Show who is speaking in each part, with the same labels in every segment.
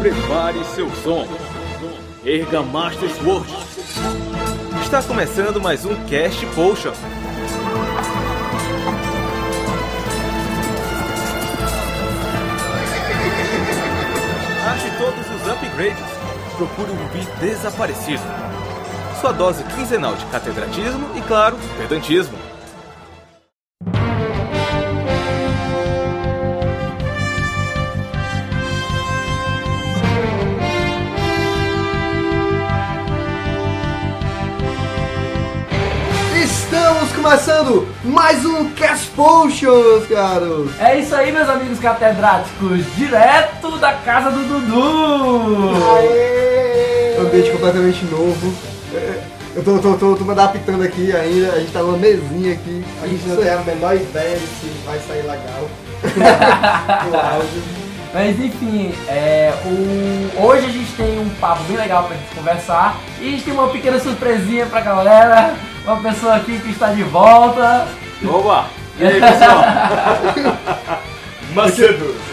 Speaker 1: Prepare seu som. Erga Master Sword. Está começando mais um Cast Potion. Ache todos os upgrades. Procure um bi desaparecido. Sua dose quinzenal de catedratismo e, claro, pedantismo.
Speaker 2: Estamos começando mais um Cast Potions, caros!
Speaker 3: É isso aí, meus amigos catedráticos, direto da casa do Dudu!
Speaker 2: Aê! Um Ambiente completamente novo. É, Eu tô, tô, tô, tô me adaptando aqui ainda, a gente tá numa mesinha aqui.
Speaker 4: A gente não
Speaker 2: Isso
Speaker 4: tem
Speaker 2: é-
Speaker 4: a menor ideia de se vai sair legal o áudio.
Speaker 3: Mas enfim, é, o... hoje a gente tem um papo bem legal pra gente conversar e a gente tem uma pequena surpresinha pra galera, uma pessoa aqui que está de volta.
Speaker 1: Oba! E aí, pessoal?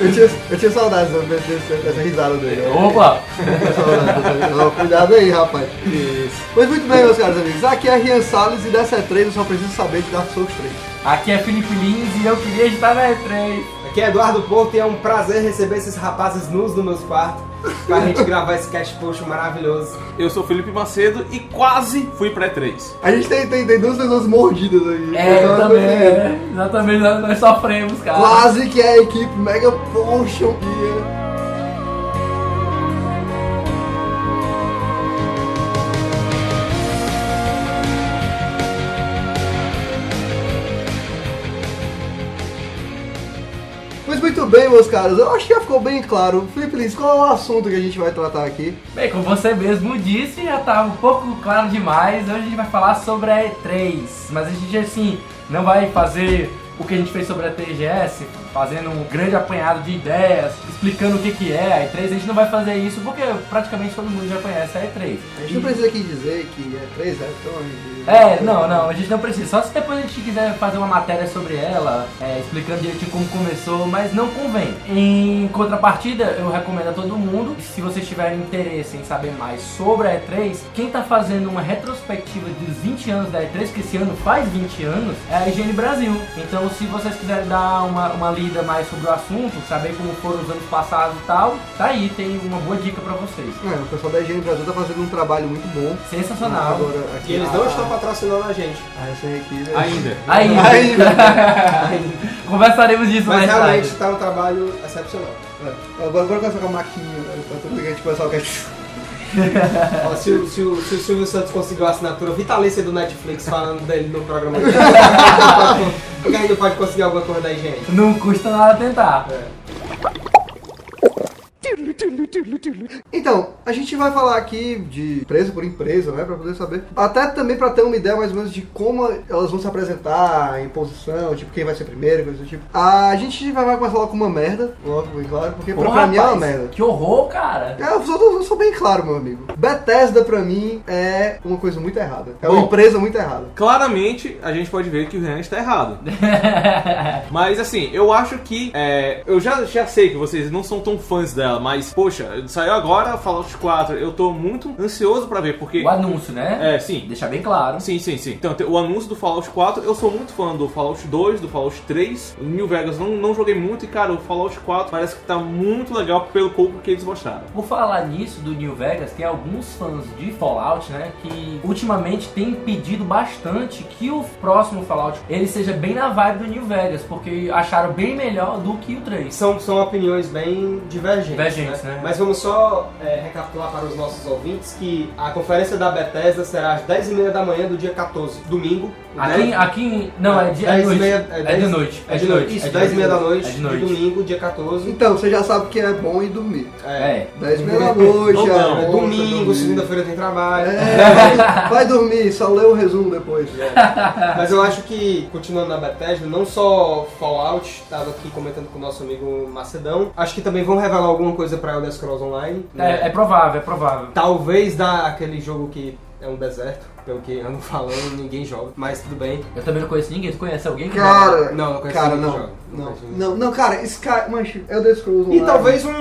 Speaker 2: Eu tinha, eu tinha saudades dessa, dessa- dessa risada dele.
Speaker 3: É
Speaker 2: né?
Speaker 3: Opa!
Speaker 2: Eu tinha saudades dessa- Ó, Cuidado aí, rapaz. Pois muito bem, meus caros amigos. Aqui é Rian Salles e dessa 3 eu só preciso saber de Dark Souls 3.
Speaker 3: Aqui é Felipe Lins e eu queria estar na E3.
Speaker 4: Aqui é Eduardo Porto e é um prazer receber esses rapazes nus no meu quarto pra gente gravar esse cast post maravilhoso.
Speaker 1: Eu sou Felipe Macedo e quase fui pra E3.
Speaker 2: A gente tem, tem, tem duas pessoas mordidas aqui.
Speaker 3: É,
Speaker 2: Então,
Speaker 3: eu também,
Speaker 2: assim,
Speaker 3: é, exatamente, nós nós sofremos, cara.
Speaker 2: Quase que é a equipe Mega Potion. E é- Pois muito bem, meus caros, eu acho que já ficou bem claro. Felipe Lins, qual é o assunto que a gente vai tratar aqui?
Speaker 3: Bem, como você mesmo disse, já tá um pouco claro demais. Hoje a gente vai falar sobre a E3. Mas a gente, assim, não vai fazer o que a gente fez sobre a TGS, fazendo um grande apanhado de ideias, explicando o que, que é a E3. A gente não vai fazer isso porque praticamente todo mundo já conhece a E3.
Speaker 2: A gente não precisa aqui dizer que é três retões.
Speaker 3: É, não, não, a gente não precisa. Só se depois a gente quiser fazer uma matéria sobre ela, é, explicando direitinho como começou, mas não convém. Em contrapartida, eu recomendo a todo mundo, se vocês tiverem interesse em saber mais sobre a E3, quem tá fazendo uma retrospectiva dos 20 anos da E3, que esse ano faz 20 anos, é a IGN Brasil. Então, se vocês quiserem dar uma, uma lida mais sobre o assunto, saber como foram os anos passados e tal, tá aí, tem uma boa dica pra vocês.
Speaker 2: É, o pessoal da IGN Brasil tá fazendo um trabalho muito bom.
Speaker 3: Sensacional.
Speaker 2: Agora, aqui,
Speaker 4: E eles
Speaker 2: a-
Speaker 4: não estão patrocinando a gente.
Speaker 2: a é- recém-equipe-
Speaker 1: Ainda.
Speaker 3: Ainda. Conversaremos disso
Speaker 4: Mas
Speaker 3: mais tarde.
Speaker 4: realmente tá um trabalho excepcional.
Speaker 2: É, Agora agora começa com a maquinha, né? eu tô pegando de pessoal que é
Speaker 4: Ó, se, o, se o- se o Silvio Santos conseguiu a assinatura vitalícia do Netflix falando dele no programa dele, porque aí não pode conseguir alguma coisa da gente.
Speaker 3: Não custa nada tentar.
Speaker 2: É. Então, a gente vai falar aqui de empresa por empresa, né, pra poder saber. Até também pra ter uma ideia mais ou menos de como elas vão se apresentar, em posição, tipo, quem vai ser primeiro, coisa do tipo. A gente vai vai começar logo com uma merda, logo bem claro, porque pra,
Speaker 3: Ô,
Speaker 2: pra mim é uma
Speaker 3: rapaz,
Speaker 2: merda.
Speaker 3: Que horror, cara.
Speaker 2: É, Eu sou, eu sou bem claro, meu amigo. Bethesda pra mim é uma coisa muito errada. É uma
Speaker 1: Bom.
Speaker 2: empresa muito errada.
Speaker 1: Claramente, a gente pode ver que o Renan está errado. mas assim, eu acho que. é, eu já, já sei que vocês não são tão fãs dela, mas, poxa, saiu agora Fallout 4. Eu tô muito ansioso pra ver, porque.
Speaker 3: O anúncio, né?
Speaker 1: É, sim.
Speaker 3: Deixar bem claro.
Speaker 1: Sim, sim, sim. Então, tem o anúncio do Fallout 4, eu sou muito fã do Fallout 2, do Fallout 3. O New Vegas não, não joguei muito e, cara, o Fallout 4 parece que tá muito legal pelo pouco que eles mostraram.
Speaker 3: Por falar nisso do New Vegas, tem alguns fãs de Fallout, né, que ultimamente tem pedido bastante que o próximo Fallout ele seja bem na vibe do New Vegas, porque acharam bem melhor do que o 3.
Speaker 4: São, são opiniões bem divergentes.
Speaker 3: Divergentes, né?
Speaker 4: Mas vamos só é, recapitular para os nossos ouvintes que a conferência da Bethesda será às 10h30 da manhã do dia 14, domingo.
Speaker 3: Aqui,
Speaker 4: né?
Speaker 3: aqui em- não, é de, é
Speaker 4: Dez e
Speaker 3: noite.
Speaker 4: meia-
Speaker 3: é,
Speaker 4: é
Speaker 3: de
Speaker 4: dez-
Speaker 3: noite.
Speaker 4: É de noite.
Speaker 3: é
Speaker 4: Isso,
Speaker 3: de
Speaker 4: 10h30 da noite,
Speaker 3: É de
Speaker 4: de
Speaker 3: noite.
Speaker 4: domingo, dia 14.
Speaker 2: Então, você já sabe que é bom e dormir.
Speaker 3: É.
Speaker 2: 10 da
Speaker 1: Ou
Speaker 2: noite, é
Speaker 1: não,
Speaker 2: bom,
Speaker 4: É
Speaker 2: tá
Speaker 4: domingo,
Speaker 2: dormindo.
Speaker 4: segunda-feira tem trabalho.
Speaker 2: É, vai dormir, só lê o resumo depois.
Speaker 4: Mas eu acho que, continuando na Bethesda, não só Fallout, tava aqui comentando com o nosso amigo Macedão, acho que também vão revelar alguma coisa pra
Speaker 1: É.
Speaker 4: Elder Scrolls Online. né?
Speaker 3: É, é provável, é provável.
Speaker 4: Talvez dar aquele jogo que é um deserto. Pelo que ando falando, ninguém joga, mas tudo bem.
Speaker 3: Eu também não conheço ninguém. Tu conhece alguém? que joga?
Speaker 2: Cara,
Speaker 4: Não, não conheço
Speaker 2: cara,
Speaker 4: ninguém que
Speaker 2: não.
Speaker 4: joga. Não
Speaker 2: Não,
Speaker 4: conheço ninguém.
Speaker 2: não, não, cara, Sky, mancha, Elder Scrolls
Speaker 4: E
Speaker 2: Online.
Speaker 4: talvez um.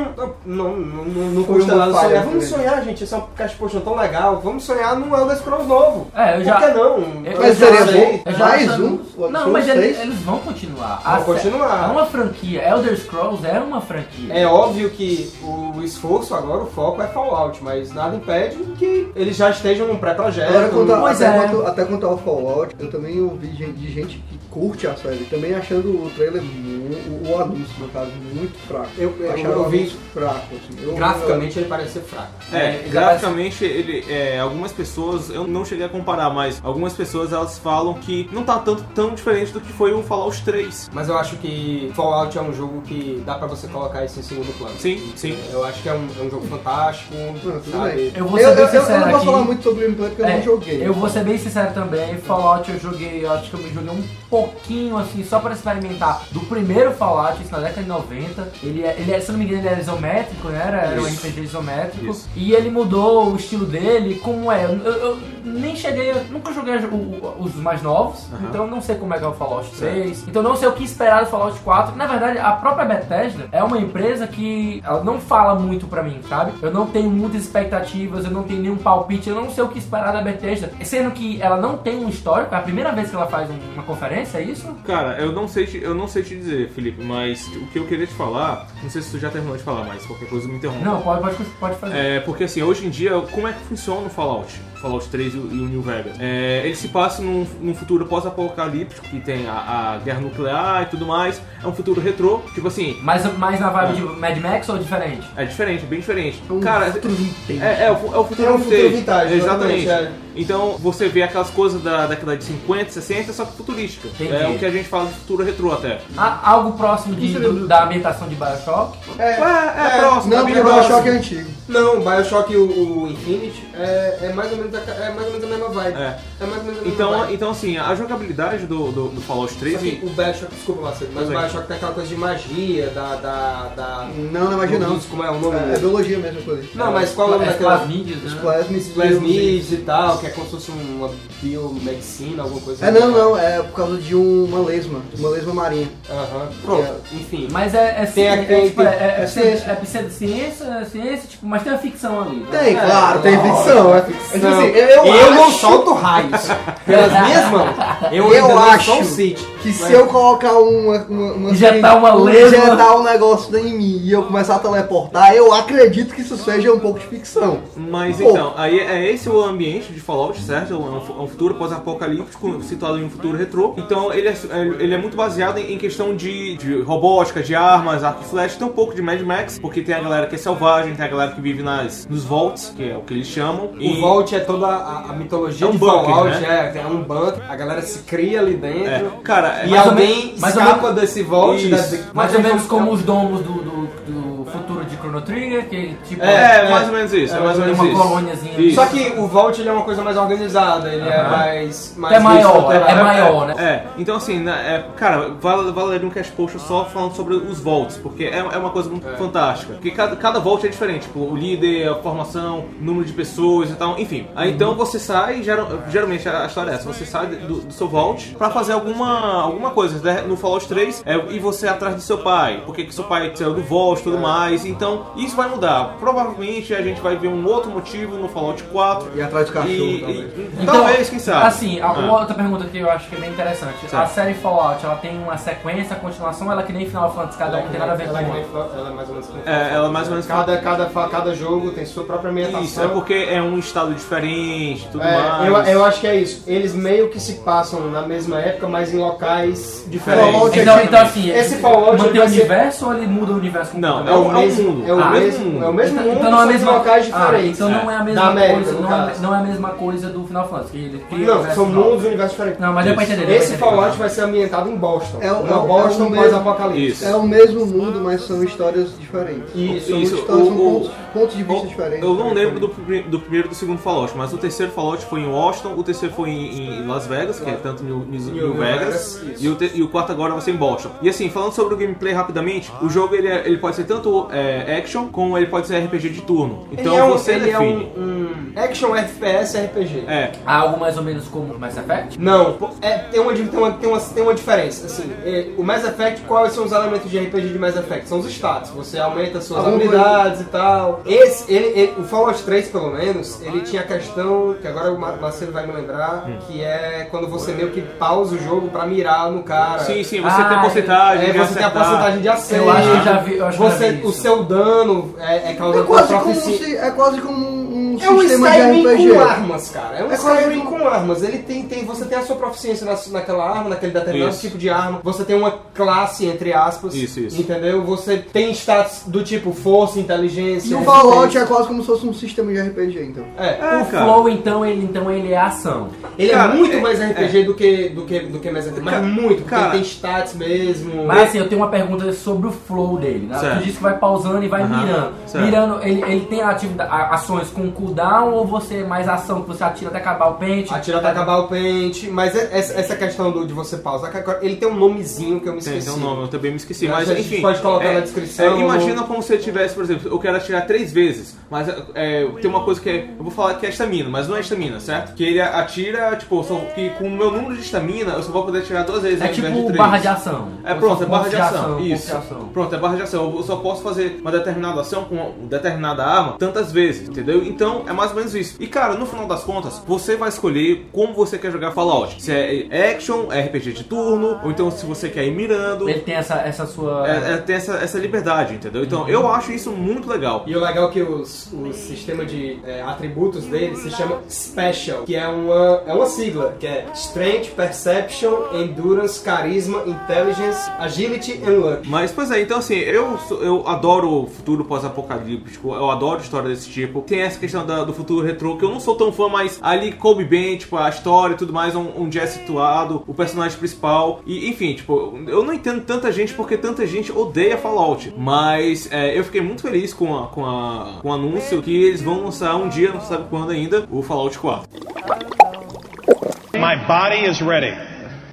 Speaker 4: Não, não, não, não custa
Speaker 2: Custa
Speaker 4: nada
Speaker 2: falha,
Speaker 4: sonhar. Vamos
Speaker 2: né?
Speaker 4: sonhar, gente. é Essa caixa de postão tão legal. Vamos sonhar num Elder Scrolls novo.
Speaker 3: É, eu já.
Speaker 4: Por que não?
Speaker 3: eu-
Speaker 2: Mas
Speaker 4: já
Speaker 2: seria
Speaker 4: sei.
Speaker 2: bom?
Speaker 3: eu já
Speaker 2: Mais
Speaker 3: lançando-
Speaker 2: um? O Elder
Speaker 3: Não,
Speaker 2: Scrolls
Speaker 3: mas eles,
Speaker 2: seis?
Speaker 3: eles vão continuar.
Speaker 4: Vão
Speaker 3: A sé-
Speaker 4: continuar.
Speaker 3: É uma franquia. Elder Scrolls é uma franquia.
Speaker 4: É óbvio que o esforço agora, o foco é Fallout, mas nada impede que eles já estejam num
Speaker 2: Agora,
Speaker 4: pré-projeto.
Speaker 2: quanto a-
Speaker 3: Pois
Speaker 2: até,
Speaker 3: é.
Speaker 2: quanto, até quanto ao Fallout, eu também ouvi gente, de gente que curte a série, também achando o trailer, mu- o, o anúncio, no caso, muito fraco.
Speaker 4: Eu- eu-
Speaker 2: Acharam
Speaker 4: eu
Speaker 2: o
Speaker 4: vi-
Speaker 2: anúncio fraco, assim. Eu-
Speaker 4: Graficamente ele parece ser fraco.
Speaker 1: É,
Speaker 3: Ele
Speaker 1: graficamente ele, é, algumas pessoas, eu não cheguei a comparar, mas algumas pessoas elas falam que não tá tanto tão diferente do que foi o Fallout 3.
Speaker 4: Mas eu acho que Fallout é um jogo que dá pra você colocar isso em segundo plano.
Speaker 1: Sim, sim.
Speaker 4: Eu acho que é um, é um jogo fantástico,
Speaker 2: Ah, tudo
Speaker 4: sabe?
Speaker 2: bem.
Speaker 3: Eu
Speaker 2: Eu,
Speaker 3: vou ser bem
Speaker 2: eu- eu
Speaker 3: sincero
Speaker 2: não vou
Speaker 3: aqui.
Speaker 2: falar muito sobre o gameplay porque eu
Speaker 3: É,
Speaker 2: não joguei.
Speaker 3: Eu vou ser bem sincero também, Fallout eu joguei, eu acho que eu me joguei um pouquinho assim, só pra experimentar do primeiro Fallout, isso na década de 90. Ele é, ele é, se eu não me engano, ele era isométrico, né? Era, era um
Speaker 1: Isso.
Speaker 3: RPG isométrico.
Speaker 1: Isso.
Speaker 3: E ele mudou o estilo dele, como é. Eu, eu nem cheguei, eu nunca joguei o- o- os mais novos,
Speaker 1: Aham.
Speaker 3: então eu não sei como é que é o Fallout
Speaker 1: Certo.
Speaker 3: 3. Então eu não sei o que esperar do Fallout 4. Na verdade, a própria Bethesda é uma empresa que ela não fala muito pra mim, sabe? Eu não tenho muitas expectativas, eu não tenho nenhum palpite, eu não sei o que esperar da Bethesda. Sendo que ela não tem um histórico, é a primeira vez que ela faz um- uma conferência, é isso?
Speaker 1: Cara, eu não sei te, eu não sei te dizer, Felipe, mas o que eu queria te falar, não sei se tu já terminou de falar, mas qualquer coisa me interrompe.
Speaker 3: Não, pode, pode, pode fazer.
Speaker 1: É, porque assim, hoje em dia, como é que funciona o Fallout? Fallout 3 e o e o New Vegas. É, ele se passa num, num futuro pós-apocalíptico, que tem a, a guerra nuclear e tudo mais. É um futuro retrô, tipo assim,
Speaker 3: Mais, mais na vibe de Mad Max ou diferente?
Speaker 1: é diferente, bem diferente.
Speaker 2: Um
Speaker 1: Cara,
Speaker 2: futuro vintage.
Speaker 1: é, é, o fu- é o futuro
Speaker 4: É um futuro
Speaker 1: vintage.
Speaker 4: vintage,
Speaker 1: Exatamente.
Speaker 4: exatamente,
Speaker 1: Então você vê aquelas coisas da década de 50, 60, só que futurística.
Speaker 3: Entendi.
Speaker 1: É o que a gente fala de futuro retrô até.
Speaker 3: Há algo próximo de-
Speaker 2: Isso mesmo.
Speaker 3: do- da ambientação de Bioshock?
Speaker 1: É, é,
Speaker 4: é,
Speaker 1: próximo,
Speaker 2: Não,
Speaker 1: é bem
Speaker 2: porque o
Speaker 1: próximo.
Speaker 2: Bioshock é antigo.
Speaker 4: Não, Bioshock e o, o Infinity é, é mais ou menos a, ca- é mais ou menos a mesma
Speaker 1: É.
Speaker 4: vibe. mais ou menos a mesma
Speaker 1: Então,
Speaker 4: vibe.
Speaker 1: então, assim, a jogabilidade do, do, do Fallout 3
Speaker 4: Só que o Bioshock, desculpa, Marcelo, mas o
Speaker 1: Tudo bem.
Speaker 4: Bioshock tem aquela coisa de magia, da. da, da
Speaker 2: Não, não imagino não.
Speaker 4: dos- Como é o nome?
Speaker 2: É, é biologia mesmo, a coisa.
Speaker 4: Não, mas qual é o nome
Speaker 3: É,
Speaker 4: daquela.
Speaker 3: Plasmides, né?
Speaker 2: Plasmids.
Speaker 4: Plasmids e tal, que é como se fosse uma biomedicina, alguma coisa assim?
Speaker 2: É, não, não, é por causa de uma lesma, uma lesma marinha.
Speaker 4: Aham, pronto, enfim.
Speaker 3: Mas é, é, ci-
Speaker 4: Tem
Speaker 3: é,
Speaker 4: aquele-
Speaker 3: tipo, é, é,
Speaker 2: é
Speaker 3: ciência.
Speaker 2: ciência.
Speaker 3: É pseudociência, é ciência, tipo, mas tem uma ficção ali. né?
Speaker 2: Tem,
Speaker 4: É,
Speaker 2: claro, tem
Speaker 4: não,
Speaker 2: ficção. É, é tipo assim, eu,
Speaker 4: não
Speaker 2: acho
Speaker 4: solto raios pelas minhas mãos. Eu,
Speaker 2: Eu
Speaker 4: ainda não
Speaker 2: acho
Speaker 4: sou um City,
Speaker 2: que se eu colocar uma. uma, uma
Speaker 3: Injetar uma
Speaker 2: um-
Speaker 3: lesma.
Speaker 2: Injetar um negócio em mim e eu começar a teleportar, eu acredito que isso seja um pouco de ficção.
Speaker 1: Mas
Speaker 2: Pô.
Speaker 1: então, aí é esse o ambiente de Fallout, certo? É um fu- é um futuro pós-apocalíptico situado em um futuro retrô. Então ele é, su- é- ele é muito baseado em em questão de, de robótica, de armas, arco e flecha, tem um pouco de Mad Max, porque tem a galera que é selvagem, tem a galera que vive nas, nos vaults, que é o que eles chamam.
Speaker 4: O Vault é toda a, a mitologia
Speaker 1: É um
Speaker 4: de
Speaker 1: bunker,
Speaker 4: Fallout,
Speaker 1: né?
Speaker 4: é, é um bunker, a galera se cria ali
Speaker 1: É,
Speaker 4: dentro.
Speaker 1: cara,
Speaker 4: E
Speaker 1: é-
Speaker 3: Mais ou
Speaker 4: alguém
Speaker 3: menos- mais ou
Speaker 4: escapa desse Vault. né?
Speaker 1: Isso.
Speaker 4: da-
Speaker 3: Mais ou menos como
Speaker 4: é,
Speaker 3: os domos do, do, do futuro de Chrono Trigger, que tipo.
Speaker 1: é, mais ou menos isso,
Speaker 4: é
Speaker 1: é mais ou
Speaker 3: tem
Speaker 1: menos
Speaker 3: uma
Speaker 1: isso.
Speaker 3: colôniazinha.
Speaker 1: Isso.
Speaker 4: Só que o Vault ele é uma coisa mais organizada, ele é
Speaker 3: Aham.
Speaker 4: mais. mais
Speaker 3: é maior, é,
Speaker 4: estruturado.
Speaker 3: é maior, né?
Speaker 1: É, então assim, né, é, cara, vale- valeria um cash post só falando sobre os volts, porque é, é uma coisa muito
Speaker 4: É.
Speaker 1: fantástica. Porque cada, cada volt é diferente, tipo, o líder, a formação, número de pessoas e tal, enfim. Aí então
Speaker 3: Uhum.
Speaker 1: você sai, geral- geralmente a história é essa, você sai do, do seu volt pra fazer alguma, alguma coisa, né? No Fallout 3, é, e você é atrás do seu pai, porque que seu pai saiu do vault e
Speaker 2: É.
Speaker 1: tudo mais, então isso vai mudar. Provavelmente a gente vai ver um outro motivo no Fallout 4.
Speaker 2: E atrás do cachorro,
Speaker 1: e-
Speaker 2: talvez.
Speaker 1: e-
Speaker 4: Então, é
Speaker 1: talvez, quem sabe.
Speaker 3: Assim, a,
Speaker 1: Ah.
Speaker 3: uma outra pergunta que eu acho que é bem interessante. A
Speaker 1: Certo.
Speaker 3: série Fallout, ela tem uma sequência, a continuação, ela é que nem Final Fantasy, cada um
Speaker 4: Ela
Speaker 3: tem nada a ver com
Speaker 4: ela
Speaker 3: a
Speaker 4: que nem
Speaker 3: outra.
Speaker 4: Fla- ela é mais ou menos. como
Speaker 1: É, ela é mais ou menos
Speaker 4: Cada, cada, fa- cada jogo tem sua própria ambientação.
Speaker 1: Isso, é porque é um estado diferente tudo
Speaker 4: É,
Speaker 1: mais.
Speaker 4: eu, eu acho que é isso. Eles meio que se passam na mesma época, mas em locais diferentes.
Speaker 2: Fallout
Speaker 3: Então,
Speaker 2: é
Speaker 3: então assim,
Speaker 4: Esse
Speaker 3: ele
Speaker 4: Fallout
Speaker 3: mantém
Speaker 4: vai
Speaker 3: o
Speaker 4: ser-
Speaker 3: universo ou ele muda o universo?
Speaker 1: Não,
Speaker 4: É o
Speaker 1: É o
Speaker 4: mesmo,
Speaker 1: mundo.
Speaker 4: é o
Speaker 1: Ah,
Speaker 4: mesmo,
Speaker 1: mundo.
Speaker 4: é o mesmo mundo,
Speaker 3: Então não é a
Speaker 4: só que
Speaker 3: mesma
Speaker 4: em locais
Speaker 3: Ah,
Speaker 4: diferentes.
Speaker 3: então não é a mesma
Speaker 4: Da América,
Speaker 3: coisa,
Speaker 4: no
Speaker 3: não é,
Speaker 4: caso.
Speaker 3: não é a mesma coisa do Final Fantasy. que Ele cria
Speaker 4: Não,
Speaker 3: universo
Speaker 4: são
Speaker 3: novo.
Speaker 4: mundos e universos diferentes.
Speaker 3: Não, mas deu pra entender. deu pra
Speaker 4: Esse
Speaker 3: entender.
Speaker 4: Fallout vai ser ambientado em Boston.
Speaker 2: É o-
Speaker 4: Uma
Speaker 2: é o- é
Speaker 4: Boston
Speaker 2: o mesmo-
Speaker 4: pós-apocalipse.
Speaker 1: Isso.
Speaker 2: É o mesmo mundo, mas são histórias diferentes.
Speaker 4: Isso,
Speaker 2: são
Speaker 1: isso,
Speaker 2: histórias, são
Speaker 1: o-
Speaker 2: pontos, pontos de vista
Speaker 1: Eu-
Speaker 2: diferentes.
Speaker 1: Eu
Speaker 4: né,
Speaker 1: não lembro do, prime- do primeiro e do segundo Fallout, mas o terceiro Fallout foi em Washington, o terceiro foi em, em Las Vegas, que é tanto New, New, New Vegas,
Speaker 4: Vegas, isso.
Speaker 1: e o, te- e o quarto agora vai ser em Boston. E assim, falando sobre o gameplay rapidamente, o jogo ele, é- ele pode ser tanto é, action, como ele pode ser RPG de turno. Então
Speaker 4: ele é um,
Speaker 1: você
Speaker 4: ele é
Speaker 1: define.
Speaker 4: um, um um action FPS RPG.
Speaker 1: É.
Speaker 3: Algo mais ou menos como o Mass Effect?
Speaker 4: Não, pô, é, tem, uma, di- tem, uma, tem, uma, tem uma diferença. Assim, é, o Mass Effect, quais são os elementos de RPG de Mass Effect? São os status, você aumenta suas
Speaker 2: Alguma
Speaker 4: habilidades e tal. Esse, ele, ele- o Fallout 3, pelo menos, ele tinha a questão, que agora o Ma- Marcelo vai me lembrar,
Speaker 1: Hum.
Speaker 4: que é quando você meio que pausa o jogo pra mirar no cara.
Speaker 1: Sim, sim, você
Speaker 3: Ah,
Speaker 1: tem porcentagem.
Speaker 4: É,
Speaker 1: de
Speaker 4: você tem a
Speaker 1: acertar.
Speaker 4: porcentagem de acerto.
Speaker 3: Eu acho que eu já vi- eu acho que eu já
Speaker 4: você,
Speaker 3: vi
Speaker 4: o
Speaker 3: isso.
Speaker 4: seu dano é, é
Speaker 2: É
Speaker 4: causado pela
Speaker 2: quase como
Speaker 4: própria ci-
Speaker 2: se- é quase como um, um
Speaker 4: é um
Speaker 2: sistema de
Speaker 4: Skyrim
Speaker 2: RPG.
Speaker 4: com armas, cara. É um
Speaker 2: É quase
Speaker 4: Skyrim
Speaker 2: um-
Speaker 4: com armas. Ele tem, tem, você tem a sua proficiência na, naquela arma, naquele determinado
Speaker 1: Isso.
Speaker 4: tipo de arma. Você tem uma classe, entre aspas.
Speaker 1: Isso, isso.
Speaker 4: Entendeu? Você tem status do tipo força, inteligência.
Speaker 2: E o
Speaker 4: resistência.
Speaker 2: Fallout é quase como se fosse um sistema de RPG, então.
Speaker 4: É.
Speaker 1: É,
Speaker 3: o
Speaker 1: cara.
Speaker 3: Flow, então ele, então, ele é ação.
Speaker 4: Ele
Speaker 1: Cara,
Speaker 4: é muito
Speaker 1: é-
Speaker 4: mais RPG do que do que do que mais RPG, mas
Speaker 1: Cara,
Speaker 4: muito, porque
Speaker 1: cara.
Speaker 4: ele tem status mesmo.
Speaker 3: Mas assim, eu tenho uma pergunta sobre o flow dele. Né?
Speaker 1: Certo.
Speaker 3: Tu disse que vai pausando e vai
Speaker 1: Aham,
Speaker 3: mirando.
Speaker 1: certo.
Speaker 3: Mirando, ele, ele tem atividade- a- ações com cooldown ou você é mais ação que você atira até acabar o pente?
Speaker 4: Atira até acabar o pente, mas é- essa, essa questão do, de você pausar, que agora- ele tem um nomezinho que eu me
Speaker 1: Tem,
Speaker 4: esqueci.
Speaker 1: tem um nome, eu também me esqueci.
Speaker 4: Eu
Speaker 1: Mas
Speaker 4: acho que a gente
Speaker 1: enfim.
Speaker 4: pode colocar na descrição.
Speaker 1: é, imagina como se eu tivesse, por exemplo, eu quero atirar três vezes, mas é, tem uma coisa que é. Eu vou falar que é estamina, mas não é estamina, certo? Que ele atira, tipo, só que com o meu número de estamina eu só vou poder atirar duas vezes
Speaker 3: É
Speaker 1: ao invés de
Speaker 3: tipo
Speaker 1: três.
Speaker 3: barra de ação.
Speaker 1: É pronto, é barra de
Speaker 3: Ponto
Speaker 1: ação.
Speaker 3: ponto de
Speaker 1: Isso.
Speaker 3: ação.
Speaker 1: Pronto, é barra de ação. Eu só posso fazer uma determinada ação com uma determinada arma tantas vezes, entendeu? Então é mais ou menos isso. E cara, no final das contas, você vai escolher como você quer jogar Fallout. Se é action, é RPG de turno, ou então se você quer ir mirando.
Speaker 3: Ele tem essa, essa sua.
Speaker 1: É, é, tem essa, essa liberdade, entendeu? Então eu acho isso muito legal.
Speaker 4: E o legal é que os, o sistema de é, atributos dele se chama Special, que é uma, é uma sigla, que é Strength, Perception, Endurance, Carisma, Intelligence, Agility and Luck.
Speaker 1: Mas, pois é, então assim, eu, sou- eu adoro o futuro pós-apocalíptico, eu adoro história desse tipo. Tem essa questão da- do futuro retrô, que eu não sou tão fã, mas ali coube bem, tipo, a história e tudo mais, um- onde é situado, o personagem principal. E, enfim, tipo, eu não entendo tanta gente porque tanta gente odeia Fallout. Mas é, eu fiquei muito feliz com, a- com, a- com o anúncio que eles vão lançar um dia, não sabe quando ainda, o Fallout 4.
Speaker 5: My body is ready.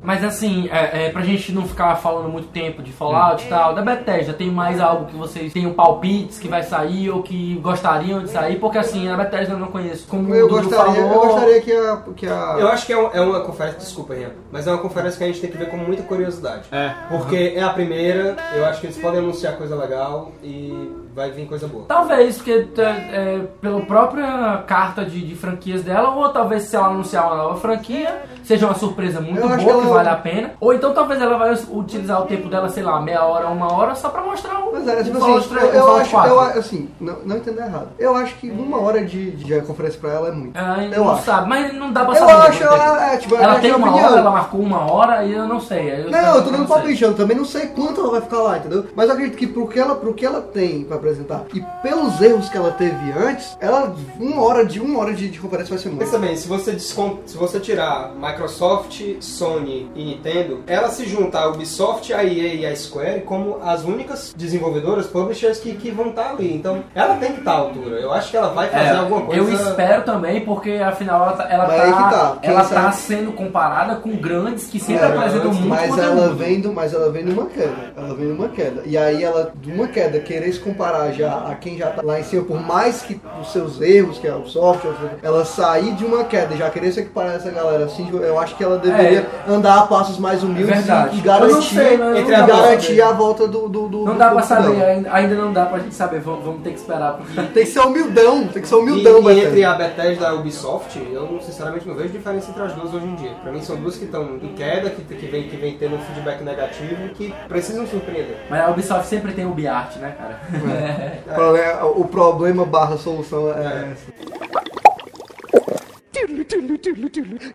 Speaker 3: Mas assim, é, é, pra gente não ficar falando muito tempo de Fallout
Speaker 2: É.
Speaker 3: e tal, da Bethesda, tem mais algo que vocês tenham palpites que vai sair ou que gostariam de sair? Porque assim, a Bethesda eu não conheço. Como o
Speaker 2: Eu
Speaker 3: Dudu
Speaker 2: gostaria, eu
Speaker 3: falou,
Speaker 2: gostaria que a. Que
Speaker 4: Eu
Speaker 2: a...
Speaker 4: acho que é, um- é uma conferência, desculpa, Rian, mas é uma conferência que a gente tem que ver com muita curiosidade.
Speaker 1: É.
Speaker 4: Porque é a primeira, eu acho que eles podem anunciar coisa legal e vai vir coisa boa.
Speaker 3: Talvez, porque é, é, pela própria carta de, de franquias dela, ou talvez se ela anunciar uma nova franquia, seja uma surpresa muito
Speaker 2: Eu
Speaker 3: boa,
Speaker 2: acho
Speaker 3: que,
Speaker 2: que ela-
Speaker 3: vale a pena. Ou então talvez ela vai us- utilizar o tempo dela, sei lá, meia hora, uma hora, só pra mostrar o,
Speaker 2: Mas é, tipo
Speaker 3: o Fallout
Speaker 2: assim, eu,
Speaker 3: 3, o
Speaker 2: eu
Speaker 3: Fallout
Speaker 2: acho,
Speaker 3: 4.
Speaker 2: eu, a- assim, não, não entendo errado. Eu acho que uma hora de, de conferência pra ela é muito.
Speaker 3: Ai,
Speaker 2: eu
Speaker 3: Ah, não
Speaker 2: acho.
Speaker 3: sabe, mas não dá pra
Speaker 2: Eu
Speaker 3: saber.
Speaker 2: acho,
Speaker 3: não tem.
Speaker 2: ela é, tipo, é
Speaker 3: Ela tem
Speaker 2: minha
Speaker 3: uma
Speaker 2: opinião.
Speaker 3: hora, ela marcou uma hora e eu não sei. Eu
Speaker 2: Não, eu tô dando
Speaker 3: sei.
Speaker 2: palpite, eu também não sei quanto ela vai ficar lá, entendeu? Mas eu acredito que pro que ela, pro que ela tem pra apresentar e pelos erros que ela teve antes, ela uma hora de uma hora de, de conferência vai ser muito.
Speaker 4: Pensa bem, se você, descon- se você tirar Microsoft, Sony e Nintendo, ela se junta a Ubisoft, a EA e a Square como as únicas desenvolvedoras, publishers que, que vão estar ali. Então, ela tem que estar à altura. Eu acho que ela vai fazer
Speaker 3: É,
Speaker 4: alguma coisa.
Speaker 3: Eu espero também, porque afinal ela tá, ela
Speaker 2: Mas aí
Speaker 3: tá,
Speaker 2: que tá, quem
Speaker 3: ela
Speaker 2: sabe?
Speaker 3: tá sendo comparada com grandes que sempre
Speaker 2: É,
Speaker 3: apresentam tá muito
Speaker 2: mas
Speaker 3: conteúdo.
Speaker 2: ela vem do, mas ela vem numa queda. Ela vem numa queda. E aí ela, de uma queda, querer se comparar já a quem já tá lá em cima, por mais que os seus erros, que é o software, ela sair de uma queda e já querer se equiparar a essa galera assim, eu acho que ela deveria andar a passos mais humildes
Speaker 3: É. Verdade.
Speaker 2: e
Speaker 3: Eu não
Speaker 2: garantir,
Speaker 3: sei, mas
Speaker 2: e
Speaker 4: não dá pra
Speaker 2: garantir
Speaker 4: saber.
Speaker 2: a volta do. do, do
Speaker 3: Não
Speaker 2: do
Speaker 3: dá pra
Speaker 2: Portugal.
Speaker 3: saber, ainda, ainda não dá pra gente saber, vamos, vamos ter que esperar. Porque...
Speaker 2: Tem que ser humildão, tem que ser
Speaker 4: E,
Speaker 2: humildão,
Speaker 4: e
Speaker 2: Bethesda.
Speaker 4: entre a Bethesda e a Ubisoft, eu não- sinceramente não vejo diferença entre as duas hoje em dia. Pra mim são duas que estão em queda, que, que, vem, que vem tendo um feedback negativo, que precisam surpreender.
Speaker 3: Mas a Ubisoft sempre tem o Biart, né, cara?
Speaker 2: O problema- O problema barra solução é essa.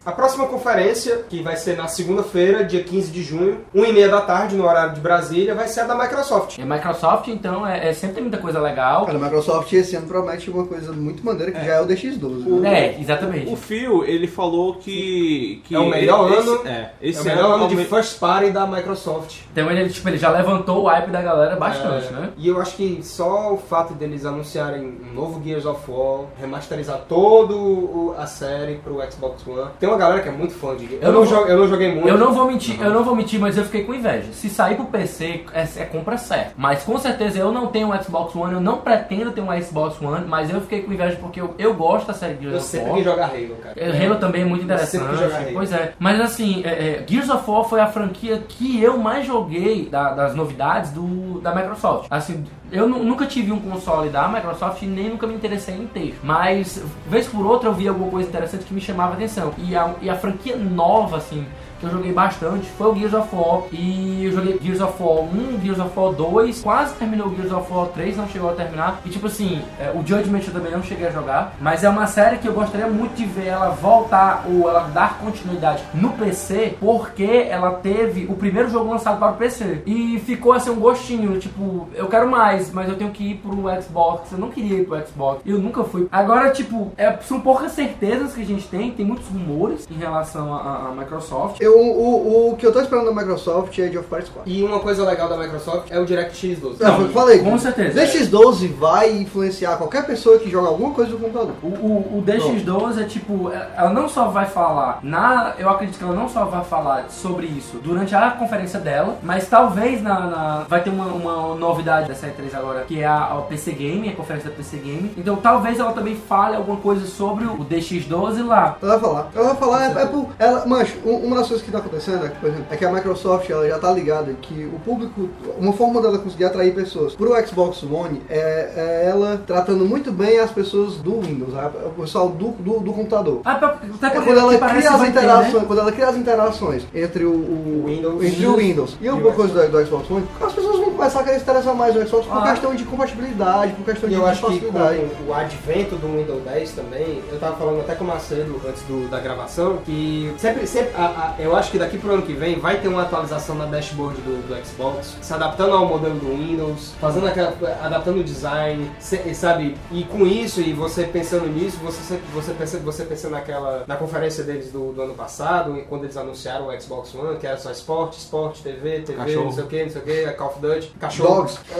Speaker 4: A próxima conferência, que vai ser na segunda-feira, dia 15 de junho, 1h30 da tarde, no horário de Brasília, vai ser a da Microsoft.
Speaker 3: E a É. Microsoft, então, é, é- sempre tem muita coisa legal.
Speaker 2: Cara, a Microsoft esse ano promete uma coisa muito maneira que já é o DX12. né?
Speaker 3: É, exatamente.
Speaker 1: O Phil, ele falou que. que
Speaker 4: É o melhor
Speaker 1: esse-
Speaker 4: ano-
Speaker 1: É, esse
Speaker 4: é o melhor ano
Speaker 1: é o
Speaker 4: de
Speaker 1: me-
Speaker 4: first party da Microsoft.
Speaker 3: Então ele, tipo, ele já levantou o hype da galera bastante,
Speaker 4: É,
Speaker 3: né?
Speaker 4: E eu acho que só o fato deles anunciarem um novo Gears of War, remasterizar todo o- a série pro Xbox Xbox One. Tem uma galera que é muito fã de game.
Speaker 3: Eu
Speaker 4: Eu,
Speaker 3: não
Speaker 4: não,
Speaker 3: vou-
Speaker 4: jo- eu não joguei muito.
Speaker 3: Eu não vou mentir, eu não vou mentir, mas eu fiquei com inveja. Se sair pro PC, é, é compra certa. Mas com certeza eu não tenho um Xbox One, eu não pretendo ter um Xbox One, mas eu fiquei com inveja porque eu, eu gosto da série Gears
Speaker 4: Eu
Speaker 3: of
Speaker 4: sempre
Speaker 3: War.
Speaker 4: quis jogar Halo, cara.
Speaker 3: É, Halo também é muito
Speaker 4: sempre quis jogar
Speaker 3: interessante,
Speaker 4: Halo.
Speaker 3: pois é. Mas assim, é, é, Gears of War foi a franquia que eu mais joguei da- das novidades do, da Microsoft. Assim, eu nu- nunca tive um console da Microsoft e nem nunca me interessei em ter. Mas, vez por outra, eu vi alguma coisa interessante que me chamava a atenção. E a, e a franquia nova, assim, que eu joguei bastante foi o Gears of War. E eu joguei Gears of War 1, Gears of War 2, quase terminou o Gears of War 3, não chegou a terminar. E tipo assim, é, o Judgment eu também não cheguei a jogar. Mas é uma série que eu gostaria muito de ver ela voltar ou ela dar continuidade no PC, porque ela teve o primeiro jogo lançado para o PC. E ficou assim um gostinho, tipo, eu quero mais, mas eu tenho que ir pro Xbox. Eu não queria ir pro Xbox, eu nunca fui. Agora, tipo, é- são poucas certezas que a gente tem, tem muitos rumores em relação à Microsoft.
Speaker 2: Eu, o, o que eu tô esperando da Microsoft é Age of Empires 4.
Speaker 4: E uma coisa legal da Microsoft é o DirectX 12.
Speaker 2: Não, foi o que eu falei.
Speaker 3: com certeza. é.
Speaker 2: DX12 vai influenciar qualquer pessoa que joga alguma coisa no computador.
Speaker 3: O, o, o DX12 é tipo, ela não só vai falar na. Eu acredito que ela não só vai falar sobre isso durante a conferência dela, mas talvez na. na- vai ter uma, uma novidade dessa E3 agora, que é a, a PC Game, a conferência da PC Game. Então talvez ela também fale alguma coisa sobre o DX12 lá.
Speaker 2: Ela vai falar. Ela vai falar, é, é por. Ela, mancho, um- uma das coisas que tá acontecendo, é que, por exemplo, é que a Microsoft ela já tá ligada que o público. Uma forma dela conseguir atrair pessoas pro Xbox One é, é ela tratando muito bem as pessoas do Windows, a- o pessoal do, do, do computador.
Speaker 3: Ah, pra, até
Speaker 2: É
Speaker 3: porque
Speaker 2: quando ela,
Speaker 3: parece
Speaker 2: cria
Speaker 3: que
Speaker 2: as
Speaker 3: vai ter, né?
Speaker 2: interações, quando ela cria as interações entre o, o-
Speaker 4: Windows.
Speaker 2: entre o Windows e alguma
Speaker 4: E o
Speaker 2: coisa do, do Xbox One, as pessoas vão começar a querer se interessar mais no Xbox por
Speaker 3: Ah.
Speaker 2: questão de compatibilidade, por questão
Speaker 4: E
Speaker 2: de
Speaker 4: eu acho que com
Speaker 2: facilidade.
Speaker 4: o advento do Windows 10 também, eu tava falando até com o Macedo antes do- da gravação, que sempre, sempre a- a- eu acho que daqui pro ano que vem vai ter uma atualização na dashboard do, do Xbox, se adaptando ao modelo do Windows, fazendo aquela, adaptando o design, se- sabe? E com isso, e você pensando nisso, você, sempre- você, pensa, você pensa naquela, na conferência deles do, do ano passado, e quando eles anunciaram o Xbox One, que era só esporte, esporte, TV, TV,
Speaker 1: Cachorro.
Speaker 4: não sei o que, não sei o que, Call of Duty, cachorro.
Speaker 2: Dogs.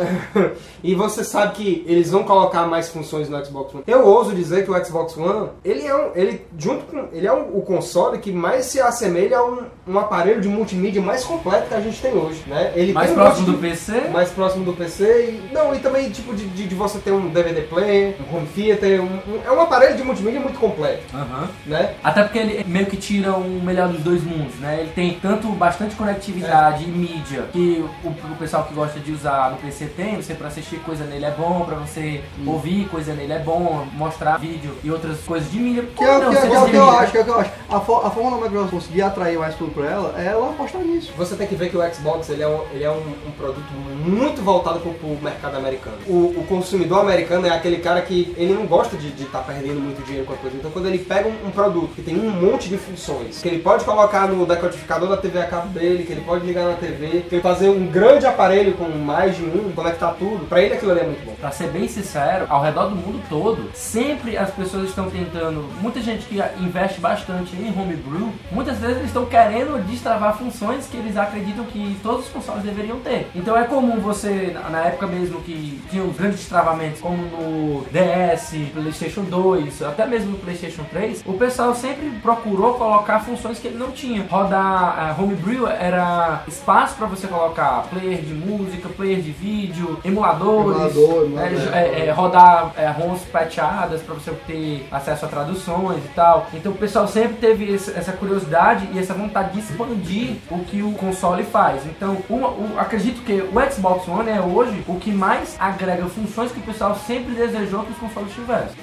Speaker 4: E você sabe que eles vão colocar mais funções no Xbox One. Eu ouso dizer que o Xbox One, ele é um, ele junto com, ele é um- o console que mais se assemelha a um, um aparelho de multimídia mais completo que a gente tem hoje, né? Ele
Speaker 3: Mais
Speaker 4: tem um
Speaker 3: próximo
Speaker 4: monte
Speaker 3: do
Speaker 4: de-
Speaker 3: PC.
Speaker 4: mais próximo do PC e não e também tipo de, de, de você ter um DVD player, um home theater, um- um- é um aparelho de multimídia muito completo,
Speaker 3: Aham.
Speaker 4: né?
Speaker 3: Até porque ele meio que tira o melhor dos dois mundos, né? Ele tem tanto bastante conectividade e mídia que o, o pessoal que gosta de usar no PC tem, você pra assistir coisa nele é bom, pra você
Speaker 2: Hum.
Speaker 3: ouvir coisa nele é bom, mostrar vídeo e outras coisas de mídia.
Speaker 2: Que é, o-
Speaker 3: Não,
Speaker 2: que é-
Speaker 3: você
Speaker 2: que é o que eu
Speaker 3: tem-
Speaker 2: acho, que é o que eu acho. A, fo- a forma da Microsoft conseguir atrair mais público pra ela é ela apostar nisso.
Speaker 4: Você tem que ver que o Xbox ele é um, ele é um, um produto muito voltado pro, pro mercado americano. O, o consumidor americano é aquele cara que ele não gosta de estar perdendo muito dinheiro com a coisa. Então quando ele pega um, um produto que tem um monte de funções, que ele pode colocar no decodificador da TV a cabo dele, que ele pode ligar na TV, que ele fazer um grande aparelho com mais de um, conectar tudo, pra ele aquilo ali é muito bom.
Speaker 3: Pra ser bem sincero, ao redor do mundo todo, sempre as pessoas estão tentando. Muita gente que investe bastante em homebrew, muitas vezes eles estão querendo destravar funções que eles acreditam que todos os consoles deveriam ter. Então é comum você, na- na época mesmo que tinha os grandes travamentos, como no DS, PlayStation 2, até mesmo no PlayStation 3, o pessoal sempre procurou colocar funções que ele não tinha. Rodar eh, homebrew era espaço pra você colocar player de música, player de vídeo, emuladores,
Speaker 2: Emulador,
Speaker 3: né,
Speaker 2: emulador.
Speaker 3: jo- é, é, rodar é, ROMs prateadas para você ter acesso a traduções e tal. Então o pessoal sempre teve esse- essa curiosidade e essa vontade de expandir o que o console faz. Então uma- o- acredito que o Xbox One é hoje o que mais agrega funções que o pessoal sempre desejou que os consoles tivessem.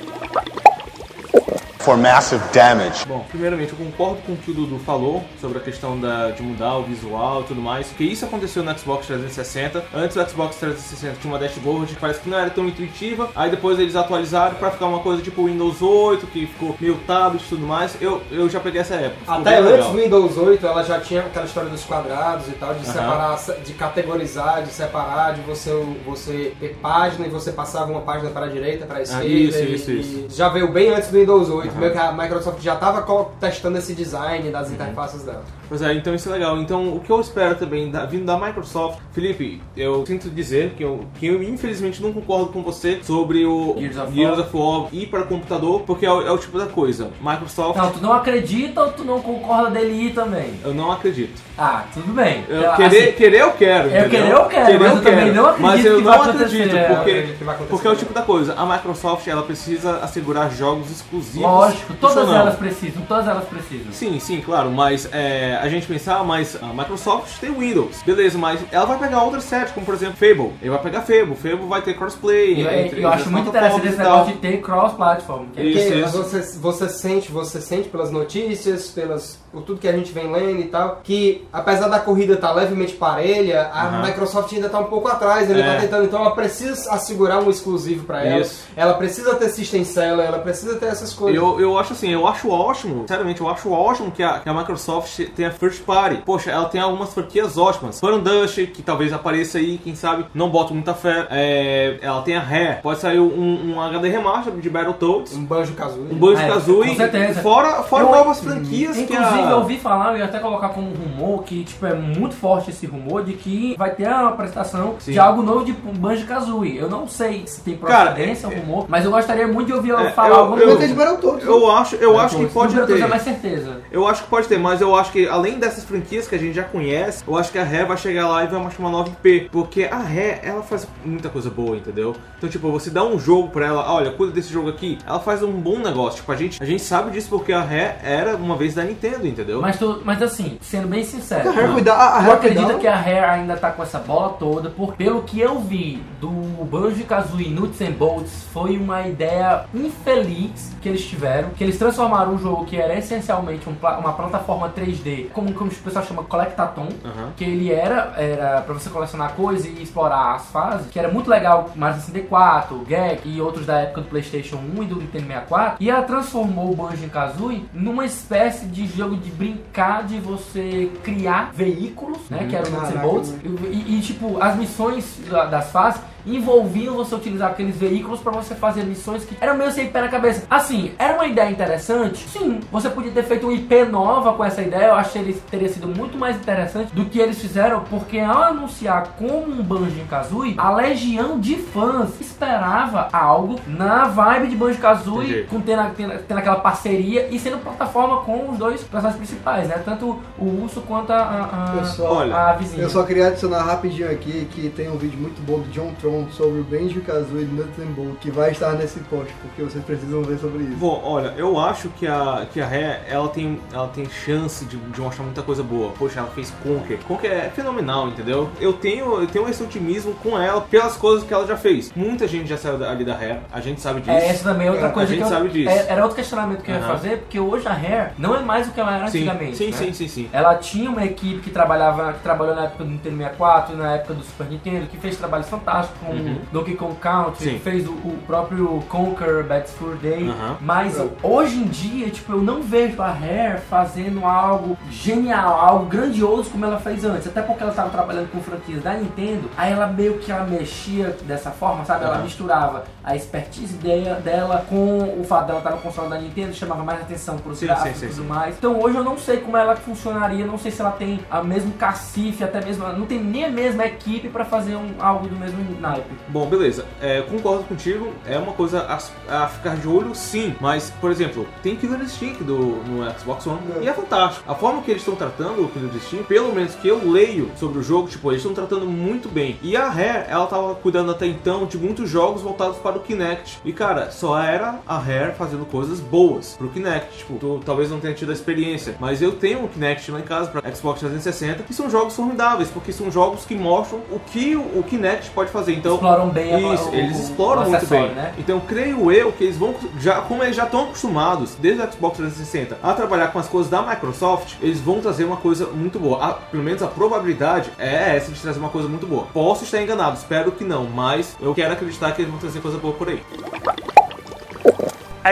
Speaker 6: for massive damage.
Speaker 1: Bom, primeiramente eu concordo com o que o Dudu falou sobre a questão da, de mudar o visual e tudo mais, porque isso aconteceu no Xbox 360. Antes o Xbox 360 tinha uma dashboard que parece que não era tão intuitiva, aí depois eles atualizaram pra ficar uma coisa tipo Windows 8, que ficou meio tablet e tudo mais. Eu, eu já peguei essa época. ficou
Speaker 4: Até
Speaker 1: bem
Speaker 4: antes
Speaker 1: legal.
Speaker 4: do Windows 8, ela já tinha aquela história dos quadrados e tal, de
Speaker 1: Aham.
Speaker 4: separar, de categorizar, de separar, de você, você ter página e você passava uma página para a direita, para a esquerda.
Speaker 1: Ah, isso,
Speaker 4: e-
Speaker 1: isso,
Speaker 4: e
Speaker 1: isso.
Speaker 4: Já veio bem antes do Windows 8 meio que a Microsoft já estava testando esse design
Speaker 1: Uhum.
Speaker 4: das interfaces dela.
Speaker 1: Pois é, então isso é legal. Então, o que eu espero também, da- vindo da Microsoft... Felipe, eu sinto dizer que eu, que eu infelizmente não concordo com você sobre o
Speaker 3: Gears of War.
Speaker 1: War ir para computador, porque é o, é o tipo da coisa. Microsoft,
Speaker 3: Não, Então, tu não acredita ou tu não concorda dele ir também?
Speaker 1: eu não acredito.
Speaker 3: Ah, tudo bem.
Speaker 1: Eu
Speaker 3: Então,
Speaker 1: querer,
Speaker 3: assim,
Speaker 1: querer eu quero,
Speaker 3: Eu
Speaker 1: entendeu?
Speaker 3: querer eu quero, mas eu também não acredito
Speaker 1: Mas eu
Speaker 3: que
Speaker 1: não
Speaker 3: vai acontecer,
Speaker 1: acredito,
Speaker 3: é,
Speaker 1: porque,
Speaker 4: que vai acontecer.
Speaker 1: porque é o tipo da coisa. A Microsoft, ela precisa assegurar jogos exclusivos.
Speaker 3: Lógico, todas
Speaker 1: funcionando.
Speaker 3: elas precisam, todas elas precisam.
Speaker 1: Sim, sim, claro, mas é, a gente pensar, mas a Microsoft tem Windows, beleza, mas ela vai pegar outras séries, como por exemplo Fable. Ele vai pegar Fable, Fable vai ter crossplay.
Speaker 3: Eu,
Speaker 1: entre-
Speaker 3: eu
Speaker 1: entre
Speaker 3: acho
Speaker 1: as
Speaker 3: muito
Speaker 1: plataformas
Speaker 3: interessante esse
Speaker 1: e tal.
Speaker 3: negócio de ter cross-platform. que é-
Speaker 1: Isso,
Speaker 4: Porque
Speaker 1: isso.
Speaker 4: Você, você sente, você sente pelas notícias, pelas por tudo que a gente vem lendo e tal, que apesar da corrida estar levemente parelha, a
Speaker 1: Aham.
Speaker 4: Microsoft ainda está um pouco atrás, ainda
Speaker 1: É.
Speaker 4: está tentando, então ela precisa assegurar um exclusivo para ela.
Speaker 1: Isso.
Speaker 4: Ela precisa ter System Seller, ela precisa ter essas coisas.
Speaker 1: Eu, eu acho assim, eu acho ótimo, sinceramente, eu acho ótimo que a, que a Microsoft tenha first party. Poxa, ela tem algumas franquias ótimas. Fun Dust, que talvez apareça aí, quem sabe, não boto muita fé. É, ela tem a Rare, pode sair um, um HD Remaster de Battletoads.
Speaker 4: Um banjo casual.
Speaker 1: Um Banjo
Speaker 3: É,
Speaker 1: Kazooie,
Speaker 3: com certeza.
Speaker 1: fora, fora
Speaker 3: Eu- é.
Speaker 1: novas franquias que a...
Speaker 3: Inclusive, eu ouvi falar, eu ia até colocar como rumor, que tipo, é muito forte esse rumor de que vai ter uma apresentação
Speaker 1: Sim.
Speaker 3: de algo novo de Banjo-Kazooie. Eu não sei se tem
Speaker 1: Cara,
Speaker 3: procedência ou rumor, mas eu gostaria muito de ouvir
Speaker 1: É,
Speaker 3: falar
Speaker 1: eu-
Speaker 3: alguma
Speaker 1: eu-
Speaker 2: Eu
Speaker 3: coisa.
Speaker 2: entendi Battletoads.
Speaker 1: Eu acho, eu acho que
Speaker 3: Isso
Speaker 1: pode
Speaker 3: não
Speaker 1: ter.
Speaker 3: mais certeza.
Speaker 1: Eu acho que pode ter, mas eu acho que além dessas franquias que a gente já conhece, eu acho que a Ré vai chegar lá e vai mostrar uma 9P. Porque a Ré, ela faz muita coisa boa, entendeu? Então, tipo, você dá um jogo pra ela, olha, cuida desse jogo aqui, ela faz um bom negócio. Tipo, a gente, a gente sabe disso porque a Ré era uma vez da Nintendo, entendeu?
Speaker 3: Mas, tu- mas assim, sendo bem sincero,
Speaker 2: A Rare cuidava- a
Speaker 3: eu
Speaker 2: Rare
Speaker 3: acredito
Speaker 2: cuidava-
Speaker 3: que a Rare ainda tá com essa bola toda, porque pelo que eu vi do Banjo-Kazooie Nuts and Bolts, foi uma ideia infeliz que eles tiveram, que eles transformaram um jogo que era essencialmente um pla- uma plataforma 3D, como, como o pessoal chama, Collectathon,
Speaker 1: Aham.
Speaker 3: que ele era, era para você colecionar coisas e explorar as fases, que era muito legal, Mario 64, Gek e outros da época do Playstation 1 e do Nintendo 64, e ela transformou o Banjo-Kazooie numa espécie de jogo de brincar, de você criar veículos, né, que eram os
Speaker 4: Caraca,
Speaker 3: Bolts, e, e, tipo, as missões da- das fases envolviam você utilizar aqueles veículos pra você fazer missões que eram meio sem pé na cabeça. Assim, era uma ideia interessante? Sim, você podia ter feito um IP nova com essa ideia, eu achei que teria sido muito mais interessante do que eles fizeram, porque ao anunciar como um Banjo-Kazooie, a legião de fãs esperava algo na vibe de Banjo-Kazooie,
Speaker 1: Entendi.
Speaker 3: com tendo, a- tendo, tendo aquela parceria e sendo plataforma com os dois personagens principais, né? Tanto o urso quanto a, a- a-
Speaker 2: Eu só-
Speaker 1: Olha,
Speaker 3: a vizinha.
Speaker 2: Eu só queria adicionar rapidinho aqui que tem um vídeo muito bom do John Tron sobre o Benji Kazooie do Nuts and Bolts, que vai estar nesse post, porque vocês precisam ver sobre isso.
Speaker 1: Bom, olha, eu acho que a, que a Ré, ela tem, ela tem chance de, de mostrar muita coisa boa. Poxa, ela fez Conker. Conker é fenomenal, entendeu? Eu tenho, eu tenho esse otimismo com ela pelas coisas que ela já fez. Muita gente já saiu da- ali da Ré, a gente sabe disso.
Speaker 3: É, essa também é outra
Speaker 1: A
Speaker 3: coisa
Speaker 1: gente
Speaker 3: que eu,
Speaker 1: sabe disso.
Speaker 3: é- era outro questionamento que eu ia
Speaker 1: Aham.
Speaker 3: fazer, porque hoje a Hair não é mais o que ela era
Speaker 1: sim,
Speaker 3: antigamente.
Speaker 1: sim,
Speaker 3: né?
Speaker 1: sim, sim, sim.
Speaker 3: Ela tinha uma equipe que trabalhava, que trabalhou na época do Nintendo 64, na época do Super Nintendo, que fez trabalhos fantásticos com
Speaker 1: Uhum.
Speaker 3: Donkey Kong Country,
Speaker 1: Sim. Uhum.
Speaker 3: fez o, o próprio Conquer Bad Fur Day.
Speaker 1: Aham.
Speaker 3: Mas hoje em dia, tipo, eu não vejo a Rare fazendo algo genial, algo grandioso como ela fez antes. Até porque ela estava trabalhando com franquias da Nintendo, aí ela meio que ela mexia dessa forma, sabe? Ela
Speaker 1: Aham.
Speaker 3: misturava a expertise dela, dela com o fato dela estar no console da Nintendo, chamava mais atenção para os
Speaker 1: Sim, sim,
Speaker 3: gráficos
Speaker 1: sim,
Speaker 3: e tudo
Speaker 1: sim.
Speaker 3: mais. Então hoje eu não sei como ela funcionaria, não sei se ela tem a mesmo cacife, até mesmo. Não tem nem a mesma equipe para fazer um, algo do mesmo naipe.
Speaker 1: Bom, beleza. É, concordo contigo. É uma coisa a, a ficar de olho, sim. Mas, por exemplo, tem Killer Instinct do, no Xbox One
Speaker 2: É.
Speaker 1: e é fantástico. A forma que eles estão tratando o Killer Instinct, pelo menos que eu leio sobre o jogo, tipo, eles estão tratando muito bem. E a Rare, ela tava cuidando até então de muitos jogos voltados para o Kinect. E, cara, só era a Rare fazendo coisas boas pro Kinect. Tipo, tu talvez não tenha tido a experiência, mas eu tenho um Kinect lá em casa pra Xbox 360 e são jogos formidáveis, porque são jogos que mostram o que o, o Kinect pode fazer. Então,
Speaker 3: Exploram bem a-
Speaker 1: isso,
Speaker 3: o-
Speaker 1: eles
Speaker 3: o-
Speaker 1: exploram
Speaker 3: o
Speaker 1: muito bem.
Speaker 3: acessório, né?
Speaker 1: Então, creio eu que eles vão, já, como eles já estão acostumados, desde o Xbox 360, a trabalhar com as coisas da Microsoft, eles vão trazer uma coisa muito boa. A- pelo menos a probabilidade é essa de trazer uma coisa muito boa. Posso estar enganado, espero que não, mas eu quero acreditar que eles vão trazer coisa boa por aí.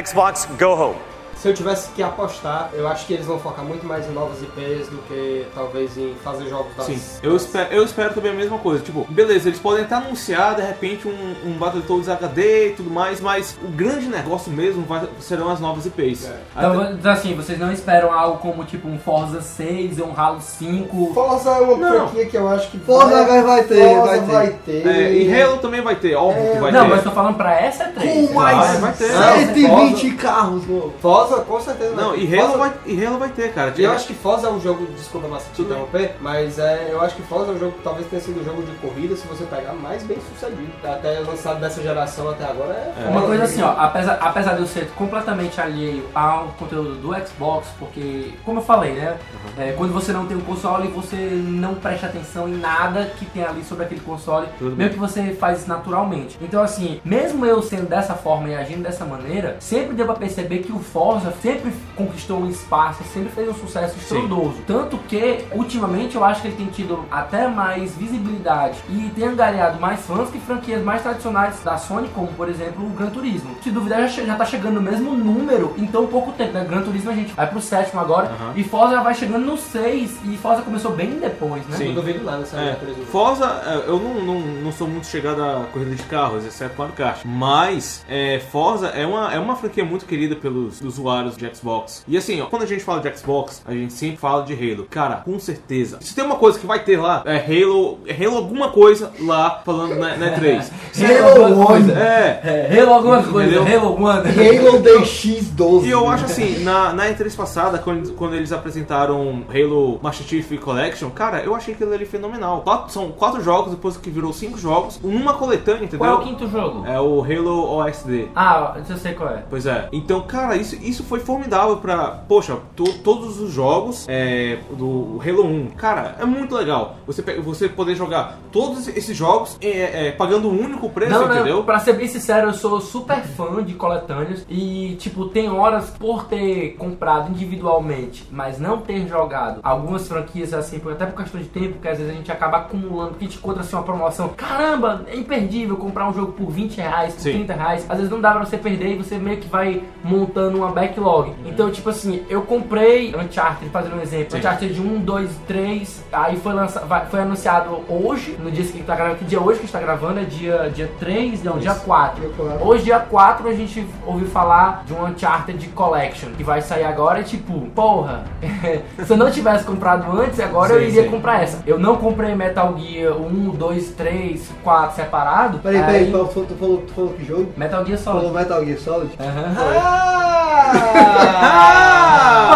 Speaker 7: Xbox Go Home.
Speaker 4: se eu tivesse que apostar, eu acho que eles vão focar muito mais em novas IPs do que talvez em fazer jogos das...
Speaker 1: Sim, eu espero, eu espero também a mesma coisa. Tipo, beleza, eles podem até anunciar de repente um, um Battletoads HD e tudo mais, mas o grande negócio mesmo vai- serão as novas IPs.
Speaker 4: É.
Speaker 1: Até-
Speaker 3: Então, então, assim, vocês não esperam algo como tipo um Forza 6 ou um Halo 5.
Speaker 4: Forza é uma
Speaker 1: Não.
Speaker 4: franquia que eu acho que
Speaker 2: Forza vai- vai ter,
Speaker 4: Forza
Speaker 2: vai ter.
Speaker 4: ter.
Speaker 1: é, e Halo também vai ter, óbvio que vai
Speaker 3: não,
Speaker 1: ter.
Speaker 3: mas tô falando pra essa 3.
Speaker 2: Com
Speaker 1: Vai,
Speaker 2: mais
Speaker 1: vai ter.
Speaker 2: 120 carros novos.
Speaker 4: Forza com certeza
Speaker 1: Não,
Speaker 4: vai
Speaker 1: e
Speaker 4: ter.
Speaker 1: Halo,
Speaker 4: Forza-
Speaker 1: vai, e Halo vai ter, cara.
Speaker 4: E eu acho que Forza é um jogo, desculpa mas te interromper, mas é, eu acho que Forza é um jogo que talvez tenha sido o jogo de corrida, se você pegar, mais bem sucedido. Até lançado dessa geração até agora é.
Speaker 3: Uma
Speaker 4: Forza.
Speaker 3: coisa assim, ó, apesar, apesar de eu ser completamente alheio ao conteúdo do Xbox, porque, como eu falei, né?
Speaker 1: Uhum.
Speaker 3: é, quando você não tem um console, você não presta atenção em nada que tem ali sobre aquele console,
Speaker 1: Tudo bem.
Speaker 3: meio que você faz isso naturalmente. Então, assim, mesmo eu sendo dessa forma e agindo dessa maneira, sempre deu pra perceber que o Forza sempre conquistou um espaço, sempre fez um sucesso estrondoso. Tanto que, ultimamente, eu acho que ele tem tido até mais visibilidade e tem angariado mais fãs que franquias mais tradicionais da Sony, como, por exemplo, o Gran Turismo. Se duvidar, já, che- já tá chegando no mesmo número em tão pouco tempo, né? Gran Turismo a gente vai pro sétimo agora
Speaker 1: Aham.
Speaker 3: e Forza já vai chegando no 6 e Forza começou bem depois, né?
Speaker 1: Sim.
Speaker 4: Não duvido nada dessa
Speaker 1: É,
Speaker 4: natureza.
Speaker 1: Forza, é, eu não, não, não sou muito chegado à corrida de carros, exceto Mario Kart. Mas é, Forza é uma, é uma franquia muito querida pelos usuários de Xbox. E assim, ó, quando a gente fala de Xbox, a gente sempre fala de Halo. Cara, com certeza. Se tem uma coisa que vai ter lá, é Halo, é Halo alguma coisa lá falando na, na 3.
Speaker 2: Halo
Speaker 3: alguma coisa.
Speaker 1: É.
Speaker 3: É, Halo alguma coisa,
Speaker 1: Entendeu?
Speaker 3: Halo One.
Speaker 2: Halo DX12.
Speaker 1: E eu acho assim, na, na E3 passada, quando, quando eles apresentaram Halo Master Chief Collection, cara, eu achei aquilo ali fenomenal. Quatro- são quatro jogos, depois que virou cinco jogos, numa coletânea, entendeu?
Speaker 3: Qual é o quinto jogo?
Speaker 1: É o Halo OSD.
Speaker 3: Ah, eu sei qual é.
Speaker 1: Pois é. Então, cara, isso, isso foi formidável pra. Poxa, to- todos os jogos é, do Halo 1. Cara, é muito legal. Você, pe- você poder jogar todos esses jogos é, é, pagando um único preço,
Speaker 3: Não,
Speaker 1: entendeu?
Speaker 3: não, pra ser bem sincero, eu sou super fã de coletâneas e, tipo, tem horas por ter comprado individualmente, mas não ter jogado algumas franquias assim, por- até por questão de tempo, que às vezes a gente acaba acumulando, porque a gente encontra assim uma promoção. Caramba, é imperdível comprar um jogo por 20 reais, por
Speaker 1: Sim.
Speaker 3: 30 reais. Às vezes não dá pra você perder e você meio que vai montando uma backlog.
Speaker 2: Uhum.
Speaker 3: Então, tipo assim, eu comprei Uncharted, fazendo um exemplo,
Speaker 1: Sim.
Speaker 3: Uncharted 1, 2, 3, aí foi, lança, vai- foi anunciado hoje, no dia que tá gravando, que dia é hoje que a gente tá gravando é dia, dia 3, não, dia 4.
Speaker 2: Dia quatro.
Speaker 3: Hoje, dia 4, a gente ouviu falar de um Uncharted Collection, que vai sair agora, e tipo, porra, se eu não tivesse comprado antes, agora eu
Speaker 1: Sim,
Speaker 3: iria
Speaker 1: sim.
Speaker 3: comprar essa. Eu não comprei Metal Gear 1, 2, 3, 4 separado.
Speaker 2: Peraí,
Speaker 3: aí-
Speaker 2: peraí, tu falou, tu falou- tu falou que jogo?
Speaker 3: Metal Gear Solid.
Speaker 2: Falou Metal Gear Solid?
Speaker 4: Ah!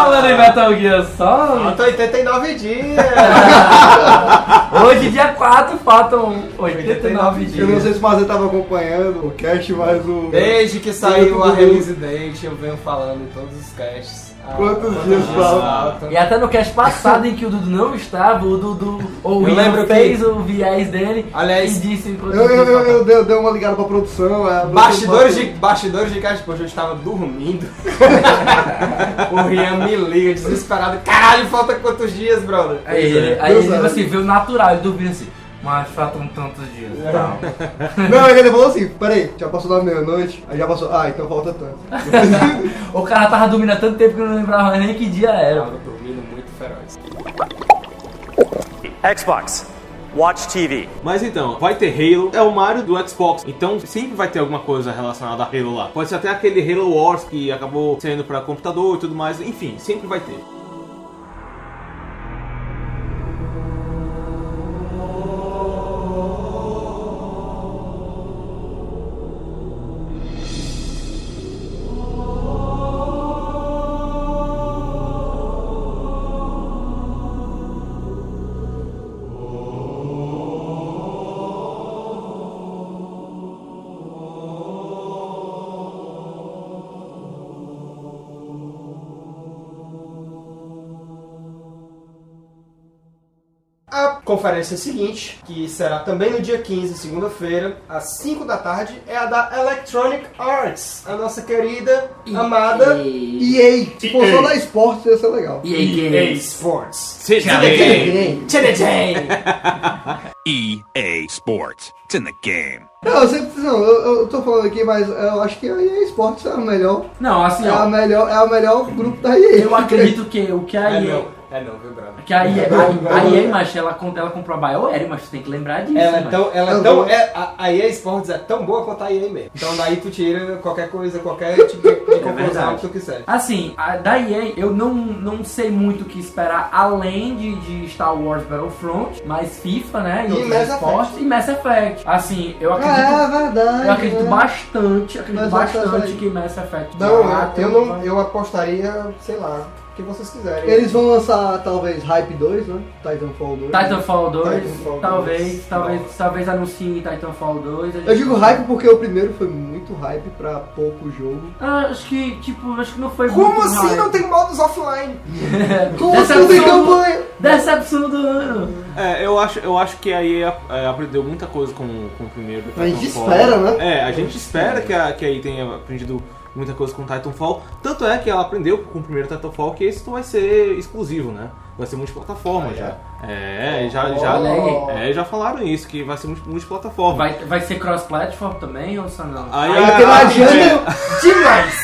Speaker 3: Falando em Metal Gear Solid,
Speaker 4: Falta 89 dias!
Speaker 3: hoje dia 4 faltam 89
Speaker 2: Eu não
Speaker 3: dias.
Speaker 2: sei se o Mazer tava acompanhando o cast, mas o.
Speaker 4: Desde que saiu a release date, eu venho falando em todos os casts. Ah,
Speaker 2: Quantos dias faltam?
Speaker 4: faltam?
Speaker 3: E até no cast passado em que o Dudu não estava, o Dudu ou o
Speaker 4: Eu
Speaker 3: Will
Speaker 4: lembro que-
Speaker 3: fez o viés dele
Speaker 4: Aliás,
Speaker 3: e disse
Speaker 2: Eu, eu, eu, eu dei, eu dei uma ligada pra produção. é,
Speaker 4: Bastidores de, bastidores de caixa, poxa, eu estava dormindo. o Rian me liga desesperado. Caralho, falta quantos dias, brother?
Speaker 3: Aí,
Speaker 2: Pois é,
Speaker 3: ele- aí
Speaker 2: Deus
Speaker 3: ele
Speaker 2: sabe.
Speaker 3: assim, viu natural, ele dormiu assim, mas faltam tantos dias.
Speaker 2: É.
Speaker 3: então." Não.
Speaker 2: Não, é que ele falou assim: peraí, já passou da meia-noite, aí já passou. Ah, então falta tanto.
Speaker 3: O cara tava dormindo há tanto tempo que eu não lembrava nem que dia
Speaker 4: Eu
Speaker 3: era.
Speaker 4: tava dormindo muito feroz.
Speaker 7: Xbox, watch TV.
Speaker 1: Mas então, vai ter Halo, é o Mario do Xbox. Então sempre vai ter alguma coisa relacionada a Halo lá. Pode ser até aquele Halo Wars que acabou saindo pra computador e tudo mais. Enfim, sempre vai ter.
Speaker 4: A conferência seguinte, que será também no dia 15, segunda-feira, às 5 da tarde, é a da Electronic Arts, a nossa querida, amada
Speaker 2: E aí, se for só da esporte, ia ser legal.
Speaker 3: E aí, é
Speaker 4: EA
Speaker 3: Games?
Speaker 4: Sports.
Speaker 1: Seja
Speaker 4: Tchau,
Speaker 2: Ninguém.
Speaker 4: Tchau, tchau.
Speaker 8: EA Sports. It's in the game.
Speaker 2: Não, eu sempre. Não, eu, eu tô falando aqui, mas eu acho que a EA Sports é o melhor.
Speaker 3: Não, assim,
Speaker 2: É o
Speaker 3: ó,
Speaker 2: melhor, é o melhor grupo da EA.
Speaker 3: eu acredito que o que a
Speaker 4: É
Speaker 3: EA.
Speaker 4: não, é não, viu, Bravo?
Speaker 3: Que a EA, a, a EA macho, é, ela, con- ela comprou a BioWare, mas tu tem que lembrar disso.
Speaker 4: Ela é
Speaker 3: macho.
Speaker 4: tão, ela é
Speaker 2: Eu
Speaker 4: tão,
Speaker 2: vou-
Speaker 4: é, a, a EA Sports é tão boa quanto a EA mesmo. Então daí tu tira qualquer coisa, qualquer tipo de, de conclusão
Speaker 3: verdade.
Speaker 4: que tu quiser.
Speaker 3: Assim, a, da EA eu não, não sei muito o que esperar além de, de Star Wars Battlefront, mas FIFA, né?
Speaker 2: E
Speaker 3: outros
Speaker 2: Mass
Speaker 3: esportes, E Mass Effect. Assim, eu
Speaker 2: Ah,
Speaker 3: acredito.
Speaker 2: é verdade.
Speaker 3: Eu acredito
Speaker 2: né?
Speaker 3: bastante, acredito
Speaker 2: Mas acho que
Speaker 3: bastante
Speaker 2: essa-
Speaker 3: que Mass Effect.
Speaker 4: Não,
Speaker 3: quatro
Speaker 4: eu, eu não,
Speaker 3: vai-
Speaker 4: eu apostaria, sei lá, o que vocês quiserem.
Speaker 2: Eles vão lançar talvez Hype 2, né? Titanfall 2.
Speaker 3: Titanfall 2,
Speaker 4: Titanfall
Speaker 3: talvez,
Speaker 4: 2.
Speaker 3: talvez,
Speaker 4: Nossa.
Speaker 3: talvez anuncie Titanfall 2. a gente-
Speaker 2: Eu digo hype porque o primeiro foi muito hype pra pouco jogo.
Speaker 3: Ah, acho que, tipo, acho que não foi
Speaker 4: Como
Speaker 3: muito
Speaker 4: assim
Speaker 3: hype.
Speaker 4: não tem modos offline?
Speaker 2: Como
Speaker 3: Essa
Speaker 2: assim não tem
Speaker 3: é a sua-
Speaker 2: campanha?
Speaker 3: Decepção do ano.
Speaker 1: É, eu acho, eu acho que a EA é, aprendeu muita coisa com, com o primeiro.
Speaker 2: A gente
Speaker 1: Titanfall.
Speaker 2: espera, né?
Speaker 1: É, a gente espera que a, que a EA tenha aprendido muita coisa com Titanfall. Tanto é que ela aprendeu com o primeiro Titanfall que esse vai ser exclusivo, né? Vai ser multiplataforma
Speaker 4: Ah, é?
Speaker 1: já. É, já, já,
Speaker 3: Olha
Speaker 2: aí.
Speaker 1: é, já falaram isso, que vai ser multi- multiplataforma.
Speaker 3: Vai, vai ser cross-platform também ou só não?
Speaker 4: Ah,
Speaker 1: Aí,
Speaker 2: Vai ter uma
Speaker 1: a-
Speaker 2: agenda.
Speaker 4: Demais!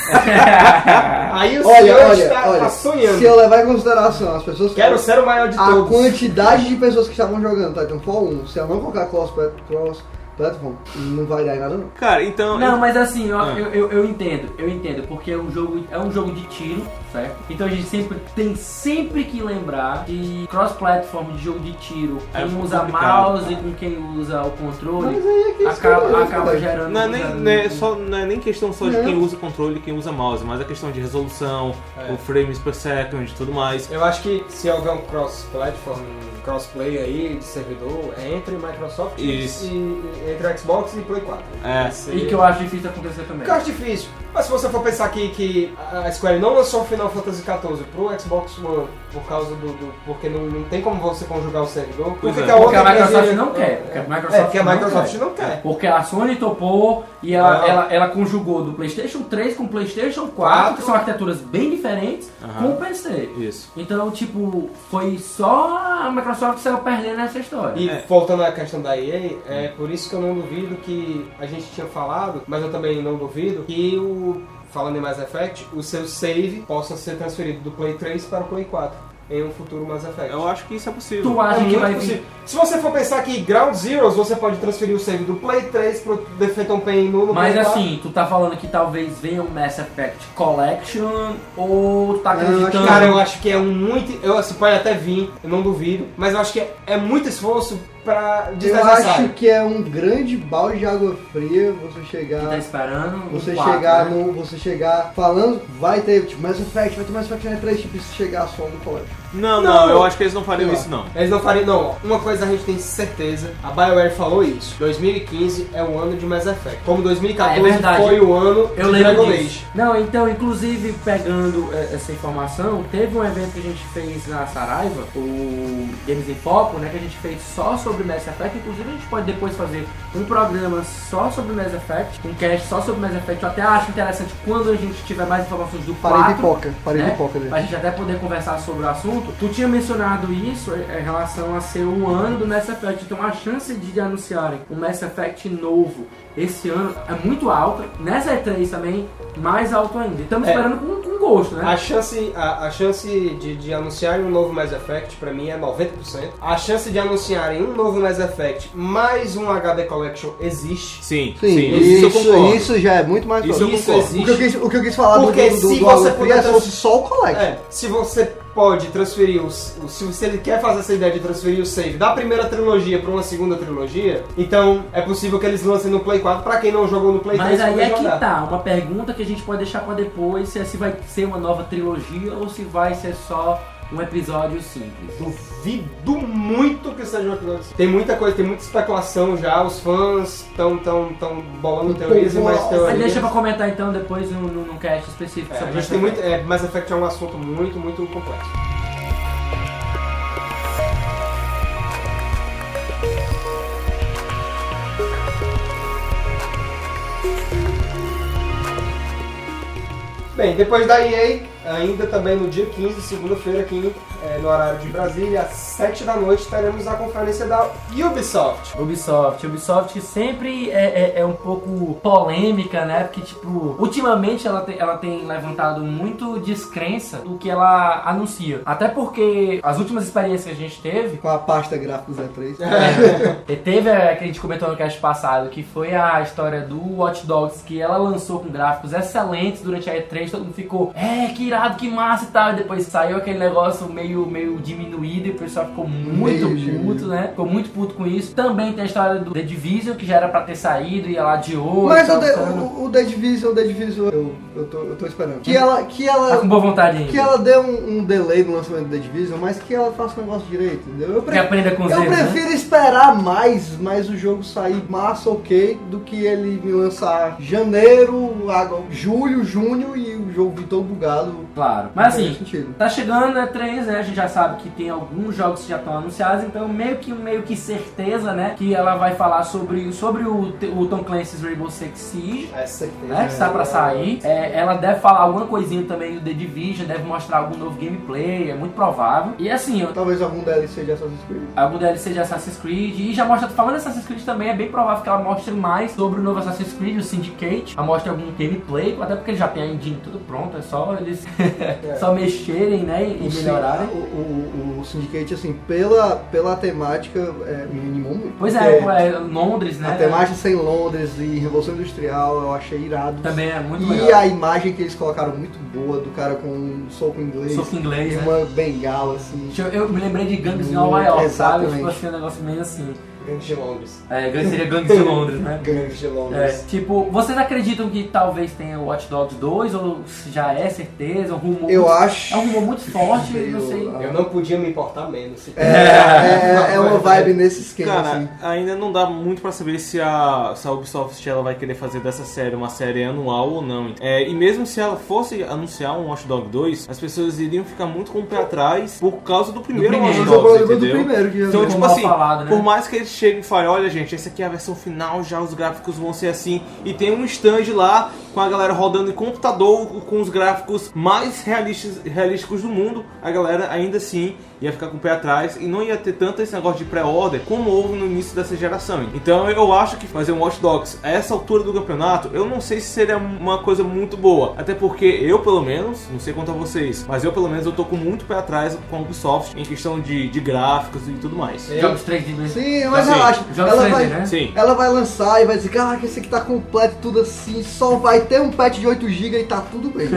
Speaker 4: Aí o
Speaker 2: Olha,
Speaker 4: senhor
Speaker 2: olha,
Speaker 4: está,
Speaker 2: olha.
Speaker 4: tá sonhando.
Speaker 2: Se eu levar em consideração as pessoas que.
Speaker 4: Quero ser o maior de
Speaker 2: A
Speaker 4: todos.
Speaker 2: quantidade de pessoas que estavam jogando Titanfall 1, se ela não colocar cross, cross platform, não vai dar em nada não.
Speaker 1: Cara, então.
Speaker 3: Não, mas assim, eu,
Speaker 1: Ah.
Speaker 3: eu, eu, eu entendo, eu entendo, porque é um jogo, é um jogo de tiro, certo? Então a gente sempre tem sempre que lembrar de cross-platform de jogo de tiro,
Speaker 1: É
Speaker 3: quem usa
Speaker 1: complicado,
Speaker 3: mouse com quem usa o controle,
Speaker 2: Mas aí é que isso
Speaker 3: acaba,
Speaker 2: é-
Speaker 3: acaba gerando.
Speaker 1: Não é, nem,
Speaker 3: gerando-
Speaker 1: não é só, não é nem questão só de
Speaker 2: Não.
Speaker 1: quem usa controle e quem usa mouse, mas a questão de resolução,
Speaker 4: É.
Speaker 1: o frames per second e tudo mais.
Speaker 4: Eu acho que se houver um cross-platform, um cross-play aí de servidor, é entre Microsoft e,
Speaker 1: Isso.
Speaker 4: e- entre Xbox e Play 4.
Speaker 1: É.
Speaker 3: E que eu acho difícil acontecer também.
Speaker 4: Que eu acho difícil. Mas se você for pensar que, que a Square não lançou o Final Fantasy XIV pro Xbox One por causa do. do- porque não, não tem como você conjugar o servidor.
Speaker 1: Pois
Speaker 4: porque
Speaker 1: é.
Speaker 4: que a
Speaker 3: Porque
Speaker 4: outra
Speaker 3: a Microsoft
Speaker 4: empresa-
Speaker 3: não quer. Porque
Speaker 4: É,
Speaker 3: a
Speaker 4: É, porque a
Speaker 3: Microsoft
Speaker 4: Microsoft
Speaker 3: não quer.
Speaker 4: não quer.
Speaker 3: Porque a Sony topou e ela,
Speaker 4: Ah.
Speaker 3: ela, ela conjugou do PlayStation 3 com o PlayStation 4, que são arquiteturas bem diferentes,
Speaker 1: Aham.
Speaker 3: com o PC.
Speaker 1: Isso.
Speaker 3: Então, tipo, foi só a Microsoft que saiu perdendo nessa história.
Speaker 4: E
Speaker 1: É.
Speaker 4: voltando à questão da EA, é por isso que eu não duvido que a gente tinha falado, mas eu também não duvido que o falando em Mass Effect, o seu save possa ser transferido do Play 3 para o Play 4 em um futuro Mass Effect.
Speaker 1: Eu acho que isso é possível.
Speaker 3: tu acha
Speaker 4: É
Speaker 3: que
Speaker 4: muito
Speaker 3: vai
Speaker 4: possível.
Speaker 3: vir.
Speaker 4: Se você for pensar que Ground Zeroes você pode transferir o save do Play 3 pro Defeat on Pain no, no
Speaker 3: Mas
Speaker 4: Play 4.
Speaker 3: assim, tu tá falando que talvez venha um Mass Effect Collection ou tu tá
Speaker 2: Não, eu acho-
Speaker 3: acreditando.
Speaker 4: Cara, eu acho que é um muito. Eu, assim, pode até vir, eu não duvido. Mas eu acho que é, é muito esforço pra
Speaker 2: Eu
Speaker 4: desnecessário.
Speaker 2: acho que é um grande balde de água fria você chegar.
Speaker 3: Tu tá esperando.
Speaker 2: Você
Speaker 3: um quatro,
Speaker 2: chegar
Speaker 3: né?
Speaker 2: no. Você chegar falando, vai ter tipo Mass Effect, vai ter Mass Effect na 3, tipo, se chegar só no colégio.
Speaker 1: Não,
Speaker 4: Não.
Speaker 1: não, eu acho que eles não fariam
Speaker 2: Sei lá.
Speaker 1: isso não.
Speaker 4: Eles não fariam, não. ó, Uma coisa a gente tem certeza, a BioWare falou isso. 2015 é o ano de Mass Effect. Como 2014
Speaker 3: É verdade.
Speaker 4: foi o ano
Speaker 3: Eu
Speaker 4: de Dragon
Speaker 3: lembro disso.
Speaker 4: Age.
Speaker 3: Não, então, inclusive, pegando eh, essa informação, teve um evento que a gente fez na Saraiva, o Games em Foco, né, que a gente fez só sobre Mass Effect. Inclusive, a gente pode depois fazer um programa só sobre Mass Effect, um cast só sobre Mass Effect. Eu até acho interessante quando a gente tiver mais informações do
Speaker 2: Parei
Speaker 3: quatro,
Speaker 2: pipoca, parei
Speaker 3: né?
Speaker 2: pipoca ali.
Speaker 3: Pra gente até poder conversar sobre o assunto. Tu tinha mencionado isso eh, em relação a ser o ano do Mass Effect, então a chance de anunciarem um Mass Effect novo esse ano é muito alta. Nessa E3 também, mais alto ainda. Estamos
Speaker 4: É.
Speaker 3: esperando com, com gosto, né?
Speaker 4: A chance, a, a chance de, de anunciarem um novo Mass Effect pra mim é 90%. A chance de anunciarem um novo Mass Effect mais um HD Collection existe.
Speaker 1: Sim, sim,
Speaker 2: Sim,
Speaker 1: isso, eu
Speaker 2: isso,
Speaker 1: concordo.
Speaker 2: isso já é muito mais
Speaker 1: Isso eu
Speaker 2: provável.
Speaker 4: Isso
Speaker 1: concordo.
Speaker 2: o que, eu
Speaker 4: existe.
Speaker 2: quis, o que eu quis falar
Speaker 4: Porque
Speaker 2: do, do, do,
Speaker 4: se
Speaker 2: do
Speaker 4: você
Speaker 2: água fria
Speaker 4: puder
Speaker 2: é só-
Speaker 4: trans-
Speaker 2: só o colégio.
Speaker 4: É, se você pode transferir os, os- se, se ele quer fazer essa ideia de transferir o save da primeira trilogia pra uma segunda trilogia, então é possível que eles lancem no Play 4 pra quem não jogou no Play 3
Speaker 3: Mas aí
Speaker 4: poder
Speaker 3: é que
Speaker 4: jogar.
Speaker 3: tá, uma pergunta que a gente pode deixar pra depois, se, é- se vai ser uma nova trilogia ou se vai ser só um episódio simples.
Speaker 4: Duvido muito que seja um episódio. assim. Tem muita coisa, tem muita especulação já. Os fãs estão tão, tão bolando teorias e mais
Speaker 2: Mas
Speaker 4: teorias.
Speaker 3: Mas deixa pra comentar então depois num, num num cast específico
Speaker 4: É, a
Speaker 3: sobre
Speaker 4: gente
Speaker 3: Mass
Speaker 4: tem
Speaker 3: Effect.
Speaker 4: muito. É, Mass Effect é um assunto muito, muito complexo. Bem, depois da EA, Ainda também no dia 15, segunda-feira, aqui eh, no horário de Brasília, às 7 da noite, teremos a conferência da Ubisoft.
Speaker 3: Ubisoft. Ubisoft que sempre é, é- é um pouco polêmica, né? Porque, tipo, ultimamente ela tem, ela tem levantado muito descrença do que ela anuncia. Até porque as últimas experiências que a gente teve.
Speaker 2: Com a pasta gráfica do E3.
Speaker 3: E teve a que a gente comentou no cast passado, que foi a história do Watch Dogs, que ela lançou com gráficos excelentes durante a E3, todo mundo ficou, é, que irado, que massa e tal. E depois saiu aquele negócio meio, meio diminuído e o pessoal ficou muito
Speaker 2: Meio diminuído.
Speaker 3: puto, né? Ficou muito puto com isso. Também tem a história do The Division, que já era pra ter saído e ela adiou.
Speaker 2: Mas
Speaker 3: e tal,
Speaker 2: o, The-
Speaker 3: então,
Speaker 2: o, o The Division, o The Division, eu, eu, tô, eu tô esperando. Que ela, que
Speaker 3: Tá
Speaker 2: ela,
Speaker 3: com boa vontade ainda.
Speaker 2: que ela dê um, um delay no lançamento do The Division, mas que ela faça o negócio direito, entendeu? Eu,
Speaker 3: Que
Speaker 2: pre-
Speaker 3: aprenda com os
Speaker 2: eu
Speaker 3: erros, né?
Speaker 2: prefiro esperar mais, mas o jogo sair massa, ok, do que ele me lançar janeiro, agora, julho, junho e o jogo vir todo bugado.
Speaker 3: Claro. Mas
Speaker 2: Não tem
Speaker 3: assim,
Speaker 2: sentido.
Speaker 3: Tá chegando, é 3, né? A gente já sabe que tem alguns jogos que já estão anunciados, então meio que meio que certeza, né? Que ela vai falar sobre, sobre o, o Tom Clancy's Rainbow Six Siege.
Speaker 4: É certeza.
Speaker 3: Né, que está pra sair. É, ela deve falar alguma coisinha também do The Division, deve mostrar algum novo gameplay, é muito provável. E assim, ó,
Speaker 2: Talvez algum DLC de Assassin's Creed.
Speaker 3: algum DLC de Assassin's Creed. E já mostra, falando de Assassin's Creed também, é bem provável que ela mostre mais sobre o novo Assassin's Creed, o Syndicate. Ela mostre algum gameplay, até porque já tem a engine tudo pronto, é só eles só mexerem, né? E melhorarem.
Speaker 2: O, o, o Syndicate, assim, pela, pela temática, é, me animou muito.
Speaker 3: Pois é,
Speaker 2: Porque-
Speaker 3: é, Londres, né?
Speaker 2: A temática sem Londres e Revolução Industrial eu achei irado.
Speaker 3: Também é muito
Speaker 2: e
Speaker 3: legal.
Speaker 2: a imagem que eles colocaram muito boa do cara com um soco inglês
Speaker 3: Soco inglês,
Speaker 2: e
Speaker 3: né?
Speaker 2: uma bengala, assim.
Speaker 3: Eu, eu me lembrei de Gangs de Nova York, sabe?
Speaker 2: Exatamente.
Speaker 3: Tipo assim, um negócio meio assim.
Speaker 4: Gangues de Londres.
Speaker 3: É, Gangs seria Gangs de Londres, né?
Speaker 4: Gangues de
Speaker 3: É,
Speaker 4: Londres.
Speaker 3: tipo, vocês acreditam que talvez tenha o Watch Dogs 2 ou se já é certeza? Um rumor.
Speaker 2: Eu acho.
Speaker 3: É um rumor muito forte,
Speaker 2: Meio-
Speaker 3: não sei.
Speaker 4: Eu não podia me importar menos.
Speaker 2: É, é, é uma vibe nesse esquema,
Speaker 1: Cara,
Speaker 2: assim.
Speaker 1: ainda não dá muito pra saber se a, se a Ubisoft ela vai querer fazer dessa série uma série anual ou não. É, e mesmo se ela fosse anunciar um Watch Dog 2, as pessoas iriam ficar muito com o pé atrás por causa do primeiro,
Speaker 3: primeiro.
Speaker 2: Eu
Speaker 1: Watch
Speaker 2: tô
Speaker 1: Dogs,
Speaker 2: falando do
Speaker 1: entendeu?
Speaker 2: primeiro que já
Speaker 1: Então,
Speaker 2: veio.
Speaker 1: tipo
Speaker 3: mal
Speaker 1: assim,
Speaker 3: falado, né?
Speaker 1: por mais que eles cheguem e falem, olha gente, essa aqui é a versão final, já os gráficos vão ser assim, e tem um stand lá com a galera rodando em computador, com os gráficos mais realistas, realísticos do mundo, a galera ainda assim ia ficar com o pé atrás e não ia ter tanto esse negócio de pré-order como houve no início dessa geração. Então eu acho que fazer um Watch Dogs a essa altura do campeonato, eu não sei se seria uma coisa muito boa. Até porque eu, pelo menos, não sei quanto a vocês, mas eu, pelo menos, eu tô com muito pé atrás com a Ubisoft em questão de, de gráficos e tudo mais.
Speaker 3: Jogos 3D.
Speaker 2: Sim, mas
Speaker 1: Assim,
Speaker 2: relaxa.
Speaker 3: jogos
Speaker 2: Ela
Speaker 3: 3D,
Speaker 2: vai,
Speaker 3: né?
Speaker 1: Sim.
Speaker 2: ela vai lançar e vai dizer: Caraca, esse aqui tá completo, tudo assim. Só vai ter um patch de 8GB e tá tudo bem.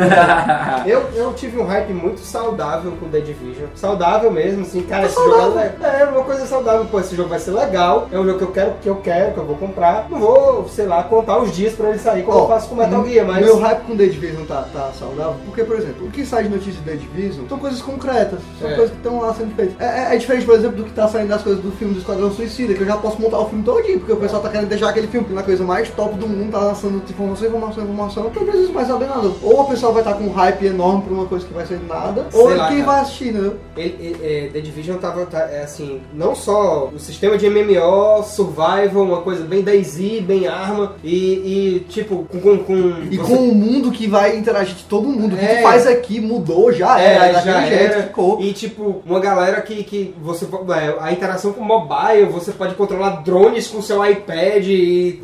Speaker 4: Eu, eu tive um hype muito saudável com The Division. Saudável mesmo, assim, cara,
Speaker 2: É
Speaker 4: esse jogo é,
Speaker 2: saudável.
Speaker 4: le- é uma coisa saudável. Pô, esse jogo vai ser legal, é um jogo que eu quero, que eu quero, que eu vou comprar. Não vou, sei lá, contar os dias pra ele sair, como
Speaker 2: Ó,
Speaker 4: eu faço com Metal Gear, mas...
Speaker 2: Meu hype com The Division tá, tá saudável, porque, por exemplo, o que sai de notícia de The Division são coisas concretas, são
Speaker 4: É.
Speaker 2: coisas que estão lá sendo feitas. É, é- é diferente, por exemplo, do que tá saindo das coisas do filme do Esquadrão Suicida, que eu já posso montar o filme todinho, porque o pessoal tá querendo deixar aquele filme que é a coisa mais top do mundo, tá lançando informação, informação, informação, eu não preciso mais saber nada. Ou o pessoal vai estar com um hype enorme pra uma coisa que vai ser nada,
Speaker 4: Sei
Speaker 2: ou é
Speaker 4: lá,
Speaker 2: quem
Speaker 4: cara.
Speaker 2: vai assistir, né? entendeu?
Speaker 4: Ele, ele- é, The Division tava, tá, é, assim, não só o sistema de MMO, survival, uma coisa bem DayZ, bem arma, e, e, tipo, com... com, com-
Speaker 2: E
Speaker 4: você-
Speaker 2: com o mundo que vai interagir de todo mundo, o que
Speaker 4: É.
Speaker 2: tu faz aqui mudou, já era,
Speaker 4: É,
Speaker 2: é, daquele
Speaker 4: já
Speaker 2: jeito,
Speaker 4: era.
Speaker 2: ficou.
Speaker 4: E tipo, uma galera que, que você. é, A interação com mobile, você pode controlar drones com seu iPad e.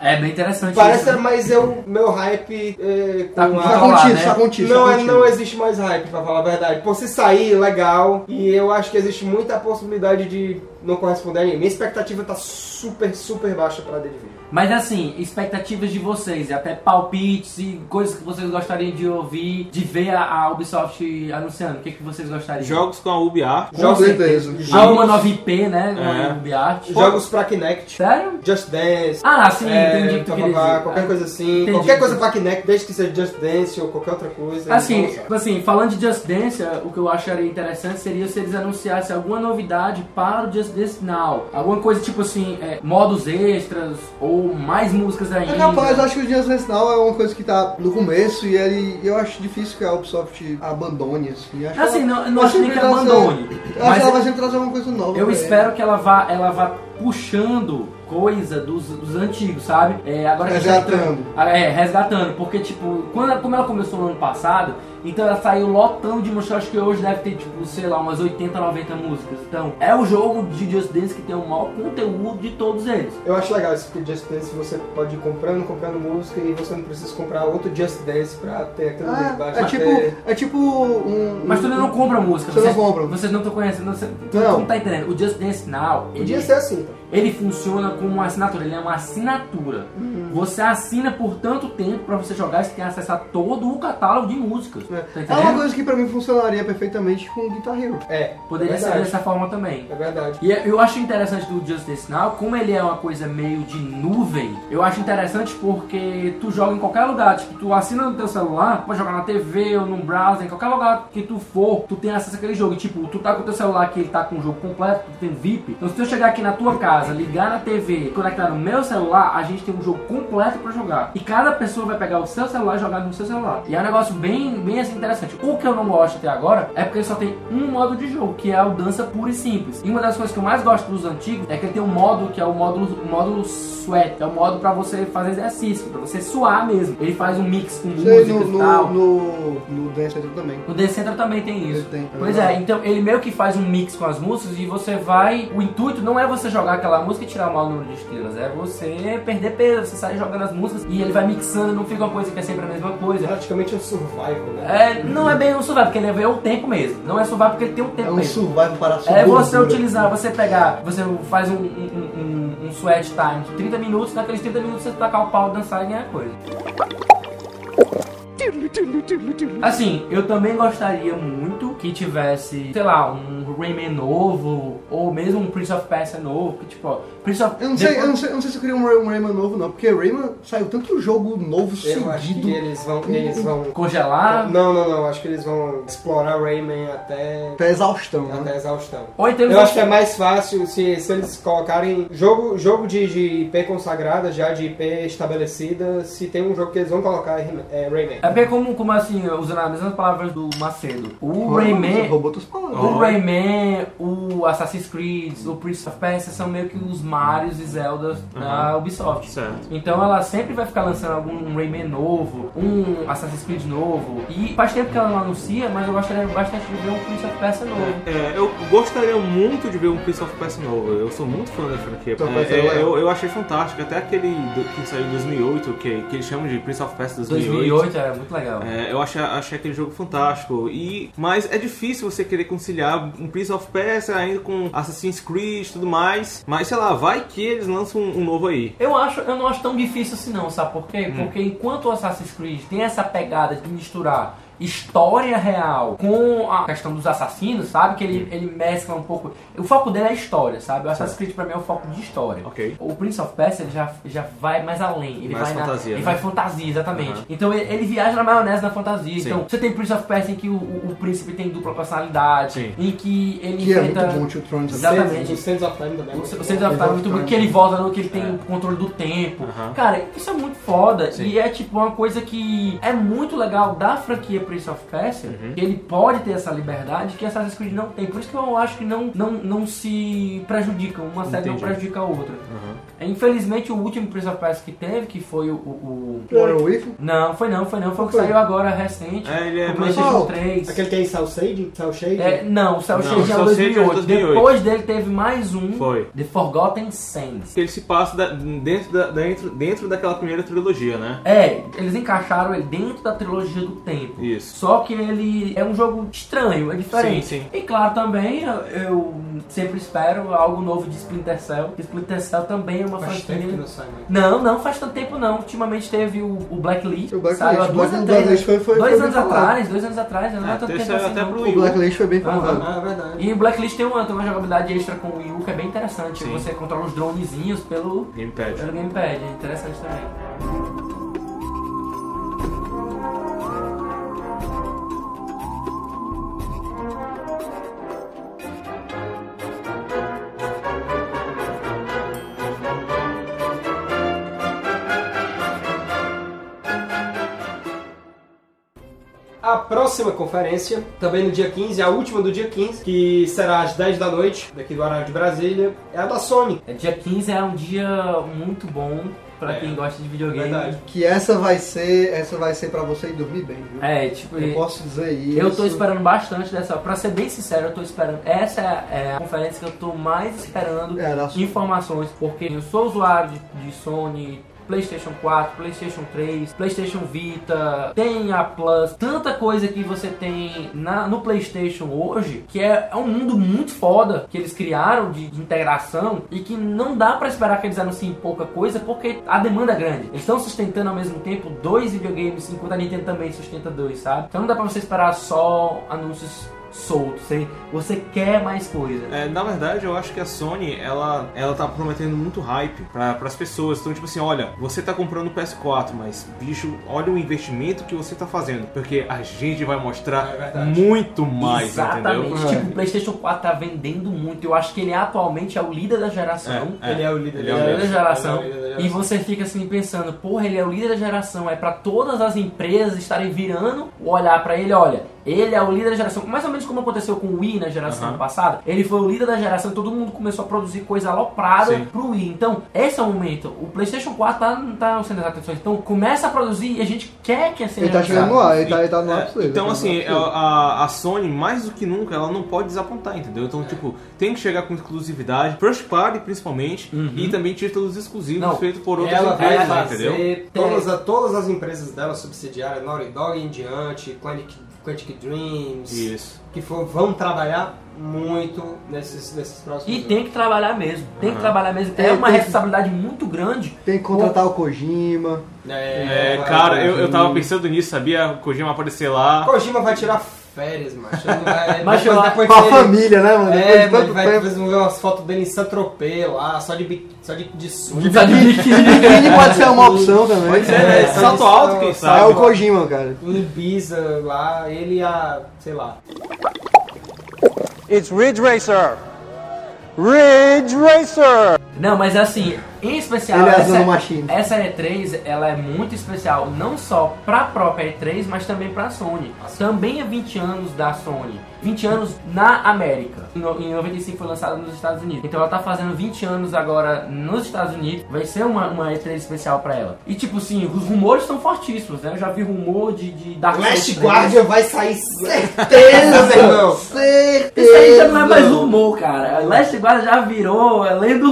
Speaker 3: É bem interessante
Speaker 4: Parece,
Speaker 3: isso. né?
Speaker 4: mas eu. Meu hype é, com
Speaker 3: Tá com
Speaker 2: Tá
Speaker 4: a.
Speaker 3: Vamos lá,
Speaker 2: contido,
Speaker 3: né?
Speaker 2: tá contido, tá
Speaker 4: Não, é-
Speaker 2: contido.
Speaker 4: não existe mais hype, pra falar a verdade. Por se sair, legal. E eu acho que existe muita possibilidade de não corresponder a ninguém. Minha expectativa tá super, super baixa pra The Division.
Speaker 3: Mas assim, expectativas de vocês, e até palpites e coisas que vocês gostariam de ouvir, de ver a, a Ubisoft anunciando. O que, que vocês gostariam?
Speaker 1: Jogos com a UbiArt.
Speaker 2: Com certeza.
Speaker 3: Alguma 9P, né?
Speaker 1: É.
Speaker 3: Uma UbiArt.
Speaker 4: Jogos pra Kinect.
Speaker 3: Sério?
Speaker 4: Just Dance.
Speaker 3: Ah, sim,
Speaker 4: É,
Speaker 3: entendi o que tu
Speaker 4: papapá,
Speaker 3: queria dizer.
Speaker 4: Qualquer coisa assim,
Speaker 3: Entendi.
Speaker 4: qualquer coisa pra Kinect, desde que seja Just Dance ou qualquer outra coisa. Então,
Speaker 3: Assim,
Speaker 4: eles vão
Speaker 3: tipo assim, falando de Just Dance, o que eu acharia interessante seria se eles anunciassem alguma novidade para o Just Dance Now. Alguma coisa tipo assim, é, modos extras ou mais músicas ainda.
Speaker 2: É capaz, eu acho que o Dias Sentinel é uma coisa que tá no começo e ele, eu acho difícil que a Ubisoft abandone, assim. Acho que
Speaker 3: Assim,
Speaker 2: ela-
Speaker 3: não, não
Speaker 2: ela
Speaker 3: acho nem
Speaker 2: sempre
Speaker 3: que
Speaker 2: vai ser-
Speaker 3: abandone.
Speaker 2: Eu acho
Speaker 3: Mas é
Speaker 2: É. que ela vai sempre trazer alguma coisa nova.
Speaker 3: eu
Speaker 2: pra
Speaker 3: espero que ela vá, ela vá puxando coisa dos, dos antigos, sabe? É, agora que tá
Speaker 2: Resgatando.
Speaker 3: entrando- ah, É, resgatando, porque tipo, quando, como ela começou no ano passado, então ela saiu lotando de música, eu acho que hoje deve ter, tipo, sei lá, umas 80, 90 músicas. Então, é o jogo de Just Dance que tem o maior conteúdo de todos eles.
Speaker 4: Eu acho legal esse tipo Just Dance, você pode ir comprando, comprando música e você não precisa comprar outro Just Dance pra ter aquele
Speaker 2: Ah,
Speaker 4: baixo.
Speaker 2: é tipo, é tipo um.
Speaker 3: Mas tu não compra música,
Speaker 2: Você
Speaker 3: vocês
Speaker 2: não compra.
Speaker 3: Vocês não estão conhecendo, você, tu
Speaker 2: Não.
Speaker 3: não tá entendendo. O Just Dance Now, ele,
Speaker 4: Podia ser assim, então.
Speaker 3: ele funciona como uma assinatura, ele é uma assinatura.
Speaker 2: Uhum.
Speaker 3: Você assina por tanto tempo pra você jogar, você tem acesso a todo o catálogo de músicas.
Speaker 2: É.
Speaker 3: Tá
Speaker 2: É uma
Speaker 3: entendendo?
Speaker 2: coisa que pra mim funcionaria perfeitamente com Guitar Hero.
Speaker 4: É.
Speaker 3: Poderia
Speaker 4: é
Speaker 3: ser
Speaker 4: verdade.
Speaker 3: dessa forma também.
Speaker 4: É verdade.
Speaker 3: E eu acho interessante do Just Dance Now, como ele é uma coisa meio de nuvem, eu acho interessante porque tu joga em qualquer lugar, tipo, tu assina no teu celular, pode jogar na TV ou num browser, em qualquer lugar que tu for, tu tem acesso àquele jogo. E, tipo, tu tá com o teu celular que ele tá com o jogo completo, tu tem VIP. Então se eu chegar aqui na tua casa, ligar na TV, conectar no meu celular, a gente tem um jogo completo pra jogar. E cada pessoa vai pegar o seu celular e jogar no seu celular. E é um negócio bem, bem assim, interessante. O que eu não gosto até agora é porque ele só tem um modo de jogo, que é o dança pura e simples. E uma das coisas que eu mais gosto dos antigos é que ele tem um modo que é o módulo, o módulo sweat, que é o modo pra você fazer exercício, pra você suar mesmo. Ele faz um mix com
Speaker 2: Sei,
Speaker 3: música
Speaker 2: no,
Speaker 3: e tal.
Speaker 2: no, no, no Dance Central também.
Speaker 3: No The Central também tem isso.
Speaker 2: Ele tem.
Speaker 3: Pois é, então ele meio que faz um mix com as músicas e você vai. O intuito não é você jogar aquela música e tirar o maior número de estrelas, é você perder peso, você sair jogando as músicas e ele vai mixando, não fica uma coisa que é sempre a mesma coisa.
Speaker 4: Praticamente um survival, né?
Speaker 3: É, não é bem um survival, porque ele é o tempo mesmo. Não é survival porque ele tem um tempo
Speaker 2: É um
Speaker 3: mesmo.
Speaker 2: survival para a sua
Speaker 3: É você
Speaker 2: gordura.
Speaker 3: utilizar, você pegar, você faz um, um, um, um- um sweat time de 30 minutos, naqueles 30 minutos você tacar o pau, dançar e ganhar coisa. Assim, eu também gostaria muito que tivesse, sei lá, um Rayman novo, ou mesmo um Prince of Persia novo, que tipo, ó, Prince of
Speaker 2: Eu não, sei, eu, não sei, eu não sei se eu queria um Ray- um Rayman novo, não, porque Rayman saiu tanto jogo novo
Speaker 3: É,
Speaker 4: Eu acho
Speaker 2: seguido.
Speaker 4: que eles vão. Eles vão.
Speaker 3: Congelar,
Speaker 4: Não, não, não. Acho que eles vão explorar Rayman até.
Speaker 2: Até exaustão,
Speaker 3: Tá.
Speaker 2: né?
Speaker 4: Até exaustão.
Speaker 3: ou então eles
Speaker 4: Eu
Speaker 3: vão-
Speaker 4: acho que é mais fácil se, se eles colocarem jogo, jogo de, de IP consagrada, já de IP estabelecida, se tem um jogo que eles vão colocar é, Rayman.
Speaker 3: É porque como, como assim, usando as mesmas palavras do Macedo, o
Speaker 2: Agora, Você
Speaker 3: Rayman,
Speaker 2: roubou tuas palavras.
Speaker 3: O Rayman, o Assassin's Creed, o Prince of Persia são meio que os Marios e Zeldas da Ubisoft.
Speaker 1: Certo.
Speaker 3: Então ela sempre vai ficar lançando algum Rayman novo, um Assassin's Creed novo. E faz tempo que ela não anuncia, mas eu gostaria bastante de ver um Prince of Persia novo.
Speaker 1: É, eu gostaria muito de ver um Prince of Persia novo. Eu sou muito fã da franquia.
Speaker 2: Então,
Speaker 1: É,
Speaker 2: vai ser
Speaker 1: é,
Speaker 2: legal.
Speaker 1: eu, eu achei fantástico. Até aquele do- que saiu em 2008, que, que eles chamam de Prince of Persia 2008.
Speaker 3: 2008 era muito legal.
Speaker 1: É, eu achei, achei aquele jogo fantástico. E, mas é difícil você querer conciliar um Prince of Persia ainda com Assassin's Creed e tudo mais. Mas sei lá, vai que eles lançam um, um novo aí.
Speaker 3: Eu acho, eu não acho tão difícil assim não, sabe por quê?
Speaker 1: Hum.
Speaker 3: Porque enquanto o Assassin's Creed tem essa pegada de misturar história real com a questão dos assassinos, sabe? Que ele, ele mescla um pouco. O foco dele é a história, sabe? O Assassin's Creed pra mim é o foco de história.
Speaker 1: Ok.
Speaker 3: O Prince of Persia ele já, já vai mais além. Ele
Speaker 1: Mais
Speaker 3: vai na-
Speaker 1: fantasia,
Speaker 3: ele
Speaker 1: né?
Speaker 3: vai fantasia, exatamente.
Speaker 1: Aham.
Speaker 3: Então ele, ele viaja na maionese na fantasia.
Speaker 1: Sim.
Speaker 3: Então você tem Prince of Persia em que o, o- o príncipe tem dupla personalidade,
Speaker 1: Sim.
Speaker 3: em que ele
Speaker 2: Que é
Speaker 3: enfrenta-
Speaker 2: muito bom, Tio Tron.
Speaker 3: Exatamente.
Speaker 4: O Sands of Time também. é
Speaker 3: O
Speaker 4: muito bom.
Speaker 3: Centro da Flávia muito bom, que ele volta, no, que ele tem o controle do tempo.
Speaker 1: Aham.
Speaker 3: Cara, isso é muito foda.
Speaker 1: Sim.
Speaker 3: E é tipo uma coisa que é muito legal da franquia Prince of Persia.
Speaker 1: Uhum.
Speaker 3: Que ele pode ter essa liberdade que Assassin's Creed não tem. Por isso que eu acho que não, não, não se prejudicam. Uma série
Speaker 1: Entendi. Uhum.
Speaker 3: não prejudica a outra. Infelizmente, o último Prince of Persia que teve, que foi o. o- o-
Speaker 2: Warren Whiff.
Speaker 3: Não, foi não, foi não. Foi o que
Speaker 2: Foi.
Speaker 3: saiu agora recente.
Speaker 1: É, ele é
Speaker 3: o
Speaker 1: mais-
Speaker 3: PlayStation
Speaker 2: Oh,
Speaker 3: 3.
Speaker 4: Aquele que é em South Shade? South Shade?
Speaker 3: É, não, o Cell
Speaker 1: Não,
Speaker 3: Shade é o
Speaker 1: Cell Shade é de
Speaker 3: 2008.
Speaker 1: 2008.
Speaker 3: Depois dele teve mais um.
Speaker 1: Foi.
Speaker 3: The Forgotten Sands.
Speaker 1: Que ele se passa da- dentro, da- dentro, dentro daquela primeira trilogia, né?
Speaker 3: É, eles encaixaram ele dentro da trilogia do tempo.
Speaker 1: Isso.
Speaker 3: Só que ele é um jogo estranho, é diferente.
Speaker 1: Sim, sim.
Speaker 3: E claro, também eu, eu sempre espero algo novo de Splinter Cell. Splinter Cell também é uma
Speaker 4: Faz
Speaker 3: franquia.
Speaker 4: tempo que não sai mais.
Speaker 3: Não, não faz tanto tempo não. Ultimamente teve o, o Blacklist.
Speaker 2: O Blacklist.
Speaker 3: Saiu há
Speaker 2: O
Speaker 3: dois,
Speaker 2: Black-
Speaker 3: anos
Speaker 2: o Blacklist foi- foi-
Speaker 3: dois
Speaker 2: foi bem
Speaker 3: anos
Speaker 2: falado.
Speaker 3: atrás, dois anos atrás, não é,
Speaker 1: É,
Speaker 3: tanto
Speaker 1: teve
Speaker 3: tempo
Speaker 1: saiu
Speaker 3: assim
Speaker 1: até
Speaker 3: não.
Speaker 1: pro
Speaker 2: O Blacklist foi bem falado.
Speaker 4: Ah, é verdade.
Speaker 3: E o Blacklist tem uma, tem uma jogabilidade extra com o Wii U que é bem interessante.
Speaker 1: Sim.
Speaker 3: Você controla os dronezinhos pelo,
Speaker 1: Gamepad.
Speaker 3: pelo Gamepad, é interessante também.
Speaker 4: a próxima conferência, também no dia 15, a última do dia 15, que será às 10 da noite, daqui do horário de Brasília, é a da Sony.
Speaker 3: É, Dia 15 é um dia muito bom pra
Speaker 4: É.
Speaker 3: quem gosta de videogame.
Speaker 4: Verdade.
Speaker 2: Que essa vai ser, essa vai ser pra você ir dormir bem, viu?
Speaker 3: É, tipo,
Speaker 2: Eu posso dizer isso.
Speaker 3: Eu tô esperando bastante dessa. Pra ser bem sincero, eu tô esperando. Essa é a conferência que eu tô mais esperando
Speaker 2: É, da Sony.
Speaker 3: informações, porque eu sou usuário de, de Sony. PlayStation 4, PlayStation 3, PlayStation Vita, tem a Plus, tanta coisa que você tem na, no PlayStation hoje, que é, é um mundo muito foda que eles criaram de, de integração e que não dá pra esperar que eles anunciem pouca coisa porque a demanda é grande. Eles estão sustentando ao mesmo tempo dois videogames, enquanto a Nintendo também sustenta dois, sabe? Então não dá pra você esperar só anúncios soltos, hein? você quer mais coisa.
Speaker 1: É, na verdade, eu acho que a Sony, ela, ela tá prometendo muito hype para as pessoas. Então, tipo assim, olha, você tá comprando o PS4, mas, bicho, olha o investimento que você tá fazendo. Porque a gente vai
Speaker 4: É
Speaker 1: mostrar
Speaker 4: verdade.
Speaker 1: muito mais,
Speaker 3: Exatamente.
Speaker 1: entendeu? É.
Speaker 3: Tipo, o PlayStation 4 tá vendendo muito. Eu acho que ele atualmente é o líder da geração.
Speaker 1: É,
Speaker 4: Ele é o líder,
Speaker 1: ele é o
Speaker 4: da
Speaker 3: líder da geração.
Speaker 4: Ele é o líder da
Speaker 3: E você fica assim pensando, porra, ele é o líder da geração, é pra todas as empresas estarem virando, olhar pra ele, olha, ele é o líder da geração. Mais ou menos como aconteceu com o Wii na geração
Speaker 1: Aham.
Speaker 3: passada, ele foi o líder da geração, todo mundo começou a produzir coisa aloprada
Speaker 1: Sim.
Speaker 3: pro Wii. Então, esse é o momento. O PlayStation 4 tá, tá sendo as atenções. Então, começa a produzir e a gente quer que seja
Speaker 2: Ele tá chegando
Speaker 3: lançado.
Speaker 2: no ar, ele tá, ele tá no ar
Speaker 1: É,
Speaker 2: pra
Speaker 1: então,
Speaker 2: vocês, ele tá no ar
Speaker 1: assim,
Speaker 2: pra vocês.
Speaker 1: a, a Sony, mais do que nunca, ela não pode desapontar, entendeu? Então, tipo, tem que chegar com exclusividade, first party principalmente, e também títulos
Speaker 3: Não,
Speaker 1: exclusivos feitos por outras
Speaker 4: Uhum. Ela vai
Speaker 1: empresas, entendeu?
Speaker 4: fazer todas, a- todas as empresas dela subsidiárias, Naughty Dog em diante, Quantic, Quantic Dreams,
Speaker 1: Isso.
Speaker 4: que for- vão trabalhar muito nesses, nesses próximos
Speaker 3: E tem que trabalhar mesmo, tem que trabalhar mesmo. É,
Speaker 2: É, tem
Speaker 3: uma
Speaker 2: que-
Speaker 3: responsabilidade muito grande.
Speaker 2: Tem que contratar o Kojima.
Speaker 4: anos. É,
Speaker 1: É,
Speaker 4: vai-
Speaker 1: cara, eu, eu tava pensando nisso, sabia? O Kojima aparecer lá.
Speaker 4: Kojima vai tirar férias, macho. Ele vai-
Speaker 3: Macho,
Speaker 4: depois-
Speaker 3: lá-
Speaker 4: depois
Speaker 2: Com a
Speaker 4: que ele-
Speaker 2: família, né, mano? Depois
Speaker 4: É,
Speaker 2: de
Speaker 4: mas
Speaker 2: tanto
Speaker 4: vai
Speaker 2: tempo.
Speaker 4: depois vão ver umas fotos dele em Saint-Tropez lá, só de, bi- só de, de sunga.
Speaker 2: Biquíni pode ser uma opção também.
Speaker 1: Pois é, né?
Speaker 4: só de
Speaker 1: Salto alto, quem
Speaker 4: só-
Speaker 1: sabe?
Speaker 2: É o Kojima, cara.
Speaker 4: Em Ibiza lá, ele e a. sei lá.
Speaker 7: It's Ridge Racer. Ridge Racer.
Speaker 3: Não, mas assim, em especial,
Speaker 2: Ele é
Speaker 3: essa,
Speaker 2: Azul Machine.
Speaker 3: essa E3 ela é muito especial, não só pra própria E3, mas também pra Sony. Também é 20 anos da Sony. 20 anos na América. Em no- em 95 foi lançada nos Estados Unidos. Então ela tá fazendo 20 anos agora nos Estados Unidos. Vai ser uma, uma E3 especial pra ela. E tipo assim, os rumores são fortíssimos, né? Eu já vi rumor de, de Dark
Speaker 4: Last
Speaker 3: 3.
Speaker 4: Guardian vai sair certeza, meu
Speaker 2: Certeza!
Speaker 4: irmão.
Speaker 2: Certeza!
Speaker 3: Isso aí já não é mais rumor, cara. Last Guardian já virou é lenda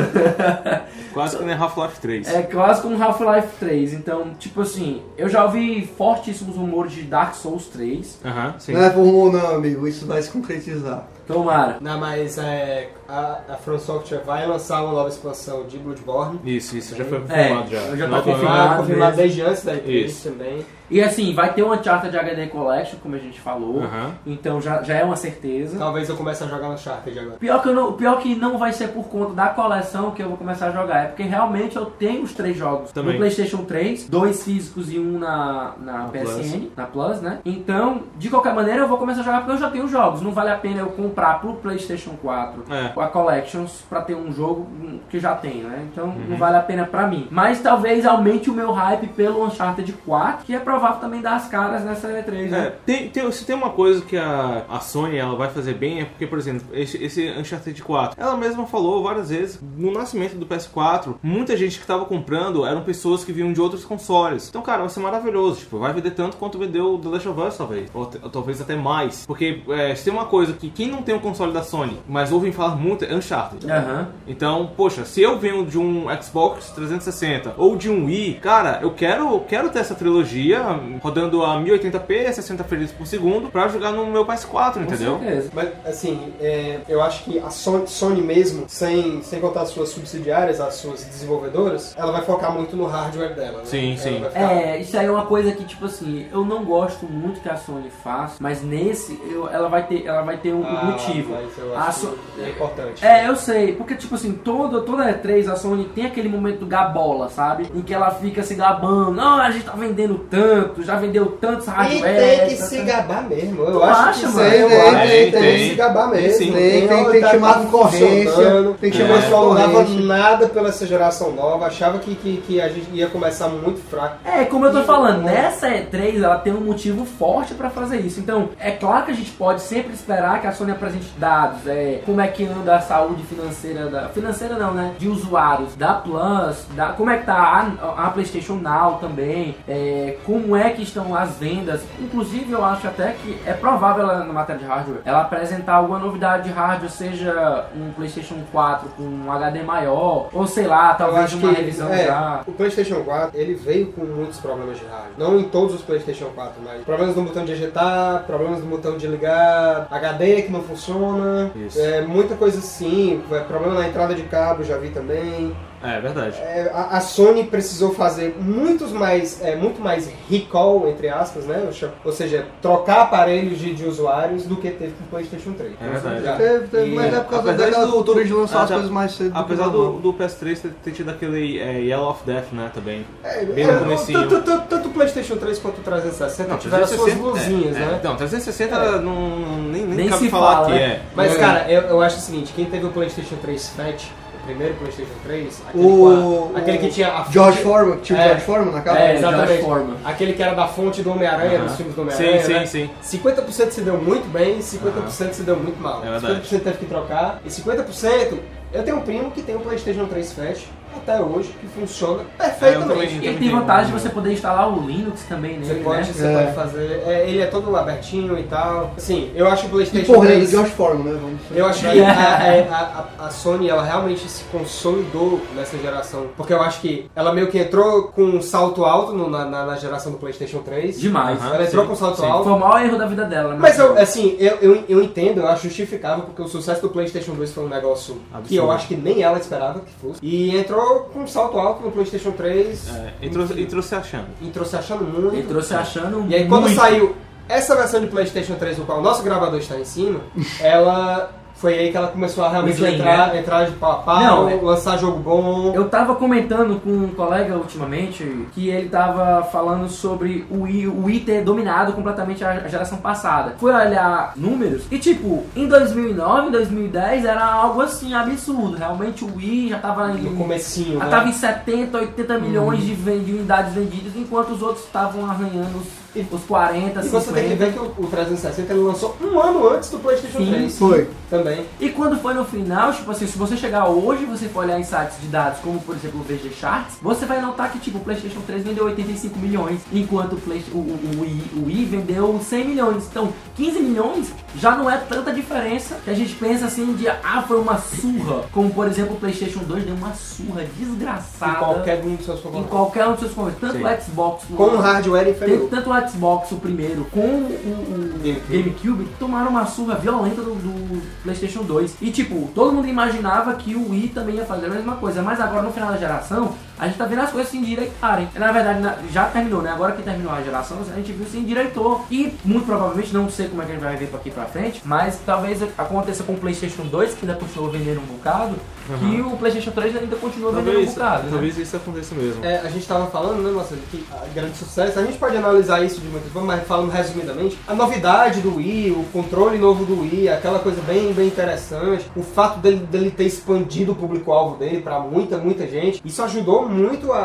Speaker 3: urbana.
Speaker 1: Quase que nem Half-Life 3.
Speaker 3: É quase como Half-Life 3. Então, tipo assim, eu já ouvi fortíssimos rumores de Dark Souls 3.
Speaker 1: Aham, sim.
Speaker 2: Não é por rumor não, amigo. Isso vai se concretizar.
Speaker 3: Tomara.
Speaker 4: Não, mas é, a, a From Software vai lançar uma nova expansão de Bloodborne.
Speaker 1: Isso, isso já foi
Speaker 3: É,
Speaker 1: confirmado já.
Speaker 3: já tá
Speaker 1: Não,
Speaker 3: confirmado.
Speaker 4: Confirmado, confirmado
Speaker 3: mesmo.
Speaker 4: desde antes da E3
Speaker 1: Isso.
Speaker 4: também.
Speaker 3: E assim, vai ter uma charta de HD Collection, como a gente falou.
Speaker 1: Aham.
Speaker 3: Então já, já é uma certeza.
Speaker 4: Talvez eu comece a jogar no Charter agora.
Speaker 3: Pior que, eu não, pior que não vai ser por conta da coleção que eu vou começar a jogar. É porque realmente eu tenho os três jogos
Speaker 1: Também.
Speaker 3: no PlayStation 3, dois físicos e um na, na, PSN, na Plus, né? Então, de qualquer maneira, eu vou começar a jogar porque eu já tenho os jogos. Não vale a pena eu comprar pro PlayStation 4
Speaker 1: É.
Speaker 3: a Collections pra ter um jogo que já tem, né? Então
Speaker 1: Uhum.
Speaker 3: não vale a pena pra mim. Mas talvez aumente o meu hype pelo Uncharted 4, que é provável também dar as caras nessa E3,
Speaker 1: É,
Speaker 3: né?
Speaker 1: tem, tem- se tem uma coisa que a, a Sony ela vai fazer bem é porque, por exemplo, esse, esse Uncharted 4, ela mesma falou várias vezes, no nascimento do PS4, muita gente que tava comprando eram pessoas que vinham de outros consoles. Então, cara, vai ser maravilhoso, tipo, vai vender tanto quanto vendeu The Last of Us, talvez, ou, te- ou talvez até mais. Porque é, se tem uma coisa que quem não tem um console da Sony, mas ouvem falar muito, é Uncharted.
Speaker 3: Aham.
Speaker 1: Então, poxa, se eu venho de um Xbox 360 ou de um Wii, cara, eu quero, eu quero ter essa trilogia rodando a 1080p, 60 frames por segundo, pra jogar no meu PS4,
Speaker 3: Com
Speaker 1: entendeu?
Speaker 3: certeza.
Speaker 4: Mas, assim, é, eu acho que a Sony, Sony mesmo, sem, sem contar as suas subsidiárias, as suas desenvolvedoras, ela vai focar muito no hardware dela, né?
Speaker 1: Sim,
Speaker 4: Ela
Speaker 1: sim.
Speaker 4: vai ficar-
Speaker 3: É, isso aí é uma coisa que, tipo assim, eu não gosto muito que a Sony faça, mas nesse eu- ela vai ter, ela vai ter um, um
Speaker 4: Ah,
Speaker 3: motivo.
Speaker 4: mas eu
Speaker 3: A
Speaker 4: acho
Speaker 3: So-
Speaker 4: que é importante.
Speaker 3: É, eu sei, porque tipo assim, toda, toda E3 a Sony tem aquele momento gabola, sabe? Em que ela fica se gabando, não, a gente tá vendendo tanto, já vendeu tantos
Speaker 4: E
Speaker 3: hardware.
Speaker 4: tem que
Speaker 3: tá-
Speaker 4: se
Speaker 3: tá-
Speaker 4: gabar mesmo. Eu
Speaker 3: Tu
Speaker 4: acho
Speaker 3: acha,
Speaker 4: que isso
Speaker 3: mano?
Speaker 4: aí, eu
Speaker 2: Tem,
Speaker 4: acho
Speaker 1: tem,
Speaker 4: que tem,
Speaker 1: tem.
Speaker 4: que se gabar mesmo.
Speaker 1: Sim.
Speaker 2: Tem, tem,
Speaker 4: uma
Speaker 2: tem que
Speaker 4: tá-
Speaker 2: chamar
Speaker 4: tá
Speaker 2: concorrência,
Speaker 4: funcionando.
Speaker 2: tem que
Speaker 1: chamar
Speaker 4: O pessoal né? não dava
Speaker 2: concorrência.
Speaker 4: nada pela essa geração nova, achava que, que, que a gente ia começar muito fraco.
Speaker 3: É, como eu tô falando, nessa E3 ela tem um motivo forte pra fazer isso. Então, é claro que a gente pode sempre esperar que a Sony apresente dados, é, como é que anda a saúde financeira da. Financeira não, né? De usuários da Plus, da, como é que tá a, a PlayStation Now também, é, como é que estão as vendas. Inclusive, eu acho até que é provável ela, na matéria de hardware, ela apresentar alguma novidade de hardware, seja um PlayStation 4 com um HD maior, ou sei lá,
Speaker 4: eu
Speaker 3: talvez
Speaker 4: acho
Speaker 3: uma
Speaker 4: que
Speaker 3: revisão
Speaker 4: é,
Speaker 3: já.
Speaker 4: o PlayStation 4 ele veio com muitos problemas de rádio. Não em todos os PlayStation 4, mas problemas no botão de ejetar, problemas no botão de ligar, HD que não funciona,
Speaker 1: Isso.
Speaker 4: é, muita coisa assim, é, problema na entrada de cabo, já vi também.
Speaker 1: É, é verdade.
Speaker 4: É, a, a Sony precisou fazer muitos mais, é, muito mais recall, entre aspas, né? Eu chamo- Ou seja, trocar aparelhos de, de usuários do que teve com o PlayStation 3.
Speaker 1: É verdade.
Speaker 4: Já-
Speaker 2: Teve, teve, mas
Speaker 1: E,
Speaker 2: é por causa
Speaker 1: apesar
Speaker 2: daquela
Speaker 1: do-
Speaker 2: cultura de lançar as
Speaker 1: até-
Speaker 2: coisas mais cedo. que
Speaker 1: Apesar
Speaker 2: normal.
Speaker 1: do, do PS3 ter, ter tido aquele é, Yellow of Death, né, também.
Speaker 4: É,
Speaker 1: Bem no
Speaker 4: é,
Speaker 1: comecinho.
Speaker 4: tanto- tanto tanto o PlayStation 3 quanto o 360 tiveram as suas luzinhas,
Speaker 1: é,
Speaker 4: né?
Speaker 1: É, não, 360
Speaker 4: É.
Speaker 1: não, nem, nem,
Speaker 3: Nem
Speaker 1: cabe
Speaker 3: se
Speaker 1: falar
Speaker 3: fala,
Speaker 1: aqui,
Speaker 3: né?
Speaker 1: é.
Speaker 4: Mas,
Speaker 1: É.
Speaker 4: cara, eu, eu acho o seguinte: quem teve o PlayStation 3 Fat, o primeiro PlayStation 3, aquele,
Speaker 2: O-
Speaker 4: com a- aquele que tinha a
Speaker 2: George Foreman, tinha o
Speaker 4: É.
Speaker 2: George Foreman na capa?
Speaker 1: um
Speaker 3: É, George
Speaker 4: exatamente.
Speaker 3: Foreman.
Speaker 4: Aquele que era da fonte do Homem-Aranha,
Speaker 1: Aham.
Speaker 4: dos filmes do
Speaker 1: Sim,
Speaker 4: Homem-Aranha.
Speaker 1: sim,
Speaker 4: né?
Speaker 1: sim.
Speaker 4: 50% se deu muito bem, 50% se deu muito mal.
Speaker 1: É verdade.
Speaker 4: 50% teve que trocar, e 50%. Eu tenho um primo que tem o PlayStation 3 Fat até hoje, que funciona perfeitamente.
Speaker 1: É, também.
Speaker 3: E ele tem vantagem de você poder instalar o Linux também
Speaker 4: Você
Speaker 3: nele,
Speaker 4: pode,
Speaker 3: né?
Speaker 4: você
Speaker 2: É.
Speaker 4: pode fazer. é, ele é todo abertinho e tal. Assim, eu acho o
Speaker 2: E
Speaker 4: PlayStation
Speaker 2: porra, ele é do
Speaker 4: 3.
Speaker 2: George Foreman, né? Vamos
Speaker 4: Eu acho que a, a- a- a Sony ela realmente se consolidou nessa geração. Porque eu acho que ela meio que entrou com um salto alto no- na, na- na geração do PlayStation 3.
Speaker 3: Demais.
Speaker 1: Aham.
Speaker 4: Ela entrou
Speaker 1: Sim,
Speaker 4: com um salto
Speaker 1: sim.
Speaker 4: alto.
Speaker 3: Foi o maior erro da vida dela, né?
Speaker 4: Mas eu, assim, eu, eu, eu entendo, eu acho justificável, porque o sucesso do PlayStation 2 foi um negócio que eu acho que nem ela esperava que fosse. E entrou com um salto alto no PlayStation 3.
Speaker 1: É, entrou,
Speaker 4: Enfim,
Speaker 1: entrou se achando.
Speaker 4: entrou se achando muito.
Speaker 3: Ele trouxe achando
Speaker 4: E aí quando
Speaker 3: muito.
Speaker 4: saiu essa versão de Playstation 3, no qual o nosso gravador está em cima, ela. Foi aí que ela começou a realmente
Speaker 3: Slim,
Speaker 4: entrar, entrar de pau a pau,
Speaker 3: né? Não, é-
Speaker 4: lançar jogo bom.
Speaker 3: Eu tava comentando com um colega ultimamente que ele tava falando sobre o Wii, o Wii ter dominado completamente a a geração passada. Fui olhar números e, tipo, em 2009, 2010 era algo assim absurdo. Realmente o Wii já tava
Speaker 4: No
Speaker 3: em
Speaker 4: comecinho,
Speaker 3: já
Speaker 4: né? Uhum.
Speaker 3: tava em 70, 80 milhões de, ven- de unidades vendidas, enquanto os outros estavam arranhando os,
Speaker 4: E-
Speaker 3: os 40,
Speaker 4: E você tem que
Speaker 3: 50.
Speaker 4: ver que o, o 360 ele lançou um ano antes do Playstation
Speaker 3: né? Sim,
Speaker 4: 3.
Speaker 2: Foi.
Speaker 4: Também.
Speaker 3: E quando foi no final, tipo assim, se você chegar hoje e você for olhar em sites de dados, como por exemplo o VG Charts, você vai notar que tipo, o PlayStation 3 vendeu 85 milhões, enquanto o, Play- o, o, o Wii, o Wii vendeu 100 milhões. Então, 15 milhões já não é tanta diferença que a gente pensa assim de, ah, foi uma surra. Como por exemplo o PlayStation 2 deu uma surra desgraçada
Speaker 4: Em qualquer um dos seus
Speaker 3: em
Speaker 4: concorrentes.
Speaker 3: qualquer um dos seus concorrentes, tanto
Speaker 1: Sim.
Speaker 3: o Xbox
Speaker 4: Com um
Speaker 3: One,
Speaker 4: hardware inferior.
Speaker 3: tanto, tanto o Xbox, o primeiro, com o, o
Speaker 4: GameCube.
Speaker 3: GameCube, tomaram uma surra violenta do, do PlayStation 2. E, tipo, todo mundo imaginava que o Wii também ia fazer a mesma coisa. Mas agora, no final da geração, a gente tá vendo as coisas se endireitarem. Na verdade, na- já terminou, né? Agora que terminou a geração, a gente viu se endireitou. E, muito provavelmente, não sei como é que a gente vai ver aqui pra frente, mas talvez aconteça com o PlayStation 2, que ainda continuou vendendo um bocado, e o PlayStation 3 ainda continua vendendo um
Speaker 1: Talvez,
Speaker 3: bocado. né?
Speaker 1: talvez isso aconteça mesmo.
Speaker 4: É, a gente estava falando, né, Marcelo, que ah, grande sucesso, a gente pode analisar isso de muitas formas, mas falando resumidamente, a novidade do Wii, o controle novo do Wii, aquela coisa bem, bem interessante, o fato dele, dele ter expandido o público-alvo dele para muita, muita gente, isso ajudou muito a-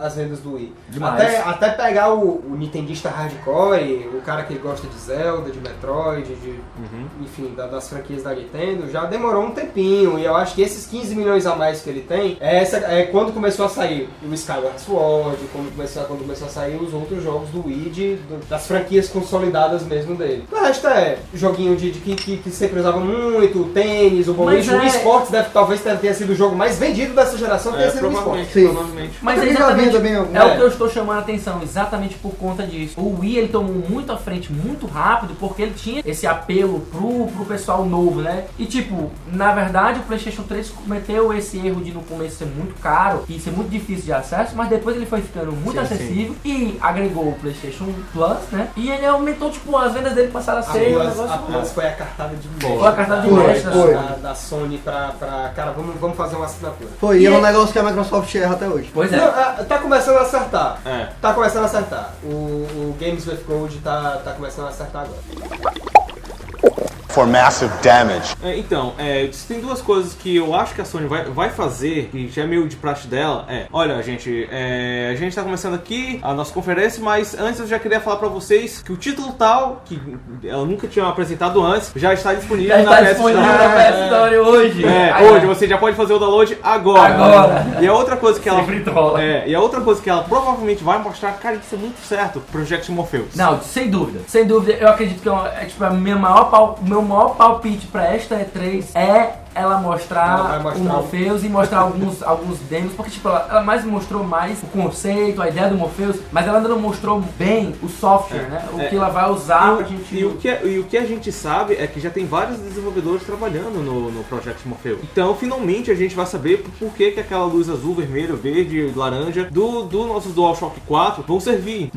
Speaker 4: a- as vendas do Wii.
Speaker 3: Demais.
Speaker 4: Até, até pegar o, o nintendista hardcore, o cara que gosta de Zelda, de Metroid, de, enfim, da- das franquias da Nintendo, já demorou um tempinho. E eu acho que esses 15 milhões a mais que ele tem é, essa- é quando começou a sair o Skyward Sword, quando começou, quando começou a sair os outros jogos do Wii, de- do- das franquias consolidadas mesmo dele. O resto é joguinho de, de que, que, que sempre usava muito, o tênis, o boliche,
Speaker 3: Mas
Speaker 4: o
Speaker 3: é-
Speaker 4: esportes deve, talvez tenha sido o jogo mais vendido dessa geração, tenha sido o esportes.
Speaker 2: Sim,
Speaker 1: provavelmente.
Speaker 3: Mas
Speaker 2: Mas
Speaker 3: é
Speaker 2: ele já
Speaker 3: exatamente
Speaker 2: vinha também algum-
Speaker 3: é o
Speaker 2: é.
Speaker 3: que eu estou chamando a atenção, exatamente por conta disso. O Wii ele tomou muito à frente, muito rápido, porque ele tinha esse apelo pro, pro pessoal novo, né? E tipo, na verdade o PlayStation 3 cometeu esse erro de no começo ser muito caro e ser muito difícil de acesso, mas depois ele foi ficando muito
Speaker 1: Sim,
Speaker 3: acessível e agregou o PlayStation Plus, né? E ele aumentou, tipo, as vendas dele passaram a
Speaker 4: A
Speaker 3: ser um
Speaker 4: Plus-
Speaker 3: negócio
Speaker 4: a Plus foi a cartada de
Speaker 3: Foi a cartada de
Speaker 2: Foi,
Speaker 3: mestre da-
Speaker 2: foi.
Speaker 4: da, da Sony pra, pra cara, vamos, vamos fazer uma assinatura.
Speaker 2: Foi,
Speaker 3: E
Speaker 2: e é
Speaker 3: é-
Speaker 2: um negócio que a Microsoft erra até hoje.
Speaker 3: Pois
Speaker 4: Não,
Speaker 3: é.
Speaker 4: ah, tá começando a acertar.
Speaker 1: É.
Speaker 4: Tá começando a acertar. O, o Games with Gold tá, tá começando a acertar agora.
Speaker 6: for massive damage.
Speaker 1: É, Então, é, se tem duas coisas que eu acho que a Sony vai, vai fazer, e já é meio de praxe dela, é. Olha, gente, é, a gente tá começando aqui a nossa conferência, mas antes eu já queria falar pra vocês que o título tal, que ela nunca tinha apresentado antes, já está disponível na
Speaker 3: Já está
Speaker 1: PS
Speaker 3: disponível
Speaker 1: Store.
Speaker 3: na PS Store hoje.
Speaker 1: É,
Speaker 3: Aí, né?
Speaker 1: hoje você já pode fazer o download agora.
Speaker 3: Agora.
Speaker 1: E a outra coisa que ela.
Speaker 3: Sempre trola.
Speaker 1: É, e a outra coisa que ela provavelmente vai mostrar, cara, isso é muito certo, Project Morpheus.
Speaker 3: Não, sem dúvida. Sem dúvida, eu acredito que é, uma- é, tipo, a minha maior pal- meu maior palpite pra esta E3 é ela
Speaker 4: Ela
Speaker 3: mostrar,
Speaker 4: vai mostrar
Speaker 3: o Morpheus e mostrar alguns, alguns demos, porque tipo, ela, ela mais mostrou mais o conceito, a ideia do Morpheus, mas ela ainda não mostrou bem o software, né? O
Speaker 1: é.
Speaker 3: que ela vai usar pra gente.
Speaker 1: E o, que, é, e o que a gente sabe é que já tem vários desenvolvedores trabalhando no, no Project Morpheus. Então, finalmente, a gente vai saber por- por que, que aquela luz azul, vermelho, verde, laranja do, do nosso DualShock 4 vão servir.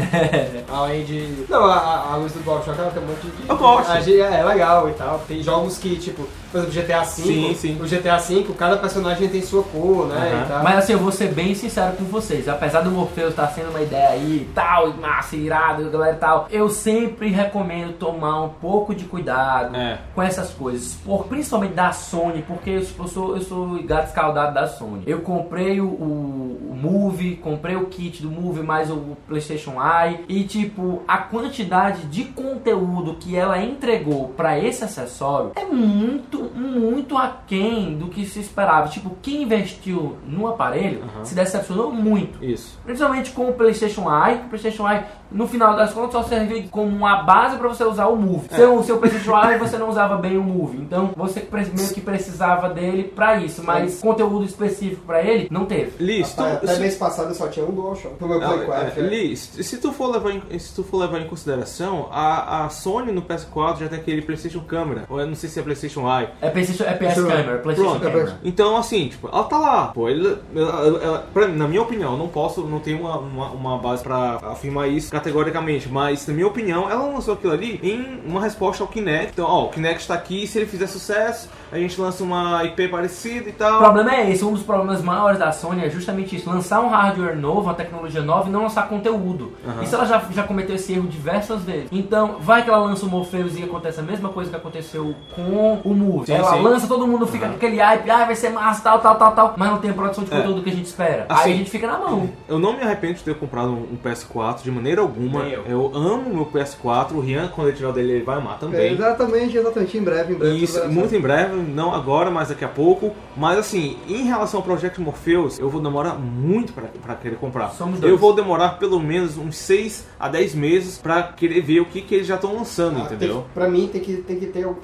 Speaker 4: Além de. Não, a- a, a luz do DualShock ela tem um monte de.
Speaker 1: Eu gosto.
Speaker 4: A gente- É, é legal e tal. Tem jogos que, tipo, por exemplo, GTA V.
Speaker 1: Sim, sim.
Speaker 4: O GTA V, cada personagem tem sua cor, né?
Speaker 1: Aham.
Speaker 4: E tal.
Speaker 3: Mas assim, eu vou ser bem sincero com vocês. Apesar do Morpheus estar sendo uma ideia aí, tal, e massa, irado, galera e tal, eu sempre recomendo tomar um pouco de cuidado
Speaker 1: É.
Speaker 3: com essas coisas. Por, principalmente da Sony, porque eu, eu sou, eu sou gato escaldado da Sony. Eu comprei o, o, o Move, comprei o kit do Move, mais o PlayStation Eye. E tipo, a quantidade de conteúdo que ela entregou pra esse acessório é muito, muito aquém do que se esperava. Tipo, quem investiu no aparelho se decepcionou muito.
Speaker 1: Isso.
Speaker 3: Principalmente com o PlayStation Eye. O PlayStation Eye, no final das contas, só serviu como uma base para você usar o Move. Seu, seu PlayStation Eye, você não usava bem o Move. Então, você pre- meio que precisava dele para isso. Mas conteúdo específico para ele, não teve.
Speaker 1: Liz, tu-
Speaker 4: Rapaz, até
Speaker 1: se-
Speaker 4: mês passado eu só tinha um DualShock. Pro meu Play
Speaker 1: Ah,
Speaker 4: 4.
Speaker 1: é, Liz, se tu for levar em, se tu for levar em consideração, a, a Sony no PS4 já tem aquele PlayStation Camera, ou eu não sei se é PlayStation Eye,
Speaker 3: É, PlayStation, é PS
Speaker 2: Sure.
Speaker 3: Camera, PlayStation
Speaker 1: Pronto.
Speaker 3: Camera.
Speaker 1: Então, assim, tipo, ela tá lá. Pô, ele, ela, ela- ela- pra- na minha opinião, eu não posso, não tenho uma, uma, uma base pra afirmar isso categoricamente, mas na minha opinião, ela lançou aquilo ali em uma resposta ao Kinect. Então, ó, o Kinect tá aqui, se ele fizer sucesso, a gente lança uma IP parecida e
Speaker 3: O
Speaker 1: tal.
Speaker 3: problema é esse, um dos problemas maiores da Sony é justamente isso, lançar um hardware novo, uma tecnologia nova e não lançar conteúdo. Isso ela já, já cometeu esse erro diversas vezes. Então, vai que ela lança o Morpheus e acontece a mesma coisa que aconteceu com o Move.
Speaker 1: Sim,
Speaker 3: ela
Speaker 1: sim.
Speaker 3: lança, todo mundo fica com aquele hype, ah, vai ser massa, tal, tal, tal, tal, mas não tem a produção de
Speaker 1: É.
Speaker 3: conteúdo que a gente espera.
Speaker 1: Assim-
Speaker 3: Aí a gente fica na mão.
Speaker 1: Eu não me arrependo de ter comprado um, um PS4 de maneira alguma.
Speaker 4: Nem eu.
Speaker 1: amo meu PS4. O Rian, quando ele tirar o dele, ele vai amar
Speaker 2: É,
Speaker 1: também.
Speaker 2: exatamente, exatamente. Em breve, em
Speaker 3: É
Speaker 2: breve. tudo
Speaker 1: Isso,
Speaker 2: vai dar
Speaker 1: muito em breve, não agora, mas daqui a pouco. Mas assim, em relação ao Project Morpheus, eu vou demorar muito pra, pra querer comprar.
Speaker 3: Somos dois.
Speaker 1: eu vou demorar pelo menos uns 6 a 10 meses pra querer ver o que, que eles já estão lançando,
Speaker 4: Ah,
Speaker 1: entendeu?
Speaker 4: tem- pra mim tem que, tem que ter um,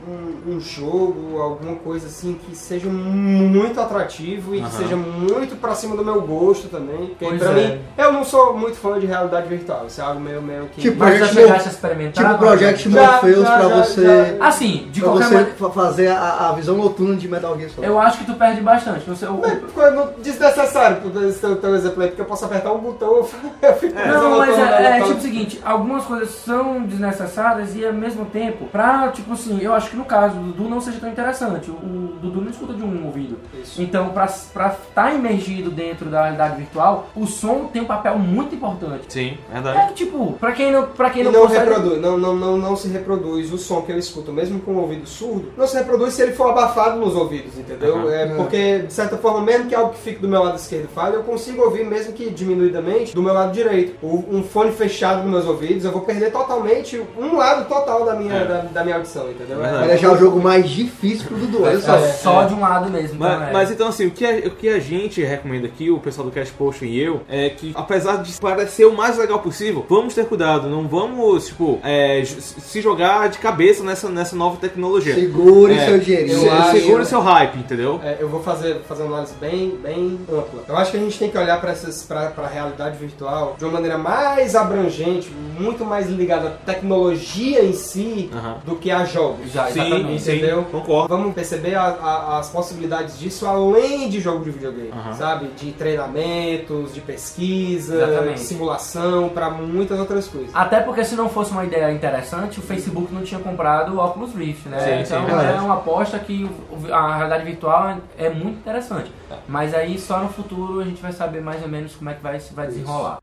Speaker 4: um jogo, alguma coisa assim que seja muito atrativo e que
Speaker 1: Aham.
Speaker 4: seja muito pra cima do meu gosto também. Porque
Speaker 3: Pois
Speaker 4: pra
Speaker 3: é.
Speaker 4: mim, eu não sou muito fã de realidade virtual, isso é algo meio, meio que.
Speaker 2: Tipo,
Speaker 3: Mas já
Speaker 2: Project
Speaker 3: chegaste a
Speaker 2: certo.
Speaker 3: experimentar?
Speaker 2: Tipo Project
Speaker 4: Já,
Speaker 2: Morpheus
Speaker 4: já,
Speaker 2: pra
Speaker 4: já,
Speaker 2: você.
Speaker 4: já.
Speaker 3: Assim, de
Speaker 2: Pra
Speaker 3: qualquer
Speaker 2: você
Speaker 3: maneira,
Speaker 2: fa- fazer a, a visão noturna de Metal Gear Solid.
Speaker 3: eu acho que tu perde bastante. Você, o-
Speaker 4: Mas ficou no- desnecessário pro teu- teu, teu exemplo aí, porque eu posso apertar um botão eu fico- eu fico
Speaker 3: É. Não, mas
Speaker 4: deslocando,
Speaker 3: é, é
Speaker 4: deslocando.
Speaker 3: tipo o seguinte, algumas coisas são desnecessárias e ao mesmo tempo, pra, tipo assim, eu acho que no caso do Dudu não seja tão interessante. O, o Dudu não escuta de um ouvido.
Speaker 4: Isso.
Speaker 3: Então, pra estar imergido dentro da realidade virtual, o som tem um papel muito importante.
Speaker 1: Sim,
Speaker 3: É
Speaker 1: verdade.
Speaker 3: que, tipo, pra quem não, pra quem
Speaker 4: E
Speaker 3: não,
Speaker 4: não,
Speaker 3: consegue-
Speaker 4: reproduz, não, não, não, não se reproduz o som que eu escuto, mesmo com o ouvido surdo, não se reproduz se ele for abafado nos ouvidos, entendeu?
Speaker 1: Aham.
Speaker 4: É, porque, de certa forma, mesmo que algo que fique do meu lado esquerdo fale, eu consigo ouvir, mesmo que diminuidamente, do meu lado direito. O- um fone fechado nos meus ouvidos, eu vou perder totalmente um lado total da minha, da, da minha audição, entendeu? É,
Speaker 1: Verdade.
Speaker 2: Vai deixar é o jogo mais difícil pro Dudu, olha só.
Speaker 3: É só de um lado mesmo.
Speaker 1: Mas,
Speaker 3: então, é.
Speaker 1: mas então, assim, o que, a, o que a gente recomenda aqui, o pessoal do Cash Post e eu, é que, apesar de parecer o mais legal possível, vamos ter cuidado, não vamos, tipo, é, j- se jogar de cabeça nessa, nessa nova tecnologia.
Speaker 2: Segure
Speaker 1: É,
Speaker 2: seu dinheirinho.
Speaker 1: se-
Speaker 4: eu acho-
Speaker 1: Segura o seu hype, entendeu?
Speaker 4: É, eu vou fazer, vou fazer uma análise bem, bem ampla. Eu acho que a gente tem que olhar para a realidade virtual de uma maneira mais abrangente, muito mais ligada à tecnologia em si
Speaker 1: Aham.
Speaker 4: do que a jogos.
Speaker 3: Já, exatamente.
Speaker 1: sim,
Speaker 4: entendeu?
Speaker 1: concordo.
Speaker 4: Vamos perceber a- a- as possibilidades disso além de jogo de videogame, sabe? De treinamentos, de pesquisa,
Speaker 3: Exatamente. Ah,
Speaker 4: de simulação, para muitas outras coisas.
Speaker 3: Até porque se não fosse uma ideia interessante, o Facebook não tinha comprado o Oculus Rift, né?
Speaker 1: Sim,
Speaker 3: então
Speaker 1: sim,
Speaker 3: é
Speaker 2: verdade.
Speaker 3: uma aposta que o- a realidade virtual é muito interessante. Mas aí só no futuro a gente vai saber mais ou menos como é que vai, se vai desenrolar.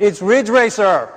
Speaker 7: It's Ridge Racer.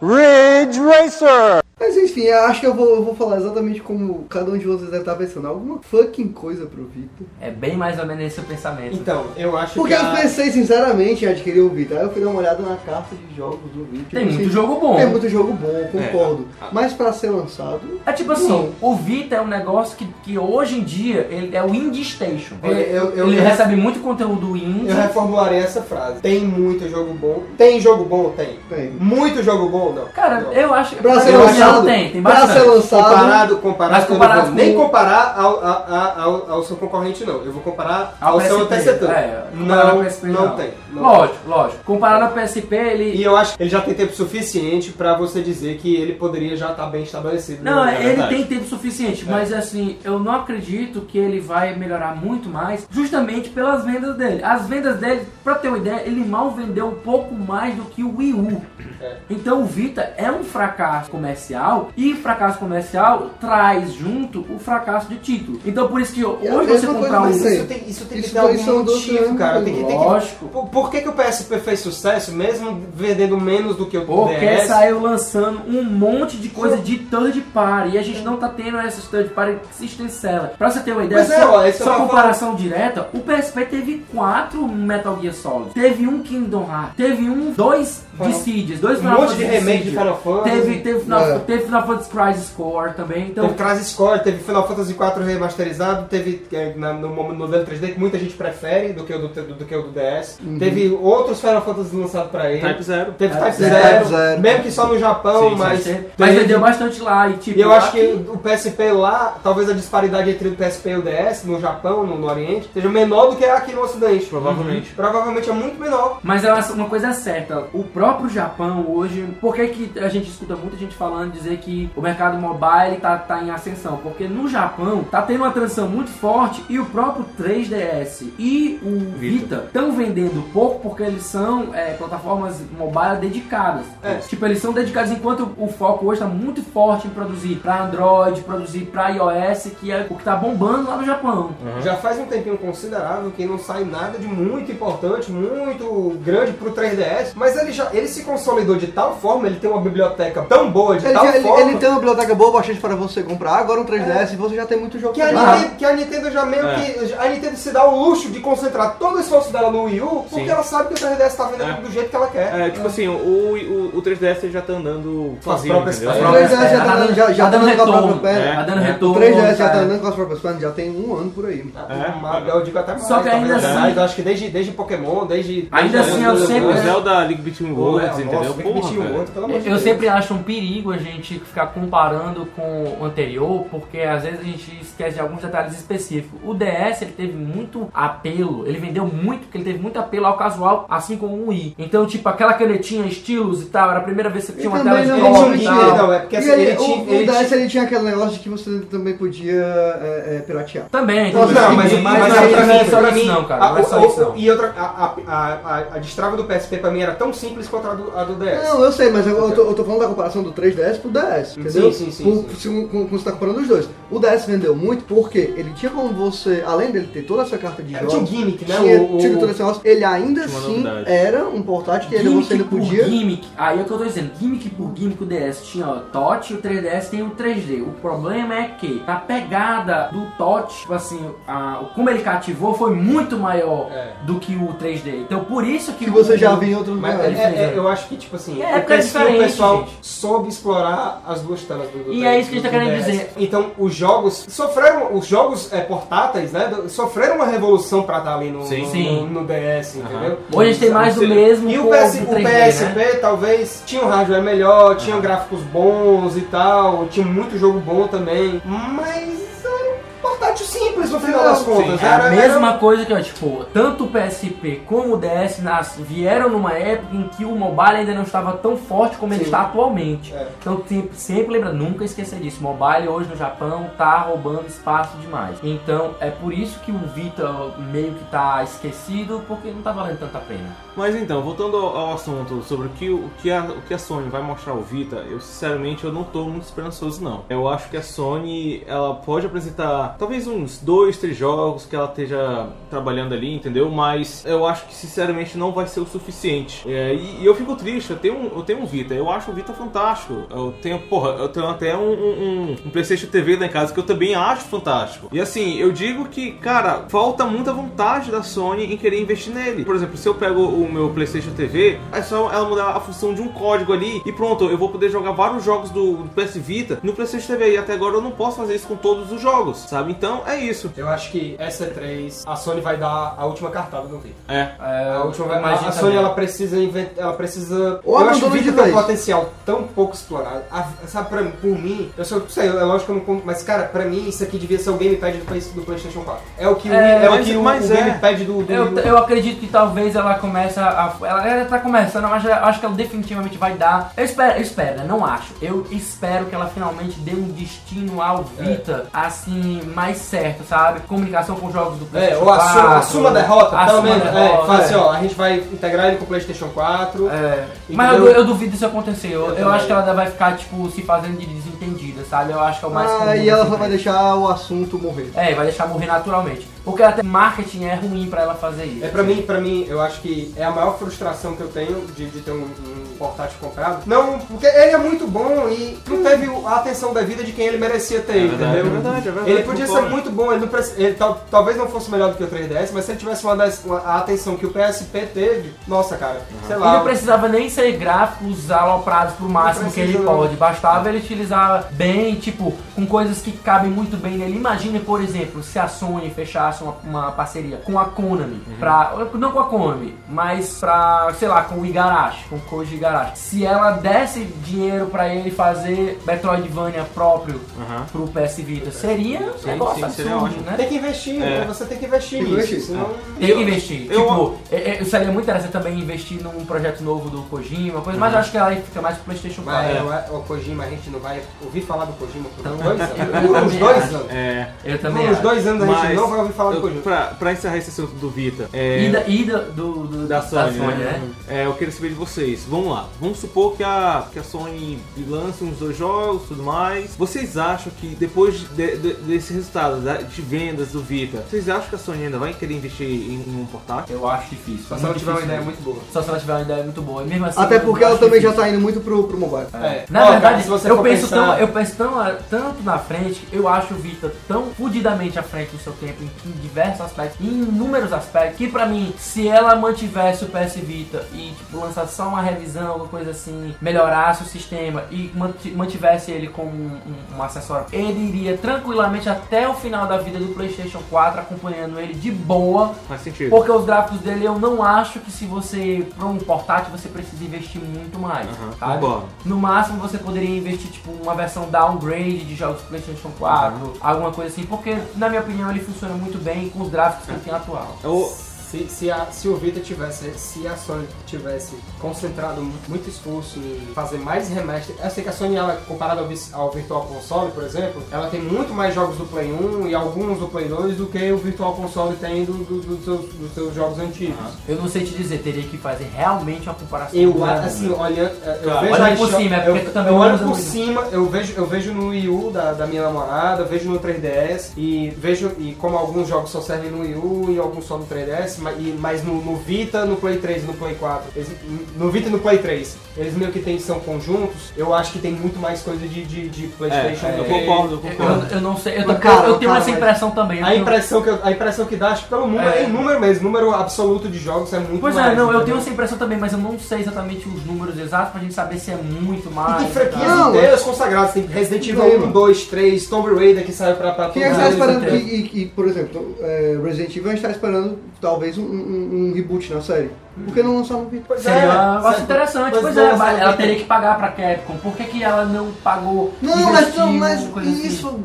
Speaker 7: Ridge Racer.
Speaker 2: Mas enfim, eu acho que eu vou, eu vou falar exatamente como cada um de vocês deve estar pensando. Alguma fucking coisa pro Vitor.
Speaker 3: É bem mais ou menos esse o pensamento.
Speaker 4: Então, eu acho
Speaker 2: Porque
Speaker 4: que.
Speaker 2: eu
Speaker 4: a-
Speaker 2: pensei sinceramente em adquirir o Vitor. Aí eu fui dar uma olhada na carta de jogos do Vitor.
Speaker 3: Tem
Speaker 2: Tipo
Speaker 3: muito
Speaker 2: assim,
Speaker 3: jogo bom. tá,
Speaker 2: Tem muito jogo bom, concordo.
Speaker 1: É.
Speaker 2: Mas pra ser lançado.
Speaker 3: É tipo assim, o Vita é um negócio que, que hoje em dia ele é o Indie Station.
Speaker 4: Olha,
Speaker 3: Ele,
Speaker 4: eu- eu-
Speaker 3: ele
Speaker 4: eu-
Speaker 3: recebe muito conteúdo indie.
Speaker 4: Eu reformularei essa frase. Tem muito jogo bom. Tem jogo bom? Tem.
Speaker 2: Tem.
Speaker 4: Muito jogo bom? Não.
Speaker 3: Cara, é
Speaker 4: não.
Speaker 3: eu acho
Speaker 2: Pra ser
Speaker 3: eu acho que
Speaker 2: lançado.
Speaker 3: tem, tem
Speaker 2: pra
Speaker 3: bastante.
Speaker 2: ser lançado.
Speaker 4: Comparado, comparado,
Speaker 3: Mas
Speaker 4: eu não
Speaker 3: comparado
Speaker 4: vou nem
Speaker 3: com-
Speaker 4: comparar ao, a- a- ao, ao seu concorrente, não. Eu vou comparar ao,
Speaker 3: Ao
Speaker 4: seu
Speaker 3: PSP,
Speaker 4: antecedor.
Speaker 3: é, comparado ao
Speaker 4: não,
Speaker 3: PSP
Speaker 4: não,
Speaker 3: não.
Speaker 4: tem. não
Speaker 3: Lógico, lógico. Comparado ao PSP, ele.
Speaker 4: E eu acho que ele já tem tempo suficiente pra você dizer que ele poderia já estar bem estabelecido.
Speaker 3: Não,
Speaker 4: né?
Speaker 1: é
Speaker 3: ele
Speaker 1: verdade. É.
Speaker 3: tem tempo suficiente, mas assim, eu não acredito que ele vai melhorar muito mais, justamente pelas vendas dele. As vendas dele, pra ter uma ideia, ele mal vendeu um pouco mais do que o Wii U.
Speaker 4: É.
Speaker 3: Então o Vita é um fracasso comercial e fracasso comercial traz junto o fracasso de título. Então por isso que
Speaker 2: É a
Speaker 3: hoje você
Speaker 2: mesma coisa
Speaker 3: comprar um
Speaker 2: que
Speaker 4: Mas
Speaker 2: sei.
Speaker 4: isso tem, isso tem que
Speaker 2: Isso
Speaker 4: ter
Speaker 2: daí
Speaker 4: algum
Speaker 2: são dois
Speaker 4: motivo,
Speaker 2: anos,
Speaker 4: cara. Tem que, tem que-
Speaker 3: lógico.
Speaker 4: Por, por que, que o PSP fez sucesso, mesmo vendendo menos do que o
Speaker 3: Porque
Speaker 4: DS?
Speaker 3: saiu lançando um monte de coisa de third party e a gente não tá tendo essas third party que se estencela. Pra você ter uma ideia,
Speaker 4: Pois é, ó,
Speaker 3: só,
Speaker 4: esse eu
Speaker 3: só
Speaker 4: tava
Speaker 3: comparação direta, o PSP teve quatro Metal Gear Solid, teve um Kingdom Hearts, teve um, dois
Speaker 4: Final-
Speaker 3: Dissidias, dois
Speaker 4: Um
Speaker 3: Final
Speaker 4: monte
Speaker 3: Fantasy
Speaker 4: de remake de
Speaker 3: Dissidia.
Speaker 4: Final Fantasy.
Speaker 3: Teve, teve, Final,
Speaker 2: É.
Speaker 3: teve Final Fantasy Crisis Core também, então...
Speaker 4: Teve Crisis Score, teve Final Fantasy IV remasterizado, teve é, na- no mo- no modelo 3D que muita gente prefere do que o do, do- do que o do DS. Teve outros Final Fantasy lançados pra ele.
Speaker 1: Type zero.
Speaker 4: Teve Type
Speaker 2: Zero. Type Zero.
Speaker 4: Zero, mesmo que só no Japão,
Speaker 1: Sim,
Speaker 4: mas.
Speaker 3: Mas, mas
Speaker 4: teve-
Speaker 3: vendeu bastante lá e tipo...
Speaker 4: E eu acho que
Speaker 3: aqui-
Speaker 4: o PSP lá, talvez a disparidade entre o PSP e o DS, no Japão, no, no Oriente, seja menor do que aqui no Ocidente.
Speaker 1: Provavelmente.
Speaker 4: Uhum. Provavelmente é muito menor.
Speaker 3: Mas é uma- uma coisa é certa, o próprio Japão hoje, por que, que a gente escuta muita gente falando dizer que o mercado mobile tá, tá em ascensão? Porque no Japão tá tendo uma transição muito forte e o próprio 3DS e o Vita estão vendendo pouco porque eles são é, plataformas mobile dedicadas.
Speaker 4: É.
Speaker 3: Tipo, eles são dedicados enquanto o foco hoje tá muito forte em produzir pra Android, produzir pra iOS, que é o que tá bombando lá no Japão.
Speaker 4: Já faz um tempinho considerável que não sai nada de muito importante, muito grande pro 3DS, mas ele já ele se consolidou de tal forma, ele tem uma biblioteca tão boa de
Speaker 3: tá
Speaker 2: Ele,
Speaker 4: tal
Speaker 2: já- ele-
Speaker 4: forma.
Speaker 2: ele tem uma biblioteca boa bastante para você comprar. Agora
Speaker 3: É.
Speaker 2: um 3DS e você já tem muito jogo
Speaker 4: Que a,
Speaker 2: pra
Speaker 4: Nintendo, que a Nintendo já meio
Speaker 1: É.
Speaker 4: que. A Nintendo se dá o luxo de concentrar todo o esforço dela no Wii U, porque
Speaker 1: Sim.
Speaker 4: ela sabe que o 3DS tá vendendo
Speaker 1: É.
Speaker 4: do jeito que ela quer.
Speaker 1: É, tipo assim, o, o, o 3DS já tá andando
Speaker 4: Com as
Speaker 1: sozinho,
Speaker 4: próprias-
Speaker 1: entendeu?
Speaker 4: as
Speaker 2: O
Speaker 4: próprias-
Speaker 3: É,
Speaker 2: 3DS já tá dando- já- já tá dando com a própria
Speaker 1: É.
Speaker 2: perna.
Speaker 3: Tá dando
Speaker 1: O
Speaker 2: O
Speaker 3: retorno.
Speaker 2: 3DS já tá
Speaker 3: cara.
Speaker 2: andando com as próprias pernas, já tem um ano por aí.
Speaker 1: É.
Speaker 4: Uma- Eu digo até mais.
Speaker 3: Só que
Speaker 4: talvez
Speaker 3: ainda
Speaker 4: até
Speaker 3: assim-
Speaker 4: mais. Eu acho que desde, desde Pokémon, desde.
Speaker 3: Ainda
Speaker 4: desde
Speaker 3: assim, eu
Speaker 4: Zelda,
Speaker 3: sempre-
Speaker 1: É, O
Speaker 4: Zelda,
Speaker 1: Zelda League Between Worlds,
Speaker 4: Zelda,
Speaker 1: entendeu?
Speaker 4: nossa,
Speaker 1: Porra,
Speaker 4: Vitinho,
Speaker 1: velho.
Speaker 4: outro, pelo amor de
Speaker 3: Eu
Speaker 4: Deus.
Speaker 3: sempre acho um perigo a gente ficar comparando com o anterior, porque às vezes a gente esquece de alguns detalhes específicos. O DS ele teve muito apelo, ele vendeu muito, porque ele teve muito apelo ao casual, assim como o Wii. Então, tipo, aquela canetinha, estilos e tal, era a primeira vez que você tinha uma tela
Speaker 2: também não
Speaker 3: de
Speaker 4: Ele tinha um
Speaker 3: e
Speaker 2: tinha-
Speaker 3: tal.
Speaker 4: guia, não, é porque
Speaker 2: E
Speaker 4: assim,
Speaker 2: ele-
Speaker 4: ele
Speaker 2: o-
Speaker 4: tinha.
Speaker 2: o
Speaker 4: ele tinha-
Speaker 2: 10 ele tinha aquele negócio de que você também podia é, é, piratear.
Speaker 3: Também, então,
Speaker 2: Não,
Speaker 3: entendeu?
Speaker 4: Não, mas,
Speaker 2: Sim,
Speaker 4: mas,
Speaker 2: mas
Speaker 4: aí,
Speaker 2: pra
Speaker 3: não
Speaker 4: pra
Speaker 3: é
Speaker 4: mim,
Speaker 3: só
Speaker 4: pra
Speaker 3: isso
Speaker 4: mim,
Speaker 3: não, cara. Não
Speaker 4: a-
Speaker 3: é só
Speaker 4: o-
Speaker 3: isso não.
Speaker 4: E outra, a, a, a, a- a destrava do PSP pra mim era tão simples quanto a do, a do DS.
Speaker 2: Não, eu sei, mas eu, eu tô, eu tô falando da comparação do 3DS pro DS, entendeu?
Speaker 4: sim, sim,
Speaker 2: Com-
Speaker 4: sim.
Speaker 2: se um- com- com você tá comparando os dois. O DS vendeu muito porque ele tinha como você, além dele ter toda essa carta de
Speaker 4: É,
Speaker 2: jogos,
Speaker 4: tinha um gimmick, né?
Speaker 2: tinha-
Speaker 4: O- o-
Speaker 2: tinha todo esse negócio, ele ainda
Speaker 1: Tinha uma
Speaker 2: assim
Speaker 1: novidade.
Speaker 2: era um portátil que ele,
Speaker 3: Gimmick
Speaker 2: você ele
Speaker 3: por
Speaker 2: podia...
Speaker 3: Gimmick. Aí é o que eu tô dizendo. Gimmick por gimmick o DS tinha ó, TOT e o 3DS tem o 3D. O problema é que a pegada do TOT, tipo assim, a, como ele cativou foi muito maior
Speaker 4: É.
Speaker 3: do que o 3D. Então por isso que.
Speaker 2: Que
Speaker 3: o-
Speaker 2: você já viu em outros
Speaker 4: Mas
Speaker 2: lugares.
Speaker 4: é, é- é, eu acho que, tipo assim,
Speaker 3: É,
Speaker 4: o,
Speaker 3: porque é
Speaker 4: pessoal- o
Speaker 3: diferente,
Speaker 4: pessoal
Speaker 3: gente.
Speaker 4: soube explorar as duas telas do, do
Speaker 3: E
Speaker 4: do-
Speaker 3: é isso que a gente tá
Speaker 4: do
Speaker 3: querendo
Speaker 4: DS.
Speaker 3: dizer.
Speaker 4: Então, os jogos sofreram, os jogos é, portáteis, né, do- sofreram uma revolução pra estar ali no,
Speaker 1: Sim.
Speaker 4: no,
Speaker 3: Sim.
Speaker 4: no DS, entendeu?
Speaker 3: Hoje a gente tem mais do mesmo.
Speaker 4: E o,
Speaker 3: com
Speaker 4: PS,
Speaker 3: com
Speaker 4: o
Speaker 3: 3D,
Speaker 4: PSP
Speaker 3: né? Ah.
Speaker 4: talvez tinha um hardware melhor, tinha gráficos bons e tal, tinha muito jogo bom também, mas era um portátil simples no final
Speaker 2: Não,
Speaker 4: das
Speaker 2: sim,
Speaker 4: contas.
Speaker 3: É
Speaker 4: era,
Speaker 3: a
Speaker 4: era-
Speaker 3: mesma coisa que, ó, tipo, tanto o PSP como o DS nas- vieram numa época em que o mobile ainda não estava tão forte como ele
Speaker 4: Sim.
Speaker 3: está atualmente.
Speaker 4: É.
Speaker 3: Então sempre, sempre lembra, nunca esquecer disso. Mobile hoje no Japão tá roubando espaço demais. Então é por isso que o Vita meio que tá esquecido, porque não tá valendo tanta pena.
Speaker 1: Mas então, voltando ao ao assunto sobre o que, o, que a, o que a Sony vai mostrar ao Vita, eu sinceramente eu não tô muito esperançoso não. Eu acho que a Sony, ela pode apresentar talvez uns dois, três jogos que ela esteja trabalhando ali, entendeu? Mas eu acho que sinceramente não vai ser o suficiente. É, e, e eu fico triste, eu tenho, um- eu tenho um Vita, eu acho o Vita fantástico. Eu tenho, porra, eu tenho até um, um, um- um Playstation TV lá em casa que eu também acho fantástico. E assim, eu digo que, cara, falta muita vontade da Sony em querer investir nele. Por exemplo, se eu pego o meu PlayStation TV, é só ela mudar a função de um código ali e pronto, eu vou poder jogar vários jogos do, do PS Vita no PlayStation TV. E até agora eu não posso fazer isso com todos os jogos, sabe? Então é isso.
Speaker 4: Eu acho que essa 3, a Sony vai dar a última cartada no Vita.
Speaker 1: É.
Speaker 4: A última vai, a,
Speaker 3: Imagina
Speaker 4: a Sony
Speaker 3: também.
Speaker 4: ela precisa inventar, ela precisa.
Speaker 2: Ou
Speaker 4: eu acho o
Speaker 2: abandono
Speaker 4: Vita
Speaker 2: de
Speaker 4: tem um
Speaker 2: vez.
Speaker 4: potencial tão pouco explorado. A- sabe, pra, por mim, eu sou, sei, é lógico que eu não conto, mas cara, pra mim isso aqui devia ser o gamepad do, Play- do PlayStation 4. É o que o,
Speaker 3: É,
Speaker 4: é o,
Speaker 1: mas-
Speaker 4: que o,
Speaker 1: mas
Speaker 4: o
Speaker 1: é.
Speaker 4: gamepad do. do
Speaker 3: Eu, eu acredito que talvez ela comece a. Ela ainda tá começando, mas eu acho que ela definitivamente vai dar. Eu espero, eu espero, né? Não acho. Eu espero que ela finalmente dê um destino ao
Speaker 4: É.
Speaker 3: Vita, assim, mais certo, sabe? Comunicação com jogos do
Speaker 4: É,
Speaker 3: PlayStation
Speaker 4: ou assuma,
Speaker 3: 4,
Speaker 4: assuma a derrota, pelo
Speaker 3: assuma a
Speaker 4: menos.
Speaker 3: derrota,
Speaker 4: É, fala assim,
Speaker 3: é.
Speaker 4: ó, a gente vai integrar ele com o PlayStation 4.
Speaker 3: É.
Speaker 4: Entendeu?
Speaker 3: Mas eu, eu duvido isso acontecer. Eu, eu
Speaker 4: também.
Speaker 3: acho que ela vai ficar, tipo, se fazendo de desentendida, sabe? Eu acho que é o mais. comum,
Speaker 2: Ah, e ela
Speaker 3: assim,
Speaker 2: só vai
Speaker 3: pra-
Speaker 2: deixar o assunto morrer.
Speaker 3: É, vai deixar morrer naturalmente. Porque até marketing é ruim pra ela fazer isso.
Speaker 4: É pra mim, pra mim, eu acho que é a maior frustração que eu tenho de, de ter um, um portátil comprado. Não, porque ele é muito bom e não teve o- a atenção devida de quem ele merecia ter,
Speaker 1: verdade,
Speaker 4: entendeu?
Speaker 1: é verdade, é verdade,
Speaker 4: Ele podia ser
Speaker 1: concordo.
Speaker 4: muito bom, ele, não preci- ele tal- talvez não fosse melhor do que o 3DS, mas se ele tivesse uma, das- uma- a atenção que o PSP teve, nossa cara,
Speaker 1: Uhum.
Speaker 4: sei
Speaker 3: E não
Speaker 4: lá.
Speaker 3: precisava nem ser gráficos aloprados pro máximo que ele
Speaker 4: precisa,
Speaker 3: pode. Bastava ele utilizar bem, tipo, com coisas que cabem muito bem nele. Imagine, por exemplo, se a Sony fechasse uma, uma parceria com a Konami. Pra, não com a Konami, mas pra, sei lá, com o Igarashi, com o Koji Igarashi. Se ela desse dinheiro pra ele fazer Metroidvania próprio
Speaker 1: Aham.
Speaker 3: pro PS Vita, seria um
Speaker 1: Sim,
Speaker 3: negócio
Speaker 1: sim, seria
Speaker 3: absurdo,
Speaker 1: ótimo.
Speaker 3: né?
Speaker 4: Tem que investir,
Speaker 1: É.
Speaker 4: né? você tem que investir
Speaker 2: Tem que
Speaker 4: nisso,
Speaker 2: investir.
Speaker 4: senão...
Speaker 3: Tem que investir.
Speaker 1: eu-
Speaker 3: tipo, é, é, seria muito interessante também investir num projeto novo do Kojima, coisa,
Speaker 4: Uhum.
Speaker 3: mas eu acho que ela fica mais pro PlayStation 4.
Speaker 4: Mas o Kojima, a gente não vai ouvir falar do Kojima por
Speaker 3: Então,
Speaker 4: uns dois
Speaker 3: eu
Speaker 4: anos. Por uns
Speaker 3: também
Speaker 4: dois
Speaker 3: acho.
Speaker 4: anos.
Speaker 1: É.
Speaker 3: Eu
Speaker 4: Por
Speaker 3: também.
Speaker 4: uns
Speaker 3: Acho.
Speaker 4: dois anos a gente
Speaker 1: Mas
Speaker 4: não vai ouvir falar do
Speaker 1: eu,
Speaker 4: Kojima.
Speaker 1: pra, pra encerrar esse assunto do Vita, é,
Speaker 3: E, da, e da- do, do-
Speaker 1: da Sony,
Speaker 3: né?
Speaker 1: né? É, eu queria saber de vocês. Vamos lá. Vamos supor que a, que a Sony lance uns dois jogos e tudo mais. Vocês acham que depois de- de- desse resultado da- de vendas do Vita, vocês acham que a Sony ainda vai querer investir em, em um portátil?
Speaker 3: Eu acho difícil.
Speaker 4: Só
Speaker 3: é
Speaker 4: se ela
Speaker 3: muito
Speaker 4: tiver uma
Speaker 3: difícil
Speaker 4: ideia
Speaker 3: mesmo.
Speaker 4: muito boa.
Speaker 3: Só se ela tiver uma ideia muito boa. E mesmo assim,
Speaker 2: Até
Speaker 3: eu
Speaker 2: porque ela
Speaker 3: acho
Speaker 2: também já
Speaker 3: difícil.
Speaker 2: tá indo muito pro, pro mobile.
Speaker 4: É.
Speaker 3: Na
Speaker 4: Ó, cara,
Speaker 3: verdade,
Speaker 4: se você
Speaker 3: eu,
Speaker 4: for
Speaker 3: penso
Speaker 4: pensar-
Speaker 3: tão, eu penso tão, a- tanto na frente, eu acho o Vita tão fudidamente à frente do seu tempo em, em diversos aspectos, em inúmeros aspectos, que pra mim, se ela mantivesse o PS Vita e tipo, lançasse só uma revisão, alguma coisa assim, melhorasse o sistema e manti- mantivesse ele como um, um- um acessório, ele iria tranquilamente até o final da vida do PlayStation 4, acompanhando ele de boa
Speaker 1: Faz sentido.
Speaker 3: porque os gráficos dele eu não acho que se você para um portátil você precisa investir muito mais,
Speaker 1: Aham,
Speaker 3: sabe?
Speaker 1: concordo.
Speaker 3: No máximo você poderia investir tipo uma versão downgrade de jogos do PlayStation 4, alguma coisa assim, porque na minha opinião ele funciona muito bem com os gráficos que tem atual.
Speaker 1: Eu-
Speaker 4: Se, se, a, se o Vita tivesse, se a Sony tivesse concentrado mu- muito esforço em fazer mais remaster, eu sei que a Sony, ela, comparada ao, vis- ao Virtual Console, por exemplo, ela tem muito mais jogos do Play 1 e alguns do Play 2 do que o Virtual Console tem do, do- do seu- dos seus jogos antigos.
Speaker 3: Eu não sei te dizer, teria que fazer realmente uma comparação.
Speaker 4: Eu,
Speaker 3: grande.
Speaker 4: a- assim, olha, eu
Speaker 1: Claro,
Speaker 4: vejo
Speaker 3: olha
Speaker 4: as
Speaker 3: por
Speaker 4: cho-
Speaker 3: cima, é
Speaker 4: eu,
Speaker 3: porque tu também
Speaker 4: eu
Speaker 3: não
Speaker 4: olho
Speaker 3: usa
Speaker 4: por
Speaker 3: muito.
Speaker 4: cima, eu vejo, eu vejo no Wii U da, da minha namorada, eu vejo no 3DS e vejo e como alguns jogos só servem no Wii U e alguns só no 3DS, ma- e- mas no, no Vita, no Play 3 e no Play 4, eles- no Vita e no Play 3, eles meio que tem, são conjuntos, eu acho que tem muito mais coisa de, de, de Playstation
Speaker 1: É,
Speaker 4: do
Speaker 1: eu
Speaker 4: que-
Speaker 1: concordo, eu
Speaker 3: Eu,
Speaker 1: concordo.
Speaker 3: eu não sei, eu,
Speaker 2: Mas,
Speaker 3: tô-
Speaker 2: cara,
Speaker 3: eu tenho
Speaker 2: cara,
Speaker 3: essa
Speaker 2: mas-
Speaker 3: impressão também. eu
Speaker 4: A
Speaker 3: tenho-
Speaker 4: impressão, é que eu- a impressão que dá, acho que pelo número,
Speaker 3: É.
Speaker 4: é. em número mesmo, número absoluto de jogos é muito
Speaker 3: Pois
Speaker 4: mais.
Speaker 3: é, não, eu
Speaker 4: entendeu?
Speaker 3: tenho essa impressão também, mas eu não sei exatamente os números exatos pra gente saber se é muito
Speaker 4: E
Speaker 3: mais.
Speaker 4: tem franquias
Speaker 2: Não,
Speaker 4: inteiras consagradas, tem Resident Evil
Speaker 2: Lembra.
Speaker 4: 1, 2, 3, Tomb Raider que saiu pra, pra
Speaker 2: Quem é que
Speaker 4: tudo,
Speaker 2: está
Speaker 4: né?
Speaker 2: esperando que,
Speaker 3: entendo.
Speaker 2: e, e, por exemplo, é, Resident Evil a gente tá esperando talvez um, um- um reboot na série. Por que não lançar um Vita?
Speaker 4: Pois é,
Speaker 3: Seria um
Speaker 4: sabe?
Speaker 3: negócio interessante,
Speaker 4: Mas
Speaker 3: pois
Speaker 4: não,
Speaker 3: é, mas
Speaker 4: sabe?
Speaker 3: ela teria que pagar pra Capcom. Por que, que ela não pagou?
Speaker 2: Não, mas
Speaker 3: investiu,
Speaker 2: não, mas
Speaker 3: coisa assim?
Speaker 2: isso,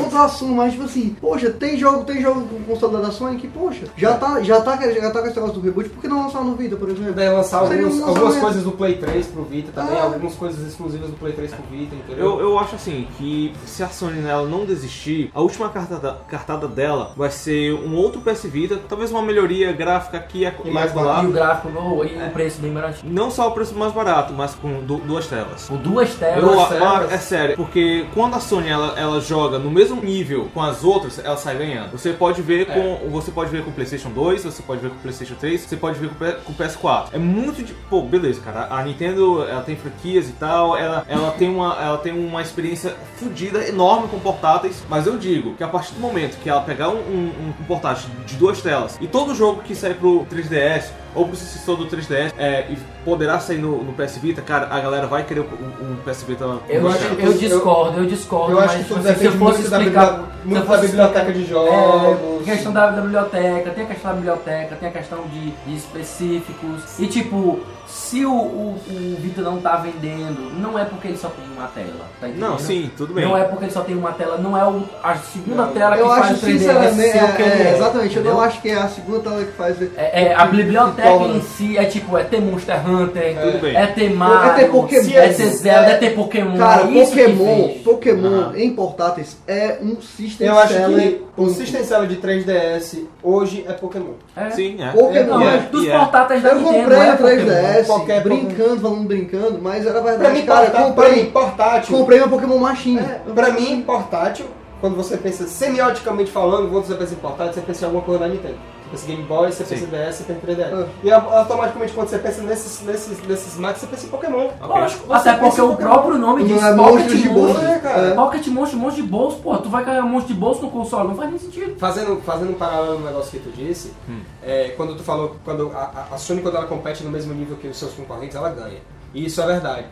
Speaker 2: outro assunto, mas tipo assim, poxa, tem jogo, tem jogo com consola da Sony que, poxa, já tá, já tá, já tá com esse negócio do reboot, por que não lançar no Vita, por exemplo?
Speaker 4: Daí lançar
Speaker 2: Seria um
Speaker 4: alguns, algumas
Speaker 2: lançamento.
Speaker 4: coisas do Play 3 pro Vita também,
Speaker 2: Ah.
Speaker 4: algumas coisas exclusivas do Play 3 pro Vita, entendeu?
Speaker 1: Eu, eu acho assim que se a Sony nela não desistir, a última cartada, cartada dela vai ser um outro PS Vita, talvez uma melhoria gráfica aqui e
Speaker 4: E mais
Speaker 1: acolá.
Speaker 3: E o gráfico, oh,
Speaker 4: É.
Speaker 3: e o preço bem baratinho.
Speaker 1: Não só o preço mais barato, mas com du- duas telas.
Speaker 3: Com duas
Speaker 1: Eu,
Speaker 3: telas.
Speaker 4: Duas
Speaker 1: ah,
Speaker 4: telas?
Speaker 1: é sério, porque quando a Sony ela, ela joga no mesmo nível com as outras, ela sai ganhando. Você pode ver com você pode ver com o PlayStation 2, você pode ver com o PlayStation 3, você pode ver com o P- com o PS4. É muito de pô, beleza, cara. A Nintendo ela tem franquias e tal, ela, ela tem uma ela tem uma experiência fodida enorme com portáteis, mas eu digo que a partir do momento que ela pegar um, um- um portátil de duas telas e todo jogo que sair pro 3DS ou pro sucessor do 3DS é, e poderá sair no, no PS Vita, cara, a galera vai querer o, o- o PS Vita
Speaker 3: Eu,
Speaker 4: Eu
Speaker 3: eu,
Speaker 4: acho que
Speaker 3: eu
Speaker 4: tu-
Speaker 3: discordo, eu discordo,
Speaker 4: eu
Speaker 3: mas
Speaker 4: acho que tudo
Speaker 3: assim, se eu
Speaker 4: depende
Speaker 3: fosse
Speaker 4: muito, da,
Speaker 3: explicar.
Speaker 4: bibli-
Speaker 3: se eu
Speaker 4: muito da
Speaker 3: fosse
Speaker 4: biblioteca de
Speaker 3: É,
Speaker 4: jogos.
Speaker 3: questão da, da biblioteca, tem a questão da biblioteca, tem a questão de, de específicos. E tipo, se o, o, o Vita não tá vendendo, não é porque ele só tem uma tela, tá entendendo?
Speaker 1: Não, sim, tudo bem.
Speaker 3: Não é porque ele só tem uma tela, não é o- a segunda
Speaker 4: Não.
Speaker 3: tela que
Speaker 2: Eu
Speaker 3: faz
Speaker 2: acho,
Speaker 3: o 3DS
Speaker 2: sinceramente,
Speaker 3: ser o que ele
Speaker 2: é,
Speaker 3: é,
Speaker 2: exatamente, eu
Speaker 3: entendeu?
Speaker 2: não acho que é a segunda tela que faz...
Speaker 3: É, é, a biblioteca
Speaker 2: Torna.
Speaker 3: em si é tipo, é ter Monster Hunter,
Speaker 1: Tudo bem.
Speaker 3: é ter Mario,
Speaker 2: É ter Pokémon.
Speaker 3: é ter Zelda, é ter Pokémon.
Speaker 2: Cara,
Speaker 3: é isso que
Speaker 2: Pokémon,
Speaker 3: fez.
Speaker 2: Pokémon
Speaker 3: Aham.
Speaker 2: em portáteis é um system
Speaker 4: Eu acho
Speaker 2: seller
Speaker 4: que o
Speaker 2: único.
Speaker 4: System Seller de 3DS hoje é Pokémon.
Speaker 3: É.
Speaker 1: Sim, é.
Speaker 2: Pokémon
Speaker 3: Não,
Speaker 1: E
Speaker 2: é
Speaker 1: é-
Speaker 3: dos
Speaker 1: e é.
Speaker 3: portáteis da
Speaker 2: Eu
Speaker 3: Nintendo,
Speaker 2: comprei
Speaker 3: é
Speaker 2: o
Speaker 3: Pokémon.
Speaker 2: 3DS,
Speaker 4: qualquer
Speaker 2: brincando, falando brincando, mas era
Speaker 4: Pra
Speaker 2: verdade,
Speaker 4: mim,
Speaker 2: cara,
Speaker 4: portátil,
Speaker 2: eu comprei,
Speaker 4: pra mim, portátil.
Speaker 2: comprei meu Pokémon Machine.
Speaker 4: Pra mim, portátil, quando você pensa semioticamente falando, quando você pensa em portátil, você pensa em alguma coisa da Nintendo. Você pensa em Game Boy, você pensa em DS, você pensa em 3DS.
Speaker 2: Ah.
Speaker 4: E au- automaticamente quando você pensa nesses, nesses, nesses max, você pensa em Pokémon.
Speaker 1: Lógico,
Speaker 4: Você
Speaker 3: Até porque
Speaker 4: pensa em
Speaker 3: o próprio nome
Speaker 2: Não
Speaker 3: diz
Speaker 2: é
Speaker 3: Pocket
Speaker 2: monstro de
Speaker 3: Monstro.
Speaker 2: bolso.
Speaker 4: É, cara.
Speaker 2: É.
Speaker 3: Pocket Monstro, monstro de bolso, pô. Tu vai carregar um monstro de bolso no console, não faz nem sentido.
Speaker 4: Fazendo, fazendo um paralelo no negócio que tu disse, é, quando tu falou, quando a, a- a Sony quando ela compete no mesmo nível que os seus concorrentes, ela ganha. E isso é verdade.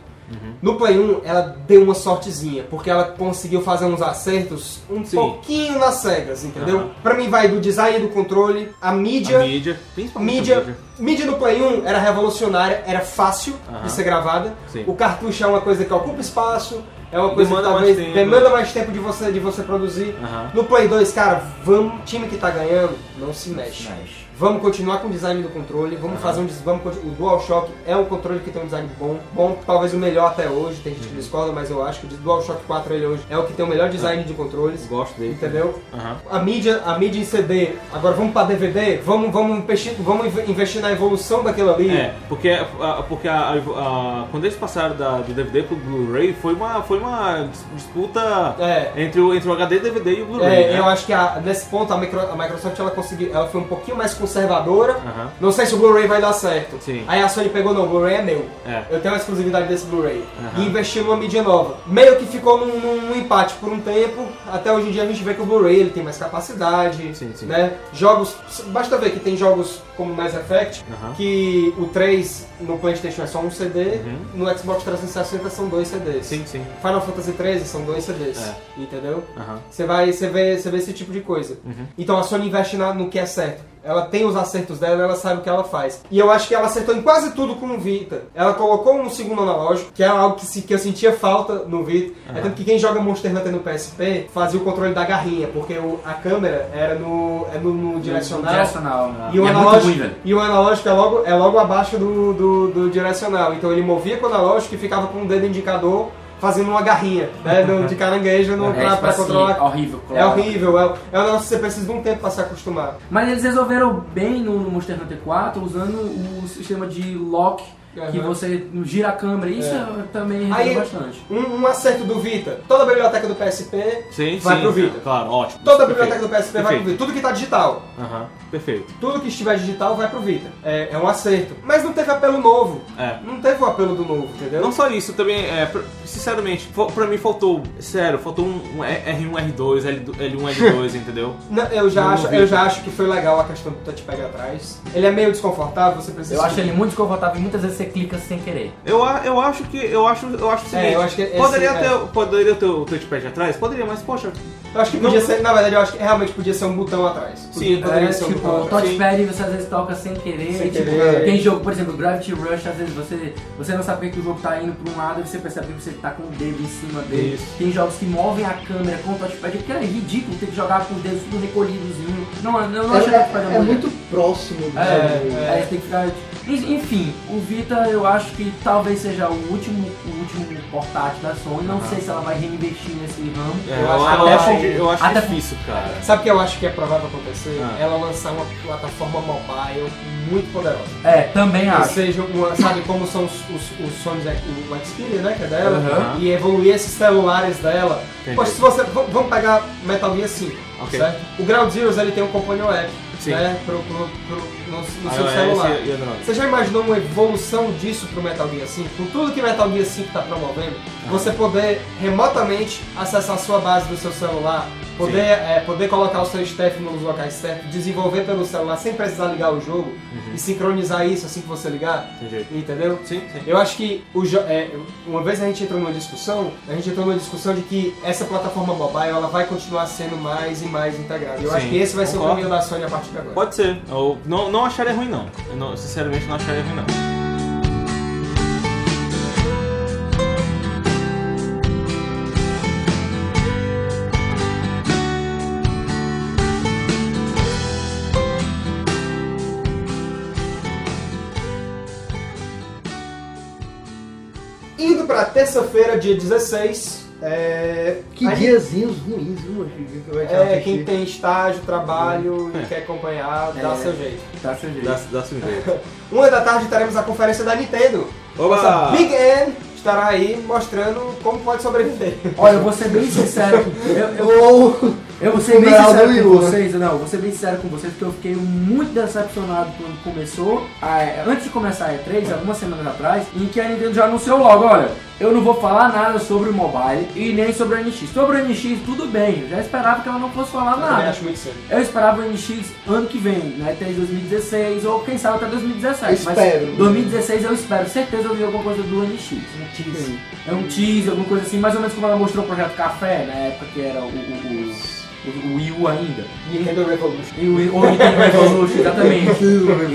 Speaker 4: No Play 1, ela deu uma sortezinha, porque ela conseguiu fazer uns acertos um
Speaker 1: Sim.
Speaker 4: pouquinho nas cegas, entendeu?
Speaker 1: Aham.
Speaker 4: Pra mim vai do design do controle, a mídia,
Speaker 1: A mídia, principalmente a
Speaker 4: Mídia, mídia no Play 1 era revolucionária, era fácil
Speaker 1: Aham.
Speaker 4: de ser gravada.
Speaker 1: Sim.
Speaker 4: O cartucho é uma coisa que ocupa espaço, é uma coisa
Speaker 1: Demanda
Speaker 4: que
Speaker 1: mais
Speaker 4: talvez
Speaker 1: tempo. né?
Speaker 4: demanda mais tempo de você, de você produzir.
Speaker 1: Aham.
Speaker 4: No Play 2, cara, vamos, time que tá ganhando, não se mexe. Vamos continuar com o design do controle, vamos fazer um des- vamos conti- o DualShock é um controle que tem um design bom, bom, talvez o melhor até hoje, tem
Speaker 1: Uhum.
Speaker 4: gente que discorda, mas eu acho que o DualShock 4 ele hoje é o que tem o melhor design de controles,
Speaker 1: Gosto dele.
Speaker 4: entendeu?
Speaker 1: Aham.
Speaker 4: A mídia, a mídia em CD, agora vamos pra DVD, vamos, vamos, investir, vamos inve- investir na evolução daquilo ali.
Speaker 1: É, porque, a- porque a- a- quando eles passaram da, do DVD pro Blu-ray, foi uma, foi uma dis- disputa
Speaker 4: É.
Speaker 1: entre, o, entre o HD, DVD e o
Speaker 4: É,
Speaker 1: Blu-ray. né?
Speaker 4: eu acho que a- nesse ponto a, micro- a Microsoft ela conseguiu, ela foi um pouquinho mais conservadora.
Speaker 1: Aham.
Speaker 4: Não sei se o Blu-ray vai dar certo.
Speaker 1: Sim.
Speaker 4: Aí a Sony pegou, não, o Blu-ray é meu.
Speaker 1: É.
Speaker 4: Eu tenho a exclusividade desse Blu-ray.
Speaker 1: Aham.
Speaker 4: E investiu numa mídia nova. Meio que ficou num, num- num empate por um tempo. Até hoje em dia a gente vê que o Blu-ray ele tem mais capacidade.
Speaker 1: Sim, sim.
Speaker 4: Né? Jogos. Basta ver que tem jogos como Mass Effect,
Speaker 1: Aham.
Speaker 4: que o 3 no Playstation é só um CD, no Xbox 360 são dois CDs.
Speaker 1: Uhum. Sim, É. sim.
Speaker 4: Final Fantasy 13 são dois CDs. Entendeu?
Speaker 1: Aham.
Speaker 4: Você vai, você vê, você vê esse tipo de coisa.
Speaker 3: Uhum.
Speaker 4: Então a Sony investe na- no que é certo. Ela tem os acertos dela, ela sabe o que ela faz. E eu acho que ela acertou em quase tudo com o Vita. Ela colocou um segundo analógico, que era algo que, se- que eu sentia falta no Vita. É tanto que quem joga Monster Hunter no PSP fazia o controle da garrinha, porque o- a câmera era no, é no, no direcional.
Speaker 3: Direcional.
Speaker 4: E o,
Speaker 3: é muito
Speaker 4: analógico,
Speaker 3: ruim, velho.
Speaker 4: e o analógico é logo, é logo abaixo do, do, do direcional. Então ele movia com o analógico e ficava com o dedo indicador fazendo uma garrinha né, no- de caranguejo no,
Speaker 3: É,
Speaker 4: pra,
Speaker 3: tipo
Speaker 4: pra
Speaker 3: assim,
Speaker 4: controlar
Speaker 3: horrível,
Speaker 4: é
Speaker 3: claro.
Speaker 4: horrível, é, é um negócio que você precisa de um tempo pra se acostumar.
Speaker 3: Mas eles resolveram bem no Monster Hunter 4 usando o sistema de lock que
Speaker 4: Aham.
Speaker 3: você gira a câmera, isso eu também resolve
Speaker 4: Aí-
Speaker 3: bastante.
Speaker 4: Um, um acerto do Vita. Toda a biblioteca do PSP
Speaker 1: Sim,
Speaker 4: vai
Speaker 1: sim,
Speaker 4: pro Vita.
Speaker 1: Claro, ótimo.
Speaker 4: Toda a
Speaker 1: Perfeito.
Speaker 4: biblioteca do PSP vai pro
Speaker 1: Perfeito.
Speaker 4: Vita. Tudo que tá digital.
Speaker 1: Aham, perfeito.
Speaker 4: Tudo que estiver digital vai pro Vita. É, é um acerto. Mas não teve apelo novo.
Speaker 1: É.
Speaker 4: Não teve o apelo do novo, entendeu?
Speaker 1: Não só isso, também, é, pra- sinceramente, fo- pra mim faltou, sério, faltou um, um R1, R2, L1, L2, um, entendeu?
Speaker 4: Não, eu, já
Speaker 1: Não
Speaker 4: acho,
Speaker 1: vi.
Speaker 4: eu já acho que foi legal a questão do touchpad atrás. Ele é meio desconfortável, você precisa.
Speaker 3: Eu acho ele muito desconfortável e muitas vezes você clica sem querer.
Speaker 1: Eu, a- eu acho que. Eu acho, eu acho o seguinte.
Speaker 4: É, eu acho que esse-
Speaker 1: poderia,
Speaker 4: é.
Speaker 1: ter, poderia ter o touchpad atrás? Poderia, mas poxa.
Speaker 4: Eu acho que
Speaker 1: Não-
Speaker 4: podia ser. Na verdade, eu acho que realmente podia ser um botão atrás. Podia-
Speaker 1: Sim,
Speaker 4: poderia
Speaker 3: É,
Speaker 4: ser um
Speaker 3: tipo,
Speaker 4: botão
Speaker 3: o
Speaker 4: atrás.
Speaker 3: touchpad você às vezes toca sem querer.
Speaker 4: Sem
Speaker 3: e, tipo,
Speaker 4: querer.
Speaker 3: Tem jogo, por exemplo, Gravity Rush, às vezes você, você não sabe que o jogo tá indo pra um lado e você percebe que você tá com o dedo em cima dele.
Speaker 1: Isso.
Speaker 3: Tem jogos que movem a câmera com o touchpad, porque é ridículo ter que jogar com o dedo tudo recolhidozinho. Não, eu não acho que touchpad
Speaker 2: É, é
Speaker 3: bom.
Speaker 2: muito próximo do jogo.
Speaker 3: É, é, tem que ficar. Enfim, o Vita eu acho que talvez seja o último, o último portátil da Sony. Não sei se ela vai reinvestir nesse ramo.
Speaker 1: é,
Speaker 4: Eu
Speaker 1: Eu,
Speaker 4: acho-
Speaker 1: eu
Speaker 4: até
Speaker 1: acho,
Speaker 3: porque-
Speaker 1: eu acho é
Speaker 3: até
Speaker 1: difícil, cara.
Speaker 4: Sabe o que eu acho que é provável acontecer?
Speaker 1: Ah.
Speaker 4: Ela lançar uma plataforma mobile muito poderosa.
Speaker 3: É, também
Speaker 4: Que
Speaker 3: acho.
Speaker 4: seja uma, sabe como são os, os, os Sony o Xperia, né? Que é dela.
Speaker 1: Aham.
Speaker 4: E evoluir esses celulares dela.
Speaker 1: Entendi.
Speaker 4: Poxa, se você. v- Vamos pegar Metal Gear 5.
Speaker 1: Ok.
Speaker 4: Certo? O Ground Zeroes ele tem um companion app
Speaker 1: Sim.
Speaker 4: né? pro, pro, pro- no, no
Speaker 1: Ah,
Speaker 4: seu
Speaker 1: é,
Speaker 4: celular.
Speaker 1: esse e Android.
Speaker 4: Você já imaginou uma evolução disso pro Metal Gear 5? Com tudo que Metal Gear 5 tá promovendo,
Speaker 1: Ah.
Speaker 4: você poder remotamente acessar a sua base do seu celular, poder, é, poder colocar o seu staff nos locais certos, desenvolver pelo celular sem precisar ligar o jogo e sincronizar isso assim que você ligar,
Speaker 1: Uhum. Entendi.
Speaker 4: entendeu?
Speaker 1: Sim, sim.
Speaker 4: Eu acho que o jo- é, uma vez a gente entrou numa discussão, a gente entrou numa discussão de que essa plataforma mobile ela vai continuar sendo mais e mais integrada. Eu
Speaker 1: Sim,
Speaker 4: acho que esse vai ser o
Speaker 1: concordo.
Speaker 4: caminho da Sony a partir de agora.
Speaker 1: Pode ser. Eu não, não acharia ruim, não. Eu não- Sinceramente, não acharia ruim, não.
Speaker 4: Indo pra terça-feira, dia 16. É...
Speaker 2: Que
Speaker 4: a
Speaker 2: diazinhos ruins, viu, que vai te
Speaker 4: É,
Speaker 2: assistir.
Speaker 4: quem tem estágio, trabalho e quer acompanhar, dá
Speaker 3: É.
Speaker 4: seu jeito.
Speaker 3: Tá seu jeito.
Speaker 1: Dá, dá seu jeito.
Speaker 4: Uma da tarde teremos a conferência da Nintendo.
Speaker 1: Oba!
Speaker 4: Nossa Big N estará aí mostrando como pode sobreviver.
Speaker 3: Olha, eu vou ser bem sincero. Eu, eu,
Speaker 2: Ou
Speaker 3: eu vou ser bem
Speaker 2: Funeral do
Speaker 3: sincero com
Speaker 2: Will, né?
Speaker 3: vocês, não, eu vou ser bem sincero com vocês, porque eu fiquei muito decepcionado quando começou, a- antes de começar a E3, algumas semanas atrás, em que a Nintendo já anunciou logo, olha, eu não vou falar nada sobre o mobile e nem sobre o NX. Sobre o NX, tudo bem, eu já esperava que ela não fosse falar
Speaker 4: Eu também
Speaker 3: nada.
Speaker 4: acho muito cedo.
Speaker 3: Eu esperava o NX ano que vem, né? Até 2016 ou quem sabe até 2017.
Speaker 2: Espero.
Speaker 3: Mas 2016 eu espero, certeza eu vi alguma coisa do NX. Um tease. É um tease, alguma coisa assim, mais ou menos como ela mostrou o projeto Café, na época que era o, o, o, o, o Wii U ainda.
Speaker 4: Nintendo Revolution.
Speaker 3: E o, o Nintendo Revolution, exatamente.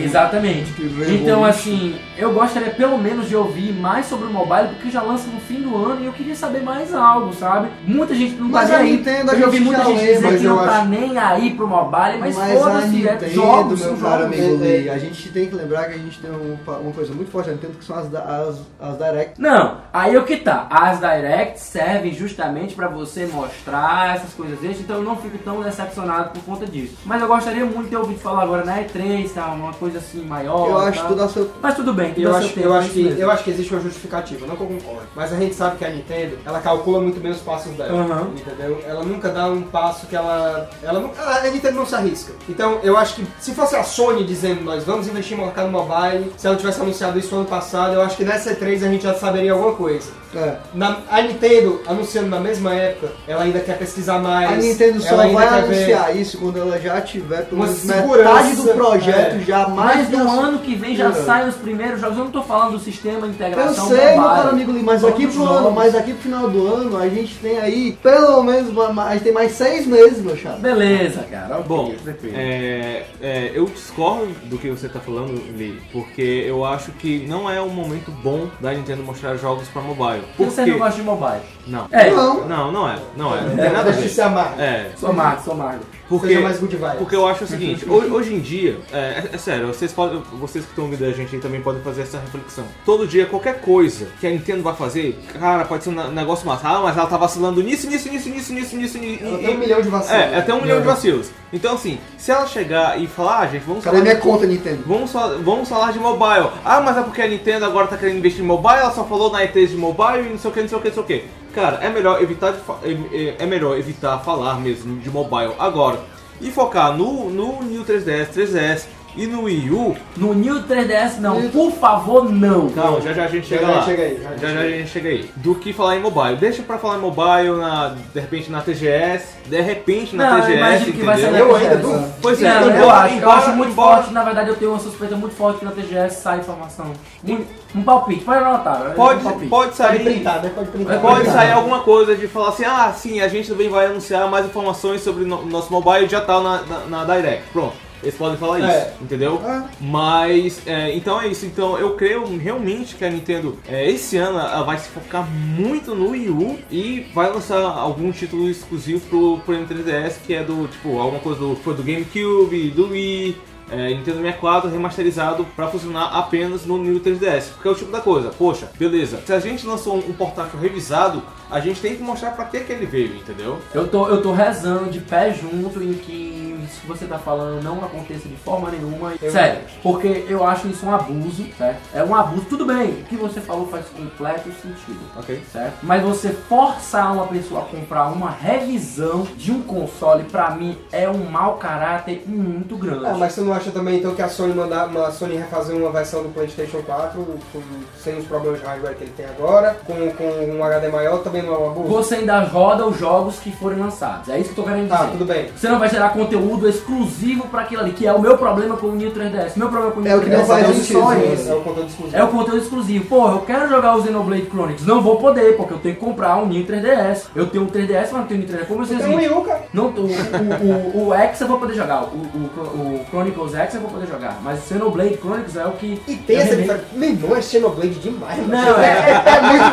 Speaker 3: Exatamente.
Speaker 2: Que vergonha.
Speaker 3: Então, assim, eu gostaria pelo menos de ouvir mais sobre o mobile, porque já lança no fim do ano e eu queria saber mais algo, sabe? Muita gente não
Speaker 2: Mas
Speaker 3: tá
Speaker 2: a
Speaker 3: nem
Speaker 2: Nintendo, a
Speaker 3: aí. Eu vi
Speaker 2: gente
Speaker 3: muita
Speaker 2: já
Speaker 3: gente
Speaker 2: lê,
Speaker 3: dizer
Speaker 2: mas
Speaker 3: que não
Speaker 2: eu
Speaker 3: tá
Speaker 2: acho-
Speaker 3: nem aí pro mobile, mas,
Speaker 2: a
Speaker 3: foda-se, é
Speaker 2: Nintendo,
Speaker 3: jogos, né?
Speaker 2: meu
Speaker 3: são
Speaker 2: caro
Speaker 3: jogos.
Speaker 2: amigo
Speaker 4: É, é.
Speaker 2: Lee, a gente tem que lembrar que a gente tem um- uma coisa muito forte da Nintendo, que são as, da- as, as Direct.
Speaker 3: Não, aí o que tá? As directs servem justamente pra você mostrar essas coisas extras, então eu não fico tão decepcionado por conta disso. Mas eu gostaria muito de ter ouvido falar agora na E3, tá? Uma coisa assim maior.
Speaker 2: Eu acho
Speaker 3: tá?
Speaker 2: tudo a seu...
Speaker 3: Mas tudo bem, tudo
Speaker 4: Eu
Speaker 3: a seu
Speaker 4: acho,
Speaker 3: tempo,
Speaker 4: eu,
Speaker 3: é
Speaker 4: acho
Speaker 3: isso
Speaker 4: que,
Speaker 3: mesmo.
Speaker 4: eu acho que existe uma justificativa, não que eu concordo. Mas a gente sabe que a Nintendo, ela calcula muito bem os passos dela,
Speaker 3: Aham.
Speaker 4: entendeu? Ela nunca dá um passo que ela... ela nunca, a Nintendo não se arrisca. Então, eu acho que se fosse a Sony dizendo, nós vamos investir no mercado mobile, se ela tivesse anunciado isso ano passado, eu acho que nessa E3 a gente já saberia alguma coisa.
Speaker 2: É.
Speaker 4: Na- a Nintendo, anunciando na mesma época, ela ainda quer pesquisar mais.
Speaker 2: A Nintendo só
Speaker 4: ela ainda
Speaker 2: vai
Speaker 4: quer ver-
Speaker 2: anunciar isso quando ela já tiver pelo
Speaker 4: Uma
Speaker 2: menos
Speaker 4: segurança,
Speaker 2: metade do projeto
Speaker 4: é.
Speaker 2: já mais
Speaker 3: Mas no
Speaker 2: da-
Speaker 3: ano que vem já
Speaker 2: Jura.
Speaker 3: saem os primeiros jogos. Eu não tô falando do sistema de
Speaker 2: Eu
Speaker 3: integração
Speaker 2: sei, meu
Speaker 3: mobile.
Speaker 2: caro amigo Lee, mas
Speaker 3: Todos
Speaker 2: aqui
Speaker 3: os
Speaker 2: pro ano,
Speaker 3: jogos.
Speaker 2: mas aqui pro final do ano a gente tem aí pelo menos uma- uma- a gente tem mais seis meses, meu chato.
Speaker 3: Beleza, cara. ok,
Speaker 1: Bom,
Speaker 3: tranquilo.
Speaker 1: é, é, eu discordo do que você tá falando, Lee, porque eu acho que não é um momento bom da Nintendo mostrar jogos pra mobile. Por
Speaker 3: Por que você
Speaker 1: quê?
Speaker 3: não gosta de mobile?
Speaker 1: Não.
Speaker 3: É,
Speaker 2: Não.
Speaker 1: Não, não é. Não é. Não tem nada a
Speaker 4: Deixa de
Speaker 1: ver.
Speaker 4: se amar.
Speaker 1: É,
Speaker 3: Sou magro, sou magro.
Speaker 1: Porque,
Speaker 4: Seja mais good vibes. Uhum.
Speaker 1: porque eu acho o seguinte, ho- hoje em dia, é, é- é sério, vocês, podem, vocês que estão ouvindo a gente aí também podem fazer essa reflexão. Todo dia, qualquer coisa que a Nintendo vai fazer, cara, pode ser um na- negócio massa. Ah, mas ela tá vacilando nisso, nisso, nisso, nisso, nisso, nisso, nisso.
Speaker 4: Ela tem um milhão de vacilos. Uhum.
Speaker 1: É, até um milhão de vacilos. Então, assim, se ela chegar e falar, ah, gente, vamos
Speaker 2: Cadê
Speaker 1: falar.
Speaker 2: minha conta, Nintendo?
Speaker 1: Vamos, fa- vamos falar de mobile. Ah, mas é porque a Nintendo agora tá querendo investir em mobile, ela só falou na E3 de mobile e não sei o que, não sei o que, não sei o que. Cara, é melhor evitar, de fa- é, é melhor evitar falar mesmo de mobile agora e focar no, no New 3DS, 3DS e no Wii U.
Speaker 3: No New 3DS, não. Por favor, não.
Speaker 1: Calma, já já a gente
Speaker 4: Já
Speaker 1: chega
Speaker 4: já
Speaker 1: lá.
Speaker 4: chega aí,
Speaker 1: já
Speaker 4: já já
Speaker 1: já
Speaker 4: chega
Speaker 1: a gente chega aí. Do que falar em mobile. Deixa pra falar em mobile, na, de repente na TGS, de repente na
Speaker 3: Não, eu
Speaker 1: TGS,
Speaker 3: imagino que vai
Speaker 1: entendeu?
Speaker 3: ser
Speaker 4: Eu
Speaker 3: na
Speaker 4: ainda,
Speaker 3: TGS.
Speaker 4: du-
Speaker 1: Pois é,
Speaker 3: Não, eu,
Speaker 1: embora-
Speaker 3: acho, eu
Speaker 1: embora-
Speaker 3: acho muito
Speaker 1: embora-
Speaker 3: forte, na verdade eu tenho uma suspeita muito forte que na TGS sai informação. Muito- Um palpite, pode anotar. um
Speaker 1: Pode,
Speaker 3: palpite.
Speaker 1: pode
Speaker 4: Pode
Speaker 1: sair
Speaker 4: printar, né? Pode printar.
Speaker 1: Pode sair alguma coisa de falar assim, ah, sim, a gente também vai anunciar mais informações sobre o no- nosso mobile já tá na, na, na Direct. Pronto. Eles podem falar isso,
Speaker 4: É.
Speaker 1: entendeu?
Speaker 2: É.
Speaker 1: Mas, é, então é isso. Então eu creio realmente que a Nintendo, é, esse ano, ela vai se focar muito no Wii U e vai lançar algum título exclusivo pro, pro N3DS, que é do, tipo, alguma coisa do, foi do GameCube, do Wii, é, Nintendo 64 remasterizado pra funcionar apenas no New 3DS. Porque é o tipo da coisa, poxa, beleza. Se a gente lançou um, um portátil revisado, a gente tem que mostrar pra que, que ele veio, entendeu?
Speaker 3: Eu tô, eu tô rezando de pé junto em que isso que você tá falando não aconteça de forma nenhuma. Sério, porque eu acho isso um abuso, certo? É um abuso, tudo bem, o que você falou faz completo sentido.
Speaker 1: Ok.
Speaker 3: Certo? Mas você forçar uma pessoa a comprar uma revisão de um console, pra mim, é um mau caráter muito grande.
Speaker 4: Ah, mas você não acha também então que a Sony mandar uma a Sony refazer uma versão do PlayStation 4 com- sem os problemas de hardware que ele tem agora, com, com um HD maior também não é uma boa?
Speaker 3: Você ainda roda os jogos que forem lançados. É isso que eu tô querendo dizer.
Speaker 4: Tá, tudo bem.
Speaker 3: Você não vai gerar conteúdo exclusivo pra aquilo ali, que é o meu problema com o New 3DS. Meu problema com o New
Speaker 2: É o que
Speaker 3: 3DS
Speaker 2: não faz
Speaker 4: é o
Speaker 2: sentido,
Speaker 3: só
Speaker 2: né?
Speaker 3: esse.
Speaker 4: É o conteúdo exclusivo.
Speaker 3: um É o conteúdo exclusivo. Porra, eu quero jogar o Xenoblade Chronicles. Não vou poder, porque eu tenho que comprar um New 3DS. Eu tenho um 3DS, mas não tenho um New 3DS. Como vocês
Speaker 4: Tem um Wii U, cara.
Speaker 3: não, o, o, o, o X eu vou poder jogar, o, o, o Chronicles X eu vou poder jogar, mas o Xenoblade Chronicles é o que.
Speaker 4: E tem
Speaker 3: é o
Speaker 4: essa
Speaker 3: remake.
Speaker 4: diferença. Meu irmão, é Xenoblade demais, mano.
Speaker 3: Não, é,
Speaker 2: É muito,